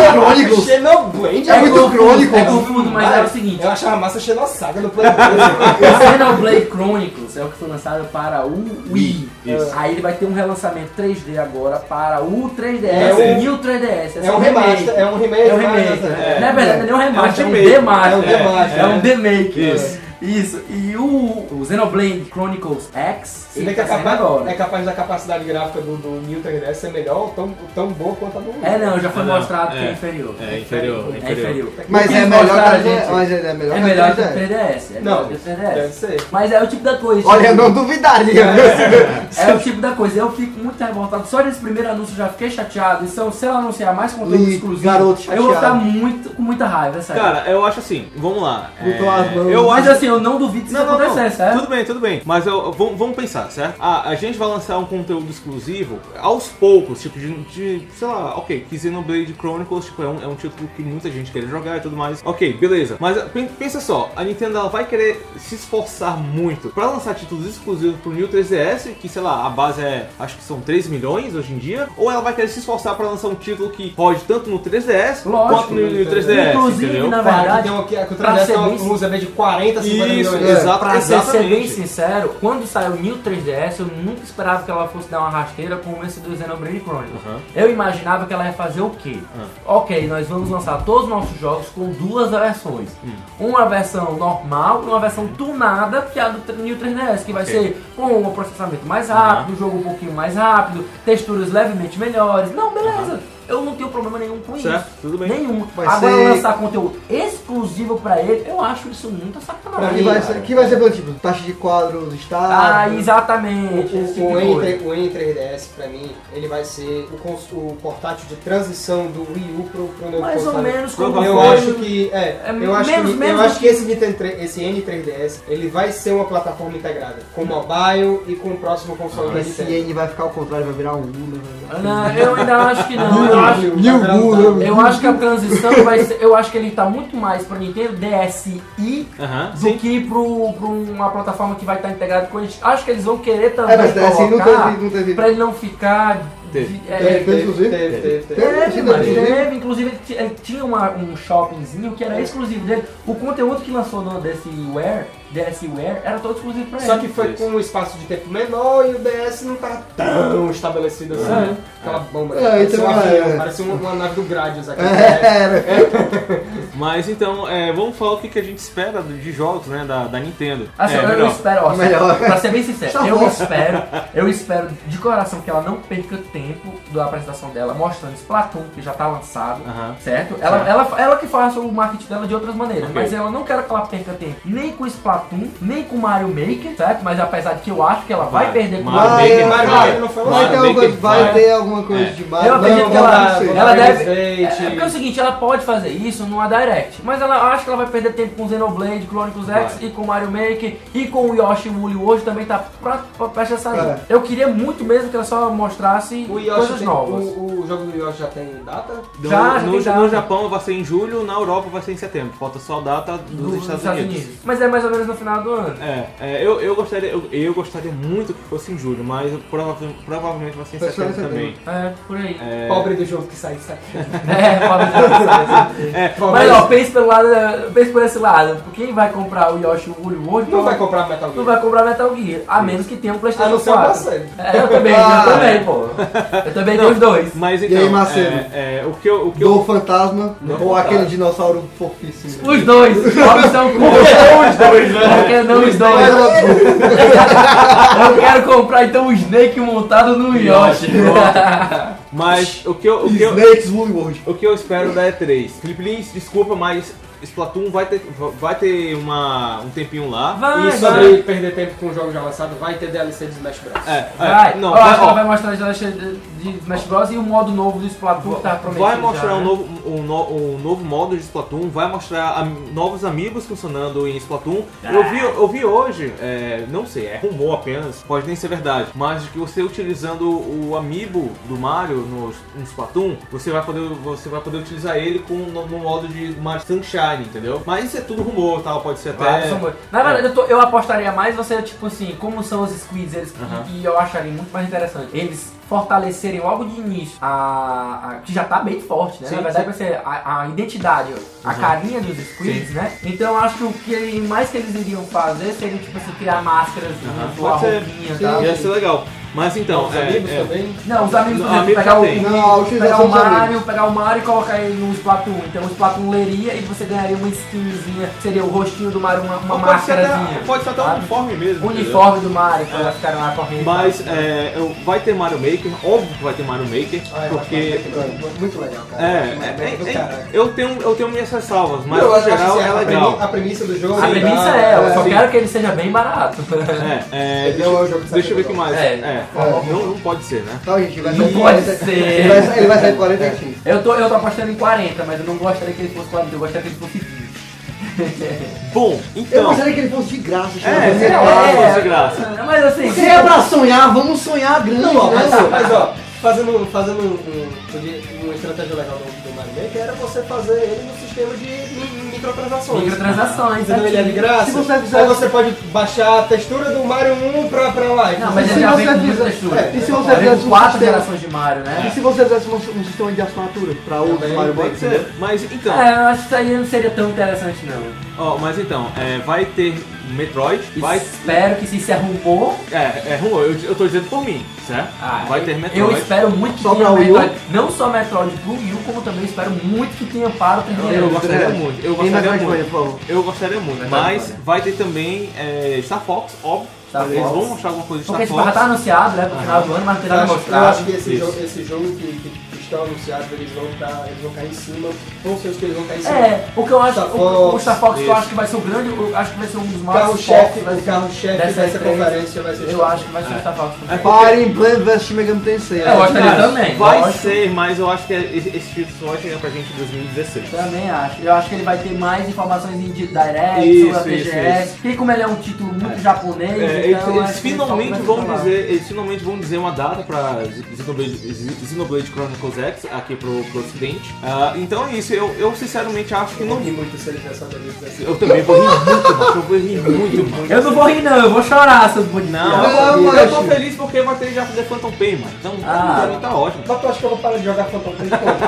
Speaker 2: é muito irônico.
Speaker 4: Xenoblade
Speaker 2: É muito
Speaker 3: confuso,
Speaker 2: crônico.
Speaker 3: É confundo, mas é o seguinte:
Speaker 4: né? Eu é. achava massa Xenossaga no Playstation.
Speaker 3: O Xenoblade Chronicles é o que foi lançado para o Wii.
Speaker 1: Isso.
Speaker 3: Aí ele vai ter um relançamento 3D agora para o 3DS,
Speaker 4: É
Speaker 3: o
Speaker 4: um-
Speaker 3: New 3DS.
Speaker 4: é um remaster, é um remake.
Speaker 3: É um remake.
Speaker 4: mas-
Speaker 3: né? Não é verdade, não é nem um remaster, é um
Speaker 1: remake.
Speaker 3: demaster.
Speaker 4: É um demaster,
Speaker 3: É um
Speaker 4: é.
Speaker 3: demake. Isso. Isso. E o, o Xenoblade Chronicles X,
Speaker 4: Se
Speaker 3: ele
Speaker 4: bem que
Speaker 3: tá
Speaker 4: é
Speaker 3: saindo
Speaker 4: capaz,
Speaker 3: agora.
Speaker 4: é capaz da capacidade gráfica do, do New 3DS ser melhor, tão, tão boa quanto a do Wii.
Speaker 3: É não, já foi
Speaker 1: É, não.
Speaker 3: mostrado que
Speaker 1: É.
Speaker 3: é inferior.
Speaker 1: É inferior, é
Speaker 3: É inferior.
Speaker 2: Mas
Speaker 3: O que
Speaker 2: é
Speaker 3: eles
Speaker 2: melhor
Speaker 3: mostraram,
Speaker 2: que a-
Speaker 3: gente,
Speaker 2: mas é melhor
Speaker 3: é
Speaker 2: que a
Speaker 3: melhor que o
Speaker 2: 3DS.
Speaker 3: 3DS. É melhor
Speaker 4: Não,
Speaker 3: que o
Speaker 4: deve
Speaker 3: 3DS.
Speaker 4: ser.
Speaker 3: Mas é o tipo da coisa.
Speaker 2: Olha, eu não duvidaria. né?
Speaker 3: É o tipo da coisa, eu fico muito revoltado. Só nesse primeiro anúncio eu já fiquei chateado. Então, se ela anunciar mais conteúdo
Speaker 2: Ih,
Speaker 3: exclusivo,
Speaker 2: garoto
Speaker 3: eu vou ficar
Speaker 2: chateado.
Speaker 3: muito, com muita raiva, é sério.
Speaker 1: Cara, eu acho assim, vamos lá.
Speaker 2: Botou as mãos.
Speaker 1: eu
Speaker 3: mas
Speaker 1: acho
Speaker 3: assim, eu não duvido se isso é?
Speaker 1: Não, não,
Speaker 3: acontecer,
Speaker 1: não.
Speaker 3: certo?
Speaker 1: Tudo bem, tudo bem. Mas eu- vamos, vamos pensar, certo? Ah, a gente vai lançar um conteúdo exclusivo aos poucos, tipo, de, de, sei lá, ok, que Xenoblade Chronicles, tipo, é um, é um título que muita gente quer jogar e tudo mais. Ok, beleza. Mas ah, pen- pensa só, a Nintendo ela vai querer se esforçar muito pra lançar títulos exclusivos pro New 3DS, que sei lá, a base é, acho que são 3 milhões hoje em dia, ou ela vai querer se esforçar pra lançar um título que pode tanto no 3DS
Speaker 3: Lógico,
Speaker 1: quanto no New 3DS,
Speaker 3: Inclusive,
Speaker 1: entendeu?
Speaker 3: na
Speaker 4: Claro, que
Speaker 3: verdade,
Speaker 4: tem uma, que a
Speaker 3: pra
Speaker 4: Cultura
Speaker 3: ser
Speaker 4: tem uma
Speaker 3: bem sin-
Speaker 4: usa de 40, 50
Speaker 1: Isso,
Speaker 4: milhões.
Speaker 1: exato,
Speaker 3: É, pra ser- ser bem
Speaker 1: exatamente.
Speaker 3: sincero, quando saiu o New 3DS, eu nunca esperava que ela fosse dar uma rasteira com esse do Xenoblade Chronicles.
Speaker 1: Uhum.
Speaker 3: Eu imaginava que ela ia fazer o quê? Ok, nós vamos lançar todos os nossos jogos com duas versões.
Speaker 1: Hum.
Speaker 3: Uma versão normal e uma versão tunada, que é a do tr- New 3DS, que vai
Speaker 1: Ok.
Speaker 3: ser com um processamento mais rápido, o jogo um pouquinho mais rápido, texturas levemente melhores. Não, beleza. Eu não tenho problema nenhum com
Speaker 1: Certo,
Speaker 3: isso.
Speaker 1: tudo bem.
Speaker 3: Nenhum.
Speaker 2: Vai
Speaker 3: Agora
Speaker 2: ser-
Speaker 3: lançar conteúdo exclusivo pra ele, eu acho isso muito sacanagem.
Speaker 4: Pra
Speaker 2: Que vai,
Speaker 3: cara.
Speaker 2: ser, que vai ser pelo tipo, taxa de quadros,
Speaker 3: Ah,
Speaker 2: estado.
Speaker 3: exatamente. esse
Speaker 4: O,
Speaker 3: tipo
Speaker 4: o,
Speaker 3: de coisa.
Speaker 4: N3- o N3DS, pra mim, ele vai ser o, cons- o portátil de transição do Wii U pro, pro novo
Speaker 3: Mais ou
Speaker 4: console.
Speaker 3: menos como
Speaker 4: Eu
Speaker 3: foi-
Speaker 4: acho que. É,
Speaker 3: É
Speaker 4: eu acho
Speaker 3: menos-
Speaker 4: que,
Speaker 3: menos
Speaker 4: eu acho
Speaker 3: do
Speaker 4: que esse, Nintendo 3 esse N3DS ele vai ser uma plataforma integrada com mobile e com o próximo console da
Speaker 2: Esse
Speaker 4: Nintendo.
Speaker 2: N vai ficar ao contrário, vai virar um U, né? vai virar-
Speaker 3: Não, eu ainda acho que tá não. Ah, Eu acho,
Speaker 2: New U, né?
Speaker 3: eu acho que a transição vai ser. Eu acho que ele tá muito mais pra Nintendo DSi
Speaker 1: Aham,
Speaker 3: do
Speaker 1: sim.
Speaker 3: que pro, pro uma tá plataforma que vai estar integrada com eles. Acho que eles vão querer também
Speaker 2: É, mas DSi não
Speaker 3: colocar
Speaker 2: teve- não teve-
Speaker 3: pra ele não ficar
Speaker 1: Teve.
Speaker 3: de- é,
Speaker 2: Teve, teve,
Speaker 4: Teve,
Speaker 2: inclusive.
Speaker 4: teve, teve,
Speaker 2: É.
Speaker 4: teve.
Speaker 3: Teve,
Speaker 2: Sim,
Speaker 3: mano,
Speaker 2: teve.
Speaker 3: teve. Inclusive, ele ti- ele tinha uma- um shoppingzinho que era exclusivo dele. O conteúdo que lançou no DSWare, DSWare era todo exclusivo pra
Speaker 4: Só
Speaker 3: ele.
Speaker 4: que foi
Speaker 1: Isso.
Speaker 4: com um espaço de tempo menor e o DS não tá tão estabelecido assim. né? Aquela bomba.
Speaker 2: Ah. É,
Speaker 4: parecia
Speaker 2: então,
Speaker 4: um avião,
Speaker 2: é.
Speaker 4: parecia uma, uma nave do Gradius aqui.
Speaker 2: Era.
Speaker 1: Mas então, é, vamos falar o que que a gente espera de jogos, né, da, da Nintendo.
Speaker 3: Assim,
Speaker 1: é,
Speaker 3: eu
Speaker 1: melhor.
Speaker 3: espero, ó,
Speaker 2: Melhor.
Speaker 3: pra ser bem sincero,
Speaker 2: Tá
Speaker 3: eu
Speaker 2: bom.
Speaker 3: espero, eu espero de coração que ela não perca tempo da apresentação dela mostrando Splatoon, que já tá lançado,
Speaker 1: Aham.
Speaker 3: certo? Ela,
Speaker 1: Certo.
Speaker 3: Ela, ela que faça o marketing dela de outras maneiras,
Speaker 1: Ok.
Speaker 3: mas eu não quero que ela perca tempo nem com Splatoon, nem com Mario Maker, certo? Mas apesar de que eu acho que ela vai,
Speaker 1: Vai.
Speaker 3: perder com
Speaker 1: Mario
Speaker 2: Maker,
Speaker 4: Mario
Speaker 2: Mario
Speaker 4: Maker não foi
Speaker 2: Vai
Speaker 1: Mario
Speaker 2: ter
Speaker 4: lançado.
Speaker 1: Maker
Speaker 2: alguma coisa, vai
Speaker 1: vai.
Speaker 2: ter alguma coisa
Speaker 1: É.
Speaker 2: de
Speaker 3: Eu
Speaker 2: Mario.
Speaker 3: acredito
Speaker 2: Não,
Speaker 3: que
Speaker 2: não
Speaker 3: ela,
Speaker 2: sei.
Speaker 3: ela
Speaker 4: Mario
Speaker 3: deve.
Speaker 4: Skate.
Speaker 3: É, porque é o seguinte, ela pode fazer isso numa direct, mas ela eu acho que ela vai perder tempo com Xenoblade, Chronicles X
Speaker 1: Vai.
Speaker 3: e com Mario Maker e com o Yoshi Woolly hoje também tá pra, pra, pra essa sair.
Speaker 2: É.
Speaker 3: Eu queria muito mesmo que ela só mostrasse
Speaker 4: O Yoshi
Speaker 3: coisas
Speaker 4: tem,
Speaker 3: novas.
Speaker 4: o, o jogo do Yoshi já tem data?
Speaker 1: No,
Speaker 3: Já, já
Speaker 1: no,
Speaker 3: tem
Speaker 1: no
Speaker 3: data.
Speaker 1: Japão vai ser em julho, na Europa vai ser em setembro. Falta só a data dos,
Speaker 3: do-
Speaker 1: Estados, Unidos.
Speaker 3: Mas é mais ou menos no final do ano.
Speaker 1: É, é, eu, eu, gostaria, eu, eu gostaria muito que fosse em julho, mas prova- provavelmente vai ser em
Speaker 2: Vai ser em
Speaker 1: setembro também.
Speaker 3: É, por aí. É,
Speaker 1: É,
Speaker 4: Pobre do jogo que sai, sai.
Speaker 3: pode ser.
Speaker 1: é,
Speaker 3: Mas ó, pense pelo lado, eh, pense por esse lado. Quem vai comprar o Yoshi Woolly hoje
Speaker 4: Não vai comprar Metal
Speaker 3: não
Speaker 4: Gear.
Speaker 3: vai comprar Metal Gear, a menos que tenha um
Speaker 4: A
Speaker 3: PlayStation
Speaker 4: não ser o
Speaker 3: 4.
Speaker 4: parceiro.
Speaker 3: É, eu também,
Speaker 2: Ah.
Speaker 3: eu também, pô. Eu também tenho os dois.
Speaker 1: mas
Speaker 2: aí,
Speaker 1: então,
Speaker 2: Macedo?
Speaker 1: é, é, o que eu, o que eu
Speaker 2: Do fantasma
Speaker 1: tá.
Speaker 2: ou aquele dinossauro fofíssimo.
Speaker 3: Os dois, a opção curta. os dois, né? Eu quero não os dois. Eu quero comprar então o Snake montado no Yoshi.
Speaker 1: Mas o que eu, o que eu,
Speaker 2: um Snakes Woolworld.
Speaker 1: o que eu espero da E3? Felipe Lins, desculpa, mas Splatoon vai ter, vai ter uma, um tempinho lá.
Speaker 3: Vai,
Speaker 4: E
Speaker 3: vai.
Speaker 4: sobre perder tempo com o jogo já lançado, vai ter DLC de Smash Bros.
Speaker 1: É, é,
Speaker 3: Vai,
Speaker 1: não,
Speaker 3: eu acho
Speaker 1: vai,
Speaker 3: que ela
Speaker 1: ó,
Speaker 3: vai mostrar a geração de de Smash Bros e o modo novo do Splatoon que tá prometido.
Speaker 1: Vai mostrar
Speaker 3: já,
Speaker 1: um,
Speaker 3: né?
Speaker 1: novo, um, no- um novo modo de Splatoon, vai mostrar am- novos amigos funcionando em Splatoon. Eu, vi, eu vi hoje, é, não sei, é rumor apenas, pode nem ser verdade, mas de que você utilizando o amiibo do Mario no, no Splatoon, você vai poder, você vai poder utilizar ele com, no, no modo de Mario Sunshine, entendeu? Mas isso é tudo rumor, tal, pode ser
Speaker 3: Vai,
Speaker 1: até...
Speaker 3: são dois. Na
Speaker 1: É.
Speaker 3: verdade, eu, tô- eu apostaria mais você, tipo assim, como são os squids, eles
Speaker 1: Aham.
Speaker 3: e, e eu acharia muito mais interessante. Eles fortalecerem logo de início a. a- que já tá bem forte, né?
Speaker 1: Sim, Uhum.
Speaker 3: Na verdade, vai ser a, a identidade, a carinha dos squids, né? Então eu acho que o que mais que eles iriam fazer seria, tipo assim, criar máscaras,
Speaker 1: Aham.
Speaker 3: uma
Speaker 1: Pode ser.
Speaker 3: roupinha e
Speaker 2: Sim.
Speaker 3: tal.
Speaker 1: Ia ser legal. Mas então,
Speaker 4: Os
Speaker 1: é,
Speaker 4: amigos
Speaker 1: é,
Speaker 4: também.
Speaker 3: Não, os amigos, por
Speaker 1: Não,
Speaker 3: exemplo,
Speaker 1: amigo
Speaker 3: pegar
Speaker 1: já
Speaker 3: o,
Speaker 1: tem.
Speaker 2: Não, a
Speaker 3: pegar
Speaker 2: utilização
Speaker 3: o
Speaker 2: dos
Speaker 3: Mario,
Speaker 2: amigos.
Speaker 3: pegar o Mario e colocar ele no Splatoon. Então o Splatoon leria e você ganharia uma skinzinha, seria o rostinho do Mario, uma, uma
Speaker 1: Ou pode ser até,
Speaker 3: máscarazinha.
Speaker 1: pode ser até um
Speaker 3: sabe?
Speaker 1: uniforme mesmo.
Speaker 3: O
Speaker 1: entendeu?
Speaker 3: uniforme do Mario, quando elas ficaram lá correndo.
Speaker 1: Mas é, eu- vai ter Mario Maker, óbvio que vai ter Mario Maker, porque
Speaker 4: Muito legal, cara.
Speaker 1: É, é, é, é, eu, tenho, eu tenho minhas ressalvas, mas no
Speaker 4: acho
Speaker 1: geral
Speaker 4: assim,
Speaker 1: é
Speaker 4: a premi- A
Speaker 1: legal.
Speaker 4: premissa do jogo.
Speaker 3: a premissa
Speaker 4: tá-
Speaker 3: é, eu só
Speaker 4: sim.
Speaker 3: quero que ele seja bem barato.
Speaker 1: É, é,
Speaker 2: Ele não é um jogo que sai
Speaker 1: deixa eu ver o
Speaker 2: do
Speaker 1: que mais.
Speaker 3: É.
Speaker 1: É, não, não pode ser, né?
Speaker 2: Então, gente, vai
Speaker 3: Não
Speaker 2: sair
Speaker 3: pode
Speaker 2: 40.
Speaker 3: ser.
Speaker 2: Ele vai sair- Ele vai sair 40 x.
Speaker 3: Eu tô, eu tô apostando em 40, mas eu não gostaria que ele fosse 40, eu gostaria que ele fosse 20.
Speaker 1: Bom,
Speaker 2: Eu
Speaker 1: então.
Speaker 2: gostaria que ele fosse de graça.
Speaker 1: É,
Speaker 2: chama.
Speaker 1: sei lá, se fosse de graça.
Speaker 3: Mas assim,
Speaker 2: Se é pra sonhar, vamos sonhar grande,
Speaker 4: Não, ó, mas,
Speaker 2: né?
Speaker 4: mas ó, fazendo, um- fazendo um, um- podia- uma estratégia legal do, do Mario Maker era você fazer ele no sistema de mi- microtransações.
Speaker 3: microtransações. né?
Speaker 4: Entendeu? Ele é de graça.
Speaker 2: Se você fizer-
Speaker 4: Aí você pode baixar a textura do Mario 1 pra, pra live.
Speaker 3: Não, mas
Speaker 2: Se
Speaker 3: ele já
Speaker 2: você
Speaker 3: vem com muita
Speaker 2: fizer-
Speaker 3: textura.
Speaker 2: é, e se você
Speaker 3: Já vem
Speaker 2: fizer
Speaker 3: com
Speaker 2: um
Speaker 3: quatro
Speaker 2: sistema-
Speaker 3: gerações de Mario,
Speaker 2: E
Speaker 3: né?
Speaker 2: se você fizesse um, um sistema de assinatura pra outros
Speaker 4: Também
Speaker 2: Mario
Speaker 1: Pode
Speaker 2: Maker?
Speaker 1: ser, mas então,
Speaker 3: É, eu acho que isso aí não seria tão interessante não.
Speaker 1: ó, mas então, é, vai ter Metroid, vai.
Speaker 3: Espero que se isso é rumor,
Speaker 1: É, é rumor, eu, eu tô dizendo por mim, certo?
Speaker 3: Ah,
Speaker 1: vai
Speaker 3: eu-
Speaker 1: ter
Speaker 3: Eu
Speaker 1: Metroid.
Speaker 3: espero muito que
Speaker 2: Só
Speaker 3: tenha
Speaker 2: pra Wii U?
Speaker 3: Metroid. Não só Metroid pro Wii U, como também espero muito que tenha para o
Speaker 1: Eu
Speaker 3: terceiro.
Speaker 1: gostaria muito, eu
Speaker 2: Quem mais
Speaker 1: gostaria
Speaker 2: vai escolher,
Speaker 1: muito.
Speaker 2: por favor?
Speaker 1: Eu gostaria muito, né? mas vai ter também é, Star Fox, óbvio.
Speaker 3: Star
Speaker 1: Eles
Speaker 3: Fox.
Speaker 1: vão mostrar alguma coisa de
Speaker 3: Porque
Speaker 1: Star
Speaker 3: esse barra
Speaker 1: Fox. Tá
Speaker 3: tá anunciado, né? Pro final do ano, mas não tem
Speaker 4: Eu
Speaker 3: nada
Speaker 4: acho, eu acho
Speaker 3: mostrado.
Speaker 4: que esse
Speaker 1: Isso.
Speaker 4: jogo, esse jogo que, que estão anunciados, eles vão, tá, eles vão cair em cima. Não sei os que eles vão cair em cima.
Speaker 3: É, o que eu acho,
Speaker 4: Star
Speaker 3: o, o
Speaker 4: Fox,
Speaker 3: Star Fox que eu
Speaker 1: isso. é
Speaker 3: acho que vai ser o grande, eu acho que vai ser um dos
Speaker 4: O
Speaker 3: maiores
Speaker 4: carro-chefe
Speaker 3: focos
Speaker 4: o carro-chefe
Speaker 3: dessa
Speaker 4: dessa
Speaker 3: E3.
Speaker 4: conferência vai ser
Speaker 3: Eu acho que vai ser o Star Fox.
Speaker 1: É,
Speaker 2: Fire Emblem vs Mega Man Tensei.
Speaker 4: É
Speaker 3: Eu acho que ele
Speaker 1: Cara,
Speaker 3: também.
Speaker 1: Vai
Speaker 3: lógico.
Speaker 1: ser, mas eu acho que é, esse esse título só vai chegar pra gente em 2016.
Speaker 3: Também acho. Eu acho que ele vai ter mais informações em di- direct,
Speaker 1: Isso,
Speaker 3: sobre a
Speaker 1: isso,
Speaker 3: TGS. E como ele é um título muito japonês,
Speaker 1: É, eles,
Speaker 3: então
Speaker 1: eles
Speaker 3: acho que
Speaker 1: finalmente
Speaker 3: vai
Speaker 1: vão
Speaker 3: falar.
Speaker 1: dizer, eles finalmente vão dizer uma data pra Xenoblade, Xenoblade Chronicles Deus Ex aqui pro, pro ocidente. Ah, então é isso, eu, eu sinceramente acho que
Speaker 4: Eu não
Speaker 1: não.
Speaker 4: ri muito se ele já sabe disso. assim.
Speaker 1: Eu também vou rir muito, macho, eu vou rir muito, mano.
Speaker 3: Eu não vou rir, não, eu vou chorar, seus bonitos.
Speaker 1: Não,
Speaker 2: Não,
Speaker 1: eu, eu tô
Speaker 2: macho.
Speaker 1: feliz porque vai ter já fazer Phantom Pain, mano. Então,
Speaker 3: Ah.
Speaker 1: pra mim tá ótimo.
Speaker 4: Mas tu acha que eu vou parar de jogar Phantom Pain quando?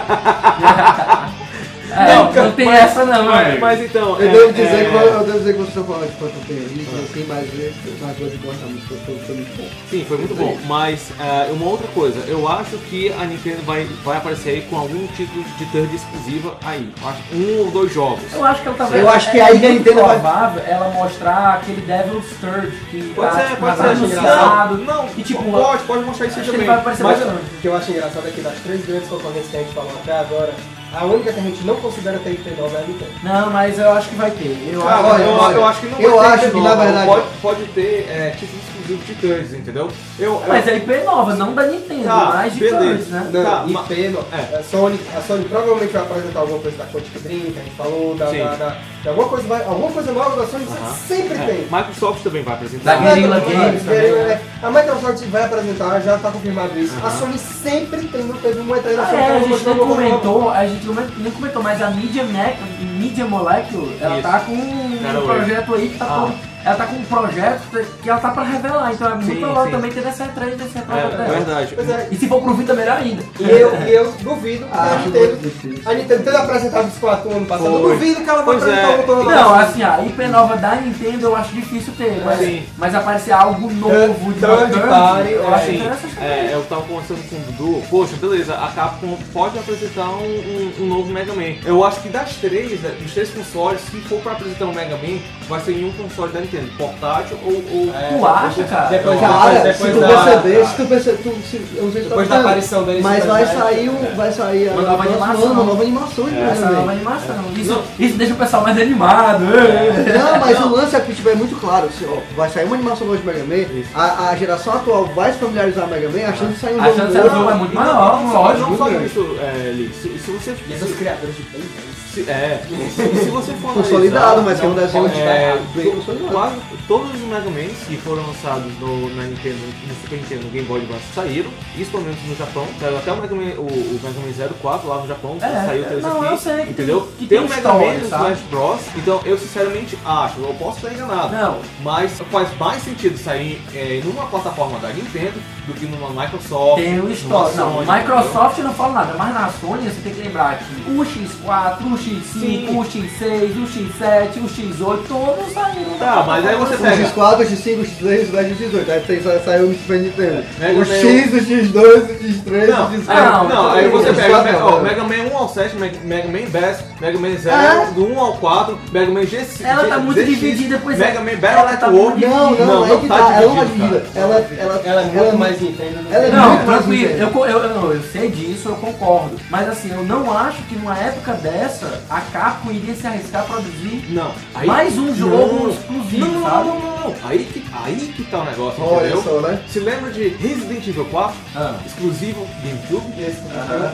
Speaker 3: É, não, tem essa, não,
Speaker 1: Mas,
Speaker 3: mano.
Speaker 1: mas então.
Speaker 2: Eu
Speaker 1: é-
Speaker 2: devo dizer,
Speaker 1: é-
Speaker 2: que, eu devo dizer que vocês estão falando de quanto tem ali, mas tem mais vezes, mais vezes gosta muito, foi foi muito bom.
Speaker 1: Sim, foi muito bom. Mas ah, uma outra coisa, eu acho que a Nintendo vai, vai aparecer aí com algum título de third exclusiva aí. Eu Acho que um ou dois jogos.
Speaker 3: Eu acho que ela tá
Speaker 4: Eu acho que aí
Speaker 3: é
Speaker 4: que
Speaker 3: muito
Speaker 4: Nintendo vai-
Speaker 3: provável ela mostrar aquele Devil's Third que
Speaker 1: Pode
Speaker 3: tá
Speaker 1: ser, é, pode
Speaker 3: tá
Speaker 1: ser.
Speaker 3: anunciado.
Speaker 1: Não,
Speaker 3: e tipo,
Speaker 1: pode, pode mostrar isso aí
Speaker 3: acho que
Speaker 1: também.
Speaker 3: ele vai aparecer
Speaker 1: Mas-
Speaker 3: bastante.
Speaker 4: O que eu acho engraçado é que das três grandes concorrentes que a gente falou até agora, a única que a gente não considera ter que é a Nintendo.
Speaker 3: Não, mas eu acho que vai ter. Eu
Speaker 1: Ah,
Speaker 3: acho
Speaker 1: olha,
Speaker 2: olha,
Speaker 1: eu,
Speaker 2: olha,
Speaker 1: eu acho que não
Speaker 2: eu
Speaker 1: vai ter
Speaker 2: acho que,
Speaker 1: nome,
Speaker 2: na verdade-
Speaker 1: pode, pode ter é, título exclusivo de thirds, entendeu? Eu, eu-
Speaker 3: Mas é IP nova, não da Nintendo,
Speaker 1: Tá,
Speaker 3: mas de
Speaker 1: beleza.
Speaker 3: Curtis, né?
Speaker 4: Não,
Speaker 1: Tá, ma-
Speaker 4: IP, não.
Speaker 1: é.
Speaker 4: A, Sony, a Sony provavelmente vai apresentar alguma coisa da Quantic Dream, que a gente falou, da,
Speaker 1: Sim.
Speaker 4: da, da- de alguma, coisa, vai- alguma coisa nova da Sony sempre
Speaker 1: é,
Speaker 4: tem.
Speaker 1: Microsoft também vai
Speaker 3: Da
Speaker 1: apresentar.
Speaker 4: Não é
Speaker 3: Guerrilla
Speaker 4: todo mundo,
Speaker 3: Games também,
Speaker 4: Guerrilla,
Speaker 3: né?
Speaker 4: é. A Microsoft vai apresentar, já tá confirmado isso. A Sony sempre tem, não teve uma
Speaker 3: Ah,
Speaker 4: entrevista.
Speaker 3: é, a gente não comentou, a gente não- nem comentou, mas a Media, Mac, Media Molecule, ela
Speaker 1: Isso.
Speaker 3: tá com um
Speaker 1: Cara,
Speaker 3: projeto aí que tá
Speaker 1: Ah.
Speaker 3: com- Ela tá com um projeto que ela tá pra revelar, então é muito
Speaker 1: Sim,
Speaker 3: provável
Speaker 1: sim.
Speaker 3: também ter dessa E3, dessa
Speaker 1: É,
Speaker 3: E3
Speaker 1: é verdade.
Speaker 4: Pois é,
Speaker 3: E se for pro Vita, melhor ainda.
Speaker 4: e eu, e eu duvido que a
Speaker 2: Acho
Speaker 4: Nintendo...
Speaker 2: muito difícil.
Speaker 4: A Nintendo tendo apresentado esse 4 ano passado, eu
Speaker 1: Foi.
Speaker 4: duvido que ela vai
Speaker 1: Pois
Speaker 4: apresentar
Speaker 1: é.
Speaker 4: alguma coisa
Speaker 3: Não, assim, a IP nova da Nintendo eu acho difícil ter, mas,
Speaker 1: Sim.
Speaker 3: mas aparecer algo novo
Speaker 1: Então,
Speaker 3: de
Speaker 4: Third
Speaker 3: bacana,
Speaker 4: party,
Speaker 3: eu acho
Speaker 1: Assim,
Speaker 3: Então, é interessante.
Speaker 1: é, eu tava conversando com o Dudu, poxa, beleza, a Capcom pode apresentar um, um- um novo Mega Man. Eu acho que das três, né, dos três consoles, se for pra apresentar um Mega Man, vai ser em um console da Nintendo, portátil ou... ou
Speaker 3: Tu
Speaker 1: é,
Speaker 3: acha, cara?
Speaker 4: Depois,
Speaker 2: Cara,
Speaker 4: depois,
Speaker 2: se
Speaker 4: Então,
Speaker 2: tu
Speaker 4: depois da-
Speaker 2: perceber, se tu perceber, tu, se, eu não sei se tu tá
Speaker 4: Depois da
Speaker 2: vendo,
Speaker 4: aparição né? dele,
Speaker 2: mas
Speaker 4: se
Speaker 2: vai
Speaker 4: faz-
Speaker 2: sair, um, vai sair
Speaker 3: Uma
Speaker 2: a-
Speaker 3: nova
Speaker 2: a próxima
Speaker 3: animação.
Speaker 2: ano, uma nova animação. né,
Speaker 3: Essa
Speaker 2: velho?
Speaker 3: nova animação. né? Isso, isso deixa o pessoal mais animado.
Speaker 2: Não, mas o lance é que tipo, é muito claro. Se, ó, vai sair uma animação nova de Mega Man, a, a geração atual vai se familiarizar com Mega Man, achando que sair um
Speaker 3: A
Speaker 2: jogo
Speaker 3: chance
Speaker 2: novo.
Speaker 3: do jogo é muito
Speaker 1: Não,
Speaker 3: maior,
Speaker 1: não, Então, só-
Speaker 3: lógico.
Speaker 1: não só isso, é, Lee, se, se você...
Speaker 4: E os criadores de Play, né?
Speaker 1: Se, é, se, se você for
Speaker 2: Consolidado,
Speaker 1: analisar-
Speaker 2: mas que é um desenho de
Speaker 1: É,
Speaker 2: bem
Speaker 1: to-
Speaker 2: consolidado.
Speaker 1: quase todos os Mega Man que foram lançados no, na Nintendo, no Super Nintendo, no Game Boy Advance saíram, isso pelo menos no Japão. Saiu até o Mega Man, o, o Mega Man 04 lá no Japão,
Speaker 3: É,
Speaker 1: saiu
Speaker 3: é,
Speaker 1: três
Speaker 3: não,
Speaker 1: aqui,
Speaker 3: eu sei que
Speaker 1: entendeu?
Speaker 3: tem- que
Speaker 1: tem
Speaker 3: tem
Speaker 1: o Mega
Speaker 3: história,
Speaker 1: Man no
Speaker 3: sabe?
Speaker 1: Smash Bros, então eu sinceramente acho, eu posso estar enganado,
Speaker 3: Não.
Speaker 1: mas faz mais sentido sair é, numa plataforma da Nintendo do que numa Microsoft.
Speaker 3: Tem o
Speaker 1: numa
Speaker 3: histórico. Não,
Speaker 1: Sony,
Speaker 3: Microsoft eu não fala nada, mas na Sony você tem que lembrar que o X4, o X5,
Speaker 1: Sim.
Speaker 3: o X6, o X7, o X8, todos saíram.
Speaker 1: Tá, mas aí você
Speaker 2: O
Speaker 1: pega.
Speaker 2: X4, o X5, o X3, o X18. Aí tem, sai- saiu o Super Nintendo.
Speaker 1: Mega
Speaker 2: o
Speaker 1: Man. um.
Speaker 2: X, o X2, o X3,
Speaker 1: Não,
Speaker 2: o X4.
Speaker 1: não, não, aí você
Speaker 2: X4
Speaker 1: pega Mega, ó,
Speaker 2: não,
Speaker 1: Mega Man 1 ao 7, Mega, Mega Man Best, Mega Man 0,
Speaker 2: É.
Speaker 1: do 1 ao 4, Mega Man G5.
Speaker 3: Ah? Ela tá muito
Speaker 1: GX,
Speaker 3: dividida, pois é.
Speaker 1: Mega Man Battle
Speaker 3: Ela tá
Speaker 1: Network.
Speaker 3: muito
Speaker 2: Não, não,
Speaker 1: Não,
Speaker 2: é
Speaker 1: não
Speaker 2: que
Speaker 1: tá
Speaker 2: tá, ela não é
Speaker 1: dividido,
Speaker 2: dividida.
Speaker 1: cara.
Speaker 2: Ela, ela,
Speaker 4: Ela é muito mais Nintendo do que
Speaker 2: ela é
Speaker 3: Não,
Speaker 2: muito mais
Speaker 3: tranquilo,
Speaker 2: Nintendo.
Speaker 3: eu, co- eu, eu, não, eu sei disso, eu concordo. Mas assim, eu não acho que numa época dessa a Capcom iria se arriscar a produzir
Speaker 1: Não, aí-
Speaker 3: mais um jogo
Speaker 1: Não.
Speaker 3: exclusivo,
Speaker 1: Não, não,
Speaker 3: sabe?
Speaker 1: não, não, não. Aí que, aí que tá o negócio,
Speaker 2: Olha
Speaker 1: entendeu?
Speaker 2: só, né?
Speaker 1: Se lembra de Resident Evil 4,
Speaker 3: Ah.
Speaker 1: exclusivo GameCube,
Speaker 4: Esse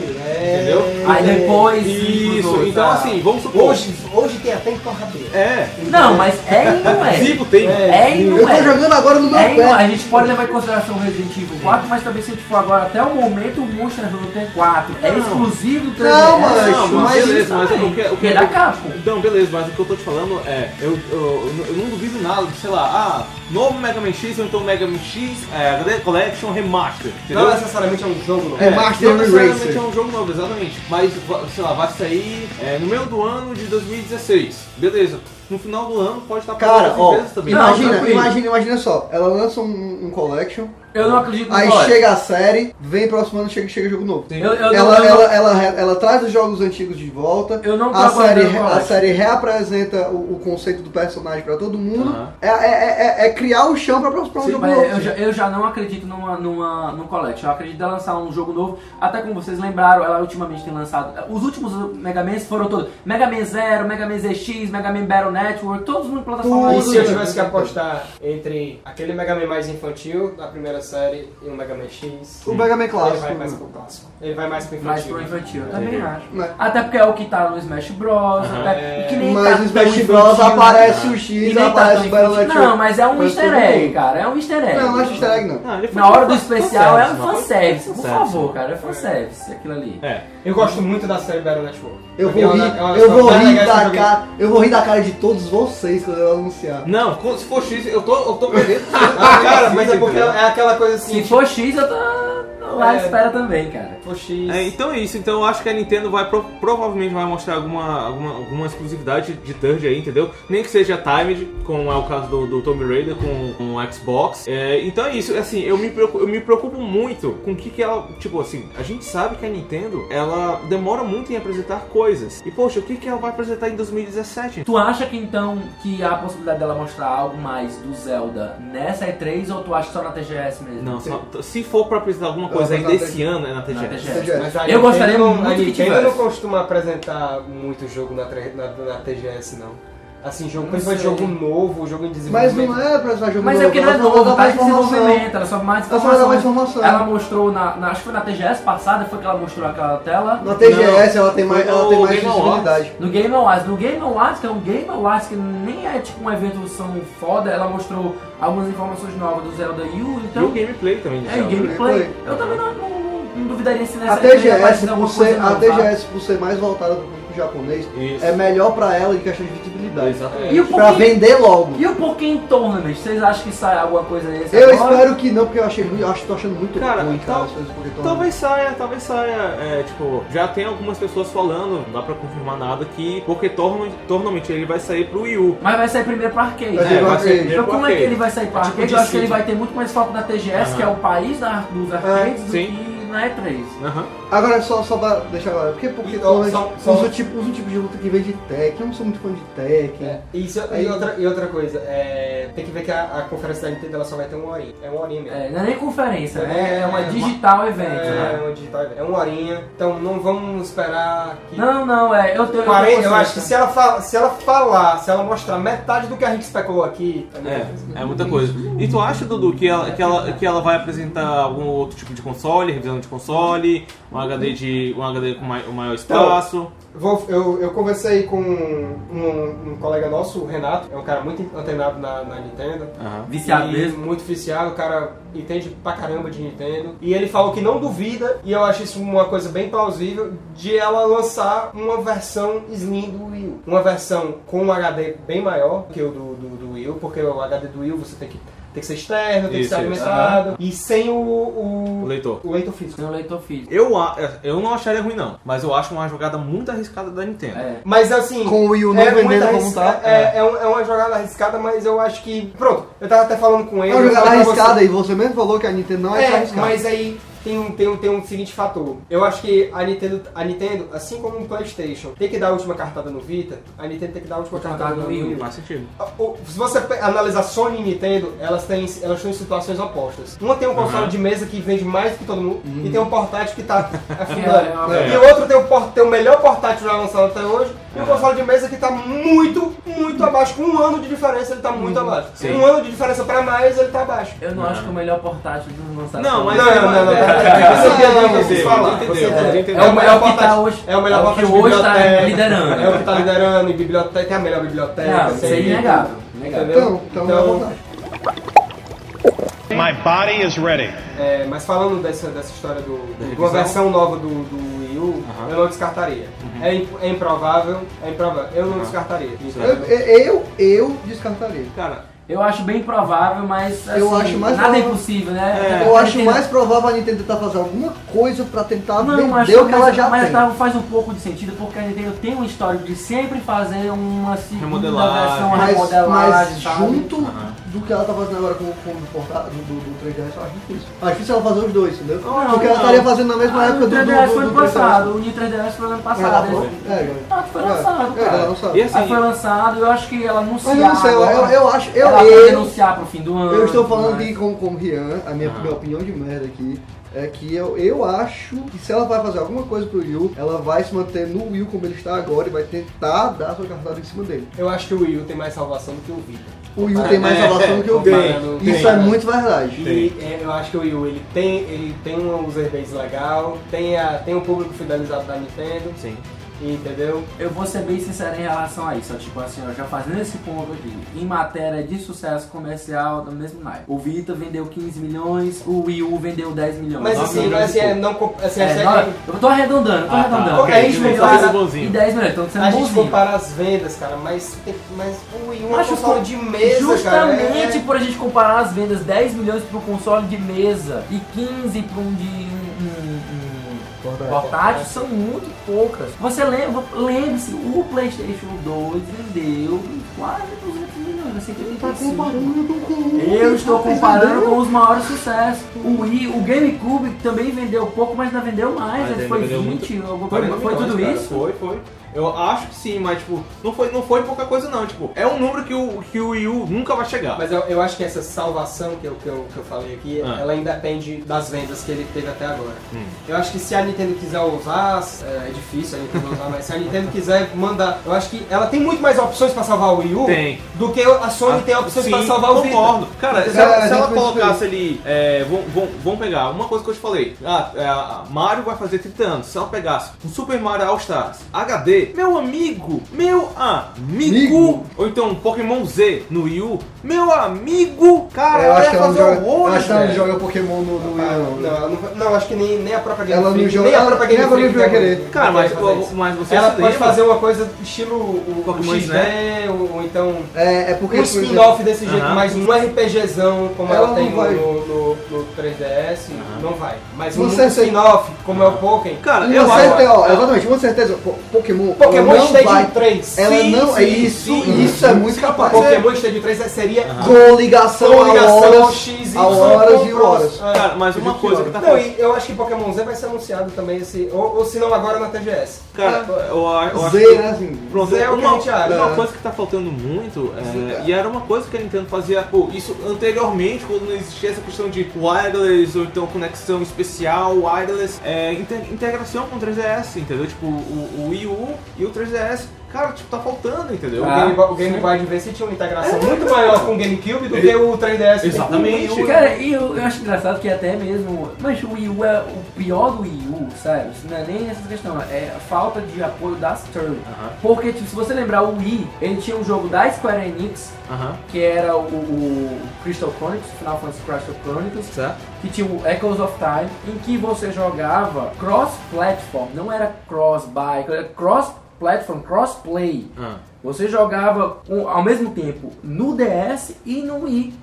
Speaker 1: entendeu?
Speaker 3: Aí depois. cinco,
Speaker 1: É, Isso,
Speaker 3: dois,
Speaker 1: então
Speaker 3: É. tá.
Speaker 1: assim, vamos supor.
Speaker 4: Hoje, hoje tem até entorradeira.
Speaker 1: É,
Speaker 3: Não, mas é e não é.
Speaker 1: Zico tem.
Speaker 3: É e não
Speaker 2: Eu
Speaker 3: é.
Speaker 2: tô jogando agora no meu
Speaker 3: É, então,
Speaker 2: pé.
Speaker 3: a gente pode levar em consideração o Resident Evil 4, mas também se a gente for agora até o momento o Monster Hunter 4 é
Speaker 1: Não.
Speaker 3: exclusivo do 3DS.
Speaker 2: Não, mas-
Speaker 1: Não, mas
Speaker 2: mas
Speaker 1: beleza, mas o que, o que
Speaker 3: é da Capcom.
Speaker 1: Não, beleza, mas o que eu tô te falando é, eu, eu, eu não duvido nada, de, sei lá, ah, novo Mega Man X ou então Mega Man X é, HD Collection Remaster, entendeu?
Speaker 4: Não necessariamente é um jogo novo.
Speaker 2: É Master
Speaker 1: não necessariamente
Speaker 2: Racer.
Speaker 1: é um jogo novo, exatamente. Mas, va- sei lá, vai sair é, no meio do ano de 2016. Beleza. No final do ano pode estar pra
Speaker 2: Cara,
Speaker 1: outras
Speaker 2: ó,
Speaker 1: empresas também.
Speaker 3: não,
Speaker 2: imagina,
Speaker 3: tranquilo.
Speaker 2: imagina, imagina só. Ela lança um, um collection,
Speaker 3: Eu não acredito
Speaker 2: aí
Speaker 3: nisso, olha.
Speaker 2: chega a série, vem próximo ano, chega, chega jogo novo.
Speaker 3: Eu, eu
Speaker 2: ela,
Speaker 3: não, eu
Speaker 2: ela, ela, re- ela traz os jogos antigos de volta.
Speaker 3: Eu não tô
Speaker 2: a série,
Speaker 3: aguardando
Speaker 2: re-
Speaker 3: o
Speaker 2: a
Speaker 3: Collection.
Speaker 2: série reapresenta o, o conceito do personagem pra todo mundo.
Speaker 1: Aham.
Speaker 2: é, é, é- é criar o chão pra, pra um
Speaker 3: Sim,
Speaker 2: jogo
Speaker 3: mas
Speaker 2: novo.
Speaker 3: eu, já, eu já não acredito numa, numa, num Collect. Eu acredito em lançar um jogo novo. Até como vocês lembraram, ela ultimamente tem lançado. Os últimos Mega Mans foram todos Mega Man Zero, Mega Man ZX, Mega Man Battle Network, todos no plataforma
Speaker 4: E se eu
Speaker 3: digital.
Speaker 4: tivesse que apostar entre aquele Mega Man mais infantil da primeira série e o Mega Man X,
Speaker 2: O Mega Man
Speaker 4: ele vai
Speaker 2: clássico.
Speaker 4: mais pro clássico. Ele vai mais pro
Speaker 3: mais
Speaker 4: infantil.
Speaker 3: pro infantil, eu também
Speaker 1: Entendi.
Speaker 3: acho.
Speaker 2: Mas-
Speaker 3: Até porque é o que tá no Smash Bros.
Speaker 1: É.
Speaker 3: até- e que nem
Speaker 2: né? Mas
Speaker 3: tá
Speaker 2: o
Speaker 3: tão
Speaker 2: Smash
Speaker 3: infantil,
Speaker 2: Bros
Speaker 3: né?
Speaker 2: aparece o
Speaker 3: E
Speaker 2: X,
Speaker 3: nem tá tão
Speaker 2: aparece o Battle
Speaker 3: infantil.
Speaker 2: Network.
Speaker 3: Não, mas é um
Speaker 2: Mas
Speaker 3: easter
Speaker 2: tudo bem.
Speaker 3: egg, cara. É um easter egg.
Speaker 2: Não, não é easter egg, não.
Speaker 1: Não, ele foi-
Speaker 3: Na hora do
Speaker 1: foi-
Speaker 3: especial é
Speaker 1: fanservice,
Speaker 3: um
Speaker 1: não foi?
Speaker 3: fanservice. Por
Speaker 1: Fanservice,
Speaker 3: favor,
Speaker 1: né?
Speaker 3: cara, é fanservice aquilo ali.
Speaker 1: É.
Speaker 4: Eu gosto muito da série Battle Network.
Speaker 2: Eu
Speaker 4: Pra
Speaker 2: vou
Speaker 4: mim,
Speaker 2: rir,
Speaker 4: é uma- é uma
Speaker 2: eu
Speaker 4: das
Speaker 2: vou
Speaker 4: mais
Speaker 2: rir
Speaker 4: legais que eu
Speaker 2: da
Speaker 4: joguei.
Speaker 2: cara, eu vou rir da cara de todos vocês quando eu anunciar.
Speaker 1: Não, co- se for X, eu tô, eu tô perdendo.
Speaker 4: Ah, cara, mas é porque é aquela coisa assim.
Speaker 3: Se
Speaker 4: tipo,
Speaker 3: for X, eu tô lá à
Speaker 4: É.
Speaker 3: espera também, cara.
Speaker 4: for X.
Speaker 1: É, então é isso, então eu acho que a Nintendo vai pro- provavelmente vai mostrar alguma, alguma, alguma exclusividade de third aí, entendeu? Nem que seja timed, como é o caso do, do Tomb Raider com, com o Xbox. É, então é isso, assim, eu me, preocupo, eu me preocupo muito com o que, que ela. Tipo assim, a gente sabe que a Nintendo ela demora muito em apresentar coisas. E poxa, o que, que ela vai apresentar em 2017?
Speaker 3: Tu acha que então que há a possibilidade dela mostrar algo mais do Zelda nessa E3 ou tu acha só na TGS mesmo?
Speaker 1: Não, só- se for pra apresentar alguma coisa
Speaker 2: Ela
Speaker 1: ainda
Speaker 2: vai na
Speaker 1: esse ano, é na
Speaker 3: na
Speaker 1: TGS.
Speaker 3: TGS.
Speaker 2: TGS.
Speaker 4: Mas a
Speaker 3: Eu gostaria
Speaker 4: Nintendo,
Speaker 3: muito
Speaker 4: a
Speaker 3: que
Speaker 4: Nintendo
Speaker 3: tivesse.
Speaker 4: não costuma apresentar muito jogo na, tre- na, na TGS, não. Assim, jogo,
Speaker 3: Não
Speaker 4: principalmente
Speaker 3: sei.
Speaker 4: jogo novo, jogo em
Speaker 2: Mas
Speaker 4: desenvolvimento.
Speaker 2: não é pra usar jogo
Speaker 3: Mas é
Speaker 2: novo,
Speaker 3: porque não é
Speaker 2: ela só
Speaker 3: novo,
Speaker 2: dá
Speaker 3: tá
Speaker 2: mais
Speaker 3: em
Speaker 2: informação.
Speaker 3: desenvolvimento, ela só mais
Speaker 2: Ela só vai dar mais
Speaker 3: informação.
Speaker 2: informação.
Speaker 3: Ela mostrou na, na- Acho que foi na TGS passada, foi que ela mostrou aquela tela.
Speaker 2: Na TGS ela tem mais,
Speaker 1: Foi
Speaker 2: ela
Speaker 1: no
Speaker 2: tem mais
Speaker 1: Game Awards.
Speaker 2: visibilidade.
Speaker 3: No Game Awards, no Game Awards, que é um Game Awards que nem é tipo um evento tão foda, ela mostrou algumas informações novas do Zelda U,
Speaker 1: E o
Speaker 3: então
Speaker 1: gameplay também. de
Speaker 3: é
Speaker 1: Zelda.
Speaker 3: gameplay.
Speaker 2: Gameplay.
Speaker 3: Eu também não, não- não duvidaria se
Speaker 2: né?
Speaker 3: nessa
Speaker 2: A
Speaker 3: E3
Speaker 2: TGS,
Speaker 3: aparecesse
Speaker 2: por
Speaker 3: alguma
Speaker 2: ser,
Speaker 3: coisa
Speaker 2: a
Speaker 3: não, sabe?
Speaker 2: TGS, por ser mais voltada pro público japonês,
Speaker 1: Isso.
Speaker 2: é melhor pra ela em questão de visibilidade.
Speaker 1: Exatamente.
Speaker 3: E o
Speaker 2: Pra
Speaker 3: pouquinho
Speaker 2: vender logo.
Speaker 3: E o Pokémon Tournament? Vocês acham que sai alguma coisa desse
Speaker 2: Eu
Speaker 3: agora?
Speaker 2: espero que não, porque eu achei muito, eu acho, tô achando muito
Speaker 1: Cara,
Speaker 2: ruim,
Speaker 1: tal-
Speaker 2: cara, as coisas do Pokémon.
Speaker 1: Então, Talvez saia, talvez saia. É, tipo, já tem algumas pessoas falando, não dá pra confirmar nada, que porque Tournament, Tournament ele vai sair pro Wii U.
Speaker 3: Mas vai sair primeiro pra arcade.
Speaker 2: Vai
Speaker 3: né?
Speaker 2: sair pra arcade.
Speaker 3: Então
Speaker 1: pro
Speaker 3: como é que
Speaker 1: arcade.
Speaker 3: ele vai sair pra
Speaker 4: É tipo
Speaker 3: arcade?
Speaker 4: de
Speaker 3: Eu acho que
Speaker 4: City.
Speaker 3: ele vai ter muito mais foco na TGS,
Speaker 1: Aham.
Speaker 3: que é o país da- dos arcades, do
Speaker 1: sim.
Speaker 3: que na E3.
Speaker 1: Aham.
Speaker 2: Agora, só, só pra deixar claro, porque Pokémon
Speaker 4: Então,
Speaker 2: Tournament
Speaker 4: só-
Speaker 2: usa,
Speaker 4: só-
Speaker 2: o tipo, usa um tipo de luta que vem de Tekken, eu não sou muito fã de Tekken.
Speaker 4: É, isso,
Speaker 2: Aí-
Speaker 4: e, outra, e outra coisa, é, tem que ver que a, a conferência da Nintendo ela só vai ter uma horinha. É uma horinha mesmo.
Speaker 3: É, não é nem conferência, né?
Speaker 4: É,
Speaker 3: É uma
Speaker 4: é uma-
Speaker 3: digital event,
Speaker 4: É,
Speaker 3: né?
Speaker 4: uma digital, é uma horinha. Então não vamos esperar que.
Speaker 3: Não, não, é. Eu tenho.
Speaker 4: Quarenta-
Speaker 3: tenho
Speaker 4: eu acho que se
Speaker 3: consciência.
Speaker 4: ela, fala- se ela falar, se ela mostrar metade do que a gente especulou aqui, tá ligado?
Speaker 1: É, é muita coisa. E tu acha, Dudu, que ela, que, ela, que ela vai apresentar algum outro tipo de console, revisão de console, um HD de. um HD com mai- um maior espaço?
Speaker 4: Vou- eu, eu conversei com um, um colega nosso, o Renato, é um cara muito antenado na, na Nintendo.
Speaker 1: Aham.
Speaker 3: Viciado
Speaker 4: E
Speaker 3: mesmo.
Speaker 4: Muito viciado, o cara entende pra caramba de Nintendo. E ele falou que não duvida, e eu acho isso uma coisa bem plausível, de ela lançar uma versão Slim do Wii U. Uma versão com um HD bem maior que o do, do, do Wii U, porque o HD do Wii U você tem que, tem que ser externo, tem
Speaker 1: Isso,
Speaker 4: que ser
Speaker 1: isso.
Speaker 4: alimentado. E sem o, o,
Speaker 1: O leitor.
Speaker 4: o leitor físico.
Speaker 3: Tem um leitor físico.
Speaker 1: Eu, a- eu não acharia ruim, não, mas eu acho uma jogada muito arriscada da Nintendo.
Speaker 3: É.
Speaker 4: Mas assim.
Speaker 2: Com o Wii U não
Speaker 4: é muito
Speaker 2: vendendo como
Speaker 4: arrisca-
Speaker 2: tá.
Speaker 4: É, é um- é uma jogada arriscada, mas eu acho que. Pronto, eu tava até falando com ele.
Speaker 2: É uma
Speaker 4: eu
Speaker 2: jogada
Speaker 4: falei pra você-
Speaker 2: arriscada e você mesmo falou que a Nintendo não é, só
Speaker 4: É,
Speaker 2: arriscada.
Speaker 4: mas aí tem um, tem, um, tem um seguinte fator. Eu acho que a Nintendo, a Nintendo, assim como o PlayStation, tem que dar a última cartada no Vita, a Nintendo tem que dar a última cartada no Wii U.
Speaker 1: Faz sentido.
Speaker 4: O- Se você pe- analisar Sony e Nintendo, elas têm, elas estão em situações opostas. Uma tem um console
Speaker 1: Uhum.
Speaker 4: de mesa que vende mais que todo mundo, e tem um portátil que tá afundando.
Speaker 3: É,
Speaker 1: é.
Speaker 4: E o outro tem o, por- tem o melhor portátil já lançado até hoje, e
Speaker 1: Uhum.
Speaker 4: um console de mesa que tá muito, muito abaixo. Com um ano de diferença, ele tá muito abaixo.
Speaker 1: Sim.
Speaker 4: Um ano de diferença pra mais, ele tá abaixo.
Speaker 3: Eu não, acho que o melhor portátil do lançamento.
Speaker 1: Não, mas.
Speaker 4: Não,
Speaker 1: é,
Speaker 4: não, não, não.
Speaker 1: é,
Speaker 4: Você entendeu o que eu
Speaker 1: entendeu,
Speaker 4: quis falar.
Speaker 1: entendeu,
Speaker 4: Você entendeu.
Speaker 1: entendeu.
Speaker 3: É o melhor que
Speaker 4: portátil-
Speaker 3: tá hoje.
Speaker 4: É o melhor
Speaker 3: é o que
Speaker 4: portátil de
Speaker 3: hoje tá
Speaker 4: biblioteca.
Speaker 3: liderando.
Speaker 4: É o que tá liderando em biblioteca, tem a melhor biblioteca.
Speaker 3: Não, isso é
Speaker 4: tem-
Speaker 3: inegável. inegável.
Speaker 4: Entendeu?
Speaker 2: Então, então, é uma vantagem.
Speaker 5: My body is ready.
Speaker 4: é, mas falando dessa, dessa história do, de
Speaker 1: revisão?
Speaker 4: uma versão nova do, do Wii U, eu não descartaria.
Speaker 3: Uhum.
Speaker 4: É, imp- é improvável, é improvável. Eu não descartaria.
Speaker 2: Eu,
Speaker 4: entendeu?
Speaker 2: eu, eu descartaria.
Speaker 1: Cara,
Speaker 3: Eu acho bem provável, mas.
Speaker 2: Eu
Speaker 3: assim,
Speaker 2: acho mais
Speaker 3: Nada é
Speaker 2: provável-
Speaker 3: impossível, né?
Speaker 1: É.
Speaker 3: Até
Speaker 2: Eu
Speaker 3: porque
Speaker 2: acho
Speaker 3: tem-
Speaker 2: mais provável a Nintendo tentar fazer alguma coisa pra tentar
Speaker 3: Não, mas,
Speaker 2: vender o que ela
Speaker 3: mas-
Speaker 2: já
Speaker 3: mas
Speaker 2: tem.
Speaker 3: tá- faz um pouco de sentido porque a Nintendo tem um histórico de sempre fazer uma segunda
Speaker 1: Remodelagem.
Speaker 3: versão uma
Speaker 2: Mas,
Speaker 3: remodelagem,
Speaker 2: mas
Speaker 3: sabe?
Speaker 2: junto do que ela tá fazendo agora com, com o portátil do, do, do 3DS, eu acho difícil. Acho difícil ela fazer os dois, entendeu?
Speaker 3: Não,
Speaker 2: Porque ela
Speaker 3: não.
Speaker 2: estaria fazendo na mesma
Speaker 3: Ah,
Speaker 2: época do,
Speaker 3: o
Speaker 2: do,
Speaker 3: 3DS
Speaker 2: do,
Speaker 3: foi
Speaker 2: do
Speaker 3: ano passado, o New 3DS foi ano passado.
Speaker 2: Ela-
Speaker 3: eles-
Speaker 2: É,
Speaker 3: Ah, foi lançado,
Speaker 2: é, é,
Speaker 3: cara.
Speaker 2: ela não sabe.
Speaker 1: e assim,
Speaker 3: Aí foi lançado, eu acho que ela anunciar
Speaker 2: Mas eu não sei, eu,
Speaker 3: agora,
Speaker 2: eu, eu acho, eu,
Speaker 3: ela tá vai
Speaker 2: eu,
Speaker 3: anunciar pro fim do ano.
Speaker 2: eu estou falando
Speaker 3: mas-
Speaker 4: Ah.
Speaker 2: aqui com, com o Rian, a minha, minha opinião de merda aqui. é que eu, eu acho que se ela vai fazer alguma coisa pro Yu, ela vai se manter no Will como ele está agora e vai tentar dar sua cartada em cima dele.
Speaker 4: Eu acho que o Will tem mais salvação do que o Vitor.
Speaker 2: O Yu tem mais
Speaker 1: É,
Speaker 2: salvação do que o Ben.
Speaker 4: comparando-
Speaker 2: Isso
Speaker 4: tem.
Speaker 2: é muito verdade.
Speaker 4: E é, eu acho que o Wii U, ele tem, ele tem um user base legal, tem, a, tem um público fidelizado da Nintendo,
Speaker 1: Sim.
Speaker 4: entendeu?
Speaker 3: Eu vou ser bem sincero em relação a isso, ó, tipo assim, ó, já fazendo esse ponto aqui, em matéria de sucesso comercial, do mesmo naipe. O Vita vendeu 15 milhões, o Wii U vendeu 10 milhões.
Speaker 4: Mas
Speaker 3: Nove
Speaker 4: assim,
Speaker 3: milhões
Speaker 4: mas assim,
Speaker 3: e
Speaker 4: é,
Speaker 3: pouco.
Speaker 4: não, comp- assim,
Speaker 3: É,
Speaker 4: essa-
Speaker 3: nove- eu tô arredondando, eu tô
Speaker 1: Ah, tá.
Speaker 3: arredondando.
Speaker 4: Ok, a gente
Speaker 3: Beleza.
Speaker 4: compara-
Speaker 3: E 10 milhões, então sendo
Speaker 4: a gente
Speaker 3: bonzinho.
Speaker 4: compara as vendas, cara, mas, tem- mas o Wii U é um
Speaker 3: Acho
Speaker 4: console
Speaker 3: que-
Speaker 4: de mesa, cara. é-
Speaker 3: Justamente por a gente comparar as vendas 10 milhões pro console de mesa e 15 para um de um, um- um
Speaker 2: Portátil.
Speaker 3: portátil são muito poucas. Você lembra, lembre-se, o PlayStation 2 vendeu quase 200 milhões, assim, 185. Eu estou comparando com os maiores sucessos. O Wii, o GameCube também vendeu pouco, mas ainda vendeu mais.
Speaker 1: Mas
Speaker 3: né?
Speaker 1: ainda
Speaker 3: foi
Speaker 1: vendeu
Speaker 3: 20, alguma
Speaker 1: Foi,
Speaker 3: coisa. Foi tudo
Speaker 1: cara.
Speaker 3: isso?
Speaker 1: Foi, foi. Eu acho que sim, mas tipo, não foi, não foi pouca coisa não, tipo, é um número que o, que o Wii U nunca vai chegar.
Speaker 4: Mas eu, eu acho que essa salvação que eu, que eu, que eu falei aqui,
Speaker 1: Ah. Hum.
Speaker 4: ela ainda depende das vendas que ele teve até agora. Eu acho que se a Nintendo quiser usar, é, é difícil a Nintendo usar, mas se a Nintendo quiser mandar, eu acho que ela tem muito mais opções pra salvar o Wii U
Speaker 1: Tem. Ah,
Speaker 4: do que a Sony tem opções
Speaker 1: Sim,
Speaker 4: pra salvar o Vita.
Speaker 1: concordo. Cara, se
Speaker 2: Cara,
Speaker 1: ela,
Speaker 2: a
Speaker 1: se
Speaker 2: gente
Speaker 1: ela
Speaker 2: vai
Speaker 1: colocasse ali. é, vamos- vamos vamos pegar uma coisa que eu te falei. Ah, é, a Mario vai fazer 30 anos. Se ela pegasse um Super Mario All Stars HD, meu amigo, meu amigo.
Speaker 2: Amigo.
Speaker 1: Ou então um Pokémon Z no Wii U, meu amigo. Cara,
Speaker 2: É, Eu
Speaker 1: ela
Speaker 2: acho que
Speaker 1: ia
Speaker 2: ela não
Speaker 1: fazer um
Speaker 2: joga, eu
Speaker 1: horrores.
Speaker 2: acho que ela não
Speaker 1: velho.
Speaker 2: joga Pokémon no, no Wii,
Speaker 4: Ah,
Speaker 2: não.
Speaker 4: não, ela não, não, acho que nem, nem a própria Game
Speaker 2: Ela não
Speaker 4: Freak,
Speaker 2: joga-
Speaker 4: nem a
Speaker 2: ela-
Speaker 4: própria
Speaker 2: nem
Speaker 4: Game
Speaker 2: a própria
Speaker 4: Freak vai
Speaker 2: Game
Speaker 4: querer.
Speaker 2: Freak.
Speaker 1: Cara,
Speaker 4: vai
Speaker 1: mas,
Speaker 4: fazer isso.
Speaker 1: mas você
Speaker 4: ela
Speaker 1: se
Speaker 4: pode
Speaker 1: lembra?
Speaker 4: fazer uma coisa estilo o, o
Speaker 1: né? Pokémon
Speaker 4: XD, ou, ou então
Speaker 2: É, é porque.
Speaker 4: um
Speaker 2: por exemplo,
Speaker 4: spin-off desse jeito,
Speaker 1: Aham.
Speaker 4: mas um RPGzão como
Speaker 2: Ela
Speaker 4: ela,
Speaker 2: não
Speaker 4: tem no,
Speaker 2: vai.
Speaker 4: no, no- no 3DS, não vai. Mas um
Speaker 2: Você
Speaker 4: um
Speaker 2: sei-
Speaker 4: spin-off, como é o Pokémon.
Speaker 1: Cara,
Speaker 2: uma
Speaker 1: eu acho.
Speaker 2: certeza, ó, exatamente, uma certeza, po- Pokémon.
Speaker 4: Pokémon
Speaker 2: ela não
Speaker 4: Stage
Speaker 2: vai-
Speaker 4: 3.
Speaker 2: Ela
Speaker 4: Sim,
Speaker 2: não. é
Speaker 4: sim,
Speaker 2: isso,
Speaker 4: sim.
Speaker 2: isso é muito capaz.
Speaker 4: Pokémon Stage 3 seria
Speaker 2: Com ligação,
Speaker 4: com
Speaker 2: a
Speaker 4: ligação ao
Speaker 2: horas,
Speaker 4: X,
Speaker 2: a horas e
Speaker 4: com cross.
Speaker 2: horas.
Speaker 4: Ah.
Speaker 1: Cara, mas uma
Speaker 2: Que
Speaker 1: coisa
Speaker 2: hora?
Speaker 1: que tá
Speaker 4: Não,
Speaker 1: faltando.
Speaker 4: e eu acho que Pokémon Z vai ser anunciado também, esse, ou, ou se não agora na TGS.
Speaker 1: Cara,
Speaker 4: Ah.
Speaker 1: eu, a- eu acho.
Speaker 2: Z, né, assim.
Speaker 1: Pronto,
Speaker 4: Zé é o que
Speaker 1: uma,
Speaker 4: a gente acha.
Speaker 1: uma
Speaker 2: É.
Speaker 1: coisa que tá faltando muito, é,
Speaker 2: Sim, cara.
Speaker 1: e era uma coisa que a Nintendo fazia, pô, isso anteriormente, quando não existia essa questão de wireless, ou então conexão especial, wireless, é, inte- integração com o 3DS, entendeu? Tipo, o, o Wii U e o 3DS, cara, tipo, tá faltando, entendeu?
Speaker 3: Ah,
Speaker 4: o Game, Boy- o Game Boy Advance tinha uma
Speaker 2: É
Speaker 4: integração muito maior com o GameCube do
Speaker 1: Ele-
Speaker 4: que o 3DS. tem
Speaker 1: Exatamente.
Speaker 4: com o Wii U.
Speaker 3: Cara, e eu, eu acho engraçado que até mesmo. Mas o Wii U é o pior do Wii U, sabe? Isso não é nem essa questão, é a falta de apoio das Turbo. Porque, tipo, se você lembrar, o Wii, ele tinha um jogo da Square Enix,
Speaker 1: Aham,
Speaker 3: que era o, o Crystal Chronicles, Final Fantasy Crystal Chronicles,
Speaker 1: certo?
Speaker 3: que tinha o Echoes of Time, em que você jogava cross-platform, não era cross-buy, era cross-platform, cross-play.
Speaker 1: Ah,
Speaker 3: Você jogava com- ao mesmo tempo no DS e no Wii.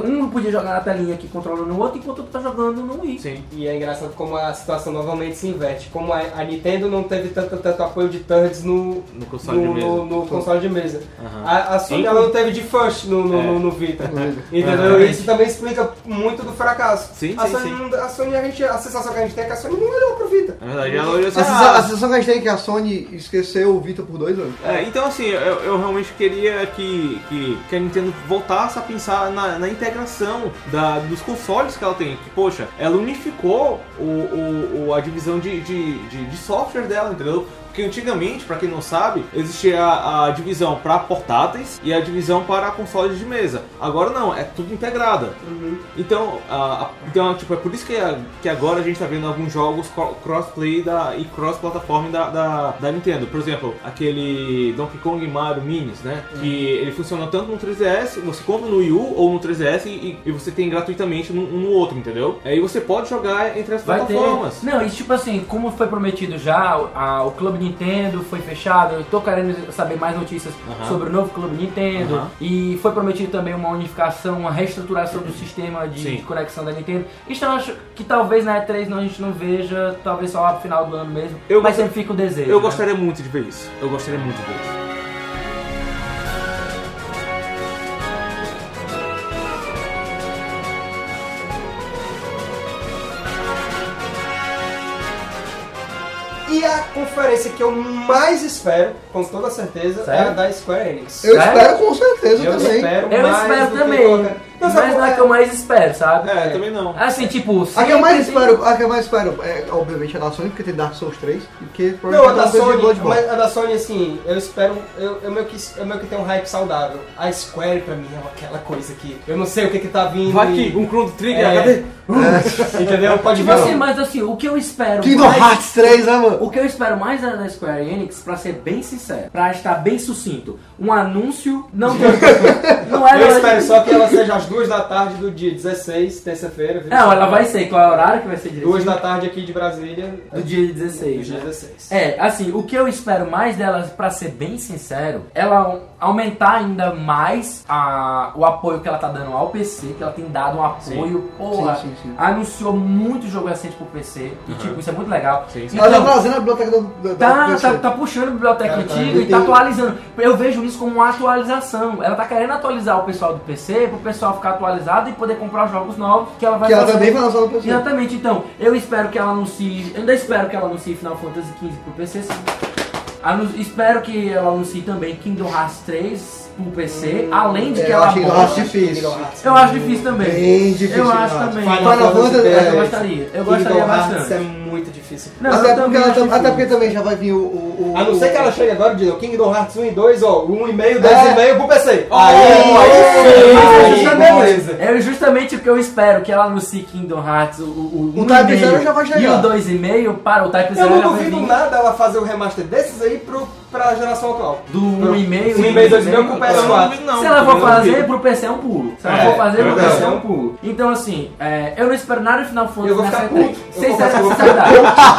Speaker 3: Um podia jogar na telinha aqui controlando o outro, enquanto o outro tá jogando no Wii.
Speaker 1: sim.
Speaker 4: E é engraçado como a situação novamente se inverte. Como a, a Nintendo não teve tanto, tanto apoio de turds no,
Speaker 1: No console
Speaker 4: no-
Speaker 1: de mesa.
Speaker 4: no- no console de mesa.
Speaker 1: Aham.
Speaker 4: A, a Sony
Speaker 1: Sim.
Speaker 4: ela não teve de first no, no,
Speaker 1: É.
Speaker 4: no- no Vita.
Speaker 2: Uhum.
Speaker 4: Entendeu?
Speaker 1: Aham.
Speaker 4: E Isso também explica muito do fracasso.
Speaker 1: Sim,
Speaker 4: a,
Speaker 1: sim,
Speaker 4: Sony,
Speaker 1: sim.
Speaker 4: não- a Sony, a gente, a sensação que a gente tem é que a Sony não olhou pro Vita.
Speaker 1: Na verdade, ela olhou assim,
Speaker 2: A sensa- a
Speaker 1: ah,
Speaker 2: sensação que a gente tem é que a Sony esqueceu o Vita por dois anos.
Speaker 1: É, então assim, eu, eu realmente queria que, que, que a Nintendo voltasse a pensar na, na integração da, dos consoles que ela tem. Que, poxa, ela unificou o, o, o- a divisão de, de, de, de software dela, entendeu? Porque antigamente, pra quem não sabe, existia a, a divisão para portáteis e a divisão para consoles de mesa. Agora não, é tudo integrada.
Speaker 3: Uhum.
Speaker 1: Então, a- a- então, tipo, é por isso que, a- que agora a gente tá vendo alguns jogos co- crossplay da, e cross-plataforma da, da, da Nintendo. Por exemplo, aquele Donkey Kong Mario Minis, né?
Speaker 3: É.
Speaker 1: Que ele funciona tanto no 3DS, você compra no Wii U ou no 3DS e, e você tem gratuitamente no- um no outro, entendeu? Aí você pode jogar entre as
Speaker 3: Vai ter.
Speaker 1: plataformas.
Speaker 3: Não, e tipo assim, como foi prometido já, o- a- o Clube Nintendo foi fechado. Eu tô querendo saber mais notícias
Speaker 1: Aham.
Speaker 3: sobre o novo Clube Nintendo.
Speaker 1: Aham.
Speaker 3: E foi prometido também uma unificação, uma reestruturação do sistema de,
Speaker 1: Sim.
Speaker 3: de conexão da Nintendo. Isso eu acho que talvez na E3 não, a gente não veja, talvez só lá pro final do ano mesmo.
Speaker 1: Eu
Speaker 3: mas
Speaker 1: gostaria-
Speaker 3: sempre fica o desejo.
Speaker 1: Eu
Speaker 3: né?
Speaker 1: gostaria muito de ver isso. Eu gostaria muito de ver isso.
Speaker 4: E a conferência que eu mais espero, com toda certeza, é a
Speaker 3: Sério?
Speaker 4: da Square Enix.
Speaker 2: Eu
Speaker 3: Sério?
Speaker 2: espero com certeza
Speaker 4: Eu
Speaker 2: também.
Speaker 4: espero
Speaker 3: Eu
Speaker 4: mais
Speaker 3: espero
Speaker 4: do que
Speaker 3: também.
Speaker 4: qualquer-
Speaker 3: Mas não é que eu mais espero, sabe?
Speaker 1: É, também não.
Speaker 3: Assim, tipo,
Speaker 2: A que eu mais
Speaker 3: sempre tem-
Speaker 2: espero, a que eu mais espero é, obviamente, a da Sony, porque tem Dark Souls 3, porque
Speaker 4: Não, a
Speaker 2: provavelmente
Speaker 4: da
Speaker 2: vai ser
Speaker 4: Sony,
Speaker 2: Bloodborne.
Speaker 4: mas a da Sony, assim, eu espero. Eu, eu, meio que, eu meio que tenho um hype saudável. A Square, pra mim, é aquela coisa que eu não sei o que que tá vindo.
Speaker 1: Vai
Speaker 4: e-
Speaker 1: aqui, um Chrono Trigger,
Speaker 4: É.
Speaker 1: cadê?
Speaker 4: Entendeu? Pode
Speaker 3: Tipo
Speaker 4: ver.
Speaker 3: assim, mas assim, o que eu espero.
Speaker 2: Kingdom
Speaker 3: mais-
Speaker 2: Hearts 3, né, mano?
Speaker 3: O que eu espero mais é da Square Enix, pra ser bem sincero, pra estar bem sucinto, um anúncio não tem- não é
Speaker 4: Eu espero só que ela seja às duas da tarde do dia 16, terça-feira. viu?
Speaker 3: Não, ela vai ser, qual é o horário que vai ser direito?
Speaker 4: Duas da tarde aqui de Brasília.
Speaker 3: do dia
Speaker 4: do
Speaker 3: 16.
Speaker 4: dia
Speaker 3: né?
Speaker 4: 16.
Speaker 3: É, assim, o que eu espero mais dela, pra ser bem sincero, ela aumentar ainda mais a, o apoio que ela tá dando ao PC, que ela tem dado um apoio, porra,
Speaker 2: Sim, sim, sim.
Speaker 3: anunciou muito jogo recente pro PC, e tipo, isso é muito legal.
Speaker 1: Sim, sim.
Speaker 4: Então.
Speaker 2: Ela tá trazendo a biblioteca do, da, da
Speaker 3: Tá,
Speaker 2: da-
Speaker 3: tá, tá puxando a biblioteca
Speaker 4: Ela tá-
Speaker 3: antiga e tá atualizando. Eu vejo isso como uma atualização. Ela tá querendo atualizar o pessoal do PC, pro pessoal ficar atualizado e poder comprar jogos novos que ela vai
Speaker 2: Que ela
Speaker 3: fazer.
Speaker 2: também vai lançar no PC.
Speaker 3: Exatamente, então, eu espero que ela anuncie. Eu ainda espero que ela anuncie Final Fantasy XV pro PC. sim. Anu- espero que ela anuncie também Kingdom Hearts 3 pro PC, além de
Speaker 2: É,
Speaker 3: que
Speaker 2: eu
Speaker 3: ela
Speaker 2: achei
Speaker 3: aborde-
Speaker 2: eu acho difícil.
Speaker 3: Eu acho difícil também.
Speaker 2: Bem difícil,
Speaker 3: eu acho
Speaker 2: Renato.
Speaker 3: também.
Speaker 2: Final Fantasy,
Speaker 3: eu
Speaker 2: é,
Speaker 3: gostaria. Eu gostaria
Speaker 4: Hearts é
Speaker 3: bastante.
Speaker 4: muito difícil.
Speaker 3: Não, eu
Speaker 2: até, porque
Speaker 3: também
Speaker 2: ela
Speaker 3: acho
Speaker 2: tam- até
Speaker 3: difícil.
Speaker 2: porque também já vai vir o. o, o
Speaker 4: A não ser que ela chegue agora e diga Kingdom Hearts 1 e 2, ó, 1 e meio, 10
Speaker 2: É.
Speaker 4: e meio pro PC.
Speaker 1: Oh, aí
Speaker 3: Mas é
Speaker 4: aí,
Speaker 3: justamente-
Speaker 4: beleza.
Speaker 3: É justamente o que eu espero, que ela anuncie Kingdom Hearts, o, o,
Speaker 2: O
Speaker 3: um
Speaker 2: Type
Speaker 3: e meio
Speaker 2: Zero já vai chegar.
Speaker 3: E o 2,5 para o Type
Speaker 4: Eu
Speaker 3: 0
Speaker 4: não
Speaker 3: já vai
Speaker 4: duvido
Speaker 3: vir.
Speaker 4: nada ela fazer o remaster desses aí pro, pra geração atual.
Speaker 3: Do 1,5
Speaker 4: Um e meio, dois e meio com o
Speaker 1: Eu não
Speaker 4: PS4.
Speaker 1: duvido, não.
Speaker 3: Se ela for
Speaker 1: Eu não duvido.
Speaker 3: fazer, pro PC é um pulo. Se ela
Speaker 1: É,
Speaker 3: for fazer, pro
Speaker 1: verdade.
Speaker 3: PC é um pulo. Então, assim, é, eu não espero nada de Final Fantasy
Speaker 4: Eu vou
Speaker 3: nessa
Speaker 4: ficar puto.
Speaker 3: E3.
Speaker 4: Eu
Speaker 3: Sem
Speaker 4: confesso
Speaker 3: ser-
Speaker 4: que eu vou
Speaker 3: sem
Speaker 4: ficar
Speaker 3: ser-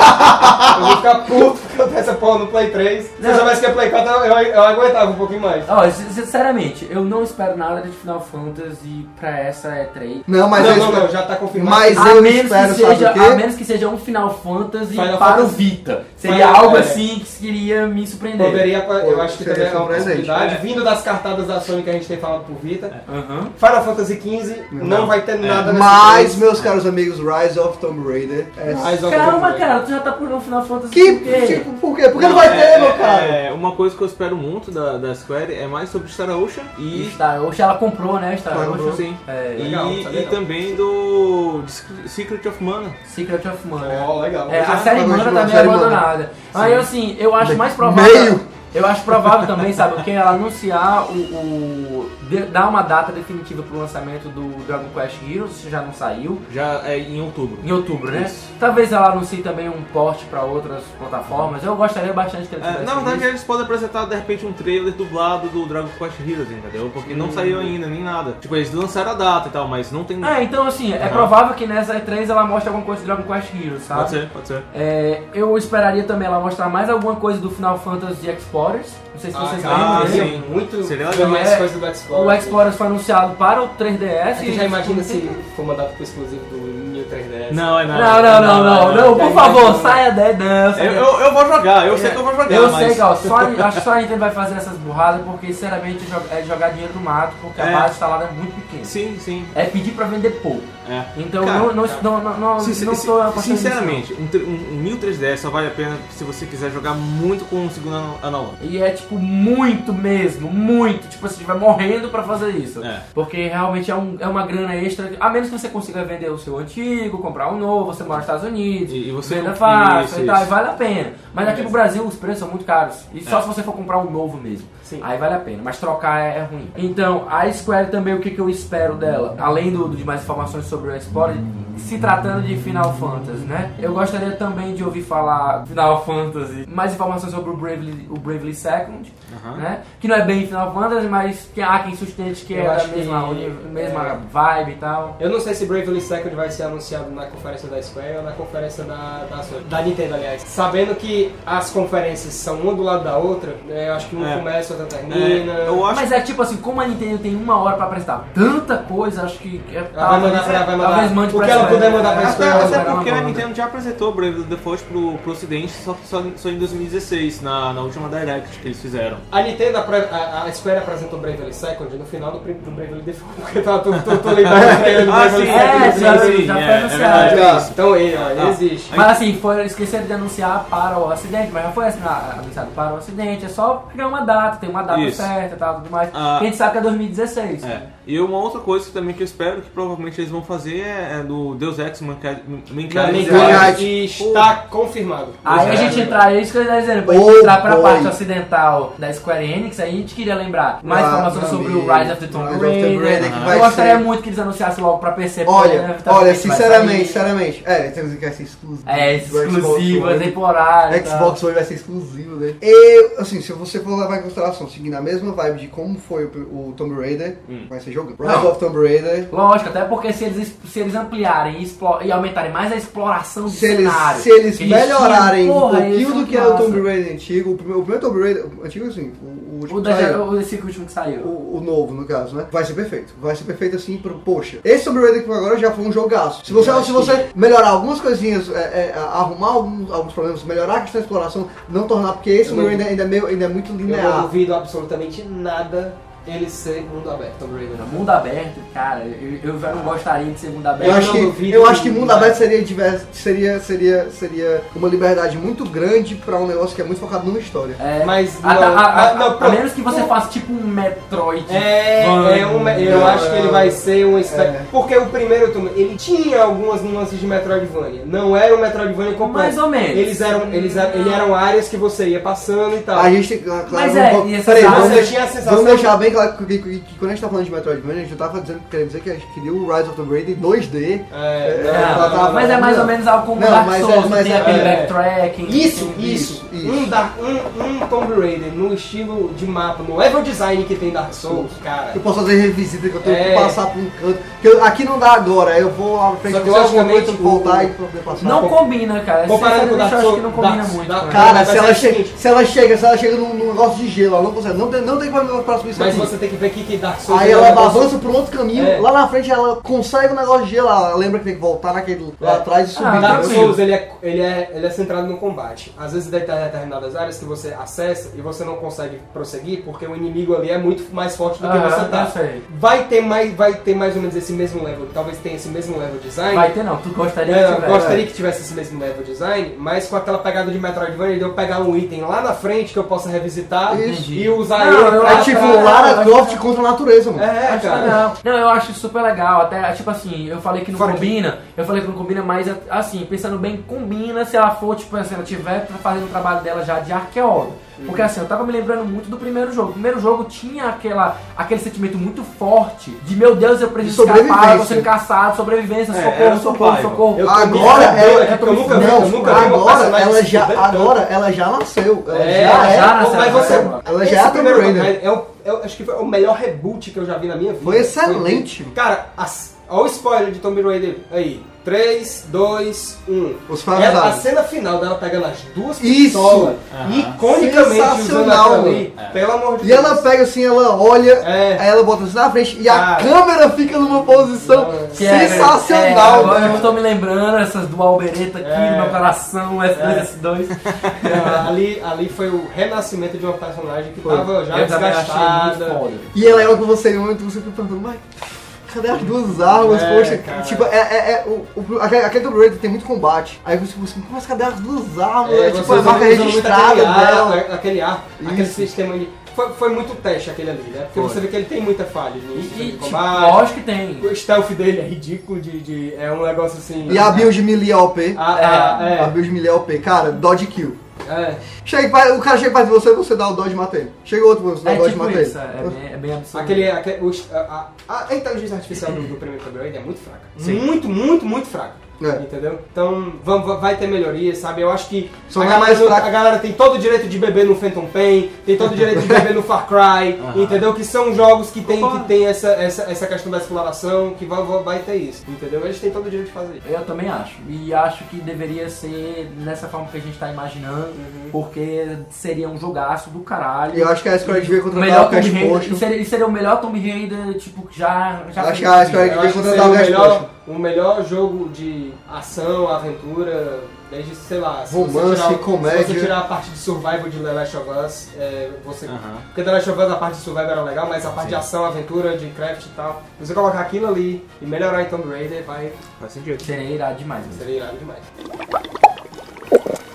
Speaker 4: Eu vou ficar puto porque eu tenho essa porra no Play 3. Se
Speaker 3: Não.
Speaker 4: eu soubesse que é Play 4, eu, eu, eu aguentava um pouquinho mais.
Speaker 3: Ó, sin- sinceramente, eu não espero nada de Final Fantasy pra essa E3.
Speaker 2: Não, mas é
Speaker 4: não,
Speaker 2: eu
Speaker 4: não,
Speaker 2: espero-
Speaker 4: não, já tá confirmado.
Speaker 2: Mas-
Speaker 3: a
Speaker 2: eu
Speaker 3: menos,
Speaker 2: espero,
Speaker 3: que
Speaker 2: sabe
Speaker 3: seja,
Speaker 2: o quê?
Speaker 3: a menos que seja um Final Fantasy
Speaker 4: Final
Speaker 3: para o
Speaker 4: Fantasy.
Speaker 3: Vita. Seria
Speaker 4: Final-
Speaker 3: algo
Speaker 4: é.
Speaker 3: assim que iria me surpreender.
Speaker 4: Poderia, eu acho que
Speaker 2: Seria
Speaker 4: também é uma
Speaker 2: surpreendente.
Speaker 4: possibilidade,
Speaker 1: É.
Speaker 4: vindo das cartadas da Sony que a gente tem falado por Vita.
Speaker 3: Aham.
Speaker 4: Final Fantasy XV não, É. vai ter nada nesse
Speaker 2: Mas,
Speaker 4: jogo.
Speaker 2: meus caros amigos, Rise of Tomb Raider é.
Speaker 4: Rise of
Speaker 3: Calma,
Speaker 4: Tomb Raider.
Speaker 3: cara, tu já tá pulando Final Fantasy
Speaker 2: Que.
Speaker 3: por quê?
Speaker 2: Tipo, por quê? Porque não vai
Speaker 1: É,
Speaker 2: ter, meu cara.
Speaker 1: é, uma coisa que eu espero muito da, da Square é mais sobre Star Ocean e.
Speaker 3: Star Ocean, tá, ela comprou, né? Star
Speaker 2: Ela
Speaker 3: Ocean.
Speaker 2: comprou.
Speaker 1: Sim.
Speaker 3: É,
Speaker 1: E,
Speaker 4: legal, tá
Speaker 1: e
Speaker 4: legal.
Speaker 1: também do Secret of Mana.
Speaker 3: Secret of Mana.
Speaker 4: Ó, legal.
Speaker 3: É, a série
Speaker 2: Agora a
Speaker 3: Mana
Speaker 2: gente
Speaker 3: tá
Speaker 2: vai
Speaker 3: meio
Speaker 2: série Mana.
Speaker 3: abandonada. Aí assim, eu acho mais provável.
Speaker 2: Meio.
Speaker 3: Eu acho provável também, sabe, que ela anunciar o. o de- dar uma data definitiva pro lançamento do Dragon Quest Heroes, se já não saiu.
Speaker 1: Já é em outubro.
Speaker 3: Em outubro, né? Talvez ela anuncie também um porte pra outras plataformas. Eu gostaria bastante que ela
Speaker 1: É,
Speaker 3: tivesse.
Speaker 1: na verdade,
Speaker 3: isso.
Speaker 1: eles podem apresentar de repente um trailer dublado do Dragon Quest Heroes, entendeu? Porque
Speaker 3: Hum.
Speaker 1: não saiu ainda, nem nada. Tipo, eles lançaram a data e tal, mas não tem.
Speaker 3: É, então assim, é provável que nessa E3 ela mostre alguma coisa de Dragon Quest Heroes, sabe?
Speaker 1: Pode ser, pode ser.
Speaker 3: É, eu esperaria também ela mostrar mais alguma coisa do Final Fantasy Explorers. Não sei se
Speaker 4: Ah,
Speaker 3: vocês
Speaker 4: cara,
Speaker 1: Ah,
Speaker 3: lembram dele.
Speaker 1: sim.
Speaker 4: muito
Speaker 1: Seria
Speaker 4: ver mais
Speaker 3: legal.
Speaker 4: coisas do
Speaker 3: O
Speaker 4: Xbox.
Speaker 3: Explorers foi anunciado para o 3DS.
Speaker 4: Você já
Speaker 3: e-
Speaker 4: imagina se for mandado pro exclusivo do New 3DS?
Speaker 1: Não, é
Speaker 3: Não, não, não, não, não, por favor, saia daí, dança.
Speaker 1: Eu, eu, eu vou jogar, eu sei que eu vou jogar.
Speaker 3: Eu
Speaker 1: mas...
Speaker 3: sei, Gal, só, a- acho que é só a Nintendo vai fazer essas burradas porque, sinceramente, jo- é jogar dinheiro no mato, porque a
Speaker 1: É.
Speaker 3: base instalada é muito pequena.
Speaker 1: Sim, sim.
Speaker 3: É pedir pra vender pouco.
Speaker 1: É.
Speaker 3: Então,
Speaker 1: Cara,
Speaker 3: não, não, não, não, não,
Speaker 1: Sincer-
Speaker 3: não tô apostando nisso,
Speaker 1: sinceramente, um, tr- um, um 1003DS só vale a pena se você quiser jogar muito com um segundo anal- analógico.
Speaker 3: não. E é, tipo, muito mesmo, muito. Tipo, você estiver morrendo pra fazer isso.
Speaker 1: É.
Speaker 3: Porque realmente é, um- é uma grana extra, a menos que você consiga vender o seu antigo, comprar um novo, você mora nos Estados Unidos,
Speaker 1: E- e você
Speaker 3: venda
Speaker 1: não-
Speaker 3: fácil
Speaker 1: isso,
Speaker 3: e tal,
Speaker 1: isso. É.
Speaker 3: e vale a pena. Mas aqui no Brasil os preços são muito caros, e só se você for comprar um novo mesmo.
Speaker 4: Sim.
Speaker 3: Aí vale a pena, mas trocar é, é ruim. Então, a Square também, o que, que eu espero dela? Além do, de mais informações sobre o Explorer, se tratando de Final Fantasy, né? Eu gostaria também de ouvir falar Final Fantasy, mais informações sobre o Bravely, o Bravely Second,
Speaker 1: Aham.
Speaker 3: né? Que não é bem Final Fantasy, mas que há quem sustente que
Speaker 4: Eu
Speaker 3: é da
Speaker 4: acho que-
Speaker 3: mesma, uni- mesma
Speaker 4: é.
Speaker 3: vibe e tal.
Speaker 4: Eu não sei se Bravely Second vai ser anunciado na conferência da Square ou na conferência da, da, Sony- da Nintendo, aliás. Sabendo que as conferências são uma do lado da outra, né, eu acho que uma
Speaker 1: É.
Speaker 4: começa, outra termina.
Speaker 1: É, eu acho
Speaker 3: Mas é tipo assim, como a Nintendo tem uma hora pra apresentar tanta coisa, acho que é,
Speaker 4: Ela vai mandar pra- vai mandar.
Speaker 3: talvez mande
Speaker 4: O
Speaker 3: pra
Speaker 4: que ela
Speaker 3: Square.
Speaker 4: puder mandar pra
Speaker 3: Até-
Speaker 1: Até,
Speaker 4: Square, ela
Speaker 3: até
Speaker 1: até
Speaker 3: ela
Speaker 1: porque a
Speaker 3: manda.
Speaker 1: Nintendo já apresentou Brave Default pro, pro ocidente só, só, só em 2016, na, na última Direct que eles fizeram.
Speaker 4: A Nintendo, apre- a, a Square apresentou Bravely Second no final do, prim- do Bravely Default, porque tá, tô, tô, tô lembrando do trailer do
Speaker 1: Ah, sim,
Speaker 4: Bravely
Speaker 3: É,
Speaker 4: Second.
Speaker 3: já-
Speaker 1: sim, sim, é,
Speaker 3: já foi
Speaker 1: é
Speaker 3: anunciado.
Speaker 1: verdade.
Speaker 4: Já, Então aí, ó, ele
Speaker 1: Ah.
Speaker 4: existe.
Speaker 3: Mas assim, foi, esqueceram de anunciar para o acidente, mas já foi assina- anunciado para o acidente, é só criar uma data, tem uma data
Speaker 1: Isso.
Speaker 3: certa e tal, tudo mais.
Speaker 1: Ah.
Speaker 3: a gente sabe que é 2016.
Speaker 1: É. E uma outra coisa que também que eu espero que provavelmente eles vão fazer é, é do Deus Ex Mankind
Speaker 4: é
Speaker 1: Mankind-
Speaker 4: Mankind está confirmado.
Speaker 3: Aí a gente entrar, é isso que eu ia dizendo, pra
Speaker 2: Oh,
Speaker 3: gente entrar pra
Speaker 2: boy.
Speaker 3: parte ocidental da Square Enix, aí a gente queria lembrar mais
Speaker 2: Ah,
Speaker 3: informações sobre o
Speaker 2: amigo,
Speaker 3: Rise of the Tomb
Speaker 2: Rise of the Tomb
Speaker 3: Raider.
Speaker 2: Raider, que vai
Speaker 3: Eu gostaria
Speaker 2: ser-
Speaker 3: muito que eles anunciassem logo pra PC. porque né,
Speaker 2: Olha,
Speaker 3: inevitavelmente
Speaker 2: olha,
Speaker 3: vai
Speaker 2: sinceramente,
Speaker 3: sair.
Speaker 2: sinceramente. É, temos que vai ser exclusivo.
Speaker 3: É,
Speaker 2: do Xbox
Speaker 3: exclusiva,
Speaker 2: One.
Speaker 3: temporária. e tal.
Speaker 2: Xbox One vai ser exclusivo, né? Eu, assim, se você for levar em consideração, seguindo a mesma vibe de como foi o, o Tomb Raider, vai ser jogando. Rise
Speaker 3: Hum. Não.
Speaker 2: of Tomb Raider.
Speaker 3: Lógico, até porque se eles, se eles ampliarem e, explo- e aumentarem mais a exploração do
Speaker 2: Se eles,
Speaker 3: cenário.
Speaker 2: se eles
Speaker 3: que eles tinham,
Speaker 2: melhorarem um
Speaker 3: porra,
Speaker 2: pouquinho
Speaker 3: isso
Speaker 2: do que é o
Speaker 3: massa.
Speaker 2: Tomb Raider antigo, o primeiro, o primeiro Tomb Raider, antigo assim, o, o último
Speaker 3: O,
Speaker 2: que saiu.
Speaker 3: da, o esse último que saiu.
Speaker 2: O, o novo, no caso, né? Vai ser perfeito. Vai ser perfeito assim pro. Poxa, esse Tomb Raider que foi agora já foi um jogaço. Se você, se você melhorar algumas coisinhas, é, é, arrumar alguns, alguns problemas, melhorar a questão da exploração, não tornar, porque esse
Speaker 4: Eu
Speaker 2: Tomb
Speaker 4: não-
Speaker 2: Raider ainda é, meio, ainda é muito
Speaker 4: Eu não
Speaker 2: linear.
Speaker 4: duvido absolutamente nada ele ser um mundo aberto, Tomb Raider. não.
Speaker 3: Mundo aberto, cara, eu, eu já não gostaria de ser mundo aberto.
Speaker 2: Eu, acho
Speaker 4: não
Speaker 2: que,
Speaker 4: duvido né?
Speaker 2: eu acho que
Speaker 4: nada.
Speaker 2: mundo aberto seria, divers, seria, seria, seria uma liberdade muito grande pra um negócio que é muito focado numa história.
Speaker 3: É,
Speaker 4: Mas
Speaker 3: a,
Speaker 4: não,
Speaker 3: a- a-
Speaker 4: ah, não,
Speaker 3: a
Speaker 4: pronto.
Speaker 3: menos que você faça tipo um Metroid.
Speaker 4: É, é um, eu
Speaker 2: Não.
Speaker 4: acho que ele vai ser um espé...
Speaker 2: É.
Speaker 4: Porque o primeiro Tomb ele tinha algumas nuances de Metroidvania. Não era um Metroidvania completo.
Speaker 3: Mais ou menos.
Speaker 4: Eles eram, eles eram, ele eram áreas que você ia passando e tal.
Speaker 2: A gente tem. Claro,
Speaker 3: Mas
Speaker 2: vamos-
Speaker 3: é,
Speaker 2: vamos-
Speaker 3: e essa
Speaker 2: peraí,
Speaker 3: saga-
Speaker 2: vamos,
Speaker 4: Você
Speaker 2: deixar-
Speaker 4: tinha a sensação
Speaker 2: vamos deixar
Speaker 4: de-
Speaker 2: bem claro que, que- que- que quando a gente tá falando de Metroidvania, a gente não tava dizendo, querendo dizer que a gente queria o Rise of Tomb Raider 2D.
Speaker 4: É,
Speaker 2: É,
Speaker 4: não,
Speaker 2: tá- tá-
Speaker 3: mas é mais
Speaker 2: não.
Speaker 3: ou menos algo como
Speaker 2: Não,
Speaker 3: Dark
Speaker 2: mas é-
Speaker 3: Souls, que
Speaker 2: mas
Speaker 3: tem
Speaker 2: é-
Speaker 3: aquele
Speaker 4: é.
Speaker 3: backtracking.
Speaker 4: Isso,
Speaker 3: tem-
Speaker 4: isso,
Speaker 2: isso.
Speaker 4: Um, Dark- um, um Tomb Raider no estilo de mapa, no level design que tem Dark Souls, cara.
Speaker 2: Eu posso fazer revisita que eu tenho
Speaker 4: É.
Speaker 2: que passar por um canto. Que eu- aqui não dá agora, eu vou lá pra frente
Speaker 4: Só que é
Speaker 2: fazer alguma
Speaker 4: logicamente
Speaker 2: coisa, voltar
Speaker 4: o-
Speaker 2: e poder passar.
Speaker 3: Não combina, cara.
Speaker 4: Comparado com
Speaker 3: Sinceramente, eu
Speaker 4: Dark
Speaker 3: acho que
Speaker 4: Souls,
Speaker 3: não combina
Speaker 4: Dark-
Speaker 3: muito.
Speaker 4: Dark-
Speaker 2: Cara,
Speaker 4: Mas
Speaker 2: se
Speaker 4: é
Speaker 2: ela,
Speaker 4: o
Speaker 2: chega,
Speaker 4: seguinte-
Speaker 2: se ela chega, se ela chega num, num negócio de gelo, ela não consegue, não tem, não tem como ir próximo isso
Speaker 4: Mas
Speaker 2: aqui.
Speaker 4: você tem que ver que, que Dark Souls
Speaker 2: Aí
Speaker 4: é um
Speaker 2: ela
Speaker 4: negócio-
Speaker 2: avança por outro caminho,
Speaker 4: É.
Speaker 2: lá na frente ela consegue o negócio de gelo, ela lembra que tem que voltar naquele lá
Speaker 4: É.
Speaker 2: atrás e subir.
Speaker 3: Ah,
Speaker 4: Dark
Speaker 2: entendeu?
Speaker 4: Souls ele é, ele, é, ele é centrado no combate. Às vezes tem determinadas áreas que você acessa e você não consegue prosseguir porque o inimigo ali é muito mais forte do que
Speaker 3: Aham, é
Speaker 4: você tá.
Speaker 3: eu sei.
Speaker 4: Vai ter, mais, vai ter mais ou menos esse mesmo level, talvez tenha esse mesmo level design.
Speaker 3: Vai ter né, não, tu gostaria
Speaker 4: É,
Speaker 3: que tivesse.
Speaker 4: gostaria que tivesse esse mesmo level design, mas com aquela pegada de Metroidvania de eu pegar um item lá na frente que eu possa revisitar
Speaker 2: Isso.
Speaker 4: e usar
Speaker 3: Não,
Speaker 4: ele
Speaker 3: eu
Speaker 4: pra...
Speaker 2: É tipo
Speaker 4: pra-
Speaker 2: Lara Croft contra a natureza, mano.
Speaker 4: É,
Speaker 3: Acho que
Speaker 4: cara.
Speaker 3: não. Não, eu acho super legal. Até, tipo assim, eu falei que não
Speaker 4: Fora que-
Speaker 3: combina, eu falei que não combina, mas assim, pensando bem, combina se ela for, tipo, se ela tiver fazendo o trabalho dela já de arqueóloga. Porque assim, eu tava me lembrando muito do primeiro jogo. O primeiro jogo tinha aquela, aquele sentimento muito forte de meu Deus, eu preciso
Speaker 2: De
Speaker 3: escapar, eu tô
Speaker 2: sobrevivência.
Speaker 3: sendo caçado, sobrevivência,
Speaker 1: É,
Speaker 3: socorro,
Speaker 1: era
Speaker 3: socorro,
Speaker 1: survival.
Speaker 3: socorro. Ah,
Speaker 4: Eu-
Speaker 2: Agora
Speaker 4: eu-
Speaker 2: ela,
Speaker 4: é que eu nunca vi-
Speaker 2: não,
Speaker 4: eu nunca vi uma
Speaker 2: agora
Speaker 4: personagem
Speaker 2: ela
Speaker 4: se
Speaker 2: já,
Speaker 4: fuder tanto.
Speaker 2: agora ela já nasceu, ela
Speaker 4: É,
Speaker 2: já é.
Speaker 3: já
Speaker 4: mas
Speaker 3: nasceu,
Speaker 4: você-
Speaker 3: ela
Speaker 2: já
Speaker 4: esse
Speaker 2: é a Tomb
Speaker 4: primeiro
Speaker 2: Raider.
Speaker 4: Tomb É o- é o- acho que foi o melhor reboot que eu já vi na minha vida.
Speaker 2: Foi excelente.
Speaker 4: cara, as, olha o spoiler de Tomb Raider aí. 3, 2, 1.
Speaker 2: Os
Speaker 4: Ela, a
Speaker 2: favelas.
Speaker 4: cena final dela pegando as duas
Speaker 2: Isso. Ah.
Speaker 4: pistolas.
Speaker 1: Aham.
Speaker 4: E iconicamente usando
Speaker 2: Sensacional,
Speaker 4: aquilo ali.
Speaker 1: mano. É.
Speaker 4: Pelo amor de
Speaker 2: E
Speaker 4: Deus.
Speaker 2: ela pega assim, ela olha,
Speaker 4: É.
Speaker 2: aí ela bota assim na frente e a
Speaker 4: Cara.
Speaker 2: câmera fica numa posição
Speaker 3: Que é, é,
Speaker 2: sensacional, né?
Speaker 3: agora
Speaker 2: mano.
Speaker 3: eu tô me lembrando essas do Albereta aqui no meu coração, S2, S2.
Speaker 4: É, ali, ali foi o renascimento de uma personagem que tava já
Speaker 3: eu também achei muito
Speaker 4: desgastada.
Speaker 3: foda.
Speaker 2: E ela olha com você em um momento você fica perguntando, mas cadê as duas armas?
Speaker 4: É,
Speaker 2: Poxa,
Speaker 4: cara.
Speaker 2: tipo, é, é, é o, o, aquele, aquele Tomb Raider tem muito combate. Aí você fica assim, mas cadê as duas armas? É, tipo,
Speaker 4: vocês
Speaker 2: a marca
Speaker 4: usam muito
Speaker 2: registrada
Speaker 4: aquele ar,
Speaker 3: né?
Speaker 2: dela.
Speaker 4: a- Aquele ar, aquele
Speaker 2: Isso.
Speaker 4: sistema de. Foi, foi muito teste aquele ali, né? Porque você vê que ele tem muita falha no sistema
Speaker 3: E,
Speaker 4: de
Speaker 3: tipo,
Speaker 4: combate.
Speaker 3: lógico que tem.
Speaker 4: O stealth dele é ridículo de. de- é um negócio assim.
Speaker 2: E a build melee OP.
Speaker 3: Ah,
Speaker 4: A, a-
Speaker 2: A
Speaker 4: é,
Speaker 2: build melee OP, cara, dodge kill.
Speaker 4: é.
Speaker 2: Chega, pra- o cara chega perto de você, você dá o dodge e mata ele. Chega outro, você dá
Speaker 3: É
Speaker 2: o dodge e
Speaker 3: tipo
Speaker 2: mata
Speaker 3: isso,
Speaker 2: ele.
Speaker 3: é bem, é bem absurdo.
Speaker 4: Aquele, aquele, o, a, a, a inteligência artificial do, do primeiro Tomb Raider é muito fraca. Muito, muito, muito fraca.
Speaker 2: É.
Speaker 4: Entendeu? Então vamos, vai ter melhorias, sabe? Eu acho que
Speaker 2: Só
Speaker 4: a,
Speaker 2: não é
Speaker 4: galera,
Speaker 2: mais fraca.
Speaker 4: a galera tem todo o direito de beber no Phantom Pain, tem todo o direito de beber no Far Cry, entendeu? Que são jogos que tem, que tem essa, essa, essa questão da exploração, que vai, vai- vai ter isso, entendeu? Eles têm todo o direito de fazer isso.
Speaker 3: Eu também acho. E acho que deveria ser nessa forma que a gente tá imaginando, porque seria um jogaço do caralho.
Speaker 2: E eu acho que é a Square devia contratar
Speaker 3: melhor
Speaker 2: o Cash
Speaker 3: Tomb Raider. E
Speaker 2: Potion.
Speaker 3: seria, e seria o melhor Tomb Raider, tipo, que já. já
Speaker 2: Acho que
Speaker 3: feito.
Speaker 2: a Square
Speaker 4: Eu
Speaker 2: devia
Speaker 4: acho que
Speaker 2: contratar
Speaker 4: seria
Speaker 2: o
Speaker 4: o
Speaker 2: Cash Potion.
Speaker 4: melhor, o melhor jogo de ação, aventura, desde, sei lá, se você
Speaker 2: Romance,
Speaker 4: tirar o- Se
Speaker 2: comédia.
Speaker 4: você tirar a parte de survival de The Last of Us, é, você.
Speaker 1: Aham.
Speaker 4: Porque The Last of Us a parte de survival era legal, mas a parte de ação, aventura, de craft e tal. Você colocar aquilo ali e melhorar em Tomb Raider vai
Speaker 1: Faz sentido.
Speaker 3: Seria irado demais. mesmo.
Speaker 4: ser irado demais.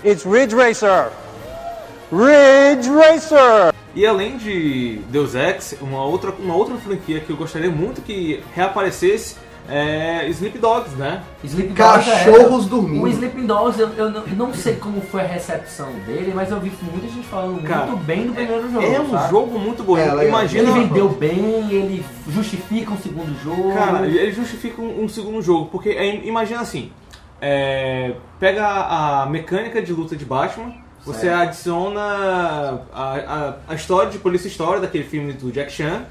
Speaker 7: It's Ridge Racer. Ridge Racer.
Speaker 1: E além de Deus Ex, uma outra, uma outra franquia que eu gostaria muito que reaparecesse é Sleep Dogs, né?
Speaker 3: Sleep
Speaker 2: Cachorros
Speaker 3: é-
Speaker 2: dormindo.
Speaker 3: O Sleeping Dogs, eu, eu não, eu não sei como foi a recepção dele, mas eu vi muita gente falando
Speaker 1: Cara,
Speaker 3: muito bem do primeiro jogo.
Speaker 1: é um
Speaker 3: sabe?
Speaker 1: jogo muito bom.
Speaker 2: É, legal.
Speaker 1: Imagina.
Speaker 3: Ele vendeu bem, ele justifica um segundo jogo.
Speaker 1: Cara, ele justifica um, um segundo jogo, porque é, imagina assim: é, pega a, a mecânica de luta de Batman, você adiciona a, a, a história de Polícia História, daquele filme do Jack Chan,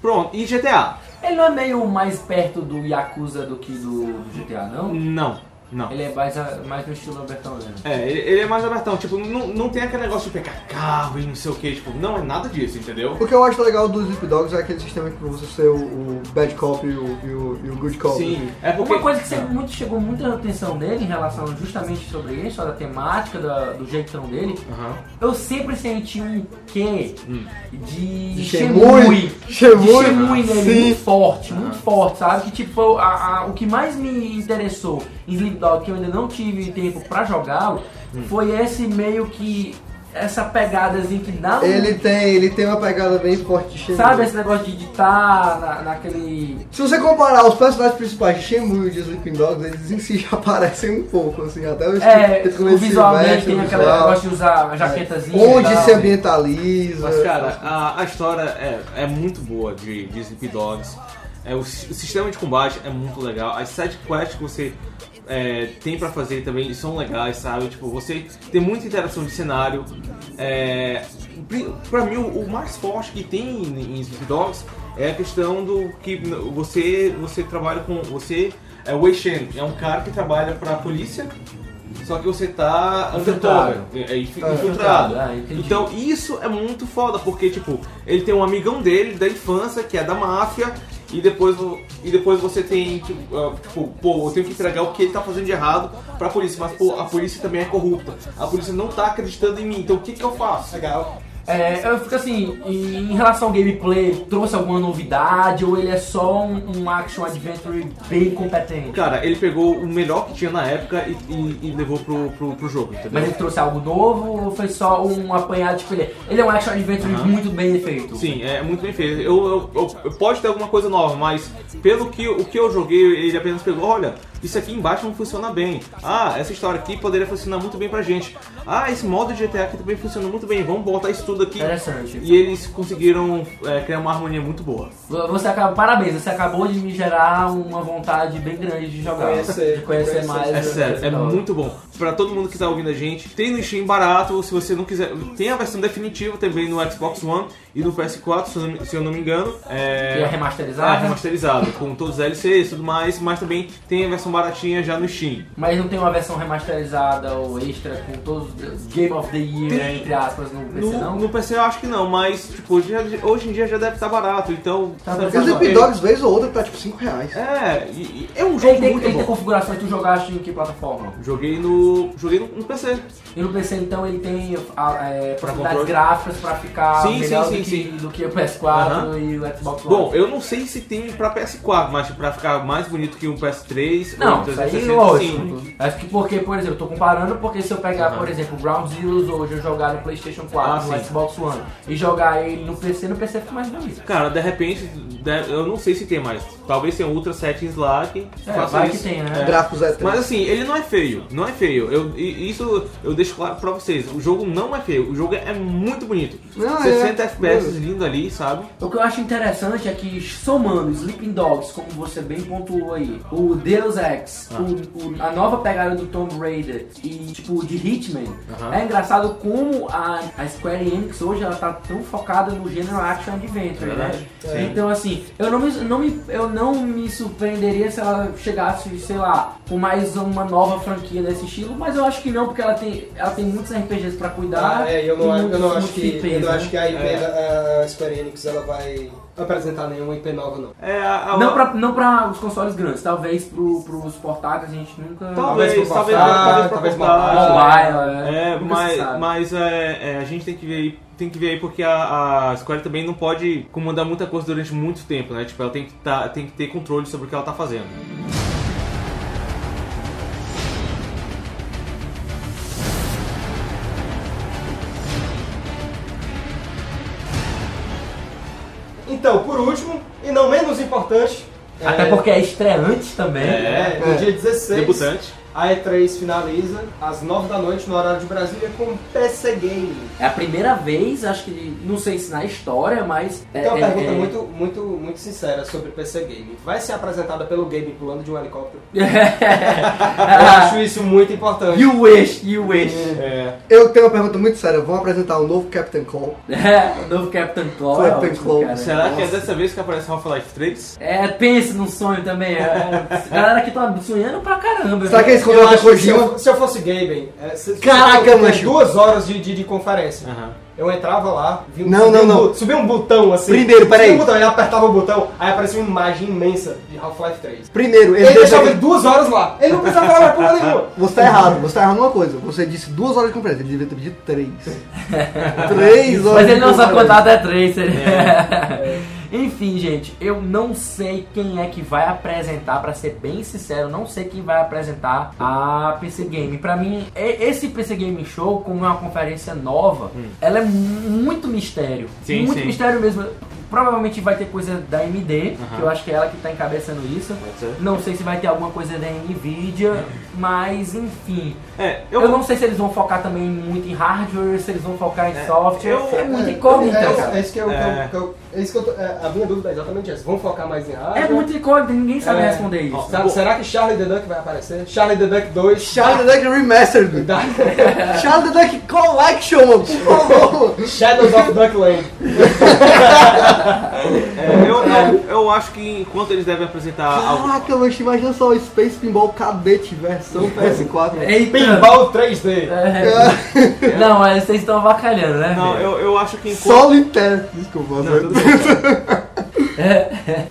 Speaker 1: pronto, e GTA.
Speaker 3: Ele não é meio mais perto do Yakuza do que do, do GTA, não?
Speaker 1: Não, não.
Speaker 3: Ele é mais, a- mais no estilo Albertão mesmo.
Speaker 1: É, ele ele é mais abertão, tipo, não, não tem aquele negócio de pegar carro e não sei o que, tipo, não é nada disso, entendeu?
Speaker 2: O que eu acho legal dos Sleep Dogs é aquele sistema que você ser o, o Bad Cop e o, e o- e o Good Cop.
Speaker 1: Sim, é porque...
Speaker 3: Uma coisa que sempre muito, chegou muita atenção dele em relação justamente sobre isso, a temática, da- do jeitão dele,
Speaker 1: Aham.
Speaker 3: eu sempre senti um quê
Speaker 1: Hum.
Speaker 3: de,
Speaker 2: De
Speaker 3: Shemui.
Speaker 2: Shemui.
Speaker 3: De
Speaker 2: Shemui,
Speaker 3: Shemui nele,
Speaker 2: sim.
Speaker 3: muito forte,
Speaker 1: Ah.
Speaker 3: muito forte, sabe? Que tipo, a- a- o que mais me interessou em Sleep Dog, que eu ainda não tive tempo pra jogá-lo,
Speaker 1: Hum.
Speaker 3: foi esse meio que. Essa pegada assim que dá um-
Speaker 2: Ele tem, ele tem uma pegada bem forte de Shenmue.
Speaker 3: Sabe esse negócio de estar na, naquele.
Speaker 2: Se você comparar os personagens principais de Shenmue e de Sleeping Dogs, eles em si já parecem um pouco, assim, até o
Speaker 3: É,
Speaker 2: jeito como
Speaker 3: o
Speaker 2: eles se
Speaker 3: visualmente
Speaker 2: vestem,
Speaker 3: tem
Speaker 2: o
Speaker 3: aquele
Speaker 2: visual. É.
Speaker 3: negócio de usar a jaquetazinha. e
Speaker 2: Onde
Speaker 3: tal.
Speaker 2: se ambientaliza.
Speaker 1: Mas, cara, a, a história é, é muito boa de, de Sleep Dogs. É, o, si- o sistema de combate é muito legal. As side quests que você é, tem pra fazer também são legais, sabe? Tipo, você tem muita interação de cenário. É, pri- pra mim, o, o mais forte que tem em, em Sleep Dogs é a questão do que n- você, você trabalha com... Você é o Shen, é um cara que trabalha pra polícia. Só que você tá
Speaker 3: Infiltrado.
Speaker 1: undercover, é, é infi-
Speaker 2: Ah,
Speaker 1: infiltrado.
Speaker 3: ah, entendi.
Speaker 1: então então, isso é muito foda, porque, tipo, ele tem um amigão dele da infância, que é da máfia, e depois, vo- e depois você tem, tipo, ah, tipo, pô, eu tenho que entregar o que ele tá fazendo de errado pra polícia, mas, pô, a polícia também é corrupta. A polícia não tá acreditando em mim, então o que que eu faço?
Speaker 4: Legal.
Speaker 3: É, eu fico assim, em em relação ao gameplay, trouxe alguma novidade ou ele é só um, um action adventure bem competente?
Speaker 1: Cara, ele pegou o melhor que tinha na época e, e- e levou pro, pro, pro jogo, entendeu?
Speaker 3: Mas ele trouxe algo novo ou foi só um apanhado de colher? Ele é um action adventure muito bem feito.
Speaker 1: Sim, é muito bem feito. Eu, eu, eu- eu- pode ter alguma coisa nova, mas pelo que o que eu joguei, ele apenas pegou, olha, isso aqui embaixo não funciona bem. Ah, essa história aqui poderia funcionar muito bem pra gente. Ah, esse modo de GTA aqui também funciona muito bem. Vamos botar isso tudo aqui.
Speaker 3: Interessante.
Speaker 1: E eles conseguiram é, criar uma harmonia muito boa.
Speaker 3: Você acaba, parabéns, você acabou de me gerar uma vontade bem grande de jogar,
Speaker 4: Conhecer,
Speaker 3: de conhecer,
Speaker 4: conhecer.
Speaker 3: mais.
Speaker 1: É
Speaker 3: o-
Speaker 1: sério, é
Speaker 3: o-
Speaker 1: muito bom. Pra todo mundo que tá ouvindo a gente, tem no Steam barato, se você não quiser. Tem a versão definitiva também no Xbox One e no PS4, se eu não, se eu não me engano. É,
Speaker 3: E é remasterizado?
Speaker 1: É, remasterizado, com todos os LCs e tudo mais, mas também tem a versão baratinha já no Steam.
Speaker 3: Mas não tem uma versão remasterizada ou extra com todos os Game of the Year,
Speaker 1: Tem.
Speaker 3: entre aspas, no PC,
Speaker 1: No,
Speaker 3: não?
Speaker 1: no PC eu acho que não, mas tipo, já- hoje em dia já deve estar barato, então.
Speaker 3: Tá
Speaker 1: sabe,
Speaker 2: E os
Speaker 3: barato.
Speaker 2: Sleep Dogs, vez ou outra, tá tipo 5 reais.
Speaker 1: É, e- e é um
Speaker 3: Ele
Speaker 1: jogo
Speaker 3: tem,
Speaker 1: muito
Speaker 3: ele tem
Speaker 1: bom.
Speaker 3: configurações, tu jogaste em que plataforma?
Speaker 1: Joguei no. Joguei no, no PC.
Speaker 3: E no PC então ele tem a, é, possibilidades
Speaker 1: controle.
Speaker 3: gráficas pra ficar
Speaker 1: Sim,
Speaker 3: melhor
Speaker 1: sim,
Speaker 3: do,
Speaker 1: sim,
Speaker 3: que, do que o PS4
Speaker 1: Aham.
Speaker 3: e o Xbox One.
Speaker 1: Bom, eu não sei se tem pra PS4, mas pra ficar mais bonito que um PS3 ou um
Speaker 3: não, isso aí
Speaker 1: 360,
Speaker 3: lógico.
Speaker 1: sim.
Speaker 3: Acho que porque, por exemplo, eu tô comparando porque se eu pegar, por exemplo, Ground Zeroes hoje, eu jogar no Playstation 4,
Speaker 1: Ah,
Speaker 3: no
Speaker 1: sim.
Speaker 3: Xbox One, e jogar ele no PC, no PC fica mais bonito.
Speaker 1: Cara, de repente, de- eu não sei se tem mais. Talvez tenha um Ultra Settings lá que
Speaker 3: É,
Speaker 1: faça
Speaker 3: vai que
Speaker 1: isso.
Speaker 3: tem, né?
Speaker 1: É.
Speaker 2: Gráficos é 3.
Speaker 1: Mas assim, ele não é feio, não é feio. Eu, e- isso eu deixo claro pra vocês. O jogo não é feio, o jogo é muito bonito.
Speaker 2: Não,
Speaker 1: 60
Speaker 2: é.
Speaker 1: FPS lindo ali, sabe?
Speaker 3: O que eu acho interessante é que, somando Sleeping Dogs, como você bem pontuou aí, o Deus Ex, o- o- a nova pegada do Tomb Raider e, tipo, de Hitman, é engraçado como a, a Square Enix hoje ela tá tão focada no gênero action adventure, né?
Speaker 1: Verdade.
Speaker 4: É.
Speaker 3: Então, assim, eu não, me, não me- eu não me surpreenderia se ela chegasse, sei lá, com mais uma nova franquia desse estilo, mas eu acho que não, porque ela tem, ela tem muitos RPGs pra cuidar.
Speaker 4: Ah, é, eu não,
Speaker 3: Tá. e
Speaker 4: acho- eu não
Speaker 3: muitos-
Speaker 4: acho que,
Speaker 3: muitos IPs,
Speaker 4: eu não
Speaker 3: né?
Speaker 4: acho que a IP da a Square Enix ela vai apresentar nenhuma IP nova, não.
Speaker 1: É, a- a-
Speaker 3: Não pra, não pra os consoles grandes, talvez pro, pros portáteis a gente nunca.
Speaker 1: Talvez,
Speaker 4: Talvez pra
Speaker 1: talvez,
Speaker 4: passar,
Speaker 1: talvez, pra
Speaker 4: talvez
Speaker 1: comprar.
Speaker 4: pra
Speaker 3: Mobile, é.
Speaker 1: É,
Speaker 3: nunca se
Speaker 1: mas,
Speaker 3: sabe.
Speaker 1: mas é, é, a gente tem que ver aí, tem que ver aí porque a, a Square também não pode comandar muita coisa durante muito tempo, né? Tipo, ela tem que, tá, tem que ter controle sobre o que ela tá fazendo.
Speaker 4: Então, por último, e não menos importante, é,
Speaker 3: Até porque é estreante também.
Speaker 4: é, no
Speaker 2: É.
Speaker 4: dia 16,
Speaker 1: Debutante.
Speaker 4: a E3 finaliza às 9 da noite no horário de Brasília com PC Game.
Speaker 8: É a primeira vez, acho que, não sei se na história, mas. é-
Speaker 4: Tem uma
Speaker 8: é-
Speaker 4: pergunta
Speaker 8: é-
Speaker 4: muito, muito, muito sincera sobre PC Game. Vai ser apresentada pelo Game pulando de um helicóptero?
Speaker 2: Ah.
Speaker 4: Eu acho isso muito importante.
Speaker 8: You wish, you wish.
Speaker 2: Eu tenho uma pergunta muito séria. Vão apresentar o novo Captain Call?
Speaker 8: É, o novo Captain Claw. é
Speaker 2: Captain
Speaker 8: ótimo,
Speaker 2: Claw.
Speaker 8: cara.
Speaker 1: Será que é dessa vez que aparece Half-Life 3?
Speaker 8: É, pense num sonho também. É, galera que tá sonhando pra caramba.
Speaker 2: Será que eles
Speaker 4: Eu
Speaker 2: contratam
Speaker 4: acho
Speaker 2: o
Speaker 4: que se,
Speaker 2: Kojima?
Speaker 4: eu, se eu fosse Gaben, é, se- se
Speaker 2: um- Caraca,
Speaker 4: eu-
Speaker 2: macho.
Speaker 4: duas horas de, de, de conferência.
Speaker 1: Aham.
Speaker 4: Eu entrava lá, vi um,
Speaker 2: Não,
Speaker 4: subia
Speaker 2: não,
Speaker 4: um
Speaker 2: não.
Speaker 4: bu- subia um botão assim.
Speaker 2: Primeiro,
Speaker 4: subia
Speaker 2: peraí.
Speaker 4: Um botão, ele apertava o botão, aí aparecia uma imagem imensa de Half-Life 3.
Speaker 2: Primeiro,
Speaker 4: Ele
Speaker 2: eles
Speaker 4: deixava ele
Speaker 2: deveriam...
Speaker 4: duas horas lá. Ele não precisava falar mais porra nenhuma.
Speaker 2: Você tá errado, você tá errado numa coisa. Você disse duas horas de conferência, ele devia ter pedido três. três horas
Speaker 3: Mas ele
Speaker 2: de
Speaker 3: não sabe
Speaker 2: conferência.
Speaker 3: contar até três. ele- é. Enfim, gente, eu não sei quem é que vai apresentar, pra ser bem sincero, eu não sei quem vai apresentar a PC Game. Pra mim, e- esse PC Game Show, como é uma conferência nova, ela é mu- muito mistério.
Speaker 1: Sim,
Speaker 3: muito
Speaker 1: sim.
Speaker 3: mistério mesmo. Provavelmente vai ter coisa da AMD,
Speaker 1: Aham.
Speaker 3: que eu acho que é ela que tá encabeçando isso.
Speaker 1: Pode ser.
Speaker 3: Não sei se vai ter alguma coisa da Nvidia, mas enfim.
Speaker 1: É, eu,
Speaker 3: Eu, não sei se eles vão focar também muito em hardware, se eles vão focar em
Speaker 1: É,
Speaker 3: software.
Speaker 1: eu-
Speaker 3: é muito
Speaker 4: É,
Speaker 3: incógnita,
Speaker 4: é,
Speaker 3: cara.
Speaker 4: É isso que eu. que eu-
Speaker 1: É.
Speaker 4: que eu- é isso que eu tô, é, a minha dúvida é exatamente essa. Vamos focar mais em
Speaker 3: É,
Speaker 4: rádio?
Speaker 3: muito incógnita, ninguém sabe
Speaker 4: É.
Speaker 3: responder isso.
Speaker 1: Ó,
Speaker 4: Sabe, será que Charlie the Duck vai aparecer? Charlie the Duck 2.
Speaker 2: Shadow Duck Remastered.
Speaker 4: Da-
Speaker 2: Shadow Duck Collection, mano. Por favor.
Speaker 4: Shadows of Duckland.
Speaker 1: é, eu, eu, eu acho que enquanto eles devem apresentar Ah, algo.
Speaker 2: Caraca, mas imagina só o Space Pinball Cadete versão PS4.
Speaker 3: Eita!
Speaker 4: Pinball 3D.
Speaker 3: É. Não, mas vocês estão avacalhando, né?
Speaker 1: Não,
Speaker 3: velho?
Speaker 1: eu, eu acho que enquanto.
Speaker 2: Solitaire. Desculpa,
Speaker 1: Não, tudo bem.
Speaker 3: É.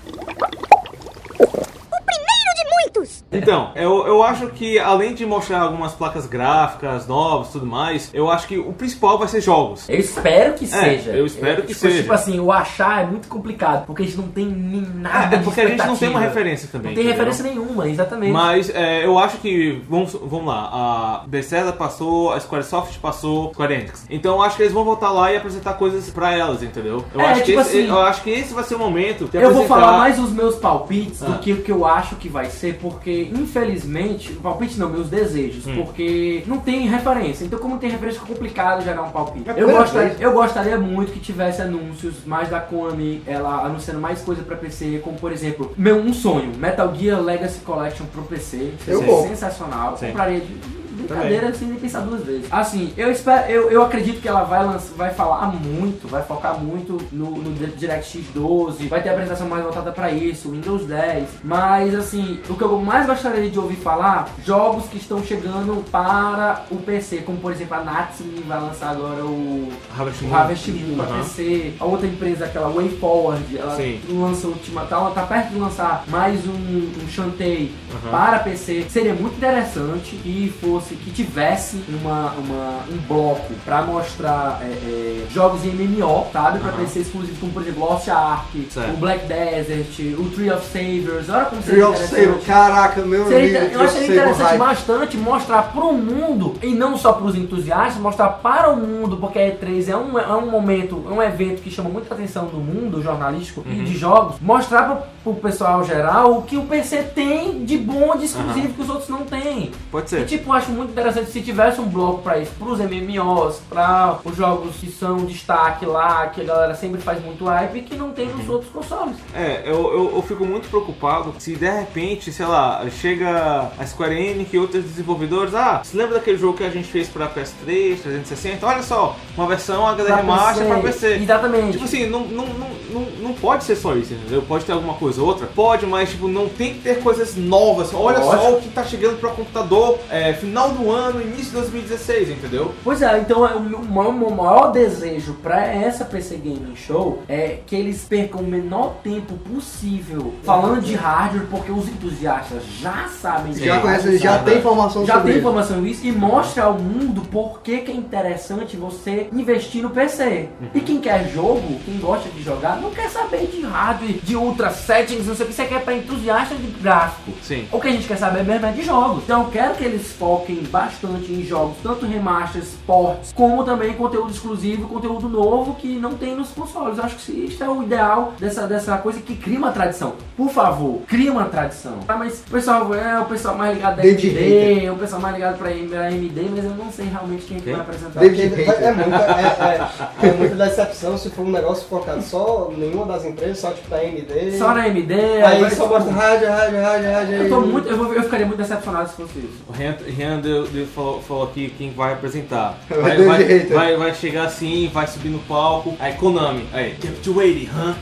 Speaker 1: Então, eu, eu acho que além de mostrar algumas placas gráficas novas e tudo mais, eu acho que o principal vai ser jogos.
Speaker 3: Eu espero que seja.
Speaker 1: É, eu espero que
Speaker 3: tipo,
Speaker 1: seja.
Speaker 3: Tipo assim, o achar é muito complicado, porque a gente não tem nem nada
Speaker 1: É,
Speaker 3: de
Speaker 1: porque a gente não tem uma
Speaker 3: expectativa.
Speaker 1: referência também.
Speaker 3: Não tem
Speaker 1: entendeu?
Speaker 3: referência nenhuma, exatamente.
Speaker 1: Mas é, eu acho que, vamos, vamos lá, a Bethesda passou, a Squaresoft passou, Square Enix. Então eu acho que eles vão voltar lá e apresentar coisas pra elas, entendeu? Eu,
Speaker 3: É,
Speaker 1: acho,
Speaker 3: tipo
Speaker 1: que esse,
Speaker 3: assim,
Speaker 1: eu acho que esse vai ser o momento de
Speaker 3: Eu vou
Speaker 1: apresentar-
Speaker 3: falar mais os meus palpites
Speaker 1: Ah.
Speaker 3: do que o que eu acho que vai ser, porque infelizmente, palpite não, meus desejos,
Speaker 1: Hum.
Speaker 3: porque não tem referência. Então, como não tem referência, fica complicado gerar um palpite. eu,
Speaker 2: primeira
Speaker 3: gostaria,
Speaker 2: vez.
Speaker 3: eu gostaria muito que tivesse anúncios mais da Konami, ela anunciando mais coisa pra PC, como por exemplo, meu um sonho, Metal Gear Legacy Collection pro PC.
Speaker 2: Eu
Speaker 3: Seria
Speaker 2: compro.
Speaker 3: sensacional.
Speaker 1: Sim.
Speaker 3: Compraria de. Brincadeira sem nem pensar duas vezes. Assim, eu espero, eu, eu acredito que ela vai lançar, vai falar muito, vai focar muito no, no DirectX 12, vai ter apresentação mais voltada pra isso, Windows 10. Mas assim, o que eu mais gostaria de ouvir falar, jogos que estão chegando para o PC, como por exemplo a Natsumi vai lançar agora o
Speaker 1: Harvest
Speaker 3: o
Speaker 1: Moon.
Speaker 3: Harvest Moon,
Speaker 1: assim, né? Aham.
Speaker 3: a PC, a outra empresa, aquela WayForward, ela
Speaker 1: Sim.
Speaker 3: lança o time tal, ela tá perto de lançar mais um, um Shantae
Speaker 1: Aham.
Speaker 3: para PC. Seria muito interessante que fosse, que tivesse uma, uma- um bloco pra mostrar é, é, jogos em MMO, sabe? Pra
Speaker 1: Aham.
Speaker 3: PC exclusivo, como por exemplo Lost Ark,
Speaker 1: Certo.
Speaker 3: o Black Desert, o Tree of Saviors, olha como seria
Speaker 2: Tree of
Speaker 3: interessante.
Speaker 2: Saber. Caraca, meu amigo.
Speaker 3: Seria inter-
Speaker 2: Tree of
Speaker 3: eu acharia
Speaker 2: Saber
Speaker 3: interessante
Speaker 2: hype.
Speaker 3: bastante mostrar pro mundo, e não só pros entusiastas, mostrar para o mundo, porque a E3 é um, é um momento, é um evento que chama muita atenção do mundo jornalístico
Speaker 1: Uhum.
Speaker 3: e de jogos, mostrar pro, pro pessoal geral o que o PC tem de bom, de exclusivo,
Speaker 1: Uhum.
Speaker 3: que os outros não têm.
Speaker 1: Pode
Speaker 3: E,
Speaker 1: ser.
Speaker 3: tipo, eu acho muito interessante se tivesse um bloco pra isso, pros MMOs, pra os jogos que são destaque lá, que a galera sempre faz muito hype e que não tem
Speaker 1: Uhum.
Speaker 3: nos outros consoles.
Speaker 1: É, eu, eu, eu fico muito preocupado se de repente, sei lá, chega a Square Enix e outros desenvolvedores. Ah, você lembra daquele jogo que a gente fez pra PS3, 360? Olha só, uma versão HD
Speaker 3: Pra
Speaker 1: remaster é pra PC.
Speaker 3: Exatamente.
Speaker 1: Tipo assim, não, não, não, não, não pode ser só isso, entendeu? Pode ter alguma coisa ou outra? Pode, mas tipo, não tem que ter coisas novas. Olha só
Speaker 3: Lógico.
Speaker 1: o que tá chegando pra computador é, final do ano, início de 2016, entendeu?
Speaker 3: Pois é, então é, o meu ma- meu maior desejo pra essa PC Gaming Show é que eles percam o menor tempo possível
Speaker 2: É.
Speaker 3: falando de hardware, porque os entusiastas já sabem
Speaker 1: Sim.
Speaker 2: Já conhece, já né? Uhum.
Speaker 1: Sabe.
Speaker 2: tem informação
Speaker 3: já
Speaker 2: sobre
Speaker 3: tem
Speaker 2: ele.
Speaker 3: informação isso e mostra ao mundo por
Speaker 2: Uhum.
Speaker 3: que, que é interessante você investir no PC. E quem quer jogo, quem gosta de jogar, não quer saber de hardware, de ultra settings, não sei o que, você quer pra entusiasta de gráfico.
Speaker 1: Sim.
Speaker 3: O que a gente quer saber mesmo é de jogos. Então eu quero que eles foquem bastante em jogos, tanto remasters, ports, como também conteúdo exclusivo, conteúdo novo que não tem nos consoles. Eu acho que isso é o ideal dessa, dessa coisa que cria uma tradição. Por favor, cria uma tradição. Ah, mas o pessoal é o pessoal mais ligado da
Speaker 2: David
Speaker 3: AMD, é o pessoal mais ligado pra AMD, mas eu não sei realmente quem, é
Speaker 1: Quem?
Speaker 3: vai apresentar.
Speaker 2: David
Speaker 4: Porque
Speaker 2: Hater.
Speaker 4: É muita, é, é- é muita decepção se for um negócio focado só em nenhuma das empresas, só tipo da AMD.
Speaker 3: Só na AMD, agora,
Speaker 4: Aí só
Speaker 3: tipo,
Speaker 4: bota rádio, rádio, rádio, rádio.
Speaker 3: eu, tô muito, eu, vou- eu ficaria muito decepcionado se fosse isso.
Speaker 1: O Rian, Rian deu- deu- falou, falou aqui quem vai apresentar.
Speaker 2: É o
Speaker 1: Vai,
Speaker 2: David
Speaker 1: vai,
Speaker 2: Hater.
Speaker 1: vai- vai chegar assim, vai subir no palco. Aí Konami, aí, Kept waiting, huh?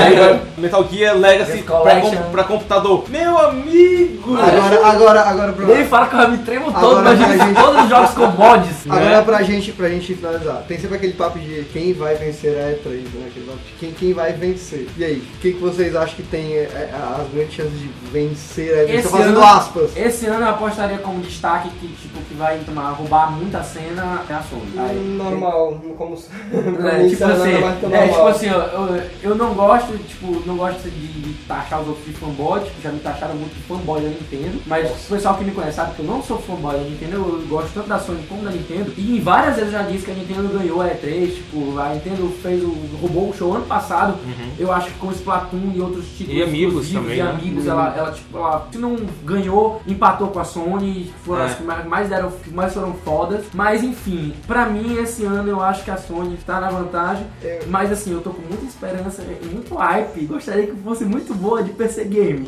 Speaker 1: aí vai Metal Gear Legacy
Speaker 3: Yes,
Speaker 1: pra,
Speaker 3: collection.
Speaker 1: com- pra computador. Meu amigo!
Speaker 2: Agora, agora, agora, pra-
Speaker 3: Ele fala que eu me tremo todo,
Speaker 2: Agora vai,
Speaker 3: imagina
Speaker 2: gente.
Speaker 3: todos os jogos com mods.
Speaker 2: Agora pra gente, pra gente finalizar, tem sempre aquele papo de quem vai vencer a E3, né? Aquele papo de quem, quem vai vencer. E aí, o que, que vocês acham que tem é, é, as grandes chances de vencer a E3?
Speaker 3: Esse
Speaker 2: Tô fazendo
Speaker 3: ano-
Speaker 2: aspas.
Speaker 3: Esse ano eu apostaria como destaque que, tipo, que vai tomar, roubar muita cena é a Sony. Aí,
Speaker 4: Normal, como se- pra
Speaker 3: É,
Speaker 4: mim,
Speaker 3: tipo
Speaker 4: Hum, isso era
Speaker 3: assim,
Speaker 4: nada mais que
Speaker 3: é, tipo
Speaker 4: normal.
Speaker 3: assim, ó, eu, eu não gosto, tipo, não gosto de, de taxar os outros de fanboy, tipo, já me taxaram muito de fanboy da Nintendo, mas o pessoal que me conhece sabe que eu não sou fanboy da Nintendo, eu gosto tanto da Sony como da Nintendo, e várias vezes eu já disse que a Nintendo ganhou a E3, tipo, a Nintendo fez o, roubou o show ano passado, eu acho que com Splatoon e outros títulos
Speaker 1: Uhum. E amigos
Speaker 3: exclusivos
Speaker 1: também,
Speaker 3: e
Speaker 1: né?
Speaker 3: amigos, ela, ela, tipo, ela, se não ganhou, empatou com a Sony, foram
Speaker 1: É.
Speaker 3: as que mais- mais deram, que mais foram fodas, mas enfim, pra mim esse ano eu acho que a Sony tá na vantagem, mas assim, eu tô com muita esperança, e muito hype, gostaria que fosse muito boa de PC Game.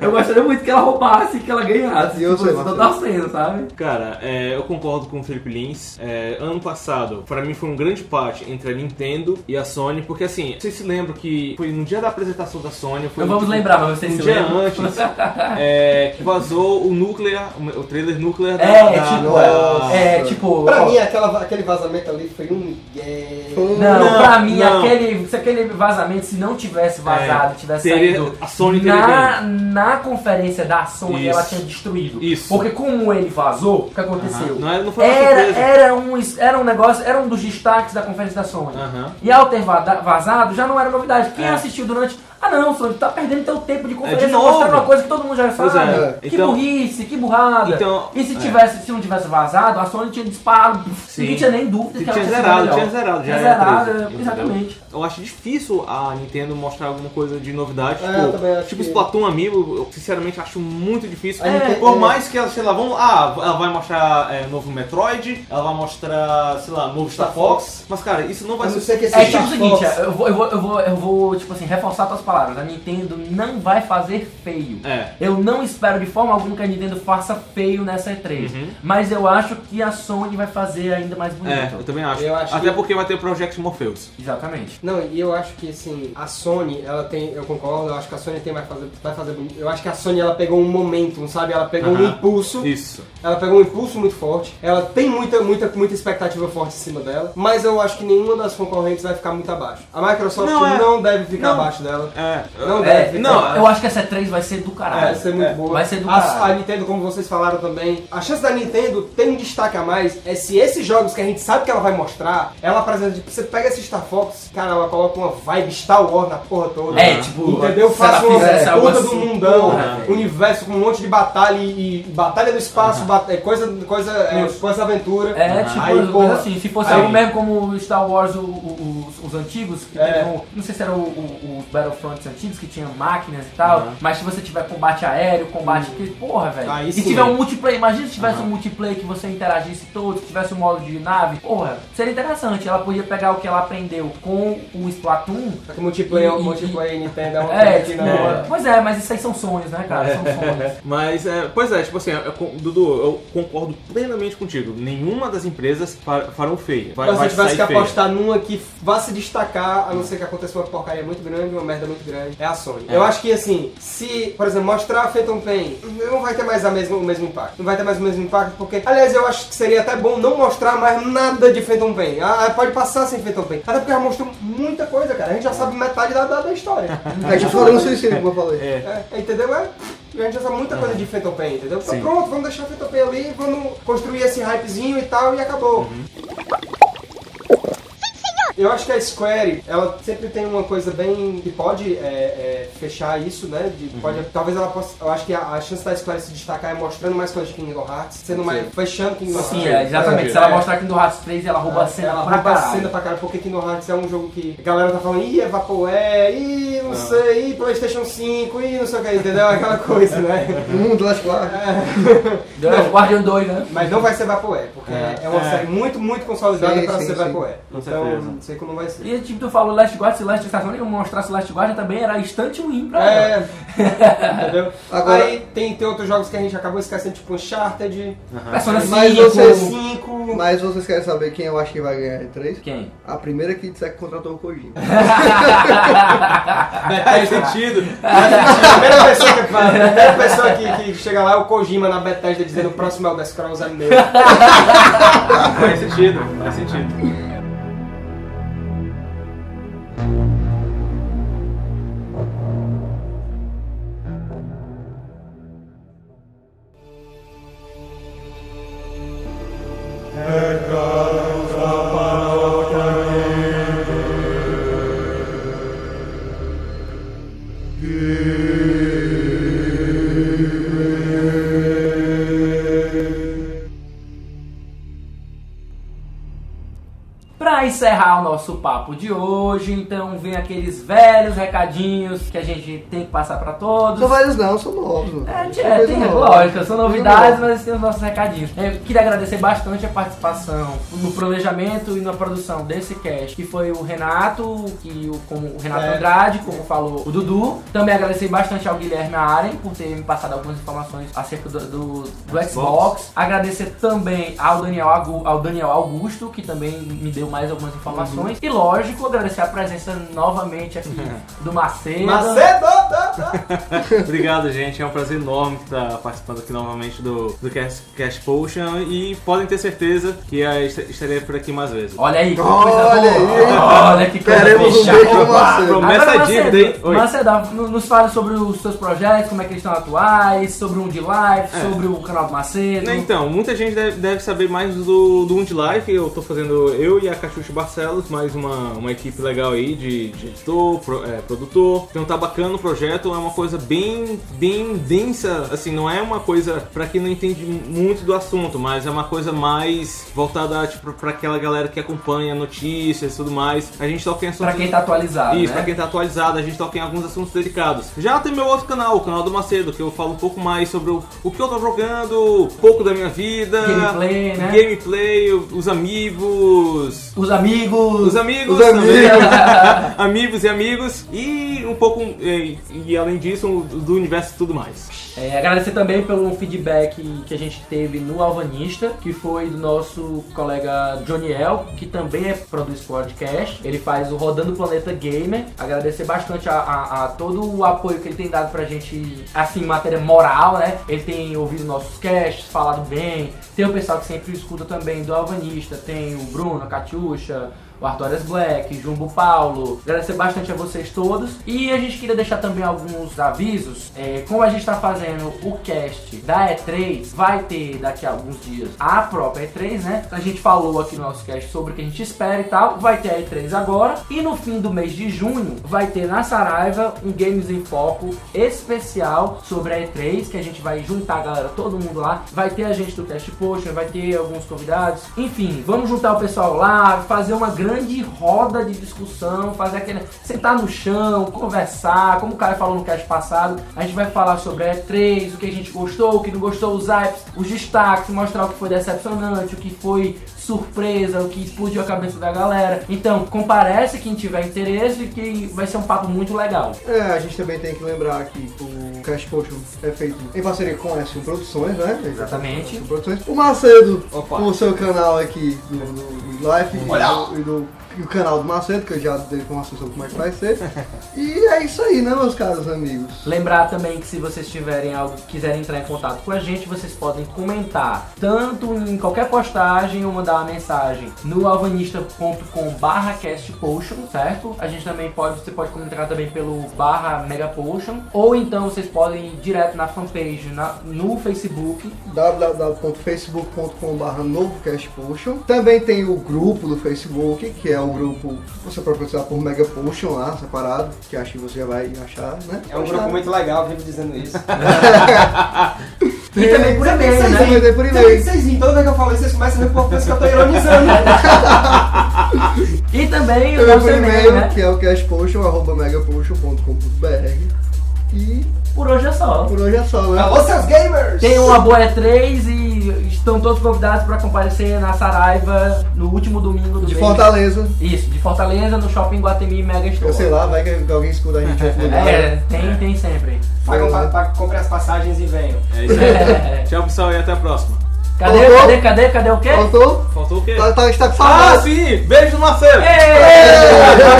Speaker 3: Eu gostaria muito que ela roubasse, que ela ganhasse, Tipo,
Speaker 2: E eu sei,
Speaker 3: tô
Speaker 2: Marcelo.
Speaker 3: torcendo, sabe?
Speaker 1: Cara, é, eu concordo com o Felipe Lins. É, ano passado, pra mim, foi um grande parte entre a Nintendo e a Sony, porque assim, vocês se lembram que foi no dia da apresentação da Sony. Foi
Speaker 3: Não vamos
Speaker 1: tipo,
Speaker 3: lembrar, né? mas vocês
Speaker 1: Um
Speaker 3: se
Speaker 1: dia
Speaker 3: lembram.
Speaker 1: antes, é, que vazou o Nuclear, o trailer Nuclear da.
Speaker 3: É, é
Speaker 1: da-
Speaker 3: tipo,
Speaker 1: da-
Speaker 3: é, é, tipo...
Speaker 4: Pra
Speaker 3: ó,
Speaker 4: mim, aquela- aquele vazamento ali foi um. Yeah.
Speaker 2: Foi-
Speaker 3: Não,
Speaker 1: Não,
Speaker 3: pra mim,
Speaker 1: não.
Speaker 3: Aquele, se aquele vazamento, se não tivesse vazado,
Speaker 1: É,
Speaker 3: tivesse
Speaker 1: teria-
Speaker 3: saído
Speaker 1: a Sony teria
Speaker 3: na, na conferência da Sony,
Speaker 1: Isso.
Speaker 3: ela tinha destruído.
Speaker 1: Isso.
Speaker 3: Porque como ele vazou, o que aconteceu?
Speaker 1: Não, era- não foi uma
Speaker 3: Era,
Speaker 1: surpresa.
Speaker 3: era, um, es- era um negócio, era um dos destaques da conferência da Sony.
Speaker 1: Aham.
Speaker 3: E ao ter vada- vazado, já não era novidade. Quem
Speaker 1: É.
Speaker 3: assistiu durante. Ah não, Sony, tá perdendo teu tempo de conferência
Speaker 1: de novo.
Speaker 3: mostrando uma coisa que todo mundo já
Speaker 1: Pois
Speaker 3: sabe.
Speaker 1: é.
Speaker 3: Que
Speaker 1: Então-
Speaker 3: burrice, que burrada.
Speaker 1: Então-
Speaker 3: e se
Speaker 1: é.
Speaker 3: tivesse, se não tivesse vazado, a Sony tinha disparado. Ninguém tinha nem dúvida que
Speaker 1: tinha
Speaker 3: ela tinha sido
Speaker 1: zerado,
Speaker 3: melhor.
Speaker 1: tinha zerado, já
Speaker 3: assim, Tinha
Speaker 1: era
Speaker 3: zerado,
Speaker 1: 13,
Speaker 3: é,
Speaker 1: entendeu?
Speaker 3: exatamente.
Speaker 1: Eu acho difícil a Nintendo mostrar alguma coisa de novidade,
Speaker 4: É, eu também
Speaker 1: tipo,
Speaker 4: acho
Speaker 1: tipo
Speaker 4: que-
Speaker 1: Splatoon Amigo, eu sinceramente acho muito difícil.
Speaker 4: A
Speaker 3: É,
Speaker 4: Nintendo-
Speaker 1: Por mais que ela, sei lá, vamos, ah, ela vai mostrar é, novo Metroid, ela vai mostrar, sei lá, novo Star Fox, mas cara, isso não vai
Speaker 4: A não
Speaker 1: ser...
Speaker 4: ser que esse
Speaker 3: É tipo
Speaker 1: Tá.
Speaker 4: Star
Speaker 3: o seguinte,
Speaker 4: Fox-
Speaker 3: eu vou, eu, vou, eu, vou, eu vou, tipo assim, reforçar tuas palavras. A Nintendo não vai fazer feio.
Speaker 1: É.
Speaker 3: Eu não espero de forma alguma que a Nintendo faça feio nessa E3. Mas eu acho que a Sony vai fazer ainda mais bonito.
Speaker 1: Uhum. É, eu também acho.
Speaker 4: Eu acho
Speaker 1: Até
Speaker 4: que-
Speaker 1: porque vai ter o Project Morpheus.
Speaker 3: Exatamente.
Speaker 4: Não, e eu acho que assim, a Sony, ela tem, eu concordo, eu acho que a Sony tem vai fazer, vai fazer bonito. Eu acho que a Sony ela pegou um momentum, sabe? Ela pegou um
Speaker 1: Aham.
Speaker 4: impulso.
Speaker 1: Isso.
Speaker 4: Ela pegou um impulso muito forte. Ela tem muita, muita, muita expectativa forte em cima dela. Mas eu acho que nenhuma das concorrentes vai ficar muito abaixo. A Microsoft
Speaker 1: Não,
Speaker 4: não,
Speaker 1: é.
Speaker 4: deve ficar
Speaker 1: Não.
Speaker 4: abaixo dela.
Speaker 1: É.
Speaker 4: Não deve
Speaker 3: É,
Speaker 4: ficar
Speaker 1: não,
Speaker 4: abaixo.
Speaker 3: eu acho que essa E3 vai ser do caralho.
Speaker 4: Vai ser É, muito boa.
Speaker 3: Ah, é. Vai ser do
Speaker 4: a,
Speaker 3: caralho.
Speaker 4: a Nintendo, como vocês falaram também, a chance da Nintendo ter um destaque a mais é se esses jogos que a gente sabe que ela vai mostrar, ela apresenta. Tipo, você pega esse Star Fox, cara, ela coloca uma vibe Star Wars na porra toda.
Speaker 3: É, tipo,
Speaker 4: Entendeu?
Speaker 3: se
Speaker 4: Faz
Speaker 3: ela
Speaker 4: uma
Speaker 3: fizesse algo
Speaker 4: puta do
Speaker 3: assim,
Speaker 4: mundão,
Speaker 3: porra, velho.
Speaker 4: universo com um monte de batalha e, e batalha do espaço, bat- é coisa, coisa, é, coisa aventura.
Speaker 3: É, tipo,
Speaker 4: Ah, Aí,
Speaker 3: mas
Speaker 4: porra,
Speaker 3: assim, se fosse
Speaker 4: aí-
Speaker 3: algo mesmo como Star Wars, o- o- os, os antigos, que
Speaker 4: É.
Speaker 3: teve um- não sei se eram o- o- os Battlefronts antigos, que tinham máquinas e tal, mas se você tiver combate aéreo, combate... que Porra, velho.
Speaker 4: Aí
Speaker 3: E se
Speaker 4: sim.
Speaker 3: tiver um multiplayer, imagina se tivesse um multiplayer que você interagisse todos, que tivesse um modo de nave, porra, seria interessante. Ela podia pegar o que ela aprendeu com o Splatoon...
Speaker 4: Só que tipo, multiplayer, um
Speaker 3: E- e-
Speaker 4: multiplayer Nintendo é uma
Speaker 3: É,
Speaker 4: coisa que
Speaker 3: tipo,
Speaker 4: não.
Speaker 3: pois é, mas isso aí são sonhos, né, cara? São sonhos.
Speaker 1: Mas, é, pois é, tipo assim, eu con- Dudu, eu concordo plenamente contigo. Nenhuma das empresas fa- farão feia. Vai,
Speaker 4: Mas se
Speaker 1: vai
Speaker 4: eu tivesse que
Speaker 1: sair feia.
Speaker 4: apostar numa que vá se destacar, a não ser que aconteça uma porcaria muito grande, uma merda muito grande, é a Sony. Eu acho que assim, se, por exemplo, mostrar a Phantom Pain, não vai ter mais a mesma, o mesmo impacto. Não vai ter mais o mesmo impacto, porque. Aliás, eu acho que seria até bom não mostrar mais nada de Phantom Pain. Ah, pode passar sem Phantom Pain. Até porque ela mostrou muita coisa, cara. A
Speaker 1: É.
Speaker 4: gente já sabe metade da, da, da história.
Speaker 2: É tipo falando suicídio, como eu falei.
Speaker 4: É, entendeu? É, a gente já sabe muita coisa de Phantom Pain, entendeu? Então pronto, vamos deixar o Phantom Pain ali,
Speaker 3: Uhum.
Speaker 4: vamos construir esse hypezinho e tal, e acabou.
Speaker 9: Senhor,
Speaker 4: Eu acho que a Square, ela sempre tem uma coisa bem que pode é, é, fechar isso, né? De-
Speaker 3: Uhum.
Speaker 4: pode, talvez ela possa. Eu acho que a, a chance da Square se destacar é mostrando mais coisas de Kingdom Hearts, sendo mais fechando Kingdom Hearts.
Speaker 3: Sim, é, exatamente. Se ela mostrar Kingdom Hearts 3, ela rouba a
Speaker 4: É, Ela
Speaker 3: cena pra
Speaker 4: rouba a
Speaker 3: caralho.
Speaker 4: cena pra caralho, porque Kingdom Hearts é um jogo que a galera tá falando, ih, é Vaporware, ih, não, sei, ih, Playstation 5, ih, não sei o que, entendeu? Aquela coisa, né?
Speaker 2: No mundo lá de lá.
Speaker 3: Não, Guardian 2, né?
Speaker 4: Mas não vai ser Vaporware, porque é, uma série muito, muito consolidada
Speaker 2: Sim,
Speaker 4: pra
Speaker 2: sim,
Speaker 4: ser
Speaker 2: sim.
Speaker 4: Vaporware.
Speaker 8: Com
Speaker 4: então,
Speaker 8: certeza.
Speaker 4: não sei como vai ser.
Speaker 3: E tipo, tu falou Last Guard, se Last Guard, eu mostrasse Last Guard também era instante win pra ela.
Speaker 4: É, entendeu?
Speaker 2: Agora-
Speaker 4: Aí tem, tem outros jogos que a gente acabou esquecendo, tipo Uncharted,
Speaker 3: Persona
Speaker 2: Mas
Speaker 3: 5.
Speaker 2: vocês-
Speaker 4: 5.
Speaker 2: Mas vocês querem saber quem eu acho que vai ganhar em 3?
Speaker 3: Quem?
Speaker 2: A primeira que disser que contratou o Kojima.
Speaker 1: Faz sentido.
Speaker 4: A primeira pessoa, que, a primeira pessoa que, que chega lá é o Kojima na Bethesda dizendo o próximo Elder Scrolls é meu.
Speaker 1: Faz sentido. Faz sentido.
Speaker 3: Pra encerrar o nosso papo de hoje, então vem aqueles velhos recadinhos que a gente tem que passar pra todos.
Speaker 2: São vários não, são novos. mano.
Speaker 3: É,
Speaker 2: São
Speaker 3: é,
Speaker 2: coisa
Speaker 3: tem,
Speaker 2: nova.
Speaker 3: lógico, são
Speaker 2: Coisa
Speaker 3: novidades,
Speaker 2: nova.
Speaker 3: mas tem os nossos recadinhos. Eu queria agradecer bastante a participação no planejamento e na produção desse cast, que foi o Renato, que o, como o Renato
Speaker 4: É.
Speaker 3: Andrade, como falou o Dudu. Também agradecer bastante ao Guilherme Aren por ter me passado algumas informações acerca do, do- do Xbox. Agradecer também ao Daniel, Agu- ao Daniel Augusto, que também me deu mais algumas informações. E lógico, agradecer a presença novamente aqui do Macedo.
Speaker 4: Macedo! tá, tá.
Speaker 1: Obrigado, gente. É um prazer enorme estar participando aqui novamente do, do Cash, Cash Potion. E podem ter certeza que eh, est- estarei por aqui mais vezes.
Speaker 3: Olha aí, que
Speaker 2: Olha
Speaker 3: coisa boa.
Speaker 2: aí.
Speaker 3: Olha que coisa
Speaker 2: Queremos um
Speaker 3: fechada.
Speaker 2: beijo do Macedo.
Speaker 1: Promessa
Speaker 3: Agora,
Speaker 1: é dívida, hein? Oi.
Speaker 3: Macedão, no- nos fala sobre os seus projetos, como é que eles estão atuais, sobre o de Life,
Speaker 1: É.
Speaker 3: sobre o canal do Macedo.
Speaker 1: Né, Então, muita gente deve, deve saber mais do, do Undi Life. Eu tô fazendo eu e a Cachucha Barcelos, mais uma, uma equipe legal aí de, de editor, pro- é, produtor. Então tá bacana o projeto, é uma coisa bem, bem densa, assim, não é uma coisa pra quem não entende muito do assunto, mas é uma coisa mais voltada, tipo, pra aquela galera que acompanha notícias e tudo mais. A gente assim, toca em assuntos...
Speaker 3: pra quem tá atualizado,
Speaker 1: Isso,
Speaker 3: né?
Speaker 1: pra quem tá atualizado, a gente toca em alguns assuntos delicados. Já tem meu outro canal, o canal do Macedo, que eu falo um pouco mais sobre o, o que eu tô jogando, um pouco da minha vida,
Speaker 3: Gameplay, né?
Speaker 1: gameplay, os amigos.
Speaker 3: Os amigos...
Speaker 1: Os amigos,
Speaker 2: Os
Speaker 1: também. amigos e amigos, e um pouco, e, e além disso, um, do universo e tudo mais.
Speaker 3: É, agradecer também pelo feedback que a gente teve no Alvanista, que foi do nosso colega Joniel, que também é, produz podcast. Ele faz o Rodando o Planeta Gamer. Agradecer bastante a, a- a todo o apoio que ele tem dado pra gente, assim, em matéria moral, né? Ele tem ouvido nossos casts, falado bem. Tem o pessoal que sempre escuta também do Alvanista. Tem o Bruno, a Catiuxa, o Artorias Black, Jumbo Paulo. Agradecer bastante a vocês todos. E a gente queria deixar também alguns avisos. É, como a gente está fazendo o cast da E3, vai ter daqui a alguns dias a própria E3, né? A gente falou aqui no nosso cast sobre o que a gente espera e tal. Vai ter a E3 agora. E no fim do mês de junho, vai ter na Saraiva um Games em Foco especial sobre a E3, que a gente vai juntar a galera, todo mundo lá. Vai ter a gente do Cast Potion, vai ter alguns convidados. Enfim, vamos juntar o pessoal lá, fazer uma grande roda de discussão, fazer aquele. sentar no chão, conversar. Como o cara falou no cast passado, a gente vai falar sobre a E3, o que a gente gostou, o que não gostou, os hypes, os destaques, mostrar o que foi decepcionante, o que foi surpresa, o que explodiu a cabeça da galera. Então, comparece quem tiver interesse, que vai ser um papo muito legal.
Speaker 2: É, a gente também tem que lembrar que o Cash Potion é feito em parceria com a S1 Produções, né?
Speaker 3: Exatamente.
Speaker 2: S1 Produções. O Macedo,
Speaker 1: Opa.
Speaker 2: com o seu canal aqui do, do, do Life e do, e do- e o canal do Macedo, que eu já dei informação sobre como é que vai ser. e é isso aí, né, meus caros amigos?
Speaker 3: Lembrar também que se vocês tiverem algo, quiserem entrar em contato com a gente, vocês podem comentar tanto em qualquer postagem ou mandar uma mensagem no alvanista.com/barra castpotion, certo? A gente também pode, você pode comentar também pelo barra megapotion, ou então vocês podem ir direto na fanpage na- no Facebook
Speaker 2: www.facebook.com.br novo Cash Potion. Também tem o grupo do Facebook, que é o um grupo, você pode procurar por Mega Potion lá, separado, que acho que você já vai achar, né?
Speaker 4: É um grupo muito legal, vivo dizendo isso.
Speaker 2: E também por e-mail,
Speaker 4: né?
Speaker 2: Também por
Speaker 4: Tem
Speaker 2: e-mail.
Speaker 4: vocês, toda vez que eu falo isso, vocês começam a ver por que eu tô ironizando.
Speaker 3: E também o
Speaker 2: Também assim. por
Speaker 3: nosso e-mail, né?
Speaker 2: e-mail, que é o cashpotion, arroba megapotion.com.br. E
Speaker 3: Por hoje é só.
Speaker 2: por hoje é só, né?
Speaker 4: Alô, seus gamers!
Speaker 3: Tenham uma boa E3 e estão todos convidados para comparecer na Saraiva no último domingo do
Speaker 2: De
Speaker 3: mês.
Speaker 2: Fortaleza,
Speaker 3: Isso, de Fortaleza, no Shopping Guatemi Mega Store.
Speaker 2: eu sei lá, né? vai que alguém escuta a gente vai fundar.
Speaker 3: É, tem, tem sempre.
Speaker 4: Pagam pra, pra comprar um as passagens e venham.
Speaker 1: É isso aí. Tchau, pessoal, e até a próxima.
Speaker 3: Cadê,
Speaker 2: Faltou?
Speaker 3: cadê, cadê, cadê o quê?
Speaker 2: Faltou?
Speaker 1: Faltou o quê?
Speaker 2: Tá, tá, está com
Speaker 1: Ah,
Speaker 2: saudade.
Speaker 1: sim! Beijo no Marcelo!
Speaker 3: Ei!